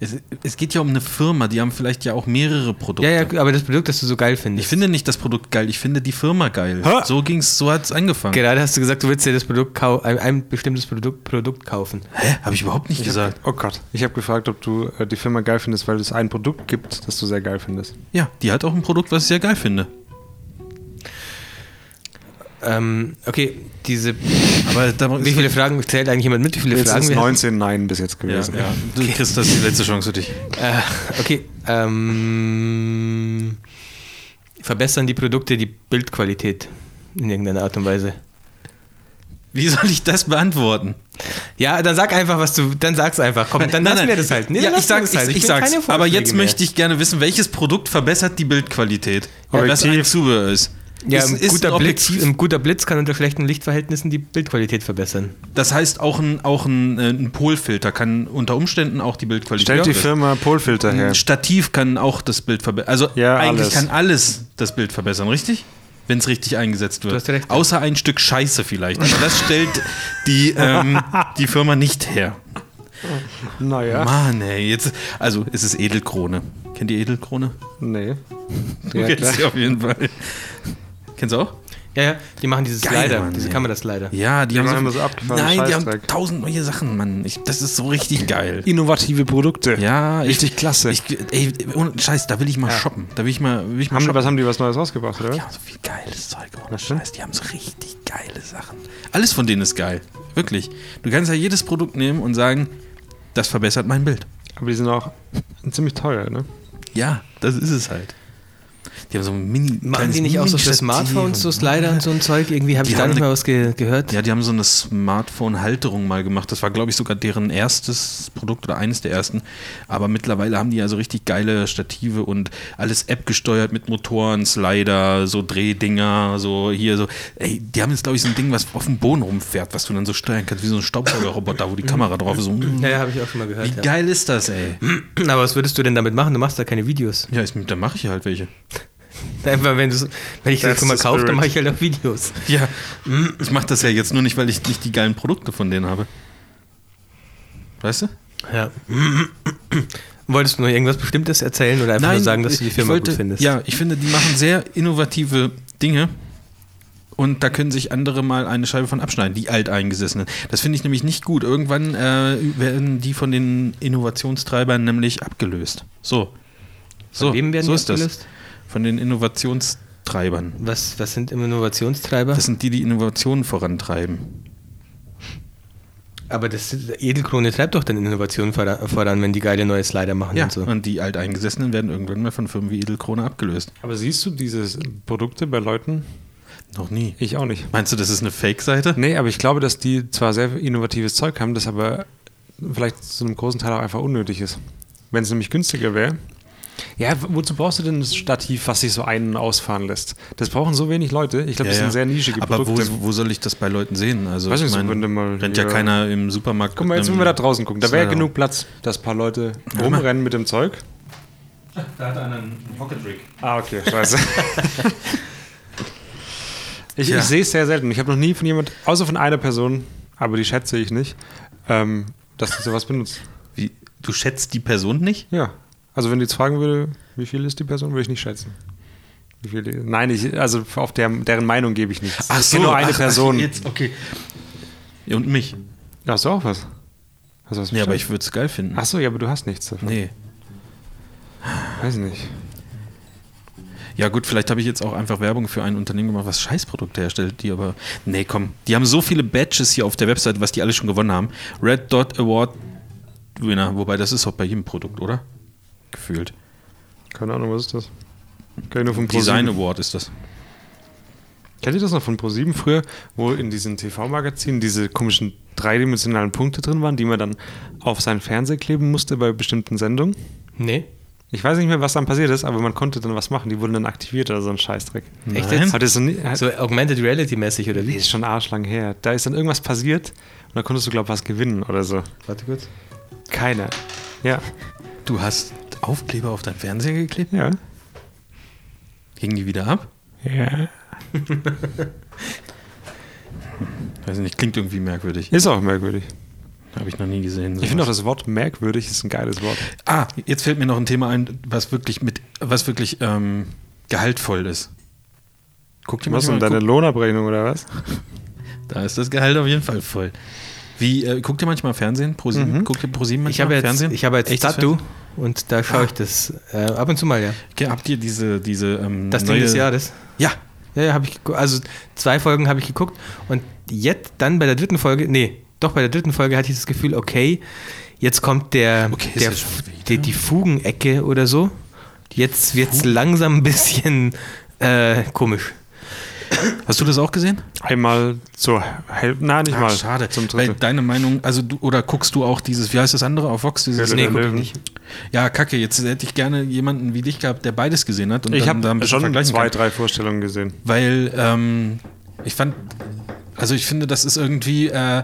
Speaker 1: Es, es geht ja um eine Firma, die haben vielleicht ja auch mehrere Produkte.
Speaker 2: Ja, ja, aber das Produkt, das du so geil findest.
Speaker 1: Ich finde nicht das Produkt geil, ich finde die Firma geil.
Speaker 3: Ha!
Speaker 1: So ging's, so hat's angefangen.
Speaker 2: Gerade hast du gesagt, du willst dir das Produkt kau ein, ein bestimmtes Produkt, Produkt kaufen.
Speaker 1: Hä? Habe ich überhaupt nicht gesagt.
Speaker 3: Oh Gott. Ich habe gefragt, ob du äh, die Firma geil findest, weil es ein Produkt gibt, das du sehr geil findest.
Speaker 1: Ja, die hat auch ein Produkt, was ich sehr geil finde.
Speaker 2: Ähm, okay, diese.
Speaker 1: Aber da
Speaker 2: Wie viele Fragen zählt eigentlich jemand mit? Wie viele
Speaker 3: Jetzt
Speaker 2: Fragen
Speaker 3: ist
Speaker 2: wir hatten?
Speaker 3: 19 Nein bis jetzt
Speaker 1: Ja,
Speaker 3: gewesen.
Speaker 1: ja. Du, Chris, das ist die letzte Chance für dich.
Speaker 2: Äh, okay. Ähm, verbessern die Produkte die Bildqualität in irgendeiner Art und Weise?
Speaker 1: Wie soll ich das beantworten?
Speaker 2: Ja, dann sag einfach, was du. Dann sag's einfach. Komm, dann lassen wir das halt. Nee,
Speaker 1: ja,
Speaker 2: dann
Speaker 1: ich,
Speaker 2: lassen wir
Speaker 1: sag,
Speaker 2: das halt.
Speaker 1: ich, ich
Speaker 2: will
Speaker 1: sag's.
Speaker 2: keine
Speaker 1: Aber
Speaker 2: Vorschläge
Speaker 1: jetzt
Speaker 2: mehr.
Speaker 1: möchte ich gerne wissen, welches Produkt verbessert die Bildqualität?
Speaker 3: Ja,
Speaker 1: was ein Zubehör ist.
Speaker 2: Ja,
Speaker 1: Ist-
Speaker 2: ein,
Speaker 1: ist
Speaker 2: guter
Speaker 1: ein
Speaker 2: Blitz,
Speaker 1: Objektiv-
Speaker 2: ein guter Blitz kann unter schlechten Lichtverhältnissen die Bildqualität verbessern.
Speaker 1: Das heißt, auch ein, auch ein, äh, ein Polfilter kann unter Umständen auch die Bildqualität
Speaker 3: Stellt die
Speaker 1: verbessern.
Speaker 3: Firma Polfilter her.
Speaker 1: Ein Stativ kann auch das Bild verbessern. Also
Speaker 3: Ja,
Speaker 1: eigentlich
Speaker 3: alles.
Speaker 1: kann alles das Bild verbessern, richtig? Wenn es richtig eingesetzt wird.
Speaker 2: hast recht.
Speaker 1: Außer ein Stück Scheiße vielleicht. Aber das stellt die,
Speaker 3: [LAUGHS]
Speaker 1: ähm, die Firma nicht her.
Speaker 3: Naja.
Speaker 1: Mann, ey, jetzt. Also es ist Edelkrone. Kennt ihr Edelkrone?
Speaker 3: Nee.
Speaker 1: Du [LAUGHS] kennst sie auf jeden Fall. Kennst du auch?
Speaker 2: Ja, ja, die machen diese
Speaker 1: Geil,
Speaker 2: Slider,
Speaker 1: Mann,
Speaker 2: diese
Speaker 1: ey.
Speaker 2: Kameraslider.
Speaker 1: Ja, die,
Speaker 3: machen immer so abgefahrenen
Speaker 1: Nein, die haben
Speaker 3: Scheißdreck.
Speaker 1: tausend neue Sachen, Mann. Ich, das ist so richtig geil.
Speaker 3: Innovative Produkte.
Speaker 1: Ja, ich-
Speaker 3: Richtig klasse.
Speaker 1: Ich, ey, ohne Scheiß, da will ich mal shoppen. Da will ich mal, will ich mal
Speaker 3: haben,
Speaker 1: shoppen.
Speaker 3: was haben die was Neues rausgebracht, oder?
Speaker 1: Ja, so viel geiles Zeug. Ohne
Speaker 3: Was denn?
Speaker 1: Scheiß. Die haben so richtig geile Sachen. Alles von denen ist geil. Wirklich. Du kannst ja jedes Produkt nehmen und sagen, das verbessert mein Bild.
Speaker 3: Aber die sind auch ziemlich teuer, ne?
Speaker 1: Ja, das ist es halt. Die haben so ein mini
Speaker 2: Machen
Speaker 1: kleines
Speaker 2: die nicht auch so für
Speaker 1: Mini-Stativ
Speaker 2: Smartphones, so
Speaker 1: und-
Speaker 2: Slider und so ein Zeug? Irgendwie habe
Speaker 1: Die
Speaker 2: ich da
Speaker 1: haben
Speaker 2: nicht
Speaker 1: eine-
Speaker 2: mal was ge gehört.
Speaker 1: Ja, die haben so eine Smartphone-Halterung mal gemacht. Das war, glaube ich, sogar deren erstes Produkt oder eines der ersten. Aber mittlerweile haben die ja so richtig geile Stative und alles App gesteuert mit Motoren, Slider, so Drehdinger, so hier so. Ey, die haben jetzt, glaube ich, so ein Ding, was auf dem Boden rumfährt, was du dann so steuern kannst, wie so ein Staubsaugerroboter,
Speaker 2: [LAUGHS]
Speaker 1: wo die Kamera drauf ist. So, mm,
Speaker 2: Ja, ja habe ich auch schon mal
Speaker 1: Wie
Speaker 2: gehört. Ja.
Speaker 1: geil ist das, ey?
Speaker 2: Aber was würdest du denn damit machen? Du machst da keine Videos. [LAUGHS]
Speaker 1: Ja, ist, dann mache ich halt welche.
Speaker 2: Einfach, wenn, du's- wenn ich das
Speaker 3: That's
Speaker 2: schon mal
Speaker 3: the
Speaker 2: kaufe, dann
Speaker 3: spirit.
Speaker 2: mache ich halt auch Videos.
Speaker 1: Ja, ich mache das ja jetzt nur nicht, weil ich nicht die geilen Produkte von denen habe. Weißt du?
Speaker 2: Ja. [CLEARS THROAT] Wolltest du noch irgendwas Bestimmtes erzählen oder einfach nur sagen, dass du die
Speaker 1: ich
Speaker 2: Firma
Speaker 1: wollte,
Speaker 2: gut findest?
Speaker 1: Ja, ich finde, die machen sehr innovative Dinge. Und da können sich andere mal eine Scheibe von abschneiden, die Alteingesessenen. Das finde ich nämlich nicht gut. Irgendwann äh, werden die von den Innovationstreibern nämlich abgelöst. So. So,
Speaker 2: Von wem werden
Speaker 1: so
Speaker 2: die
Speaker 1: ist
Speaker 2: abgelöst?
Speaker 1: das. Von den Innovationstreibern.
Speaker 2: Was, was sind Innovationstreiber?
Speaker 1: Das sind die, die Innovationen vorantreiben.
Speaker 2: Aber das Edelkrone treibt doch dann Innovationen voran, voran, wenn die geile neue Slider machen und so.
Speaker 1: Und die Alteingesessenen werden irgendwann mal von Firmen wie Edelkrone abgelöst.
Speaker 3: Aber siehst du diese Produkte bei Leuten?
Speaker 1: Noch nie.
Speaker 3: Ich auch nicht.
Speaker 1: Meinst du, das ist eine Fake-Seite?
Speaker 3: Nee, aber ich glaube, dass die zwar sehr innovatives Zeug haben, das aber vielleicht zu einem großen Teil auch einfach unnötig ist. Wenn es nämlich günstiger wäre. Ja, w- wozu brauchst du denn ein Stativ, was sich so ein- und ausfahren lässt? Das brauchen so wenig Leute. Ich glaube, das sind sehr nischige
Speaker 1: Aber wo,
Speaker 3: Produkte.
Speaker 1: wo soll ich das bei Leuten sehen? Also,
Speaker 3: Weiß
Speaker 1: ich
Speaker 3: nicht, so
Speaker 1: mein,
Speaker 3: wenn du mal
Speaker 1: rennt ja
Speaker 3: hier-
Speaker 1: keiner im Supermarkt.
Speaker 3: Guck mal, jetzt
Speaker 1: mit
Speaker 3: wenn wir da draußen gucken. Da wäre ja
Speaker 1: Slider.
Speaker 3: genug Platz, dass ein paar Leute rumrennen mit dem Zeug.
Speaker 1: Da hat einer einen Pocket Rig.
Speaker 3: Ah, okay, scheiße. ich
Speaker 1: Tja.
Speaker 3: ich sehe es sehr selten. Ich habe noch nie von jemand, außer von einer Person, aber die schätze ich nicht, ähm, dass die sowas benutzt.
Speaker 1: Wie, du schätzt die Person nicht?
Speaker 3: Ja. Also wenn die jetzt fragen würde, wie viel ist die Person, würde ich nicht schätzen. Wie viel die, nein, ich, also auf der, deren Meinung gebe ich nichts. ich kenne nur eine
Speaker 1: [LAUGHS] ach,
Speaker 3: Person.
Speaker 1: ach, Jetzt, okay. Ja, Und mich.
Speaker 3: Hast du auch was? Hast du was
Speaker 1: Ja, aber ich
Speaker 3: bestellt?
Speaker 1: würde es geil finden.
Speaker 3: Ach so, ja, aber du hast nichts davon.
Speaker 1: Nee.
Speaker 3: Weiß nicht.
Speaker 1: Ja, gut, vielleicht habe ich jetzt auch einfach Werbung für ein Unternehmen gemacht, was Scheißprodukte herstellt, die aber. Nee, komm. Die haben so viele Badges hier auf der Website, was die alle schon gewonnen haben. Red Dot Award Winner, wobei das ist auch bei jedem Produkt, oder? Gefühlt.
Speaker 3: Keine Ahnung, was ist das? Kenn ich nur von
Speaker 1: Design
Speaker 3: ProSieben.
Speaker 1: Award ist das.
Speaker 3: Kennt ihr das noch von ProSieben früher, wo in diesen TV-Magazinen diese komischen dreidimensionalen Punkte drin waren, die man dann auf seinen Fernseher kleben musste bei bestimmten Sendungen?
Speaker 2: Nee.
Speaker 3: Ich weiß nicht mehr, was dann passiert ist, aber man konnte dann was machen. Die wurden dann aktiviert oder so ein Scheißdreck.
Speaker 2: Echt
Speaker 1: Nein.
Speaker 2: jetzt?
Speaker 3: Hat das nie, hat,
Speaker 2: So Augmented Reality-mäßig oder
Speaker 3: Nee,
Speaker 2: wie?
Speaker 3: ist schon arschlang her. Da ist dann irgendwas passiert und da konntest du, glaube ich, was gewinnen oder so.
Speaker 2: Warte kurz.
Speaker 3: Keiner. Ja.
Speaker 1: Du hast Aufkleber auf deinen Fernseher geklebt?
Speaker 3: Ja.
Speaker 1: Hingen die wieder ab?
Speaker 3: Ja.
Speaker 1: Weiß nicht, klingt irgendwie merkwürdig.
Speaker 3: Ist auch merkwürdig.
Speaker 1: Habe ich noch nie gesehen.
Speaker 3: Ich finde auch das Wort merkwürdig ist ein geiles Wort.
Speaker 1: ah, jetzt fällt mir noch ein Thema ein, was wirklich mit, was wirklich ähm, gehaltvoll ist. Guck dir mal
Speaker 3: Was denn, deine
Speaker 1: guck,
Speaker 3: Lohnabrechnung oder was?
Speaker 1: Da ist das Gehalt auf jeden Fall voll. Wie, äh, guck dir manchmal Fernsehen? Pro sieben? Guck dir Pro 7 manchmal
Speaker 2: Ich habe jetzt,
Speaker 1: Fernsehen?
Speaker 2: ich habe jetzt
Speaker 1: Echtes Ah.
Speaker 2: Tattoo und da schaue ich das äh, ab und zu mal, ja.
Speaker 1: Fernsehen? Okay, habt ihr diese, diese ähm,
Speaker 2: Das Ding
Speaker 1: neue-
Speaker 2: des Jahres.
Speaker 1: Ja,
Speaker 2: Ja, ja, habe ich geguckt. Also zwei Folgen habe ich geguckt und jetzt dann bei der dritten Folge, nee, doch bei der dritten Folge hatte ich das Gefühl, okay, jetzt kommt der,
Speaker 1: Okay, ist
Speaker 2: der
Speaker 1: das schon wieder?
Speaker 2: die, die Fugenecke oder so. Jetzt wird es langsam ein bisschen äh, komisch.
Speaker 1: hast du das auch gesehen?
Speaker 3: Einmal zur Hälfte, nein, nicht
Speaker 1: Ah,
Speaker 3: mal.
Speaker 1: schade.
Speaker 3: Zum
Speaker 1: Weil
Speaker 3: Drittel.
Speaker 1: deine Meinung, also du, oder guckst du auch dieses, wie heißt das andere auf Vox? Dieses,
Speaker 3: Höhle
Speaker 2: Nee,
Speaker 3: der
Speaker 2: guck ich
Speaker 3: Löwen.
Speaker 2: nicht.
Speaker 1: Ja, kacke, jetzt hätte ich gerne jemanden wie dich gehabt, der beides gesehen hat. Und
Speaker 3: Ich
Speaker 1: dann da ein
Speaker 3: habe
Speaker 1: bisschen
Speaker 3: schon
Speaker 1: vergleichen
Speaker 3: zwei,
Speaker 1: kann.
Speaker 3: drei Vorstellungen gesehen.
Speaker 1: Weil ähm, ich fand, also ich finde, das ist irgendwie äh,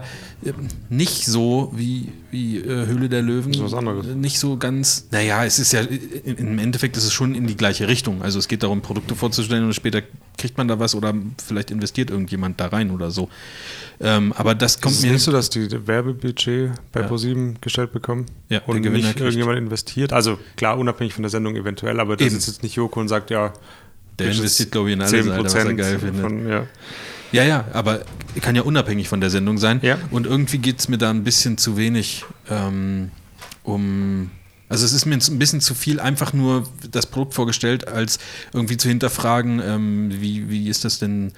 Speaker 1: nicht so wie, wie äh, Höhle der Löwen.
Speaker 3: Ist was anderes.
Speaker 1: Äh, Nicht so ganz, naja, es ist ja, i- i- im Endeffekt ist es schon in die gleiche Richtung. Also es geht darum, Produkte vorzustellen und später kriegt man da was oder vielleicht investiert irgendjemand da rein oder so. Ähm, aber das kommt
Speaker 3: Ist
Speaker 1: mir
Speaker 3: nicht so, dass die Werbebudget bei ProSieben gestellt bekommen
Speaker 1: Ja, der
Speaker 3: und
Speaker 1: Gewinner
Speaker 3: nicht
Speaker 1: kriegt.
Speaker 3: irgendjemand investiert? Also klar, unabhängig von der Sendung eventuell, aber da
Speaker 1: Eben.
Speaker 3: sitzt jetzt nicht Joko und sagt, ja,
Speaker 1: Der
Speaker 3: das ist
Speaker 1: investiert, glaube ich, in alles, Alter, was er
Speaker 3: 10%
Speaker 1: geil findet. Also
Speaker 3: Von, ja.
Speaker 1: Ja, ja, aber kann ja unabhängig von der Sendung sein.
Speaker 3: Ja.
Speaker 1: Und irgendwie geht es mir da ein bisschen zu wenig ähm, um. Also es ist mir ein bisschen zu viel einfach nur das Produkt vorgestellt, als irgendwie zu hinterfragen, ähm, wie, wie ist das denn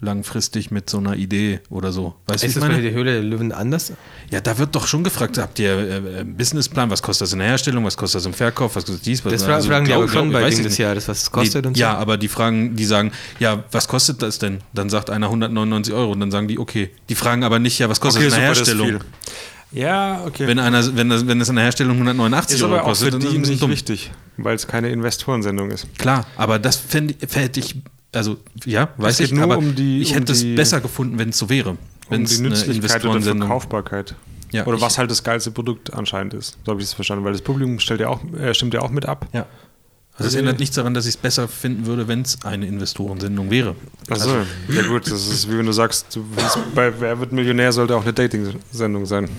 Speaker 1: langfristig mit so einer Idee oder so. Weißt du, wie
Speaker 2: Ist
Speaker 1: ich
Speaker 2: das bei
Speaker 1: meine?
Speaker 2: der Höhle der Löwen anders?
Speaker 1: Ja, da wird doch schon gefragt, habt ihr äh, einen Businessplan, was kostet das in der Herstellung, was kostet das im Verkauf, was kostet dies, was
Speaker 2: Das fra- fragen die
Speaker 1: glaub-
Speaker 2: aber schon
Speaker 1: glaub-
Speaker 2: bei
Speaker 1: weiß
Speaker 2: Ding
Speaker 1: ich
Speaker 2: des
Speaker 1: nicht.
Speaker 2: Jahres, was es kostet
Speaker 1: die,
Speaker 2: und so.
Speaker 1: Ja, aber die fragen, die sagen, ja, was kostet das denn? Dann sagt einer 199 Euro und dann sagen die, okay. Die fragen aber nicht, ja, was kostet das in der
Speaker 3: das ist
Speaker 1: Herstellung?
Speaker 3: viel. Ja, okay.
Speaker 1: Wenn, einer, wenn, das, wenn das in der Herstellung 189
Speaker 3: ist
Speaker 1: Euro
Speaker 3: aber auch für
Speaker 1: kostet,
Speaker 3: die
Speaker 1: dann sind sie
Speaker 3: nicht
Speaker 1: dumm.
Speaker 3: wichtig, weil es keine Investorensendung ist. Um
Speaker 1: Klar, aber das fänd- fände ich, also ja, weiß
Speaker 3: geht
Speaker 1: ich,
Speaker 3: nur
Speaker 1: aber
Speaker 3: um die-
Speaker 1: ich
Speaker 3: um
Speaker 1: hätte
Speaker 3: die-
Speaker 1: es besser gefunden, wenn es so wäre.
Speaker 3: Um
Speaker 1: Wenn's
Speaker 3: die
Speaker 1: eine
Speaker 3: Nützlichkeit oder
Speaker 1: Investorensendung-
Speaker 3: Verkaufbarkeit.
Speaker 1: Ja,
Speaker 3: oder
Speaker 1: ich-
Speaker 3: was halt das geilste Produkt anscheinend ist. So habe ich es verstanden, weil das Publikum stellt ja auch, äh, stimmt ja auch mit ab.
Speaker 1: Ja. Also es
Speaker 3: Äh,
Speaker 1: ändert nichts daran, dass ich es besser finden würde, wenn es eine Investorensendung wäre. Also
Speaker 3: Achso, Also, ja gut, das ist wie wenn du sagst, du willst, bei Wer wird Millionär sollte auch eine Dating-Sendung sein.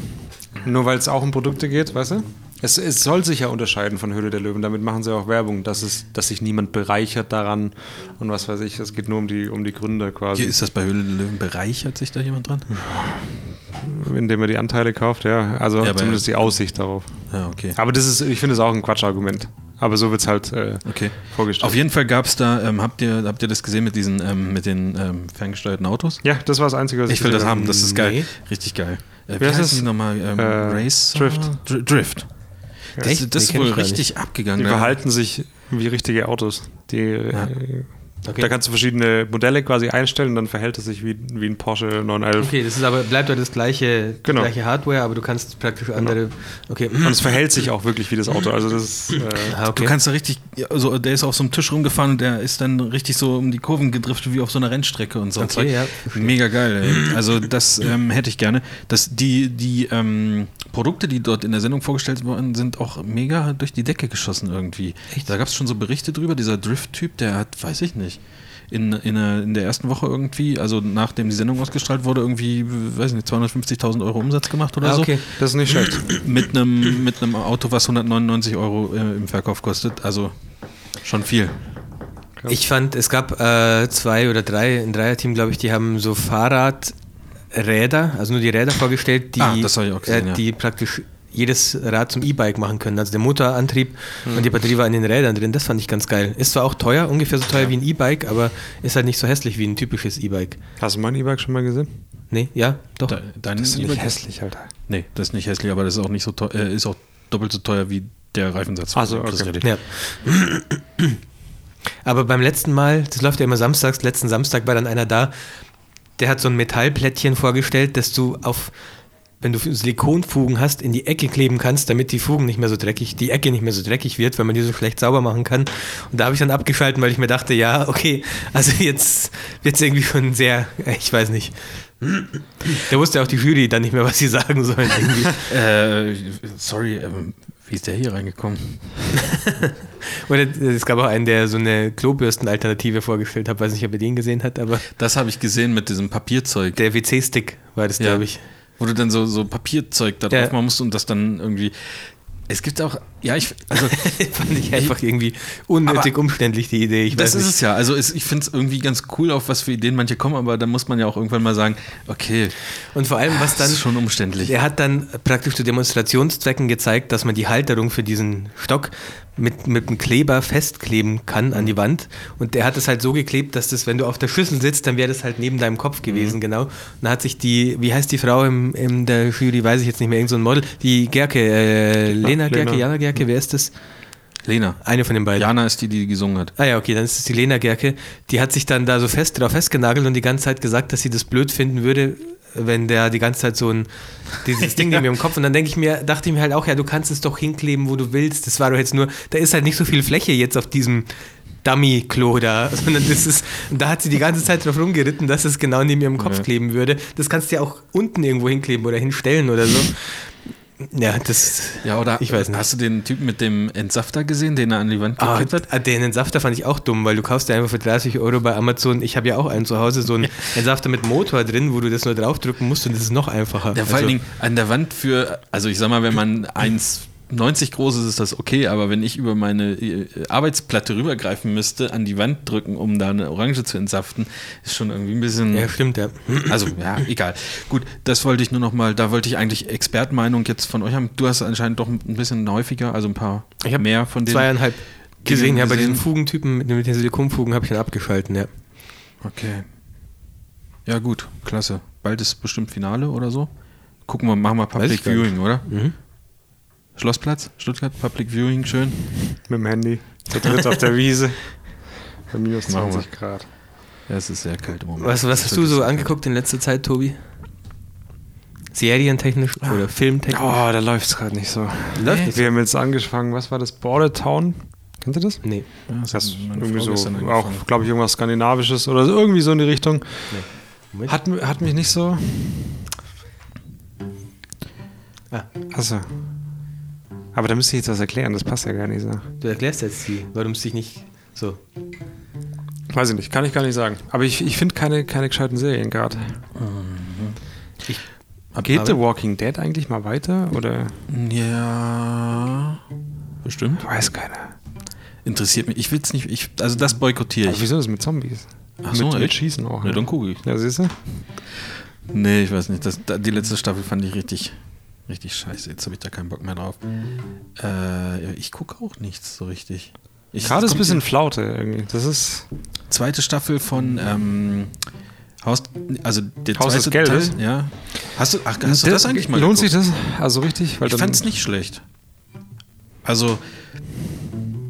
Speaker 3: Nur weil es auch um Produkte geht, weißt du? Es, es soll sich ja unterscheiden von Höhle der Löwen. Damit machen sie auch Werbung, dass, es, dass sich niemand bereichert daran und was weiß ich. Es geht nur um die, um die Gründer quasi.
Speaker 1: Hier ist das bei Höhle der Löwen. Bereichert sich da jemand dran?
Speaker 3: Hm. indem er die Anteile kauft, ja. Also
Speaker 1: Ja, aber-
Speaker 3: zumindest die Aussicht darauf.
Speaker 1: Ja, okay.
Speaker 3: Aber das ist, ich finde es auch ein Quatschargument. Aber so wird es halt äh,
Speaker 1: Okay.
Speaker 3: vorgestellt.
Speaker 1: Auf jeden Fall gab es da, ähm, habt, ihr, habt ihr das gesehen mit diesen, ähm, mit den ähm, ferngesteuerten Autos?
Speaker 3: ja, das war das Einzige, was
Speaker 1: Ich will das
Speaker 3: gesehen
Speaker 1: haben, das ist geil.
Speaker 2: Nee.
Speaker 1: Richtig geil. Äh, wie
Speaker 3: Wie heißt
Speaker 1: heißen
Speaker 3: es?
Speaker 1: die nochmal? Ähm,
Speaker 3: Äh,
Speaker 1: Race?
Speaker 3: Drift.
Speaker 1: Dr Drift. Das,
Speaker 2: Echt?
Speaker 1: das
Speaker 2: Nee,
Speaker 1: ist
Speaker 2: kenn
Speaker 1: wohl
Speaker 2: ich gar
Speaker 1: richtig
Speaker 3: Die
Speaker 1: abgegangen.
Speaker 3: verhalten sich wie richtige Autos. Die, äh, Da kannst du verschiedene Modelle quasi einstellen und dann verhält es sich wie, wie ein Porsche 911.
Speaker 2: Okay, das ist aber, bleibt ja das gleiche,
Speaker 3: Genau.
Speaker 2: gleiche Hardware, aber du kannst praktisch andere. Okay.
Speaker 3: Und es verhält sich auch wirklich wie das Auto. Also das ist, äh,
Speaker 2: Ah,
Speaker 1: Du
Speaker 2: okay.
Speaker 1: kannst da richtig, ja, also der ist auf so einem Tisch rumgefahren und der ist dann richtig so um die Kurven gedriftet wie auf so einer Rennstrecke und so. ein
Speaker 2: Okay,
Speaker 1: Zeug.
Speaker 2: ja,
Speaker 1: Mega geil, ey. Also das ähm, hätte ich gerne. Das, die die ähm, Produkte, die dort in der Sendung vorgestellt wurden, sind auch mega durch die Decke geschossen irgendwie. Da gab es schon so Berichte drüber, dieser Drift-Typ, der hat, weiß ich nicht, in, in, der- in der ersten Woche irgendwie, also nachdem die Sendung ausgestrahlt wurde, irgendwie, weiß ich nicht, 250.000 Euro Umsatz gemacht oder
Speaker 2: Ah,
Speaker 1: so
Speaker 2: okay.
Speaker 3: das ist nicht schlecht.
Speaker 1: mit einem mit einem Auto, was 199 Euro äh, im Verkauf kostet, also schon viel.
Speaker 2: Ich fand, es gab äh, zwei oder drei, ein Dreierteam, glaube ich, die haben so Fahrradräder, also nur die Räder vorgestellt, die, äh,
Speaker 1: Ah, das hab ich auch gesehen, ja.
Speaker 2: die praktisch jedes Rad zum E-Bike machen können. Also der Motorantrieb und die
Speaker 1: Hm.
Speaker 2: Batterie war in den Rädern drin. Das fand ich ganz geil. Ist zwar auch teuer, ungefähr so teuer wie ein E-Bike, aber ist halt nicht so hässlich wie ein typisches E-Bike.
Speaker 3: Hast du mein E-Bike schon mal gesehen?
Speaker 2: Nee, ja, doch.
Speaker 1: Da, dein
Speaker 3: hässlich, Alter.
Speaker 1: Nee, das ist nicht hässlich, aber das ist auch nicht so teuer, äh, ist auch doppelt so teuer wie der Reifensatz.
Speaker 3: Ach so,
Speaker 1: Das rede
Speaker 3: okay.
Speaker 1: ich.
Speaker 2: Ja. Aber beim letzten Mal, das läuft ja immer samstags, letzten Samstag war dann einer da, der hat so ein Metallplättchen vorgestellt, dass du auf, wenn du Silikonfugen hast, in die Ecke kleben kannst, damit die Fugen nicht mehr so dreckig, die Ecke nicht mehr so dreckig wird, weil man die so schlecht sauber machen kann. Und da habe ich dann abgeschalten, weil ich mir dachte, ja, okay, also jetzt wird es irgendwie schon sehr, ich weiß nicht. Da wusste auch die Jury dann nicht mehr, was sie sagen sollen. Irgendwie.
Speaker 1: Äh, sorry, ähm, wie ist der hier reingekommen?
Speaker 2: Oder es gab auch einen, der so eine Klobürstenalternative vorgestellt hat, weiß nicht, ob ihr den gesehen habt, aber
Speaker 1: Das habe ich gesehen mit diesem Papierzeug.
Speaker 2: der WC-Stick war das,
Speaker 1: Ja.
Speaker 2: glaube ich. [LAUGHS]
Speaker 1: Wo du dann so, so Papierzeug da drauf
Speaker 2: Ja.
Speaker 1: machen musst und das dann irgendwie. Es gibt auch, ja, ich, also
Speaker 2: [LAUGHS] Fand ich einfach irgendwie unnötig umständlich, die Idee. Ich
Speaker 1: Das
Speaker 2: weiß
Speaker 1: ist
Speaker 2: nicht.
Speaker 1: es ja. Also es, ich finde es irgendwie ganz cool, auf was für Ideen manche kommen, aber dann muss man ja auch irgendwann mal sagen, okay,
Speaker 2: Und vor allem, was
Speaker 1: das
Speaker 2: dann.
Speaker 1: ist schon umständlich.
Speaker 2: Er hat dann praktisch zu Demonstrationszwecken gezeigt, dass man die Halterung für diesen Stock mit, mit einem Kleber festkleben kann an die Wand. Und er hat es halt so geklebt, dass das, wenn du auf der Schüssel sitzt, dann wäre das halt neben deinem Kopf gewesen, genau. Und da hat sich die, wie heißt die Frau im, in der Jury, weiß ich jetzt nicht mehr, irgend so ein Model, die Gerke, äh, Lena
Speaker 3: Lena.
Speaker 2: Gerke, Jana Gerke, wer ist das?
Speaker 1: Lena.
Speaker 2: Eine von den beiden.
Speaker 1: Jana ist die, die gesungen hat.
Speaker 2: Ah ja, okay, dann ist es die Lena Gerke. Die hat sich dann da so fest drauf festgenagelt und die ganze Zeit gesagt, dass sie das blöd finden würde, wenn der die ganze Zeit so ein dieses Ding neben mir im Kopf. Und dann denke ich mir, dachte ich mir halt auch, ja, du kannst es doch hinkleben, wo du willst. Das war doch jetzt nur, da ist halt nicht so viel Fläche jetzt auf diesem Dummy-Klo da, [LAUGHS] sondern das ist, und da hat sie die ganze Zeit drauf rumgeritten, dass es genau neben ihrem Kopf
Speaker 1: Ja.
Speaker 2: kleben würde. Das kannst du ja auch unten irgendwo hinkleben oder hinstellen oder so. Ja, das.
Speaker 1: Ja, oder
Speaker 2: Ich weiß nicht.
Speaker 1: hast du den Typen mit dem Entsafter gesehen, den er an die Wand
Speaker 2: Ah,
Speaker 1: gekippt hat?
Speaker 2: ah, den Entsafter fand ich auch dumm, weil du kaufst dir einfach für 30 Euro bei Amazon. Ich habe ja auch einen zu Hause, so [LAUGHS] einen Entsafter mit Motor drin, wo du das nur draufdrücken musst und das ist noch einfacher. Also,
Speaker 1: Ja, vor allen Dingen an der Wand für, also ich sag mal, wenn man 1,90 groß ist, ist das okay, aber wenn ich über meine äh, Arbeitsplatte rübergreifen müsste, an die Wand drücken, um da eine Orange zu entsaften, ist schon irgendwie ein bisschen.
Speaker 2: ja, stimmt, ja. Hm?
Speaker 1: Also, ja, egal. Gut, das wollte ich nur noch mal, da wollte ich eigentlich Expertmeinung jetzt von euch haben. Du hast anscheinend doch ein bisschen häufiger, also ein paar
Speaker 2: Ich hab
Speaker 1: mehr von denen.
Speaker 2: Zweieinhalb gesehen, ja, bei
Speaker 1: gesehen.
Speaker 2: diesen Fugentypen mit den, mit den Silikonfugen habe ich dann abgeschalten, ja.
Speaker 1: Okay. Ja, gut, klasse. Bald ist bestimmt Finale oder so. Gucken wir, machen wir
Speaker 2: Weiß
Speaker 1: Public
Speaker 2: ich gar nicht.
Speaker 1: Viewing, oder?
Speaker 3: Mhm.
Speaker 1: Schlossplatz, Stuttgart, Public Viewing, schön.
Speaker 3: Mit dem Handy. Zu dritt auf der Wiese. Bei minus
Speaker 1: Machen wir.
Speaker 3: 20 Grad.
Speaker 1: Ja, es ist sehr kalt im Moment.
Speaker 2: Was, was hast du so angeguckt in letzter Zeit, Tobi? Serientechnisch oder filmtechnisch?
Speaker 3: Oh, da läuft es gerade nicht so.
Speaker 2: Läuft nicht
Speaker 3: Wir haben jetzt angefangen, was war das? Border Town? Kennt ihr das?
Speaker 2: Nee.
Speaker 1: Ja, das
Speaker 3: Das
Speaker 1: hat
Speaker 3: ist
Speaker 1: meine
Speaker 3: irgendwie
Speaker 1: Frau
Speaker 3: so,
Speaker 1: gestern
Speaker 3: auch,
Speaker 1: angefangen.
Speaker 3: glaube ich, irgendwas Skandinavisches oder so, irgendwie so in die Richtung.
Speaker 2: Moment.
Speaker 3: Hat, m- hat mich nicht so.
Speaker 2: Ah.
Speaker 3: Achso. Aber da müsste ich jetzt was erklären, das passt ja gar nicht so.
Speaker 2: Du erklärst jetzt die, warum es dich nicht so.
Speaker 3: Weiß ich nicht, kann ich gar nicht sagen. Aber ich, ich finde keine, keine gescheiten Serien gerade. Geht
Speaker 2: aber-
Speaker 3: The Walking Dead eigentlich mal weiter? Oder?
Speaker 1: Ja. Bestimmt.
Speaker 3: Weiß keiner.
Speaker 1: Interessiert mich. Ich will's nicht. Ich, also das boykottiere
Speaker 3: Aber
Speaker 1: ich.
Speaker 3: wieso das mit Zombies?
Speaker 1: Ach so,
Speaker 3: mit, mit
Speaker 1: echt?
Speaker 3: Schießen auch.
Speaker 1: Ja,
Speaker 3: ne?
Speaker 1: dann gucke ich.
Speaker 3: Ja, siehst du?
Speaker 1: Nee, ich weiß nicht. Das, da- die letzte Staffel fand ich richtig, richtig scheiße. Jetzt habe ich da keinen Bock mehr drauf. Äh, ja, ich gucke auch nichts so richtig. Ich-
Speaker 3: Gerade
Speaker 1: es
Speaker 3: ist ein
Speaker 1: kommt
Speaker 3: bisschen Flaute irgendwie. Das ist.
Speaker 1: die Zweite Staffel von ähm, Haus, also der
Speaker 3: Haus des
Speaker 1: zweite
Speaker 3: Geldes?
Speaker 1: Teil, ja. Hast du, ach, hast du das eigentlich mal
Speaker 3: Lohnt
Speaker 1: geguckt?
Speaker 3: sich das? Also richtig? Weil
Speaker 1: Ich fand's nicht schlecht. Also,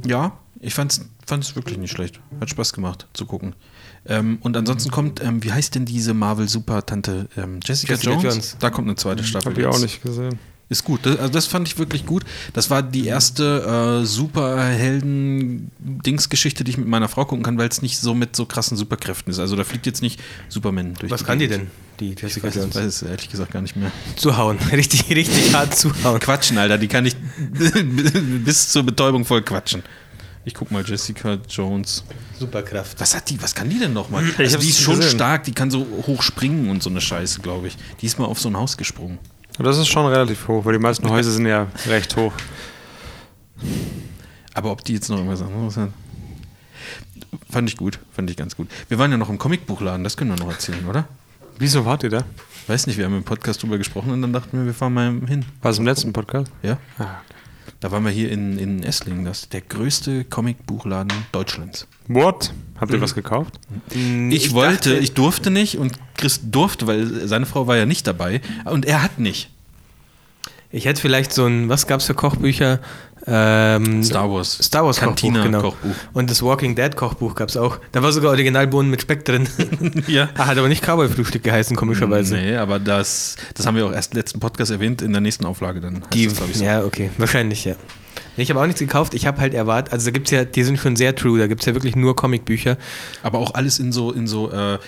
Speaker 1: ja, ich fand's, fand's wirklich nicht schlecht. Hat Spaß gemacht zu gucken. Ähm, und ansonsten kommt, ähm, wie heißt denn diese Marvel-Super-Tante? Ähm, Jessica,
Speaker 2: Jessica
Speaker 1: Jones?
Speaker 2: Jones.
Speaker 1: Da kommt eine zweite Staffel.
Speaker 3: Mhm. Hab ich auch
Speaker 1: jetzt.
Speaker 3: nicht gesehen.
Speaker 1: Ist gut. Das, also das fand ich wirklich gut. Das war die erste äh, Superhelden-Dings-Geschichte, die ich mit meiner Frau gucken kann, weil es nicht so mit so krassen Superkräften ist. Also da fliegt jetzt nicht Superman durch.
Speaker 2: Was
Speaker 1: die
Speaker 2: kann die
Speaker 1: Gegend.
Speaker 2: denn, die
Speaker 1: Ich
Speaker 2: Jessica
Speaker 1: weiß, es- weiß
Speaker 2: Jones?
Speaker 1: es ehrlich gesagt gar nicht mehr.
Speaker 2: Zuhauen. [LAUGHS] Richtig, richtig hart zuhauen.
Speaker 1: [LAUGHS] Quatschen, Alter. Die kann ich bis zur Betäubung voll quatschen. Ich guck mal, Jessica Jones.
Speaker 2: Superkraft.
Speaker 1: Was hat die? Was kann die denn nochmal?
Speaker 3: Ich
Speaker 1: Also
Speaker 3: hab's
Speaker 1: die ist
Speaker 3: nicht
Speaker 1: schon
Speaker 3: gesehen.
Speaker 1: stark. Die kann so hoch springen und so eine Scheiße, glaube ich. Die ist mal auf so ein Haus gesprungen.
Speaker 3: Aber das ist schon relativ hoch, weil die meisten Häuser sind ja recht hoch.
Speaker 1: Aber ob die jetzt noch irgendwas anderes hat? Fand ich gut, fand ich ganz gut. Wir waren ja noch im Comicbuchladen, das können wir noch erzählen, oder?
Speaker 3: Wieso wart ihr da?
Speaker 1: Weiß nicht, wir haben im Podcast drüber gesprochen und dann dachten wir, wir fahren mal hin.
Speaker 3: War es im letzten Podcast?
Speaker 1: Ja,
Speaker 3: Ah.
Speaker 1: da waren wir hier in, in Esslingen, das ist der größte Comicbuchladen Deutschlands.
Speaker 3: What? Habt
Speaker 1: Hm.
Speaker 3: ihr was gekauft?
Speaker 1: Ich, wollte, ich durfte nicht und Chris durfte, weil seine Frau war ja nicht dabei und er hat nicht.
Speaker 2: Ich hätte vielleicht so ein, was gab's für Kochbücher? Ähm,
Speaker 1: Star Wars.
Speaker 2: Star Wars
Speaker 1: Cantina
Speaker 2: Kochbuch, genau.
Speaker 1: Kochbuch.
Speaker 2: Und das Walking Dead Kochbuch gab's auch. Da war sogar Originalbohnen mit Speck
Speaker 1: [LAUGHS]
Speaker 2: drin.
Speaker 1: Ja.
Speaker 2: ah, hat aber nicht Cowboy Frühstück geheißen, komischerweise.
Speaker 1: Nee, aber das, das haben wir auch erst im letzten Podcast erwähnt, in der nächsten Auflage dann. heißt
Speaker 2: Die,
Speaker 1: das, glaub ich, so.
Speaker 2: ja, okay, wahrscheinlich, ja. Ich habe auch nichts gekauft, ich habe halt erwartet, also da gibt's ja, die sind schon sehr true, da gibt's ja wirklich nur Comicbücher.
Speaker 1: Aber auch alles in so, in so, äh,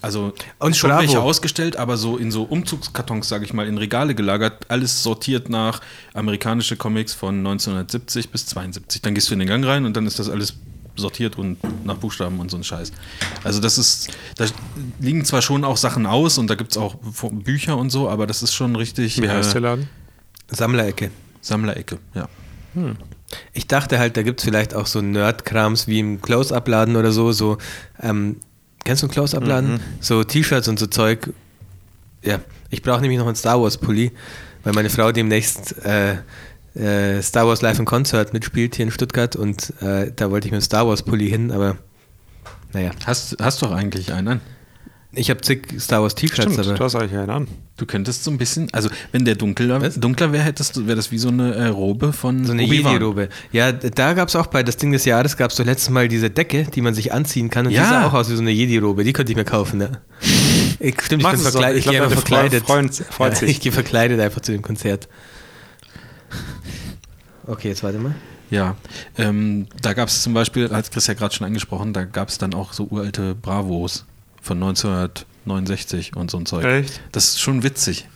Speaker 1: also
Speaker 2: Und
Speaker 1: schon
Speaker 2: Bravo.
Speaker 1: welche ausgestellt, aber so in so Umzugskartons, sage ich mal, in Regale gelagert, alles sortiert nach amerikanische Comics von 1970 bis 72. Dann gehst du in den Gang rein und dann ist das alles sortiert und nach Buchstaben und so ein Scheiß. Also das ist, da liegen zwar schon auch Sachen aus und da gibt es auch Bücher und so, aber das ist schon richtig
Speaker 3: Wie heißt
Speaker 1: äh,
Speaker 3: der Laden?
Speaker 2: Sammlerecke.
Speaker 1: Sammlerecke, ja.
Speaker 2: Ich dachte halt, da gibt es vielleicht auch so Nerd-Krams wie im Close-Up-Laden oder so. so ähm, kennst du einen
Speaker 3: Mhm.
Speaker 2: Close-Up-Laden? So T-Shirts und so Zeug. Ja, ich brauche nämlich noch einen Star Wars-Pulli, weil meine Frau demnächst äh, äh, Star Wars Live in Concert mitspielt hier in Stuttgart und äh, da wollte ich mit einem Star Wars-Pulli hin, aber naja.
Speaker 1: Hast, hast doch eigentlich einen an.
Speaker 2: Ich habe zig Star Wars-T-Shirts,
Speaker 3: Stimmt,
Speaker 2: aber.
Speaker 3: du hast eigentlich einen an.
Speaker 1: Du könntest so ein bisschen, also wenn der dunkler, dunkler wäre, hättest du, wäre das wie so eine äh, Robe von
Speaker 2: So eine
Speaker 1: Obi-Wan.
Speaker 2: Jedi-Robe. Ja, d- da gab es auch bei das Ding des Jahres, gab es doch letztes Mal diese Decke, die man sich anziehen kann. Und
Speaker 1: Ja.
Speaker 2: die sah auch aus wie so eine Jedi-Robe. Die könnte ich mir kaufen. Ne? Ich, stimmt, ich bin
Speaker 3: Mach's doch.
Speaker 2: verkleidet.
Speaker 3: Ich
Speaker 2: Ich,
Speaker 3: glaub,
Speaker 2: gehe einfach
Speaker 3: deine Frau
Speaker 2: verkleidet.
Speaker 3: freut- freut sich.
Speaker 2: ich gehe verkleidet einfach zu dem Konzert. Okay, jetzt warte mal.
Speaker 1: Ja, ähm, da gab es zum Beispiel, hat Chris ja gerade schon angesprochen, da gab es dann auch so uralte Bravos von 1969 und so ein Zeug.
Speaker 3: Echt?
Speaker 1: Das ist schon witzig.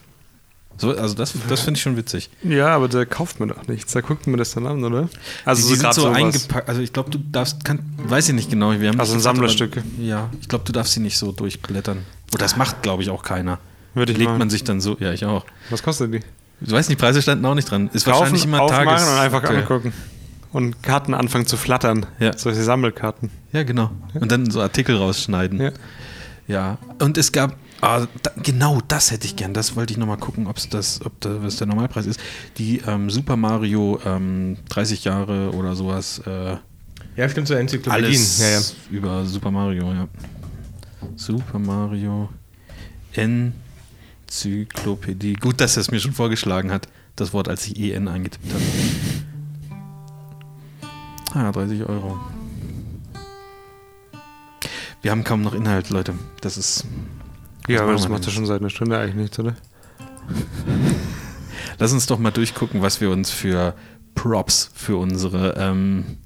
Speaker 1: So, also das, das finde ich schon witzig.
Speaker 3: Ja, aber da kauft man doch nichts. Da guckt man das dann an, oder? Also
Speaker 1: die, die sind
Speaker 3: grad
Speaker 1: so
Speaker 3: sowas.
Speaker 1: eingepackt. Also ich glaube, du darfst, kann, weiß ich nicht genau. Wir haben
Speaker 3: Also
Speaker 1: nicht
Speaker 3: ein
Speaker 1: gefragt,
Speaker 3: Sammlerstück.
Speaker 1: aber- Ja, ich glaube, du darfst sie nicht so durchblättern. Und das macht, glaube ich, auch keiner.
Speaker 3: Würde ich
Speaker 1: Legt
Speaker 3: machen.
Speaker 1: man sich dann so, ja, ich auch.
Speaker 3: Was kostet die?
Speaker 1: Ich weiß nicht, Preise standen auch nicht dran. Ist wahrscheinlich immer
Speaker 3: aufmachen
Speaker 1: Tages.
Speaker 3: und einfach
Speaker 1: aktuell.
Speaker 3: angucken. Und Karten anfangen zu flattern.
Speaker 1: Ja.
Speaker 3: Solche Sammelkarten.
Speaker 1: Ja, genau. Und dann so Artikel rausschneiden.
Speaker 3: Ja.
Speaker 1: Ja, und es gab, ah, da, genau das hätte ich gern, das wollte ich nochmal gucken, ob's das, ob das was der Normalpreis ist. Die ähm, Super Mario ähm, 30 Jahre oder sowas, äh,
Speaker 2: Ja, stimmt, so Enzyklopädien.
Speaker 1: alles
Speaker 2: Ja, ja.
Speaker 1: über Super Mario, ja. Super Mario Enzyklopädie. Gut, dass er es mir schon vorgeschlagen hat, das Wort, als ich EN eingetippt habe. Ah, 30 Euro. Wir haben kaum noch Inhalt, Leute. Das ist
Speaker 3: Ja, aber
Speaker 1: machen
Speaker 3: das
Speaker 1: wir
Speaker 3: macht ja
Speaker 1: denn?
Speaker 3: schon seit einer Stunde eigentlich nichts, oder?
Speaker 1: Lass uns doch mal durchgucken, was wir uns für Props für unsere ähm,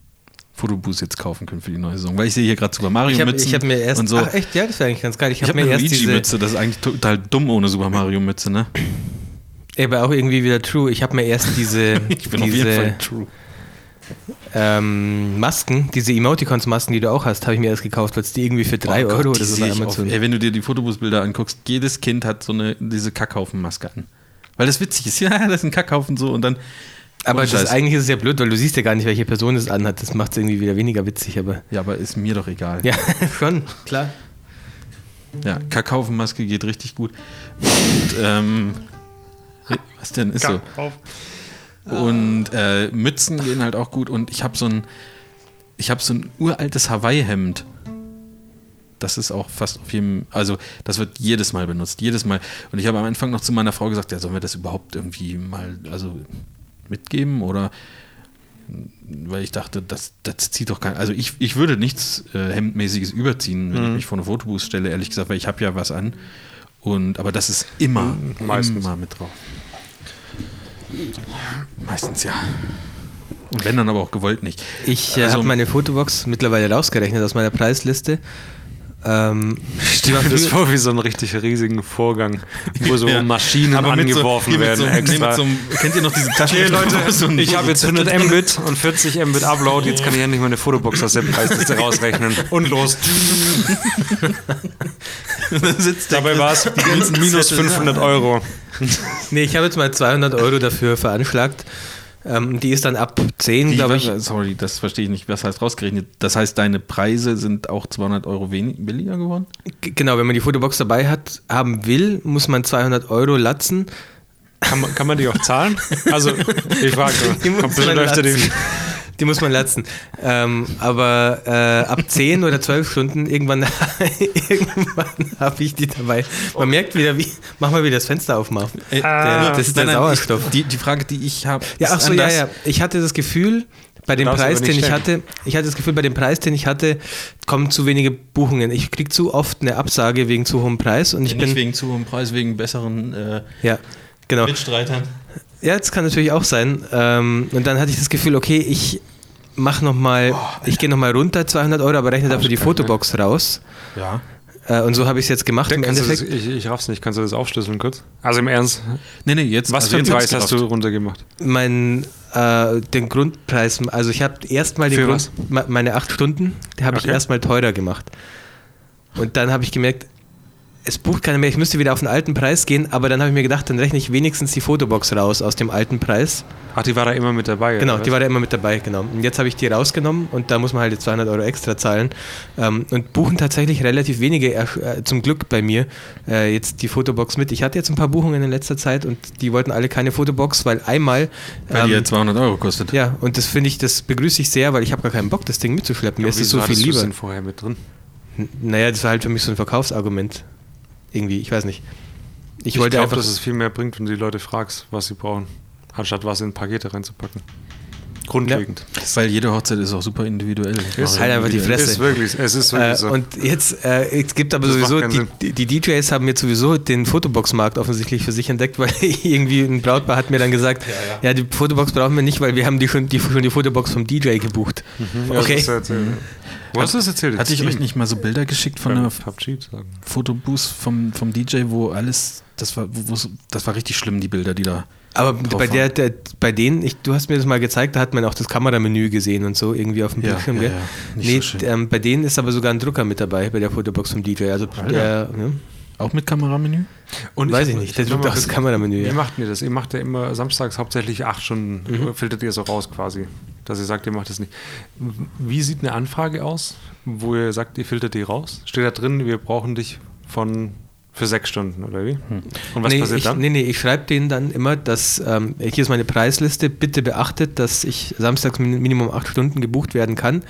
Speaker 1: Fotobooths jetzt kaufen können für die neue Saison. Weil ich sehe hier gerade Super Mario
Speaker 2: Ich habe
Speaker 1: Mützen
Speaker 2: hab mir erst.
Speaker 1: und so.
Speaker 2: Ach, echt? Ja, das wäre eigentlich ganz geil. Ich
Speaker 1: ich
Speaker 2: habe
Speaker 1: habe
Speaker 2: mir
Speaker 1: eine
Speaker 2: erst diese.
Speaker 1: Luigi-Mütze, das ist eigentlich total dumm ohne Super Mario Mütze,
Speaker 2: [LAUGHS]
Speaker 1: ne?
Speaker 2: Aber auch irgendwie wieder true. Ich habe mir erst diese.
Speaker 1: [LAUGHS] Ich bin
Speaker 2: diese
Speaker 1: auf jeden Fall true.
Speaker 2: ähm, Masken, diese Emoticons-Masken, die du auch hast, habe ich mir erst gekauft, weil es die irgendwie für
Speaker 1: Oh
Speaker 2: 3 Euro oder so bei Amazon.
Speaker 1: Ey, wenn du dir die Fotobusbilder anguckst, jedes Kind hat so eine, diese Kackhaufen-Maske an. Weil das witzig ist. [LAUGHS] Ja, das ist ein Kackhaufen so und dann.
Speaker 2: aber
Speaker 1: Ohne
Speaker 2: das,
Speaker 1: Scheiß.
Speaker 2: eigentlich ist es ja blöd, weil du siehst ja gar nicht, welche Person es anhat. Das macht es irgendwie wieder weniger witzig, aber. [LAUGHS]
Speaker 1: Ja, aber ist mir doch egal.
Speaker 2: Ja, schon, klar.
Speaker 1: Ja, Kakaofenmaske geht richtig gut. Und, ähm, was denn ist so? Und äh, Mützen gehen halt auch gut. Und ich habe so ein, ich habe so ein uraltes Hawaii-Hemd. Das ist auch fast auf jedem, also das wird jedes Mal benutzt, jedes Mal. Und ich habe am Anfang noch zu meiner Frau gesagt, ja, sollen wir das überhaupt irgendwie mal, also mitgeben oder? Weil ich dachte, das, das zieht doch kein, also ich, ich würde nichts äh, hemdmäßiges überziehen, wenn ich mich vor eine Fotobooth stelle, ehrlich gesagt, weil ich habe ja was an. Und aber das ist immer,
Speaker 3: meistens.
Speaker 1: immer mit drauf. Meistens ja. Und wenn dann aber auch gewollt nicht.
Speaker 2: Ich äh,
Speaker 1: Also-
Speaker 2: habe meine Fotobox mittlerweile rausgerechnet aus meiner Preisliste. Ähm, die war
Speaker 3: Stell dir das
Speaker 2: früher-
Speaker 3: vor wie so einen richtig riesigen Vorgang, wo so
Speaker 1: Ja.
Speaker 3: Maschinen
Speaker 1: Aber mit so-
Speaker 3: angeworfen
Speaker 1: hier mit
Speaker 3: werden.
Speaker 1: so einem- nee,
Speaker 3: extra.
Speaker 1: mit so einem- kennt ihr noch
Speaker 2: [LAUGHS]
Speaker 1: diese
Speaker 3: [LAUGHS]
Speaker 1: Taschenrechner? wo [LAUGHS] so ein-
Speaker 3: ich habe jetzt 100 Mbit und 40 Mbit Upload, jetzt kann ich endlich meine Fotobox aus der Preisliste rausrechnen. Und los.
Speaker 1: Dann sitzt der
Speaker 3: Dabei war es
Speaker 1: die ganzen
Speaker 3: minus
Speaker 1: Zettel.
Speaker 3: 500 Euro.
Speaker 2: nee, ich habe jetzt mal 200 Euro dafür veranschlagt. Ähm, die ist dann ab 10,
Speaker 1: Wie,
Speaker 2: glaube ich.
Speaker 1: was- sorry, das verstehe ich nicht. Was heißt rausgerechnet? Das heißt, deine Preise sind auch 200 Euro wenig, billiger geworden?
Speaker 2: G- Genau, wenn man die Fotobox dabei hat, haben will, muss man 200 Euro latzen.
Speaker 3: Kann man, kann man die auch zahlen? Also, ich frage
Speaker 2: Die
Speaker 3: nur.
Speaker 2: muss
Speaker 3: Kommt bestimmt
Speaker 2: man
Speaker 3: öfter die-
Speaker 2: latzen. Die muss man latzen. Ähm, aber äh, ab 10 oder 12 Stunden irgendwann, [LAUGHS] irgendwann habe ich die dabei. Man merkt wieder, wie, mach mal wieder das Fenster aufmachen.
Speaker 1: Äh,
Speaker 2: Der- das ist der Sauerstoff.
Speaker 1: Ich, die, die Frage, die ich habe.
Speaker 2: Ja, ach so, ja, ja. Ich hatte das Gefühl, bei dem
Speaker 3: Darfst du
Speaker 2: Preis,
Speaker 3: aber
Speaker 2: den
Speaker 3: nicht
Speaker 2: ich hatte,
Speaker 3: stellen.
Speaker 2: ich hatte das Gefühl, bei dem Preis, den ich hatte, kommen zu wenige Buchungen. Ich kriege zu oft eine Absage wegen zu hohem Preis und ich
Speaker 1: Ich bin nicht
Speaker 2: bin.
Speaker 1: wegen zu hohem Preis, wegen besseren äh,
Speaker 2: Ja, genau.
Speaker 1: Mitstreitern.
Speaker 2: Ja, das kann natürlich auch sein. Ähm, und dann hatte ich das Gefühl, okay, ich mach noch mal, ich gehe nochmal runter 200 Euro, aber rechne dafür die Fotobox raus.
Speaker 1: Ja.
Speaker 2: Äh, und so habe ich es jetzt gemacht im
Speaker 3: Kannst du das,
Speaker 2: Endeffekt.
Speaker 3: ich, ich raff's nicht, kannst du das aufschlüsseln kurz? Also im Ernst,
Speaker 1: Nee, nee, jetzt.
Speaker 3: was
Speaker 1: also
Speaker 3: für einen
Speaker 1: jetzt
Speaker 3: Preis
Speaker 1: hat's
Speaker 3: hast du
Speaker 1: gerafft.
Speaker 3: runtergemacht?
Speaker 2: Mein, äh, den Grundpreis, also ich habe erstmal den
Speaker 3: Für
Speaker 2: Grund, me- meine acht Stunden, die habe ich
Speaker 3: Okay.
Speaker 2: erstmal teurer gemacht. Und dann habe ich gemerkt, es bucht keiner mehr, ich müsste wieder auf den alten Preis gehen, aber dann habe ich mir gedacht, dann rechne ich wenigstens die Fotobox raus aus dem alten Preis.
Speaker 3: Ach, die war da immer mit dabei.
Speaker 2: Genau,
Speaker 3: oder
Speaker 2: die
Speaker 3: was?
Speaker 2: war da immer mit dabei, genau. Und jetzt habe ich die rausgenommen und da muss man halt jetzt 200 Euro extra zahlen. Ähm, und buchen tatsächlich relativ wenige, ersch- äh, zum Glück bei mir, äh, jetzt die Fotobox mit. Ich hatte jetzt ein paar Buchungen in letzter Zeit und die wollten alle keine Fotobox, weil einmal.
Speaker 1: Weil die ja
Speaker 2: ähm,
Speaker 1: 200 Euro kostet.
Speaker 2: ja, und das finde ich, das begrüße ich sehr, weil ich habe gar keinen Bock, das Ding mitzuschleppen. Mir ist es
Speaker 3: Wieso
Speaker 2: so viel
Speaker 3: hattest du's
Speaker 2: lieber.
Speaker 3: denn vorher mit drin?
Speaker 2: N- Naja, das war halt für mich so ein Verkaufsargument. Irgendwie, ich weiß nicht. Ich, wollte
Speaker 3: glaub,
Speaker 2: einfach.
Speaker 3: dass es viel mehr bringt, wenn du die Leute fragst, was sie brauchen, anstatt was in Pakete reinzupacken. Grundlegend.
Speaker 1: Weil jede Hochzeit ist auch super individuell.
Speaker 3: Ist
Speaker 2: halt einfach die Fresse.
Speaker 3: Ist wirklich, es ist wirklich
Speaker 2: Äh,
Speaker 3: so.
Speaker 2: Und jetzt, äh, es gibt aber
Speaker 3: Das macht
Speaker 2: sowieso,
Speaker 3: keinen
Speaker 2: die,
Speaker 3: Sinn.
Speaker 2: die die DJs haben jetzt sowieso den Fotobox-Markt offensichtlich für sich entdeckt, weil [LAUGHS] irgendwie ein Brautpaar hat mir dann gesagt, ja, die Fotobox brauchen wir nicht, weil wir haben die schon die, schon die Fotobox vom DJ gebucht.
Speaker 3: Ja, das
Speaker 2: okay.
Speaker 3: ist halt, äh, Wo hast du das erzählt?
Speaker 1: Hatte ich
Speaker 3: Steam?
Speaker 1: euch nicht mal so Bilder geschickt von
Speaker 3: Beim
Speaker 1: einer
Speaker 3: PUBG sagen.
Speaker 1: Fotobooth vom, vom DJ, wo alles, das war, wo, wo's- das war richtig schlimm, die Bilder, die da.
Speaker 2: Aber
Speaker 1: drauf
Speaker 2: bei,
Speaker 1: waren.
Speaker 2: der, der, bei denen, ich, du hast mir das mal gezeigt, da hat man auch das Kameramenü gesehen und so irgendwie auf dem
Speaker 1: Ja,
Speaker 2: Bildschirm.
Speaker 1: ja,
Speaker 2: gell?
Speaker 1: ja. Nicht
Speaker 2: Nee,
Speaker 1: so schön.
Speaker 2: ähm, bei denen ist aber sogar ein Drucker mit dabei, bei der Fotobox vom DJ. Also, der, ne?
Speaker 1: Auch mit Kameramenü?
Speaker 3: Und
Speaker 2: Weiß ich nicht, der
Speaker 3: hab
Speaker 2: drückt
Speaker 3: mal
Speaker 2: auch das
Speaker 3: gesehen,
Speaker 2: Kameramenü,
Speaker 3: Wie
Speaker 2: ja. Mhm.
Speaker 3: macht ihr das? Ihr macht ja immer samstags hauptsächlich acht Stunden, äh, filtert ihr so raus quasi, dass ihr sagt, ihr macht das nicht. Wie sieht eine Anfrage aus, wo ihr sagt, ihr filtert die raus? Steht da drin, wir brauchen dich von für sechs Stunden oder wie? Und was
Speaker 2: Hm. nee,
Speaker 3: passiert
Speaker 2: ich,
Speaker 3: dann?
Speaker 2: Nee, nee, ich schreibe denen dann immer, dass ähm, hier ist meine Preisliste, bitte beachtet, dass ich samstags min- Minimum acht Stunden gebucht werden kann.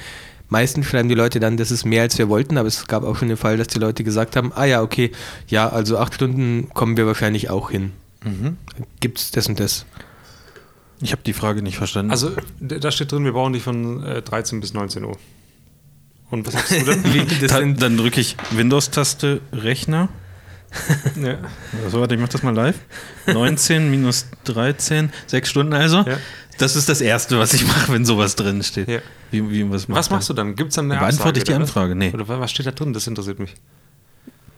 Speaker 2: Meistens schreiben die Leute dann, das ist mehr als wir wollten, aber es gab auch schon den Fall, dass die Leute gesagt haben, ah ja, okay, ja, also acht Stunden kommen wir wahrscheinlich auch hin. Gibt's das und das?
Speaker 1: Ich habe die Frage nicht verstanden.
Speaker 3: Also d- da steht drin, wir brauchen dich von äh, 13 bis 19 Uhr. Und was sagst du denn?
Speaker 2: Wie, das
Speaker 1: Ta-
Speaker 2: sind,
Speaker 1: dann drücke ich Windows-Taste, Rechner.
Speaker 3: ja.
Speaker 1: Also, warte, ich mache das mal
Speaker 3: [LAUGHS]
Speaker 1: live. 19 minus 13, sechs Stunden also.
Speaker 3: Ja.
Speaker 1: Das ist das Erste, was ich mache, wenn sowas drin steht.
Speaker 3: Ja.
Speaker 1: Wie, wie, was,
Speaker 3: Was machst du dann? Gibt es dann eine
Speaker 1: Beantworte
Speaker 3: Absage
Speaker 1: ich die
Speaker 3: oder was?
Speaker 1: Anfrage? Nee.
Speaker 3: Oder wa- was steht da drin? Das interessiert mich.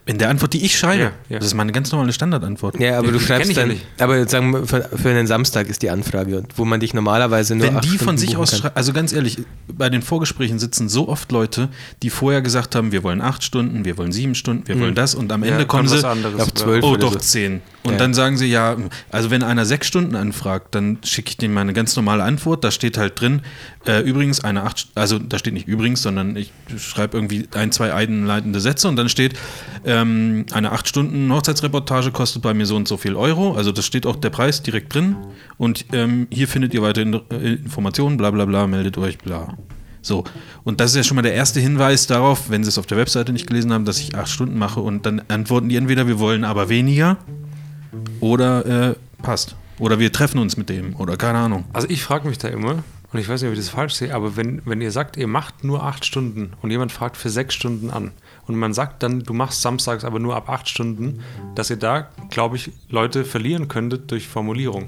Speaker 1: In der Antwort, die ich schreibe.
Speaker 3: Ja, ja.
Speaker 1: Das ist meine ganz normale Standardantwort.
Speaker 2: Ja, aber
Speaker 3: Ja,
Speaker 2: du
Speaker 3: die kenn
Speaker 2: schreibst
Speaker 3: ich
Speaker 2: dann.
Speaker 3: ja nicht.
Speaker 2: Aber jetzt sagen wir, für, für einen Samstag ist die Anfrage, und wo man dich normalerweise nur
Speaker 1: Wenn
Speaker 2: acht
Speaker 1: die
Speaker 2: Stunden
Speaker 1: von sich
Speaker 2: buchen
Speaker 1: aus,
Speaker 2: kann.
Speaker 1: schrei- also ganz ehrlich, bei den Vorgesprächen sitzen so oft Leute, die vorher gesagt haben, wir wollen acht Stunden, wir wollen sieben Stunden, wir
Speaker 2: Mhm.
Speaker 1: wollen das und am Ende
Speaker 3: dann
Speaker 1: kommen
Speaker 3: was
Speaker 1: sie
Speaker 3: anderes.
Speaker 2: auf zwölf.
Speaker 1: Oh,
Speaker 2: oder
Speaker 1: doch,
Speaker 2: so.
Speaker 1: zehn. Und
Speaker 2: Ja.
Speaker 1: dann sagen sie ja, also wenn einer sechs Stunden anfragt, dann schicke ich denen meine ganz normale Antwort. Da steht halt drin, äh, übrigens eine acht, also da steht nicht übrigens, sondern ich schreibe irgendwie ein, zwei einleitende Sätze und dann steht, ähm, eine acht Stunden Hochzeitsreportage kostet bei mir so und so viel Euro. Also das steht auch der Preis direkt drin. Und ähm, hier findet ihr weitere In äh, Informationen, bla bla bla, meldet euch, bla. So, und das ist ja schon mal der erste Hinweis darauf, wenn Sie es auf der Webseite nicht gelesen haben, dass ich acht Stunden mache und dann antworten die entweder, wir wollen aber weniger oder äh, passt. Oder wir treffen uns mit dem oder keine Ahnung.
Speaker 3: Also ich frage mich da immer, und ich weiß nicht, ob ich das falsch sehe, aber wenn, wenn ihr sagt, ihr macht nur acht Stunden und jemand fragt für sechs Stunden an und man sagt dann, du machst samstags aber nur ab acht Stunden, dass ihr da, glaube ich, Leute verlieren könntet durch Formulierung.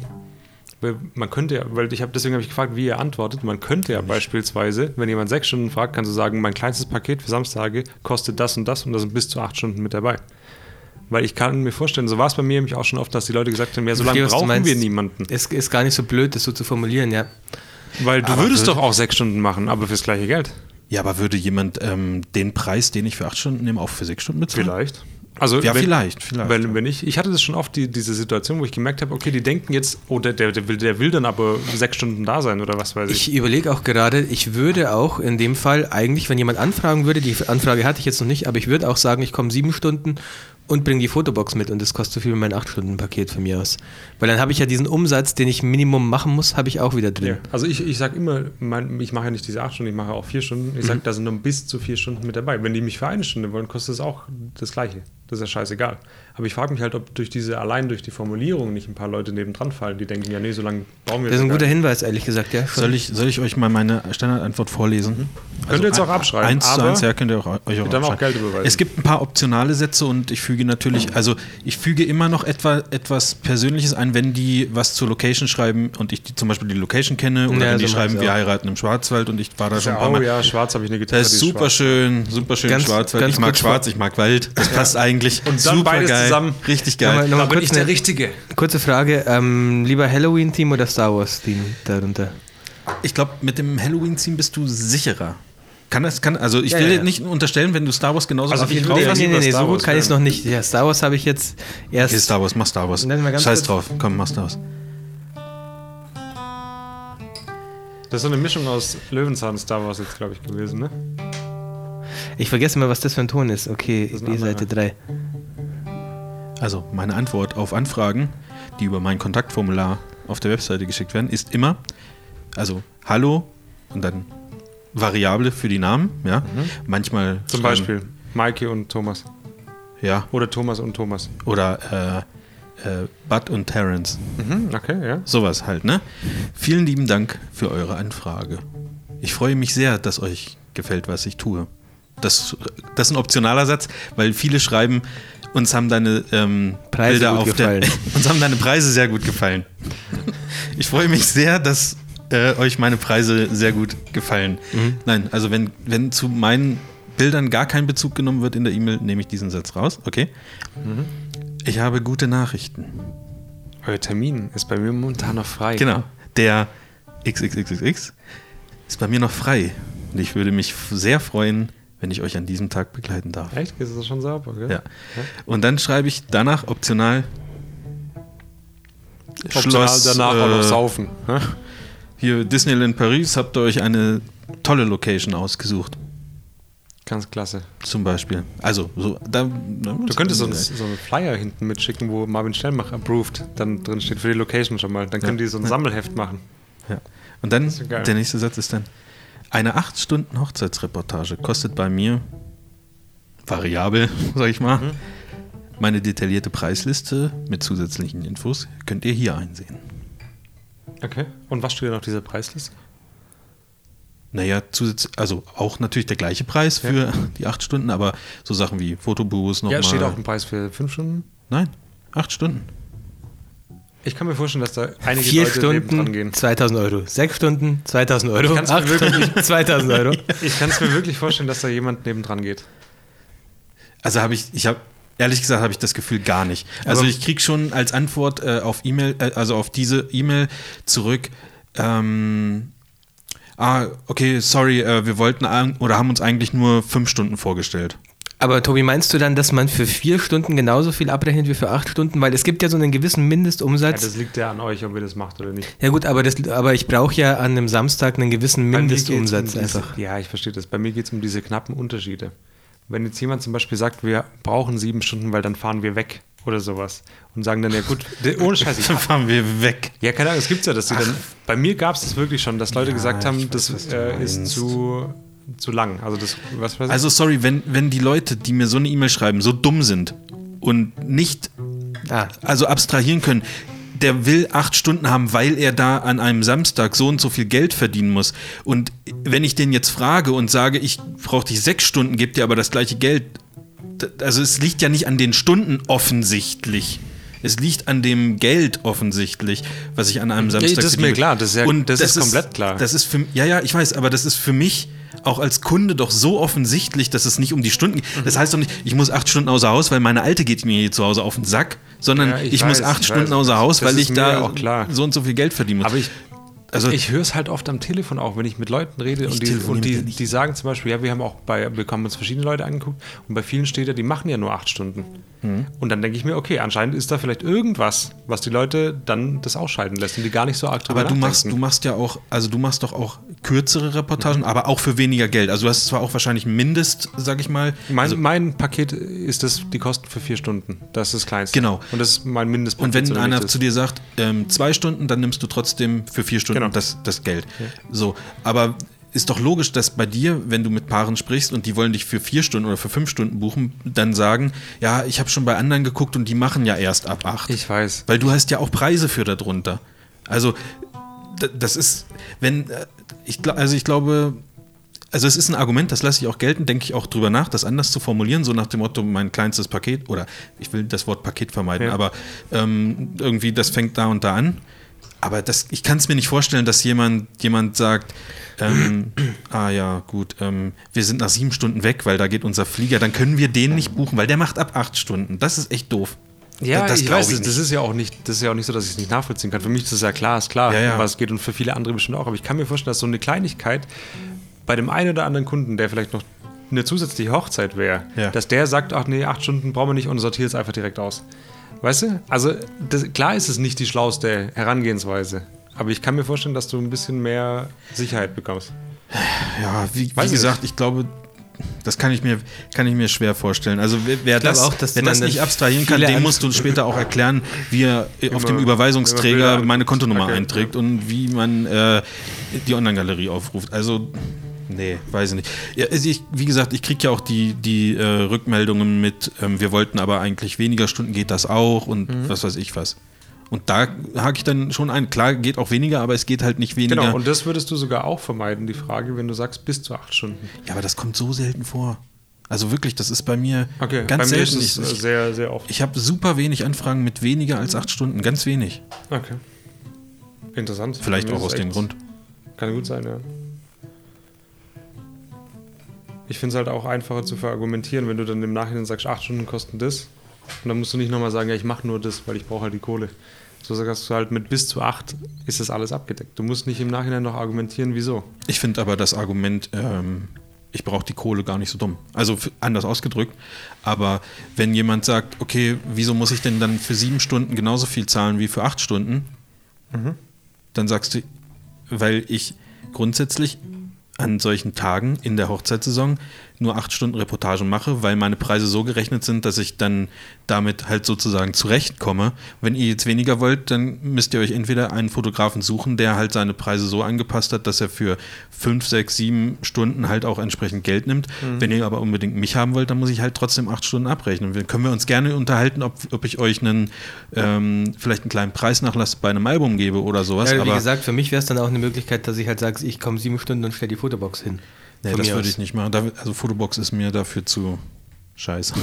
Speaker 3: Weil man könnte ja, weil ich habe deswegen habe ich gefragt, wie ihr antwortet. Man könnte ja beispielsweise, wenn jemand sechs Stunden fragt, kannst du sagen, mein kleinstes Paket für Samstage kostet das und das und da sind bis zu acht Stunden mit dabei. Weil ich kann mir vorstellen, so war es bei mir nämlich auch schon oft, dass die Leute gesagt haben, ja, so lange
Speaker 2: Verstehe, was du
Speaker 3: Also, brauchen
Speaker 2: meinst.
Speaker 3: wir niemanden.
Speaker 2: Es ist gar nicht so blöd, das so zu formulieren, ja.
Speaker 3: Weil du
Speaker 1: Aber
Speaker 3: würdest
Speaker 1: würde-
Speaker 3: doch auch sechs Stunden machen, aber fürs gleiche Geld.
Speaker 1: Ja, aber würde jemand ähm, den Preis, den ich für acht Stunden nehme, auch für sechs Stunden bezahlen?
Speaker 3: Vielleicht. Also
Speaker 1: Ja,
Speaker 3: wenn,
Speaker 1: vielleicht, vielleicht.
Speaker 3: Wenn, wenn ich, ich hatte das schon oft, die, diese Situation, wo ich gemerkt habe, okay, die denken jetzt, oh, der, der, der, will, der will dann aber sechs Stunden da sein oder was weiß ich.
Speaker 2: Ich überlege auch gerade, ich würde auch in dem Fall eigentlich, wenn jemand anfragen würde, die Anfrage hatte ich jetzt noch nicht, aber ich würde auch sagen, ich komme sieben Stunden und bringe die Fotobox mit und das kostet so viel wie mein acht Stunden Paket von mir aus. Weil dann habe ich ja diesen Umsatz, den ich Minimum machen muss, habe ich auch wieder drin.
Speaker 3: Ja. Also ich, ich sage immer, mein, ich mache ja nicht diese acht Stunden, ich mache auch vier Stunden.
Speaker 1: Mhm.
Speaker 3: Ich sage, da sind nur bis zu vier Stunden mit dabei. Wenn die mich für eine Stunde wollen, kostet es auch das Gleiche. Das ist ja scheißegal. Aber ich frage mich halt, ob durch diese, allein durch die Formulierung nicht ein paar Leute nebendran fallen, die denken, ja, nee, so lange brauchen wir
Speaker 2: Das ist ein
Speaker 3: gar
Speaker 2: guter
Speaker 3: nicht.
Speaker 2: Hinweis, ehrlich gesagt, ja. schon.
Speaker 1: Soll ich, soll ich euch mal meine Standardantwort vorlesen?
Speaker 3: Mhm.
Speaker 1: Also
Speaker 3: Könnt ihr jetzt auch
Speaker 1: ein-
Speaker 3: abschreiben,
Speaker 1: Eins zu
Speaker 3: aber
Speaker 1: eins, ja, könnt ihr auch, euch auch
Speaker 3: dann auch
Speaker 1: abschreiben.
Speaker 3: Geld überweisen.
Speaker 1: Es gibt ein paar optionale Sätze und ich füge natürlich, also ich füge immer noch etwa, etwas Persönliches ein, wenn die was zur Location schreiben und ich die, zum Beispiel die Location kenne oder
Speaker 2: Ja,
Speaker 1: wenn die
Speaker 2: so
Speaker 1: schreiben,
Speaker 2: mach's
Speaker 1: wir
Speaker 2: auch.
Speaker 1: heiraten im Schwarzwald und ich war da schon ein paar
Speaker 3: Ja, oh
Speaker 1: Mal.
Speaker 3: ja, schwarz habe ich eine Gitarre.
Speaker 1: Das
Speaker 3: die
Speaker 1: ist super schön, super schön
Speaker 2: Ganz-
Speaker 1: Schwarzwald.
Speaker 2: ganz
Speaker 1: ich mag
Speaker 2: gut
Speaker 1: Schwarz, ich mag Wald. Das passt eigentlich.
Speaker 3: Und dann
Speaker 1: super
Speaker 3: beides
Speaker 1: geil.
Speaker 3: zusammen.
Speaker 1: Richtig geil.
Speaker 2: Nochmal- nochmal
Speaker 3: Da bin
Speaker 2: kurz
Speaker 3: ich der
Speaker 2: eine-
Speaker 3: Richtige.
Speaker 2: Kurze Frage, ähm, lieber Halloween-Team oder Star Wars-Team darunter?
Speaker 1: Ich glaube, mit dem Halloween-Theme bist du sicherer. Kann das, kann, also ich
Speaker 2: Ja,
Speaker 1: will
Speaker 2: ja,
Speaker 1: dir
Speaker 2: ja.
Speaker 1: nicht unterstellen, wenn du Star Wars genauso
Speaker 3: Also
Speaker 1: auf
Speaker 3: ich
Speaker 1: jeden
Speaker 3: würde
Speaker 1: Fall-
Speaker 2: Nee,
Speaker 3: ja
Speaker 2: nee,
Speaker 3: lieber
Speaker 2: nee, nee
Speaker 3: Star
Speaker 2: so gut
Speaker 3: Wars
Speaker 2: kann ich es noch
Speaker 3: werden.
Speaker 2: nicht. Ja, Star Wars habe ich jetzt erst.
Speaker 1: Hier, Star Wars, mach Star Wars.
Speaker 2: Nennen wir ganz
Speaker 1: Scheiß
Speaker 2: kurz-
Speaker 1: drauf, komm, mach Star Wars.
Speaker 3: Das ist so eine Mischung aus Löwenzahn Star Wars jetzt, glaube ich, gewesen, ne?
Speaker 2: Ich vergesse immer, was das für ein Ton ist. Okay,
Speaker 3: ist ein
Speaker 2: die
Speaker 3: anderer.
Speaker 2: Seite 3.
Speaker 1: Also, meine Antwort auf Anfragen, die über mein Kontaktformular auf der Webseite geschickt werden, ist immer, also Hallo und dann Variable für die Namen, ja.
Speaker 2: Mhm.
Speaker 1: Manchmal.
Speaker 3: Zum
Speaker 1: schreiben-
Speaker 3: Beispiel Maike und Thomas.
Speaker 1: Ja.
Speaker 3: Oder Thomas und Thomas.
Speaker 1: Oder äh, äh, Bud und Terrence.
Speaker 3: Okay, ja.
Speaker 1: Sowas halt, ne? Vielen lieben Dank für eure Anfrage. Ich freue mich sehr, dass euch gefällt, was ich tue. Das, das ist ein optionaler Satz, weil viele schreiben, uns haben deine ähm,
Speaker 2: Preise
Speaker 1: Bilder
Speaker 2: gut
Speaker 1: auf der.
Speaker 2: gefallen.
Speaker 1: [LAUGHS] Uns haben deine Preise sehr gut gefallen. Ich freue mich sehr, dass äh, euch meine Preise sehr gut gefallen.
Speaker 2: Mhm.
Speaker 1: Nein, also wenn, wenn zu meinen Bildern gar kein Bezug genommen wird in der E-Mail, nehme ich diesen Satz raus. Okay.
Speaker 2: Mhm.
Speaker 1: Ich habe gute Nachrichten.
Speaker 3: Euer Termin ist bei mir momentan noch frei.
Speaker 1: Genau. Der XXXXX ist bei mir noch frei. Und ich würde mich f- sehr freuen, wenn ich euch an diesem Tag begleiten darf.
Speaker 3: Echt? Ist das schon sauber, gell?
Speaker 1: Ja. Und dann schreibe ich danach optional.
Speaker 3: Optional danach auch noch
Speaker 1: äh,
Speaker 3: saufen. ne?
Speaker 1: Hier Disneyland Paris habt ihr euch eine tolle Location ausgesucht,
Speaker 3: Ganz klasse.
Speaker 1: zum Beispiel. Also, so, da,
Speaker 3: Du könntest so einen, so einen Flyer hinten mitschicken, wo Marvin Stellmach approved dann drin steht für die Location schon mal. Dann können die so ein Sammelheft machen.
Speaker 1: Ja. Und dann,
Speaker 3: ist ja geil.
Speaker 1: der nächste Satz ist dann, eine 8-Stunden-Hochzeitsreportage kostet bei mir, variabel, [LAUGHS] sag ich
Speaker 3: Mhm.
Speaker 1: mal, meine detaillierte Preisliste mit zusätzlichen Infos könnt ihr hier einsehen.
Speaker 3: Okay. Und was steht denn auf dieser Preisliste?
Speaker 1: Naja, zusätzlich, also auch natürlich der gleiche Preis für [LAUGHS] die 8 Stunden, aber so Sachen wie Fotobüros nochmal.
Speaker 3: Ja, steht auch ein Preis für fünf Stunden.
Speaker 1: Nein, 8 Stunden.
Speaker 3: Ich kann mir vorstellen, dass da einige
Speaker 2: Vier
Speaker 3: Leute dran gehen.
Speaker 2: Stunden, 2000 Euro. Sechs Stunden, 2000 Euro.
Speaker 3: kann's
Speaker 2: Acht
Speaker 3: wirklich-
Speaker 2: Stunden, 2000 [LAUGHS] Euro.
Speaker 3: Ich kann es mir wirklich vorstellen, dass da jemand nebendran geht.
Speaker 1: Also habe ich, ich habe Ehrlich gesagt habe ich das Gefühl gar nicht. Also
Speaker 2: Aber-
Speaker 1: ich kriege schon als Antwort äh, auf E-Mail, äh, also auf diese E-Mail zurück. Ähm, ah, okay, sorry, äh, wir wollten an- oder haben uns eigentlich nur fünf Stunden vorgestellt.
Speaker 2: Aber Tobi, meinst du dann, dass man für vier Stunden genauso viel abrechnet wie für acht Stunden? Weil es gibt ja so einen gewissen
Speaker 3: Ja,
Speaker 2: Mindestumsatz. Ja,
Speaker 3: das liegt ja an euch, ob ihr das macht oder nicht.
Speaker 2: gut, aber, das, aber ich brauche ja an einem Samstag einen gewissen
Speaker 3: Bei mir geht's um
Speaker 2: Mindestumsatz
Speaker 3: diese,
Speaker 2: einfach.
Speaker 3: Ja, ich verstehe das. Bei mir geht es um diese knappen Unterschiede. Wenn jetzt jemand zum Beispiel sagt, wir brauchen sieben Stunden, weil dann fahren wir weg oder sowas und sagen dann, ja gut, der- ohne Scheiß,
Speaker 1: [LAUGHS]
Speaker 3: ich
Speaker 1: Dann fahren wir weg.
Speaker 3: [LAUGHS] Ja, keine Ahnung, es gibt ja, dass die dann. Bei mir gab es das wirklich schon, dass Leute gesagt haben, das äh, ist zu, zu lang. Also, das, was weiß ich.
Speaker 1: Also sorry, wenn, wenn die Leute, die mir so eine E-Mail schreiben, so dumm sind und nicht
Speaker 2: Ah,
Speaker 1: also abstrahieren können. Der will acht Stunden haben, weil er da an einem Samstag so und so viel Geld verdienen muss. Und wenn ich den jetzt frage und sage, ich brauche dich sechs Stunden, gebe dir aber das gleiche Geld. d- Also es liegt ja nicht an den Stunden offensichtlich. Es liegt an dem Geld offensichtlich, was ich an einem Samstag
Speaker 3: das ist mir
Speaker 1: verdiene.
Speaker 3: klar, das ist ja- das ist komplett klar.
Speaker 1: Das ist für ja ja, ich weiß, aber das ist für mich auch als Kunde doch so offensichtlich, dass es nicht um die Stunden geht.
Speaker 3: Mhm.
Speaker 1: Das heißt doch nicht, ich muss acht Stunden außer Haus, weil meine alte geht mir hier zu Hause auf den Sack, sondern
Speaker 3: Ja,
Speaker 1: ich,
Speaker 3: ich
Speaker 1: muss
Speaker 3: weiß,
Speaker 1: acht
Speaker 3: ich
Speaker 1: Stunden
Speaker 3: weiß.
Speaker 1: außer Haus,
Speaker 3: Das
Speaker 1: weil
Speaker 3: ist
Speaker 1: ich
Speaker 3: mir
Speaker 1: da
Speaker 3: auch klar.
Speaker 1: so und so viel Geld verdienen muss.
Speaker 3: aber ich,
Speaker 1: also,
Speaker 3: ich höre es halt oft am Telefon auch, wenn ich mit Leuten rede und, die,
Speaker 1: telefoniere
Speaker 3: und
Speaker 1: mit
Speaker 3: die,
Speaker 1: denen nicht.
Speaker 3: die sagen zum Beispiel, ja, wir haben auch bei, wir haben uns verschiedene Leute angeguckt und bei vielen steht ja, die machen ja nur acht Stunden.
Speaker 1: Mhm.
Speaker 3: Und dann denke ich mir, okay, anscheinend ist da vielleicht irgendwas, was die Leute dann das ausschalten lässt und die gar nicht so arg drüber
Speaker 1: aber du machst, du
Speaker 3: nachdenken. Mhm.
Speaker 1: machst ja auch, also du machst doch auch kürzere Reportagen, aber auch für weniger Geld. Also du hast zwar auch wahrscheinlich ein Mindest, sag ich mal. Also
Speaker 3: Mein, mein Paket ist das, die Kosten für vier Stunden. Das ist das Kleinste.
Speaker 1: Genau.
Speaker 3: Und das ist mein Mindestpaket.
Speaker 1: Und wenn
Speaker 3: so nenne ich
Speaker 1: einer
Speaker 3: das.
Speaker 1: zu dir sagt, ähm, zwei Stunden, dann nimmst du trotzdem für vier Stunden
Speaker 3: Genau.
Speaker 1: das, das Geld. So, aber ist doch logisch, dass bei dir, wenn du mit Paaren sprichst und die wollen dich für vier Stunden oder für fünf Stunden buchen, dann sagen, ja, ich habe schon bei anderen geguckt und die machen ja erst ab acht.
Speaker 3: Ich weiß.
Speaker 1: Weil du hast ja auch Preise für darunter. Also d- das ist, wenn, äh, ich, gla- also ich glaube, also es ist ein Argument, das lasse ich auch gelten, denke ich auch drüber nach, das anders zu formulieren, so nach dem Motto, mein kleinstes Paket, oder ich will das Wort Paket vermeiden,
Speaker 3: Ja.
Speaker 1: aber ähm, irgendwie, das fängt da und da an. Aber das, ich kann es mir nicht vorstellen, dass jemand, jemand sagt, ähm, [CLEARS THROAT] ah ja, gut, ähm, wir sind nach sieben Stunden weg, weil da geht unser Flieger, dann können wir den nicht buchen, weil der macht ab acht Stunden. Das ist echt doof.
Speaker 3: Ja, ich
Speaker 1: glaub
Speaker 3: weiß, das-
Speaker 1: nicht.
Speaker 3: das ist ja auch nicht, das ist ja auch nicht so, dass ich es nicht nachvollziehen kann. Für mich ist es ja klar, ist klar,
Speaker 1: Ja, ja.
Speaker 3: um was es geht und für viele andere bestimmt auch. Aber ich kann mir vorstellen, dass so eine Kleinigkeit bei dem einen oder anderen Kunden, der vielleicht noch eine zusätzliche Hochzeit wäre,
Speaker 1: Ja.
Speaker 3: dass der sagt, ach nee, acht Stunden brauchen wir nicht und sortiert es einfach direkt aus. Weißt du? Also das, klar ist es nicht die schlauste Herangehensweise. Aber ich kann mir vorstellen, dass du ein bisschen mehr Sicherheit bekommst.
Speaker 1: Ja, wie, wie
Speaker 3: Weiß ich
Speaker 1: gesagt, ich glaube, das kann ich mir, kann ich mir schwer vorstellen. Also wer, wer
Speaker 2: glaube
Speaker 1: das,
Speaker 2: auch, dass
Speaker 1: wer das
Speaker 2: man
Speaker 1: nicht
Speaker 2: dann
Speaker 1: abstrahieren kann,
Speaker 2: viele
Speaker 1: dem
Speaker 2: Anf-
Speaker 1: musst du später auch erklären, wie er äh, auf
Speaker 3: Immer-
Speaker 1: dem Überweisungsträger
Speaker 3: immer Bilder-
Speaker 1: meine Kontonummer
Speaker 3: Okay,
Speaker 1: einträgt und wie man äh, die Online-Galerie aufruft. Also, nee, weiß ich nicht. Ja, also ich, wie gesagt, ich kriege ja auch die, die äh, Rückmeldungen mit, ähm, wir wollten aber eigentlich weniger Stunden, geht das auch und was weiß ich was. Und da hake ich dann schon ein. Klar, geht auch weniger, aber es geht halt nicht weniger.
Speaker 3: Genau, und das würdest du sogar auch vermeiden, die Frage, wenn du sagst, bis zu acht Stunden.
Speaker 1: Ja, aber das kommt so selten vor. Also wirklich, das ist bei mir
Speaker 3: bei
Speaker 1: ganz
Speaker 3: mir
Speaker 1: selten.
Speaker 3: ist es äh,
Speaker 1: ich ich,
Speaker 3: sehr, sehr oft.
Speaker 1: ich habe super wenig Anfragen mit weniger als acht Stunden, ganz wenig.
Speaker 3: Okay. Interessant.
Speaker 1: Vielleicht
Speaker 3: Mir
Speaker 1: auch
Speaker 3: ist
Speaker 1: aus
Speaker 3: echt-
Speaker 1: dem Grund.
Speaker 3: Kann gut sein, ja. Ich finde es halt auch einfacher zu verargumentieren, wenn du dann im Nachhinein sagst, acht Stunden kosten das. Und dann musst du nicht nochmal sagen, ja, ich mache nur das, weil ich brauche halt die Kohle. So sagst du halt, mit bis zu acht ist das alles abgedeckt. Du musst nicht im Nachhinein noch argumentieren, wieso.
Speaker 1: Ich finde aber das Argument, ähm, ich brauche die Kohle gar nicht so dumm. Also f- anders ausgedrückt. Aber wenn jemand sagt, okay, wieso muss ich denn dann für sieben Stunden genauso viel zahlen wie für acht Stunden? Dann sagst du, weil ich grundsätzlich an solchen Tagen in der Hochzeitssaison nur acht Stunden Reportagen mache, weil meine Preise so gerechnet sind, dass ich dann damit halt sozusagen zurechtkomme. Wenn ihr jetzt weniger wollt, dann müsst ihr euch entweder einen Fotografen suchen, der halt seine Preise so angepasst hat, dass er für fünf, sechs, sieben Stunden halt auch entsprechend Geld nimmt. Wenn ihr aber unbedingt mich haben wollt, dann muss ich halt trotzdem acht Stunden abrechnen. Dann können wir uns gerne unterhalten, ob, ob ich euch einen ähm, vielleicht einen kleinen Preisnachlass bei einem Album gebe oder sowas.
Speaker 2: ja, wie
Speaker 1: aber
Speaker 2: gesagt, für mich wäre es dann auch eine Möglichkeit, dass ich halt sage, ich komme sieben Stunden und stelle die Fotobox hin.
Speaker 1: Nee,
Speaker 2: Von
Speaker 1: das
Speaker 2: mir
Speaker 1: würde
Speaker 2: aus.
Speaker 1: ich nicht machen. Da, also Fotobox ist mir dafür zu scheiße.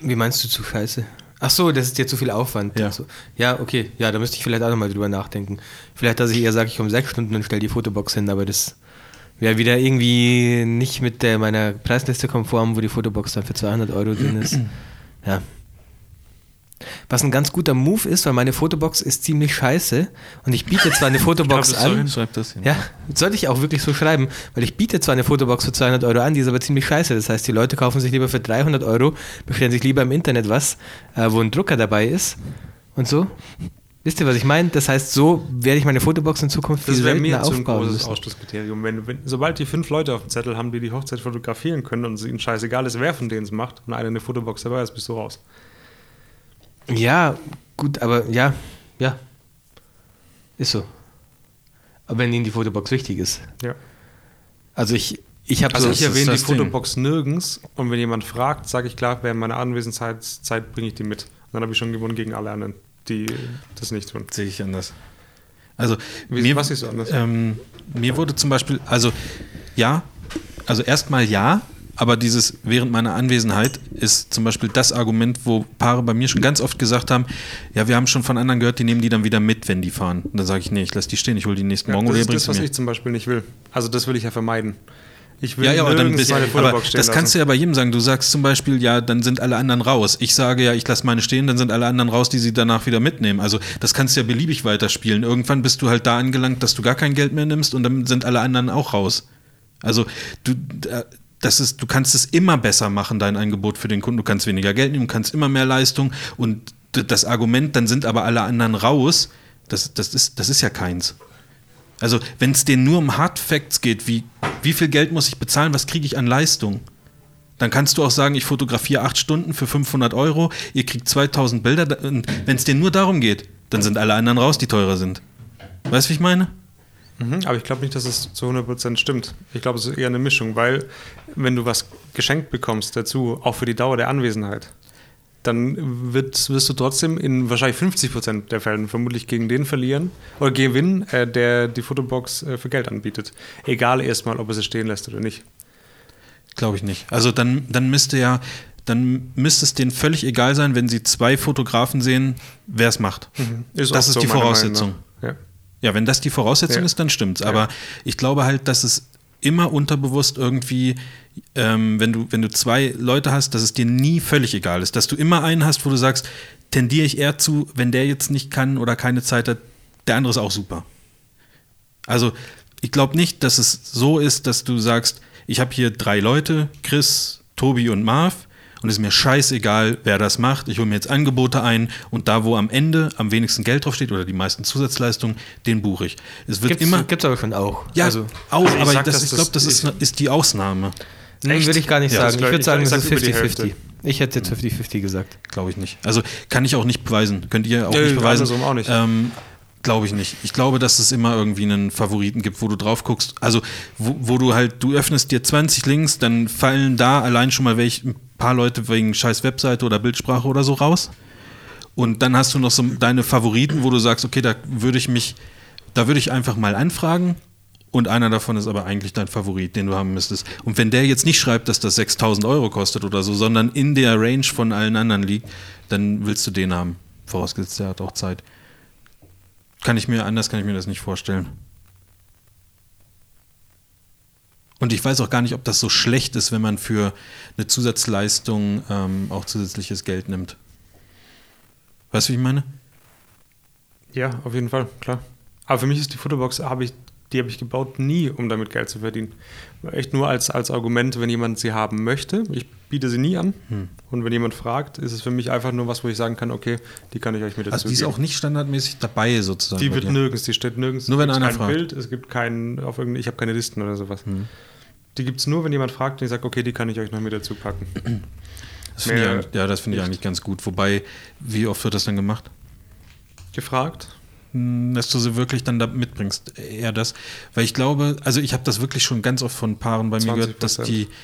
Speaker 2: Wie meinst du zu scheiße? Ach so, das ist dir zu viel Aufwand.
Speaker 1: Ja.
Speaker 2: Ach so. ja, okay. Ja, da müsste ich vielleicht auch nochmal drüber nachdenken. Vielleicht, dass ich eher sage, ich komme sechs Stunden und stelle die Fotobox hin, aber das Ja, wieder irgendwie nicht mit der, meiner Preisliste konform, wo die Fotobox dann für 200 Euro drin ist. Ja. Was ein ganz guter Move ist, weil meine Fotobox ist ziemlich scheiße und ich biete
Speaker 1: [LAUGHS]
Speaker 2: zwar eine Fotobox
Speaker 1: das soll-
Speaker 2: an.
Speaker 1: schreib das hin.
Speaker 2: Ja, sollte ich auch wirklich so schreiben, weil ich biete zwar eine Fotobox für 200 Euro an, die ist aber ziemlich scheiße. Das heißt, die Leute kaufen sich lieber für 300 Euro, bestellen sich lieber im Internet was, äh, wo ein Drucker dabei ist und so. Wisst ihr, was ich meine? Das heißt, so werde ich meine Fotobox in Zukunft viel
Speaker 3: Das wäre mir
Speaker 2: seltener
Speaker 3: zu ein
Speaker 2: aufbauen
Speaker 3: großes
Speaker 2: müssen.
Speaker 3: Ausschlusskriterium. Wenn, wenn, sobald die fünf Leute auf dem Zettel haben, die die Hochzeit fotografieren können und es ihnen scheißegal ist, wer von denen es macht und einer eine Fotobox dabei ist, bist du raus.
Speaker 2: Ja, gut, aber ja, ja. Ist so. Aber wenn ihnen die Fotobox wichtig ist.
Speaker 3: Ja.
Speaker 2: Also ich, ich habe
Speaker 3: Also
Speaker 2: so
Speaker 3: ich
Speaker 1: ist
Speaker 3: erwähne die
Speaker 1: das Ding.
Speaker 3: Fotobox nirgends und wenn jemand fragt, sage ich klar, während meiner Anwesenheit Zeit bringe ich die mit. Und dann habe ich schon gewonnen gegen alle anderen, die das nicht tun.
Speaker 1: sehe ich anders. Also
Speaker 3: Wie-
Speaker 1: mir,
Speaker 3: was siehst du anders?
Speaker 1: Ähm, mir wurde zum Beispiel, also ja, also erstmal ja, aber dieses während meiner Anwesenheit ist zum Beispiel das Argument, wo Paare bei mir schon ganz oft gesagt haben, ja, wir haben schon von anderen gehört, die nehmen die dann wieder mit, wenn die fahren. Und dann sage ich, nee, ich lasse die stehen, ich hole die nächsten Morgen
Speaker 3: ja,
Speaker 1: oder
Speaker 3: das
Speaker 1: ihr bringt
Speaker 3: ist das,
Speaker 1: sie
Speaker 3: was
Speaker 1: mir.
Speaker 3: ich zum Beispiel nicht will. Also das will ich ja vermeiden. Ich will
Speaker 1: Ja, ja, aber dann bist,
Speaker 3: meine
Speaker 1: aber
Speaker 3: Fotobox stehen
Speaker 1: das kannst du
Speaker 3: lassen.
Speaker 1: ja bei jedem sagen. Du sagst zum Beispiel, ja, dann sind alle anderen raus. Ich sage ja, ich lasse meine stehen, dann sind alle anderen raus, die sie danach wieder mitnehmen. Also das kannst du ja beliebig weiterspielen. Irgendwann bist du halt da angelangt, dass du gar kein Geld mehr nimmst und dann sind alle anderen auch raus. Also du, äh, das ist, du kannst es immer besser machen, dein Angebot für den Kunden. Du kannst weniger Geld nehmen, kannst immer mehr Leistung und d- das Argument, dann sind aber alle anderen raus, das, das, ist, das ist ja keins. Also, wenn es denen nur um Hard Facts geht, wie, wie viel Geld muss ich bezahlen, was kriege ich an Leistung, dann kannst du auch sagen, ich fotografiere acht Stunden für 500 Euro, ihr kriegt 2000 Bilder. Und wenn es denen nur darum geht, dann sind alle anderen raus, die teurer sind. Weißt du, wie ich meine?
Speaker 3: Mhm, aber ich glaube nicht, dass es zu 100% stimmt. Ich glaube, es ist eher eine Mischung, weil wenn du was geschenkt bekommst dazu, auch für die Dauer der Anwesenheit, dann wird, wirst du trotzdem in wahrscheinlich 50% der Fällen vermutlich gegen den verlieren oder gewinnen, äh, der die Fotobox äh, für Geld anbietet. Egal erstmal, ob er sie stehen lässt oder nicht.
Speaker 1: Glaube ich nicht. Also dann, dann müsste ja, dann müsste es denen völlig egal sein, wenn sie zwei Fotografen sehen, wer es macht. das
Speaker 3: oft
Speaker 1: ist
Speaker 3: Mhm. so,
Speaker 1: die
Speaker 3: meiner Meinung ne?
Speaker 1: Voraussetzung.
Speaker 3: nach. Ja.
Speaker 1: Ja, wenn das die Voraussetzung
Speaker 3: Ja.
Speaker 1: ist, dann stimmt's. Aber ich glaube halt, dass es immer unterbewusst irgendwie, ähm, wenn du, wenn du zwei Leute hast, dass es dir nie völlig egal ist. Dass du immer einen hast, wo du sagst, tendiere ich eher zu, wenn der jetzt nicht kann oder keine Zeit hat, der andere ist auch super. Also ich glaube nicht, dass es so ist, dass du sagst, ich habe hier drei Leute, Chris, Tobi und Marv, und es ist mir scheißegal, wer das macht. Ich hole mir jetzt Angebote ein und da, wo am Ende am wenigsten Geld draufsteht oder die meisten Zusatzleistungen, den buche ich. Es wird
Speaker 2: Gibt's,
Speaker 1: immer.
Speaker 2: gibt's aber schon auch.
Speaker 1: ja,
Speaker 2: also,
Speaker 1: auch,
Speaker 3: also ich
Speaker 1: aber
Speaker 3: sag,
Speaker 1: das,
Speaker 3: dass
Speaker 1: ich
Speaker 3: das-
Speaker 1: glaube, das ist,
Speaker 3: ich-
Speaker 1: ist die Ausnahme,
Speaker 2: nee, würde ich gar nicht
Speaker 1: Ja,
Speaker 2: sagen.
Speaker 3: das
Speaker 2: Ich
Speaker 3: glaub
Speaker 2: würde
Speaker 3: ich-
Speaker 2: sagen,
Speaker 3: ich
Speaker 2: es
Speaker 3: sag
Speaker 2: ist
Speaker 3: über die
Speaker 2: 50-50.
Speaker 3: Hälfte.
Speaker 2: Ich hätte jetzt 50-50 gesagt.
Speaker 1: glaube ich nicht. Also kann ich auch nicht beweisen. Könnt ihr auch
Speaker 3: Nö,
Speaker 1: nicht beweisen.
Speaker 3: andersrum auch nicht.
Speaker 1: Ähm, glaube ich nicht. Ich glaube, dass es immer irgendwie einen Favoriten gibt, wo du drauf guckst. Also, wo, wo du halt, du öffnest dir 20 Links, dann fallen da allein schon mal welch, ein paar Leute wegen scheiß Webseite oder Bildsprache oder so raus. Und dann hast du noch so deine Favoriten, wo du sagst, okay, da würde ich mich, da würde ich einfach mal anfragen. Und einer davon ist aber eigentlich dein Favorit, den du haben müsstest. Und wenn der jetzt nicht schreibt, dass das 6000 Euro kostet oder so, sondern in der Range von allen anderen liegt, dann willst du den haben. Vorausgesetzt, der hat auch Zeit. Kann ich mir, anders kann ich mir das nicht vorstellen. Und ich weiß auch gar nicht, ob das so schlecht ist, wenn man für eine Zusatzleistung ähm, auch zusätzliches Geld nimmt. Weißt du, wie ich meine?
Speaker 3: Ja, auf jeden Fall, klar. Aber für mich ist die Fotobox, habe ich, die habe ich gebaut, nie, um damit Geld zu verdienen. Echt nur als, als Argument, wenn jemand sie haben möchte. Ich biete sie nie an.
Speaker 1: Hm.
Speaker 3: Und wenn jemand fragt, ist es für mich einfach nur was, wo ich sagen kann, okay, die kann ich euch mit dazu
Speaker 1: Also die ist
Speaker 3: geben.
Speaker 1: auch nicht standardmäßig dabei sozusagen.
Speaker 3: die
Speaker 1: bei
Speaker 3: wird ne-
Speaker 1: dir.
Speaker 3: nirgends, die steht nirgends.
Speaker 1: Nur
Speaker 3: Es
Speaker 1: wenn
Speaker 3: gibt
Speaker 1: einer
Speaker 3: kein
Speaker 1: fragt. Hm.
Speaker 3: Bild, es gibt keinen, auf irgendeine, ich habe keine Listen oder sowas. Die gibt es nur, wenn jemand fragt und ich sage, okay, die kann ich euch noch mit dazu packen.
Speaker 1: das finde ich,
Speaker 3: mehr
Speaker 1: eigentlich- ja, das finde ich
Speaker 3: nicht.
Speaker 1: eigentlich ganz gut. Wobei, wie oft wird das dann gemacht?
Speaker 3: Gefragt?
Speaker 1: Hm, Dass du sie wirklich dann da mitbringst, eher das. Weil ich glaube, also ich habe das wirklich schon ganz oft von Paaren bei mir gehört, dass
Speaker 3: 20%.
Speaker 1: die
Speaker 2: Ach,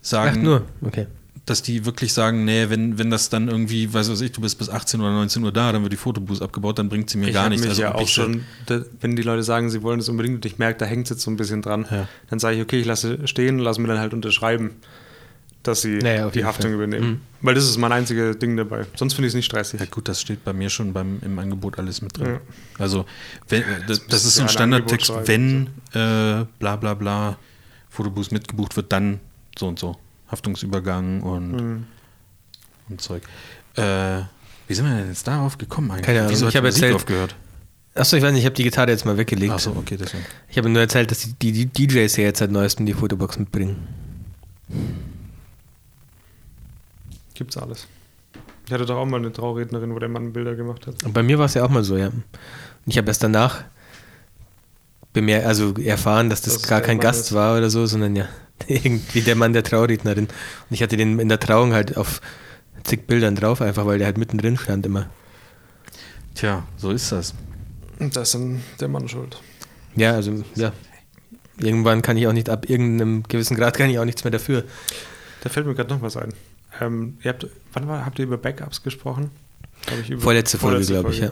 Speaker 1: sagen,
Speaker 2: nur. Okay.
Speaker 1: dass die wirklich sagen, nee, wenn, wenn das dann irgendwie, weiß was ich, du bist bis 18 oder 19 Uhr da, dann wird die Fotobooth abgebaut, dann bringt sie mir
Speaker 3: ich
Speaker 1: gar
Speaker 3: hab
Speaker 1: nichts. Also
Speaker 3: Mich
Speaker 2: Also
Speaker 3: ja
Speaker 1: ob
Speaker 3: auch
Speaker 1: ich-
Speaker 3: schon, da, wenn die Leute sagen, sie wollen das unbedingt und ich merke, da hängt es jetzt so ein bisschen dran,
Speaker 1: Ja.
Speaker 3: dann sage ich, okay, ich lasse stehen, lasse mir dann halt unterschreiben, dass sie
Speaker 2: Naja, auf
Speaker 3: die
Speaker 2: jeden
Speaker 3: Haftung
Speaker 2: Fall. Mhm.
Speaker 3: übernehmen. Weil das ist mein einziges Ding dabei. Sonst finde ich es nicht stressig.
Speaker 1: Ja gut, das steht bei mir schon beim, im Angebot alles mit drin.
Speaker 3: Ja.
Speaker 1: Also wenn, das, das
Speaker 3: müsstest
Speaker 1: ist
Speaker 3: du
Speaker 1: so ein
Speaker 3: ja ein Angebot
Speaker 1: Standardtext,
Speaker 3: schreiben,
Speaker 1: wenn äh, bla bla bla Fotobus mitgebucht wird, dann so und so. Haftungsübergang und, und Zeug. Äh, wie sind wir denn jetzt darauf gekommen eigentlich?
Speaker 2: Keine Ahnung,
Speaker 1: Wieso
Speaker 2: ich
Speaker 1: hat
Speaker 2: habe
Speaker 1: die Musik
Speaker 2: erzählt-
Speaker 1: aufgehört?
Speaker 2: Achso, ich weiß nicht, ich habe die Gitarre jetzt mal weggelegt.
Speaker 1: Achso, okay, deswegen.
Speaker 2: Ich habe nur erzählt, dass die, die die DJs ja jetzt seit neuestem die Fotobox mitbringen.
Speaker 3: Gibt's alles. Ich hatte doch auch mal eine Traurednerin, wo der Mann Bilder gemacht hat.
Speaker 2: Und bei mir war es ja auch mal so, ja. Und ich habe erst danach bemer also erfahren, dass das
Speaker 3: Dass es
Speaker 2: gar
Speaker 3: der
Speaker 2: kein
Speaker 3: Mann
Speaker 2: Gast
Speaker 3: ist.
Speaker 2: war oder so, sondern ja, [LAUGHS] irgendwie der Mann der Traurednerin. Und ich hatte den in der Trauung halt auf zig Bildern drauf, einfach weil der halt mittendrin stand immer.
Speaker 1: Tja, so ist das.
Speaker 3: Und da ist dann der Mann schuld.
Speaker 2: Ja, also, ja. Irgendwann kann ich auch nicht, ab irgendeinem gewissen Grad kann ich auch nichts mehr dafür.
Speaker 3: Da fällt mir gerade noch was ein. Ähm, ihr habt, wann war, habt ihr über Backups gesprochen? Hab ich über-
Speaker 2: Vorletzte Folge, glaube ich, ja.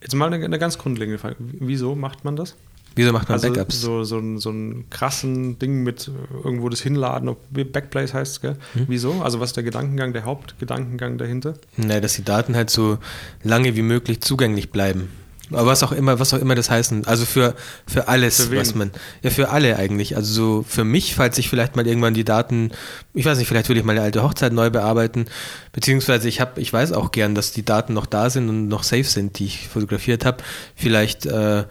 Speaker 3: Jetzt mal eine, eine ganz grundlegende Frage. Wieso macht man das?
Speaker 2: Wieso macht man
Speaker 3: Also
Speaker 2: Backups?
Speaker 3: so, so, ein, so ein krassen Ding mit äh, irgendwo das Hinladen, ob Backplace heißt, gell?
Speaker 2: Mhm.
Speaker 3: Wieso? Also was ist der Gedankengang, der Hauptgedankengang dahinter?
Speaker 2: Naja, dass die Daten halt so lange wie möglich zugänglich bleiben. Aber was auch immer, was auch immer das heißen. Also für, für alles,
Speaker 3: Für wen?
Speaker 2: was man. Ja, für alle eigentlich. Also so für mich, falls ich vielleicht mal irgendwann die Daten, ich weiß nicht, vielleicht will ich meine alte Hochzeit neu bearbeiten. Beziehungsweise ich habe, ich weiß auch gern, dass die Daten noch da sind und noch safe sind, die ich fotografiert habe. Vielleicht äh,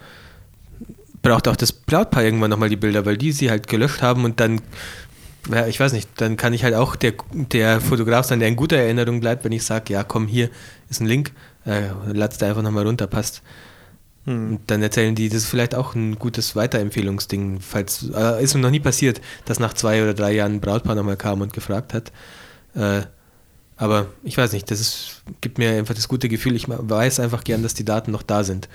Speaker 2: braucht auch das Brautpaar irgendwann nochmal die Bilder, weil die sie halt gelöscht haben und dann, ja, ich weiß nicht, dann kann ich halt auch der, der Fotograf sein, der in guter Erinnerung bleibt, wenn ich sage, ja, komm, hier ist ein Link, äh, lad's da einfach nochmal runter, passt. Und dann erzählen die, das ist vielleicht auch ein gutes Weiterempfehlungsding, falls, äh, ist mir noch nie passiert, dass nach zwei oder drei Jahren ein Brautpaar nochmal kam und gefragt hat. Äh, aber ich weiß nicht, das ist, gibt mir einfach das gute Gefühl, ich weiß einfach gern, dass die Daten noch da sind,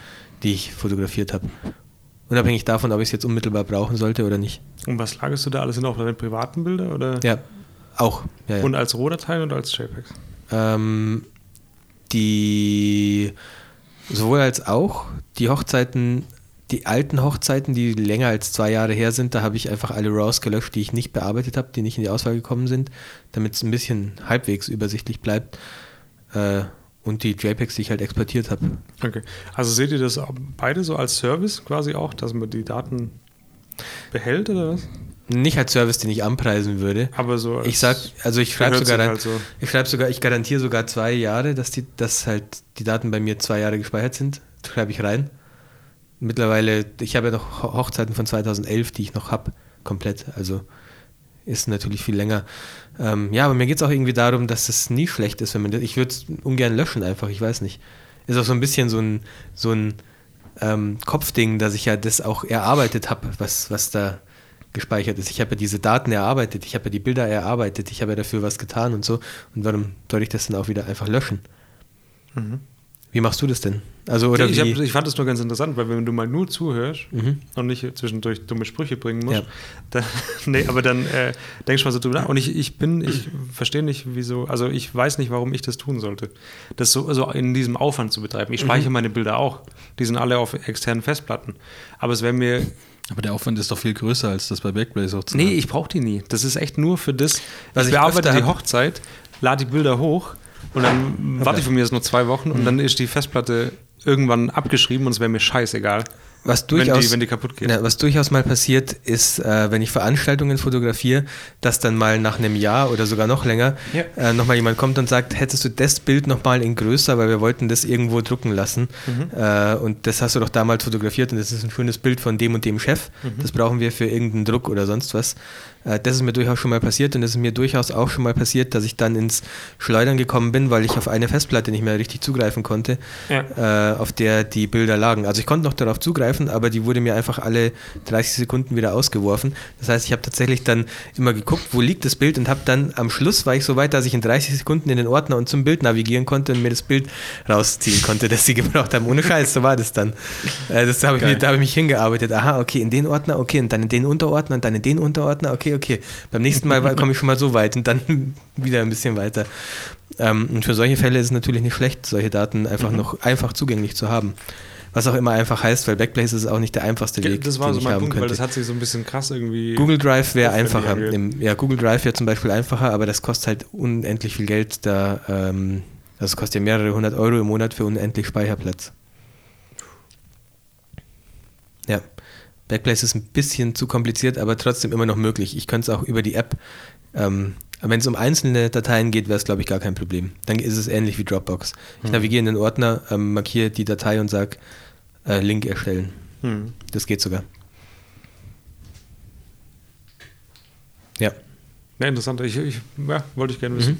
Speaker 2: die ich fotografiert habe. Unabhängig davon, ob ich es jetzt unmittelbar brauchen sollte oder nicht.
Speaker 3: Und was lagerst du da alles hin? Auch deine privaten Bilder? Oder?
Speaker 2: Ja, auch. Ja, ja.
Speaker 3: Und als Rohdateien oder als JPEGs?
Speaker 2: ähm, die sowohl als auch die Hochzeiten, die alten Hochzeiten, die länger als zwei Jahre her sind, da habe ich einfach alle RAWs gelöscht, die ich nicht bearbeitet habe, die nicht in die Auswahl gekommen sind, damit es ein bisschen halbwegs übersichtlich bleibt. Äh, und die JPEGs, die ich halt exportiert habe.
Speaker 3: Okay. Also seht ihr das beide so als Service quasi auch, dass man die Daten behält oder was?
Speaker 2: Nicht als Service, den ich anpreisen würde.
Speaker 3: Aber so als
Speaker 2: Ich sag, also ich schreibe
Speaker 3: gehört
Speaker 2: sogar,
Speaker 3: sich
Speaker 2: rein-
Speaker 3: halt so.
Speaker 2: ich schreibe sogar, ich garantiere sogar zwei Jahre, dass die, dass halt die Daten bei mir zwei Jahre gespeichert sind. Schreibe ich rein. Mittlerweile, ich habe ja noch Ho- Hochzeiten von 2011, die ich noch habe, komplett. Also ist natürlich viel länger. Ähm, ja, aber mir geht es auch irgendwie darum, dass es nie schlecht ist, wenn man das, ich würde es ungern löschen einfach, ich weiß nicht. Ist auch so ein bisschen so ein, so ein ähm, Kopfding, dass ich ja das auch erarbeitet habe, was, was da gespeichert ist. Ich habe ja diese Daten erarbeitet, ich habe ja die Bilder erarbeitet, ich habe ja dafür was getan und so. Und warum soll ich das dann auch wieder einfach löschen? Wie machst du das denn? Also, oder
Speaker 3: Mhm. ich,
Speaker 2: wie? Mhm.
Speaker 3: hab, ich fand das nur ganz interessant, weil wenn du mal nur zuhörst und nicht zwischendurch dumme Sprüche bringen musst,
Speaker 2: Ja.
Speaker 3: dann, [LAUGHS] nee, aber dann äh, denkst du mal so drüber nach. Und ich, ich bin, ich verstehe nicht, wieso, also ich weiß nicht, warum ich das tun sollte, das so also in diesem Aufwand zu betreiben.
Speaker 2: Mhm.
Speaker 3: Ich speichere meine Bilder auch. Die sind alle auf externen Festplatten. Aber es wäre mir
Speaker 1: Aber der Aufwand ist doch viel größer, als das bei Backblaze auch zu
Speaker 3: Nee, ich brauche die nie. Das ist echt nur für das.
Speaker 2: Was
Speaker 3: ich
Speaker 2: Also ich
Speaker 3: bearbeite
Speaker 2: öfter
Speaker 3: die
Speaker 2: hab-
Speaker 3: Hochzeit, lade die Bilder hoch und dann warte ich von mir jetzt nur zwei Wochen
Speaker 2: Mhm.
Speaker 3: und dann ist die Festplatte irgendwann abgeschrieben und es wäre mir scheißegal.
Speaker 2: Was
Speaker 3: Wenn die-
Speaker 2: durchaus,
Speaker 3: wenn die kaputt geht.
Speaker 2: Ja, was durchaus mal passiert, ist, äh, wenn ich Veranstaltungen fotografiere, dass dann mal nach einem Jahr oder sogar noch länger
Speaker 3: Ja.
Speaker 2: äh, nochmal jemand kommt und sagt, hättest du das Bild nochmal in größer, weil wir wollten das irgendwo drucken lassen.
Speaker 3: Mhm.
Speaker 2: Äh, und das hast du doch damals fotografiert und das ist ein schönes Bild von dem und dem Chef.
Speaker 3: Mhm.
Speaker 2: Das brauchen wir für irgendeinen Druck oder sonst was. Äh, das ist mir durchaus schon mal passiert und es ist mir durchaus auch schon mal passiert, dass ich dann ins Schleudern gekommen bin, weil ich auf eine Festplatte nicht mehr richtig zugreifen konnte
Speaker 3: Ja.
Speaker 2: äh, auf der die Bilder lagen. Also ich konnte noch darauf zugreifen, aber die wurde mir einfach alle 30 Sekunden wieder ausgeworfen. Das heißt, ich habe tatsächlich dann immer geguckt, wo liegt das Bild und habe dann am Schluss war ich so weit, dass ich in 30 Sekunden in den Ordner und zum Bild navigieren konnte und mir das Bild rausziehen konnte, [LAUGHS] das sie gebraucht haben. Ohne Scheiß, so war das dann. Äh, das habe ich, mir- da habe ich mich hingearbeitet. Aha, okay, in den Ordner, okay, und dann in den Unterordner und dann in den Unterordner, okay, okay. Beim nächsten Mal komme ich schon mal so weit und dann [LAUGHS] wieder ein bisschen weiter. Ähm, und für solche Fälle ist es natürlich nicht schlecht, solche Daten einfach
Speaker 3: Mhm.
Speaker 2: noch einfach zugänglich zu haben. Was auch immer einfach heißt, weil Backblaze ist auch nicht der einfachste Weg,
Speaker 3: das war
Speaker 2: den
Speaker 3: so
Speaker 2: ich
Speaker 3: mein
Speaker 2: haben
Speaker 3: Punkt, weil
Speaker 2: könnte.
Speaker 3: das hat sich so ein bisschen krass irgendwie.
Speaker 2: Google Drive wäre
Speaker 3: aufwendig
Speaker 2: einfacher.
Speaker 3: angeht.
Speaker 2: Im, ja, Google Drive wäre zum Beispiel einfacher, aber das kostet halt unendlich viel Geld. Da, ähm, das kostet ja mehrere hundert Euro im Monat für unendlich Speicherplatz. Ja. Backblaze ist ein bisschen zu kompliziert, aber trotzdem immer noch möglich. Ich könnte es auch über die App. Ähm, aber wenn es um einzelne Dateien geht, wäre es, glaube ich, gar kein Problem. Dann ist es ähnlich wie Dropbox.
Speaker 3: Hm.
Speaker 2: Ich navigiere in den Ordner, ähm, markiere die Datei und sage, äh, Link erstellen.
Speaker 3: Hm.
Speaker 2: Das geht sogar. Ja.
Speaker 3: Ja, interessant. Ich, ich, ja, wollte ich gerne wissen.
Speaker 2: Mhm.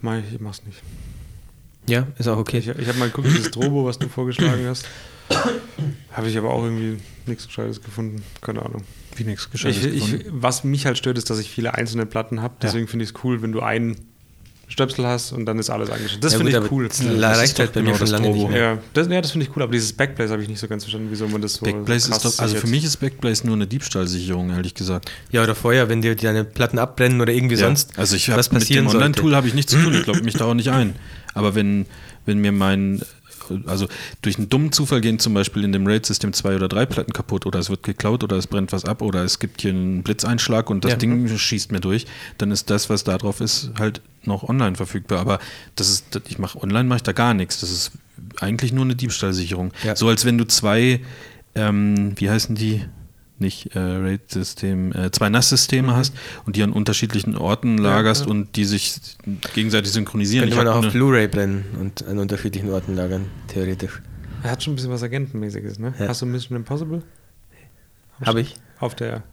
Speaker 3: Mach ich, ich mach's nicht.
Speaker 2: Ja, ist auch okay.
Speaker 3: Ich, ich habe mal geguckt, dieses Drobo, was du
Speaker 2: [COUGHS]
Speaker 3: vorgeschlagen hast. Habe ich aber auch irgendwie nichts Gescheites gefunden. Keine Ahnung.
Speaker 1: Wie nichts
Speaker 3: Ich, ich, was mich halt stört, ist, dass ich viele einzelne Platten habe. Deswegen finde ich es cool, wenn du einen Stöpsel hast und dann ist alles angeschlossen. Das
Speaker 2: Ja,
Speaker 3: finde
Speaker 2: gut,
Speaker 3: ich
Speaker 2: aber
Speaker 3: cool. Mhm.
Speaker 2: das reicht halt bei mir schon lange nicht mehr.
Speaker 3: genau Ja, das, ja, das finde ich cool, aber dieses Backblaze habe ich nicht so ganz verstanden, wieso man das so.
Speaker 1: Backblaze ist
Speaker 3: krass
Speaker 1: doch, also
Speaker 3: sichert.
Speaker 1: für mich ist Backblaze nur eine Diebstahlsicherung, ehrlich gesagt.
Speaker 2: Ja, oder vorher, wenn dir deine Platten abbrennen oder irgendwie sonst
Speaker 1: Also ich habe
Speaker 2: was
Speaker 1: mit
Speaker 2: passieren
Speaker 1: dem Online-Tool
Speaker 2: sollte.
Speaker 1: habe ich nichts zu tun.
Speaker 2: [CLEARS THROAT]
Speaker 1: Ich logge mich da auch nicht ein. Aber wenn, wenn mir mein, also durch einen dummen Zufall gehen zum Beispiel in dem Raid-System zwei oder drei Platten kaputt oder es wird geklaut oder es brennt was ab oder es gibt hier einen Blitzeinschlag und das
Speaker 2: Ja.
Speaker 1: Ding schießt mir durch, dann ist das, was da drauf ist, halt noch online verfügbar. Aber das ist, das- ich mache online mache ich da gar nichts. Das ist eigentlich nur eine Diebstahlsicherung.
Speaker 2: Ja.
Speaker 1: So als wenn du zwei, ähm, wie heißen die? Nicht äh, Raid-System, äh, zwei NAS-Systeme
Speaker 2: Mhm.
Speaker 1: hast und die an unterschiedlichen Orten lagerst und die sich gegenseitig synchronisieren.
Speaker 2: Könnte
Speaker 1: Ich
Speaker 2: man
Speaker 1: hab ne-
Speaker 2: auch auf
Speaker 1: eine-
Speaker 2: Blu-ray brennen und an unterschiedlichen Orten lagern, theoretisch.
Speaker 3: Er hat schon ein bisschen was Agentenmäßiges, ne?
Speaker 2: Ja.
Speaker 3: Hast du Mission Impossible?
Speaker 2: Habe ich?
Speaker 3: Auf der.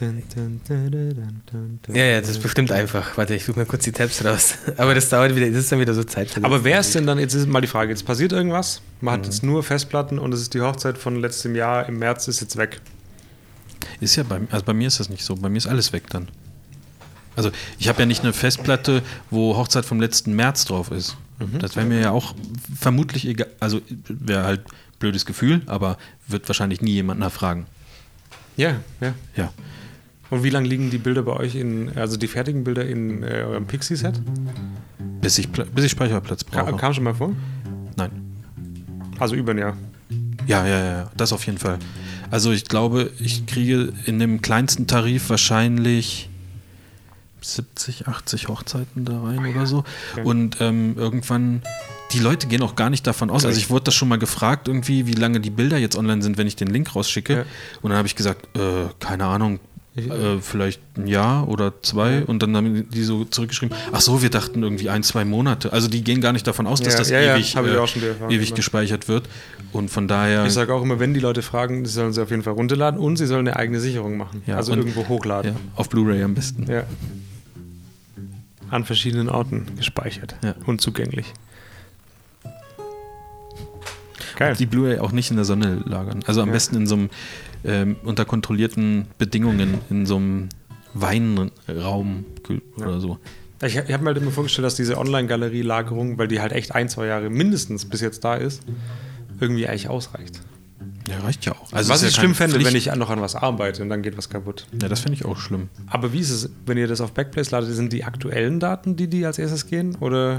Speaker 3: Dun, dun, dun, dun, dun, dun, dun.
Speaker 2: Ja, ja, das ist bestimmt einfach. Warte, ich suche mir kurz die Tabs raus. [LAUGHS] Aber das dauert wieder, das ist dann wieder so Zeit.
Speaker 3: Aber wer ist denn dann, jetzt ist mal die Frage, jetzt passiert irgendwas, man hat jetzt nur Festplatten und es ist die Hochzeit von letztem Jahr, im März ist jetzt weg.
Speaker 1: Ist ja bei, also bei mir ist das nicht so. Bei mir ist alles weg dann. Also ich habe ja nicht eine Festplatte, wo Hochzeit vom letzten März drauf ist.
Speaker 3: Mhm.
Speaker 1: Das wäre mir ja auch vermutlich egal. Also wäre halt blödes Gefühl, aber wird wahrscheinlich nie jemand nachfragen.
Speaker 3: Ja, ja.
Speaker 1: Ja.
Speaker 3: Und wie lange liegen die Bilder bei euch in, also die fertigen Bilder in äh, eurem Pixie-Set?
Speaker 1: Bis ich, Pla- bis ich Speicherplatz
Speaker 3: Ka
Speaker 1: brauche.
Speaker 3: Kam schon mal vor?
Speaker 1: Nein.
Speaker 3: Also über ein Jahr.
Speaker 1: Ja, ja, ja, das auf jeden Fall. Also ich glaube, ich kriege in dem kleinsten Tarif wahrscheinlich 70, 80 Hochzeiten da rein oder so. Und ähm, irgendwann, die Leute gehen auch gar nicht davon aus. Also ich wurde das schon mal gefragt irgendwie, wie lange die Bilder jetzt online sind, wenn ich den Link rausschicke.
Speaker 3: Ja.
Speaker 1: Und dann habe ich gesagt, äh, keine Ahnung.
Speaker 3: Ich-
Speaker 1: Äh, vielleicht ein Jahr oder zwei und dann haben die so zurückgeschrieben, ach so, wir dachten irgendwie ein, zwei Monate. Also die gehen gar nicht davon aus, dass
Speaker 3: Ja,
Speaker 1: das
Speaker 3: ja, ja,
Speaker 1: ewig,
Speaker 3: habe ich
Speaker 1: äh,
Speaker 3: auch schon die Erfahrung
Speaker 1: ewig
Speaker 3: gemacht.
Speaker 1: gespeichert wird. Und von daher.
Speaker 3: Ich sage auch immer, wenn die Leute fragen, sie sollen sie auf jeden Fall runterladen und sie sollen eine eigene Sicherung machen.
Speaker 1: Ja,
Speaker 3: also
Speaker 1: und-
Speaker 3: irgendwo
Speaker 1: Ja,
Speaker 3: hochladen.
Speaker 1: auf Blu-ray am besten.
Speaker 3: Ja. An verschiedenen Orten gespeichert
Speaker 1: Ja.
Speaker 3: und zugänglich. Geil.
Speaker 1: Die Blu-ray auch nicht in der Sonne lagern. Also am
Speaker 3: Ja.
Speaker 1: besten in so einem ähm, unter kontrollierten Bedingungen, in so einem Weinraum ge- oder so.
Speaker 3: Ich, ich habe mir halt immer vorgestellt, dass diese Online-Galerie-Lagerung, weil die halt echt ein, zwei Jahre mindestens bis jetzt da ist, irgendwie eigentlich ausreicht.
Speaker 1: Ja, reicht ja auch. Also
Speaker 3: was
Speaker 1: ist ja
Speaker 3: ich schlimm
Speaker 1: keine
Speaker 3: fände,
Speaker 1: Pflicht.
Speaker 3: wenn ich an- noch an was arbeite und dann geht was kaputt.
Speaker 1: Ja, das fände ich auch schlimm.
Speaker 3: Aber wie ist es, wenn ihr das auf Backplace ladet, sind die aktuellen Daten, die die als erstes gehen? Oder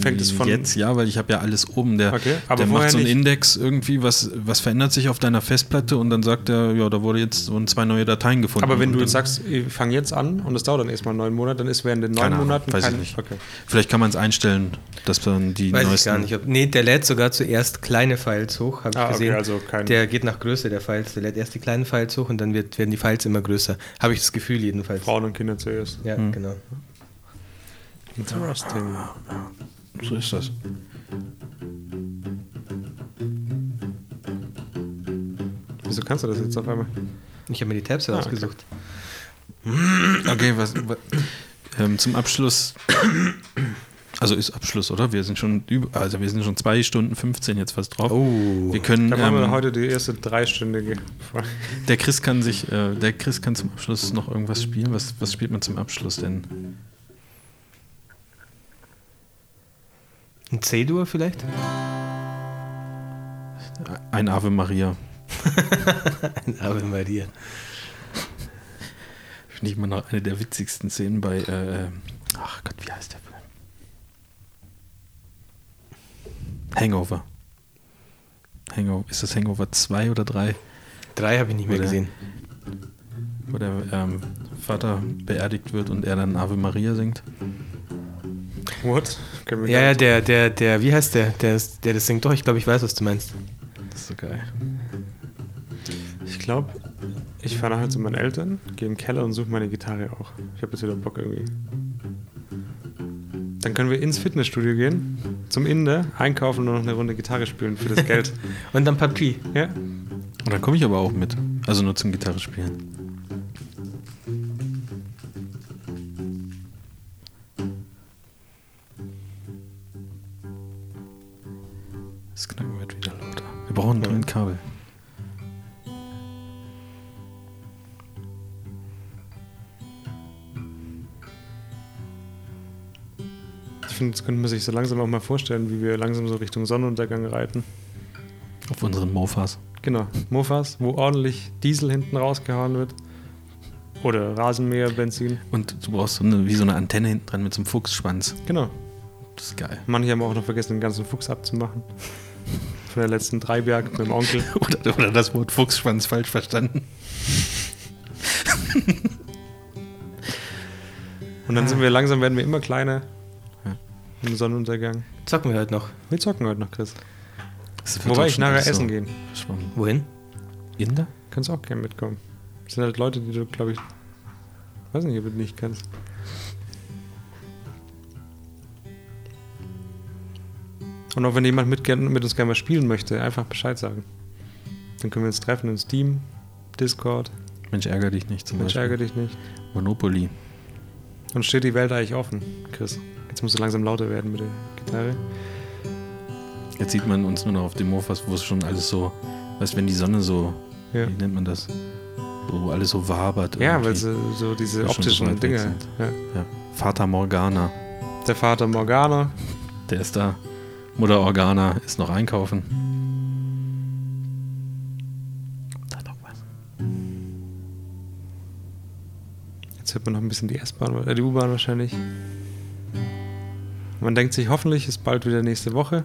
Speaker 3: fängt es von
Speaker 1: Hm, Jetzt ja, weil ich habe ja alles oben. Der,
Speaker 3: Okay, aber
Speaker 1: der macht
Speaker 3: vorher
Speaker 1: so einen
Speaker 3: nicht.
Speaker 1: Index irgendwie, was, was verändert sich auf deiner Festplatte und dann sagt er, ja, da wurde jetzt so ein- zwei neue Dateien gefunden.
Speaker 3: Aber wenn
Speaker 1: Und
Speaker 3: du
Speaker 1: dann-
Speaker 3: jetzt sagst, ich fange jetzt an und es dauert dann erstmal neun Monate, dann ist während den neun
Speaker 1: Keine Ahnung,
Speaker 3: Monaten
Speaker 1: weiß ich
Speaker 3: kein-
Speaker 1: nicht.
Speaker 3: Okay.
Speaker 1: Vielleicht kann man es einstellen, dass dann die
Speaker 2: Weiß ich
Speaker 1: neuesten.
Speaker 2: gar nicht. Ob, nee, der lädt sogar zuerst kleine Files hoch, habe ich
Speaker 3: Ah, okay,
Speaker 2: gesehen.
Speaker 3: also kein-
Speaker 2: der geht nach Größe der Files. Der lädt erst die kleinen Files hoch und dann wird, werden die Files immer größer. Habe ich das Gefühl jedenfalls.
Speaker 3: Frauen und Kinder zuerst.
Speaker 2: Ja, genau.
Speaker 3: Interesting.
Speaker 1: So ist das.
Speaker 3: Wieso kannst du das jetzt auf einmal?
Speaker 2: Ich habe mir die
Speaker 1: Ah,
Speaker 2: Tabs rausgesucht.
Speaker 1: Okay, was, wa- ähm, zum Abschluss. Also ist Abschluss, oder? Wir sind schon über, also wir sind schon zwei Stunden 15 jetzt fast drauf.
Speaker 2: Oh.
Speaker 1: Wir können
Speaker 3: Dann machen wir
Speaker 1: ähm,
Speaker 3: heute die erste dreistündige [LAUGHS] Folge.
Speaker 1: der Chris kann sich äh, der Chris kann zum Abschluss noch irgendwas spielen. Was was spielt man zum Abschluss denn?
Speaker 2: Ein C-Dur vielleicht?
Speaker 1: Ein Ave Maria.
Speaker 2: Ein Ave Maria.
Speaker 1: Finde ich immer noch eine der witzigsten Szenen bei äh, Ach Gott, wie heißt der Film? Hangover. Hangover. Ist das Hangover 2 oder 3?
Speaker 2: Drei habe ich nicht mehr
Speaker 1: Oder-
Speaker 2: gesehen.
Speaker 1: wo der ähm, Vater beerdigt wird und er dann Ave Maria singt.
Speaker 3: What? Können wir
Speaker 2: Ja,
Speaker 3: gar
Speaker 2: ja,
Speaker 3: nicht-
Speaker 2: der, der, der, wie heißt der? Der, ist, der das singt doch, ich glaube, ich weiß, was du meinst. Das ist so geil.
Speaker 3: Ich glaube, ich fahre nachher zu meinen Eltern, gehe in den Keller und suche meine Gitarre auch. Ich habe jetzt wieder Bock irgendwie. Dann können wir ins Fitnessstudio gehen, zum Inder, einkaufen und noch eine Runde Gitarre spielen für das Geld.
Speaker 2: Und dann PUBG.
Speaker 3: ja?
Speaker 1: Und dann komme ich aber auch mit. Also nur zum Gitarre spielen. Das Knacken wird wieder lauter. Wir brauchen ein Kabel.
Speaker 3: Ich finde, jetzt könnte man sich so langsam auch mal vorstellen, wie wir langsam so Richtung Sonnenuntergang reiten.
Speaker 1: Auf unseren Mofas.
Speaker 3: Genau, Mofas, wo ordentlich Diesel hinten rausgehauen wird. Oder Rasenmäher, Benzin.
Speaker 1: Und du brauchst so eine, wie so eine Antenne hinten dran mit so einem Fuchsschwanz.
Speaker 3: Genau.
Speaker 1: Das ist geil. [LAUGHS]
Speaker 3: Manche haben auch noch vergessen, den ganzen Fuchs abzumachen. [LAUGHS] Von der letzten Dreiberg mit dem Onkel.
Speaker 1: Oder, oder das Wort Fuchsschwanz falsch verstanden.
Speaker 3: Und dann sind wir langsam, werden wir immer kleiner.
Speaker 1: Ja.
Speaker 3: Im Sonnenuntergang.
Speaker 2: Zocken wir heute noch.
Speaker 3: Wir zocken heute noch, Chris.
Speaker 1: Das wird
Speaker 3: Wobei
Speaker 1: doch
Speaker 3: ich
Speaker 1: schon
Speaker 3: nachher
Speaker 1: alles so
Speaker 3: essen gehen.
Speaker 1: verschwommen.
Speaker 2: Wohin?
Speaker 1: Inder?
Speaker 3: Kannst auch gerne mitkommen. Das sind halt Leute, die du, glaube ich, weiß nicht, ob du nicht kannst. Und auch wenn jemand mit, gern- mit uns gerne mal spielen möchte, einfach Bescheid sagen. Dann können wir uns treffen in Steam, Discord,
Speaker 1: Mensch, ärger dich nicht zum
Speaker 3: Mensch
Speaker 1: Beispiel.
Speaker 3: ärgere dich nicht.
Speaker 1: Monopoly.
Speaker 3: Und steht die Welt eigentlich offen, Chris. Jetzt musst du langsam lauter werden mit der Gitarre.
Speaker 1: Jetzt sieht man uns nur noch auf dem Mofas, wo es schon alles so, weißt wenn die Sonne so,
Speaker 3: Ja,
Speaker 1: wie nennt man das? So, Wo alles so wabert.
Speaker 3: ja weil
Speaker 1: irgendwie.
Speaker 3: sie so diese
Speaker 1: Weil schon so
Speaker 3: optischen
Speaker 1: weit weg
Speaker 3: Dinge.
Speaker 1: sind.
Speaker 3: Ja.
Speaker 1: Ja. Vater Morgana,
Speaker 3: Der Vater Morgana,
Speaker 1: der ist da. Mutter Organa ist noch einkaufen. Da noch was.
Speaker 3: Jetzt hört man noch ein bisschen die S-Bahn, äh, die U-Bahn wahrscheinlich. Man denkt sich, hoffentlich ist bald wieder nächste Woche.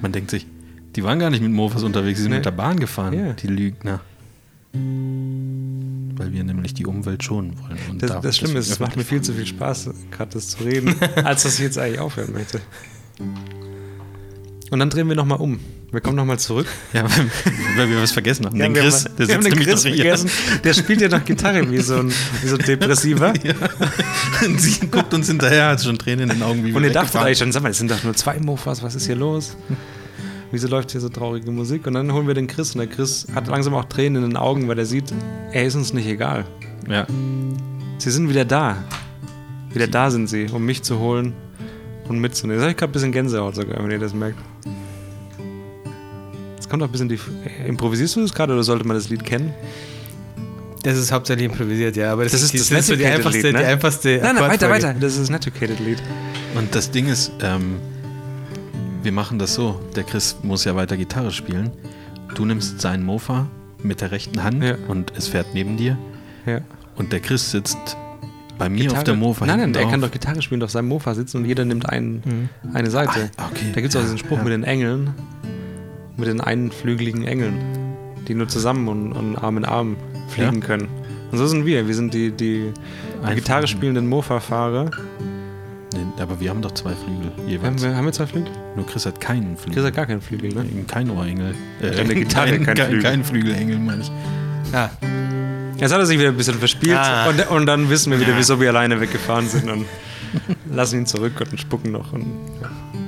Speaker 1: Man denkt sich, die waren gar nicht mit Mofas unterwegs, sie sind
Speaker 3: Nee.
Speaker 1: mit der Bahn gefahren,
Speaker 3: Ja.
Speaker 1: die Lügner. Weil wir nämlich die Umwelt schonen wollen. Und
Speaker 3: Das,
Speaker 1: da-
Speaker 3: das Schlimme ist, es
Speaker 1: deswegen
Speaker 3: macht mir viel zu viel Spaß, gerade das zu
Speaker 1: [LAUGHS]
Speaker 3: reden, als dass ich jetzt eigentlich aufhören möchte. Und dann drehen wir nochmal um. Wir kommen nochmal zurück.
Speaker 1: Ja, [LAUGHS] weil wir was vergessen haben. den
Speaker 3: wir
Speaker 1: Chris,
Speaker 3: haben,
Speaker 1: der
Speaker 3: wir haben
Speaker 1: sitzt
Speaker 3: den
Speaker 1: nämlich
Speaker 3: Chris
Speaker 1: noch hier.
Speaker 3: vergessen. Der spielt ja noch Gitarre wie so ein,
Speaker 1: [LAUGHS]
Speaker 3: wie so ein Depressiver.
Speaker 1: Und sie guckt uns hinterher, hat schon Tränen in den Augen. Wie
Speaker 3: Und
Speaker 1: wir
Speaker 3: ihr dachtet
Speaker 1: weggefahren
Speaker 3: eigentlich schon, sag mal, es sind doch nur zwei Mofas, was ist
Speaker 1: [LAUGHS]
Speaker 3: hier los? Wieso läuft hier so traurige Musik? Und dann holen wir den Chris und der Chris hat langsam auch Tränen in den Augen, weil er sieht, er ist uns nicht egal.
Speaker 1: sind. Ja,
Speaker 3: Sie sind wieder da. Wieder da sind sie, um mich zu holen und mitzunehmen. Jetzt habe ich gerade ein bisschen Gänsehaut sogar, wenn ihr das merkt. Jetzt kommt auch ein bisschen die. äh, Improvisierst du das gerade oder sollte man das Lied kennen?
Speaker 2: Das ist hauptsächlich improvisiert, ja. Aber das,
Speaker 3: Das
Speaker 2: ist,
Speaker 3: ist
Speaker 2: die-
Speaker 3: das
Speaker 2: so die
Speaker 3: nette
Speaker 2: einfachste,
Speaker 3: Lied, ne?
Speaker 2: die einfachste
Speaker 3: Nein, nein, weiter,
Speaker 2: Akkordfolge.
Speaker 3: weiter. Das ist ein Educated-Lied.
Speaker 1: und das Ding ist, ähm, wir machen das so. Der Chris muss ja weiter Gitarre spielen. Du nimmst seinen Mofa mit der rechten Hand
Speaker 3: Ja.
Speaker 1: und es fährt neben dir.
Speaker 3: Ja.
Speaker 1: Und der Chris sitzt bei mir auf der Mofa
Speaker 3: Nein, nein,
Speaker 1: hinten
Speaker 3: er
Speaker 1: drauf.
Speaker 3: kann doch Gitarre spielen, und auf seinem Mofa sitzen und jeder nimmt einen, eine Seite.
Speaker 1: Ah, okay.
Speaker 3: Da gibt es auch diesen Spruch
Speaker 1: Ja.
Speaker 3: mit den Engeln, mit den einflügeligen Engeln, die nur zusammen und, und Arm in Arm
Speaker 1: Ja.
Speaker 3: fliegen können. Und so sind wir. Wir sind die, die, die
Speaker 1: Ein-
Speaker 3: Gitarre spielenden Mofa-Fahrer.
Speaker 1: Nee, aber wir haben doch zwei Flügel
Speaker 3: Haben
Speaker 1: jeweils.
Speaker 3: wir, haben wir zwei Flügel?
Speaker 1: Nur Chris hat keinen
Speaker 3: Chris
Speaker 1: Flügel.
Speaker 3: hat gar keinen Flügel, ne?
Speaker 1: kein Ohrengel. Äh,
Speaker 3: Keine Gitarre,
Speaker 1: kein,
Speaker 3: kein
Speaker 1: kein,
Speaker 3: Flügel.
Speaker 1: kein Flügelengel, meine ich.
Speaker 2: Ah,
Speaker 3: Jetzt hat er sich wieder ein bisschen verspielt
Speaker 2: Ah.
Speaker 3: und, und dann wissen wir wieder, wieso wir alleine weggefahren sind und lassen ihn zurück und spucken noch. Und, ja.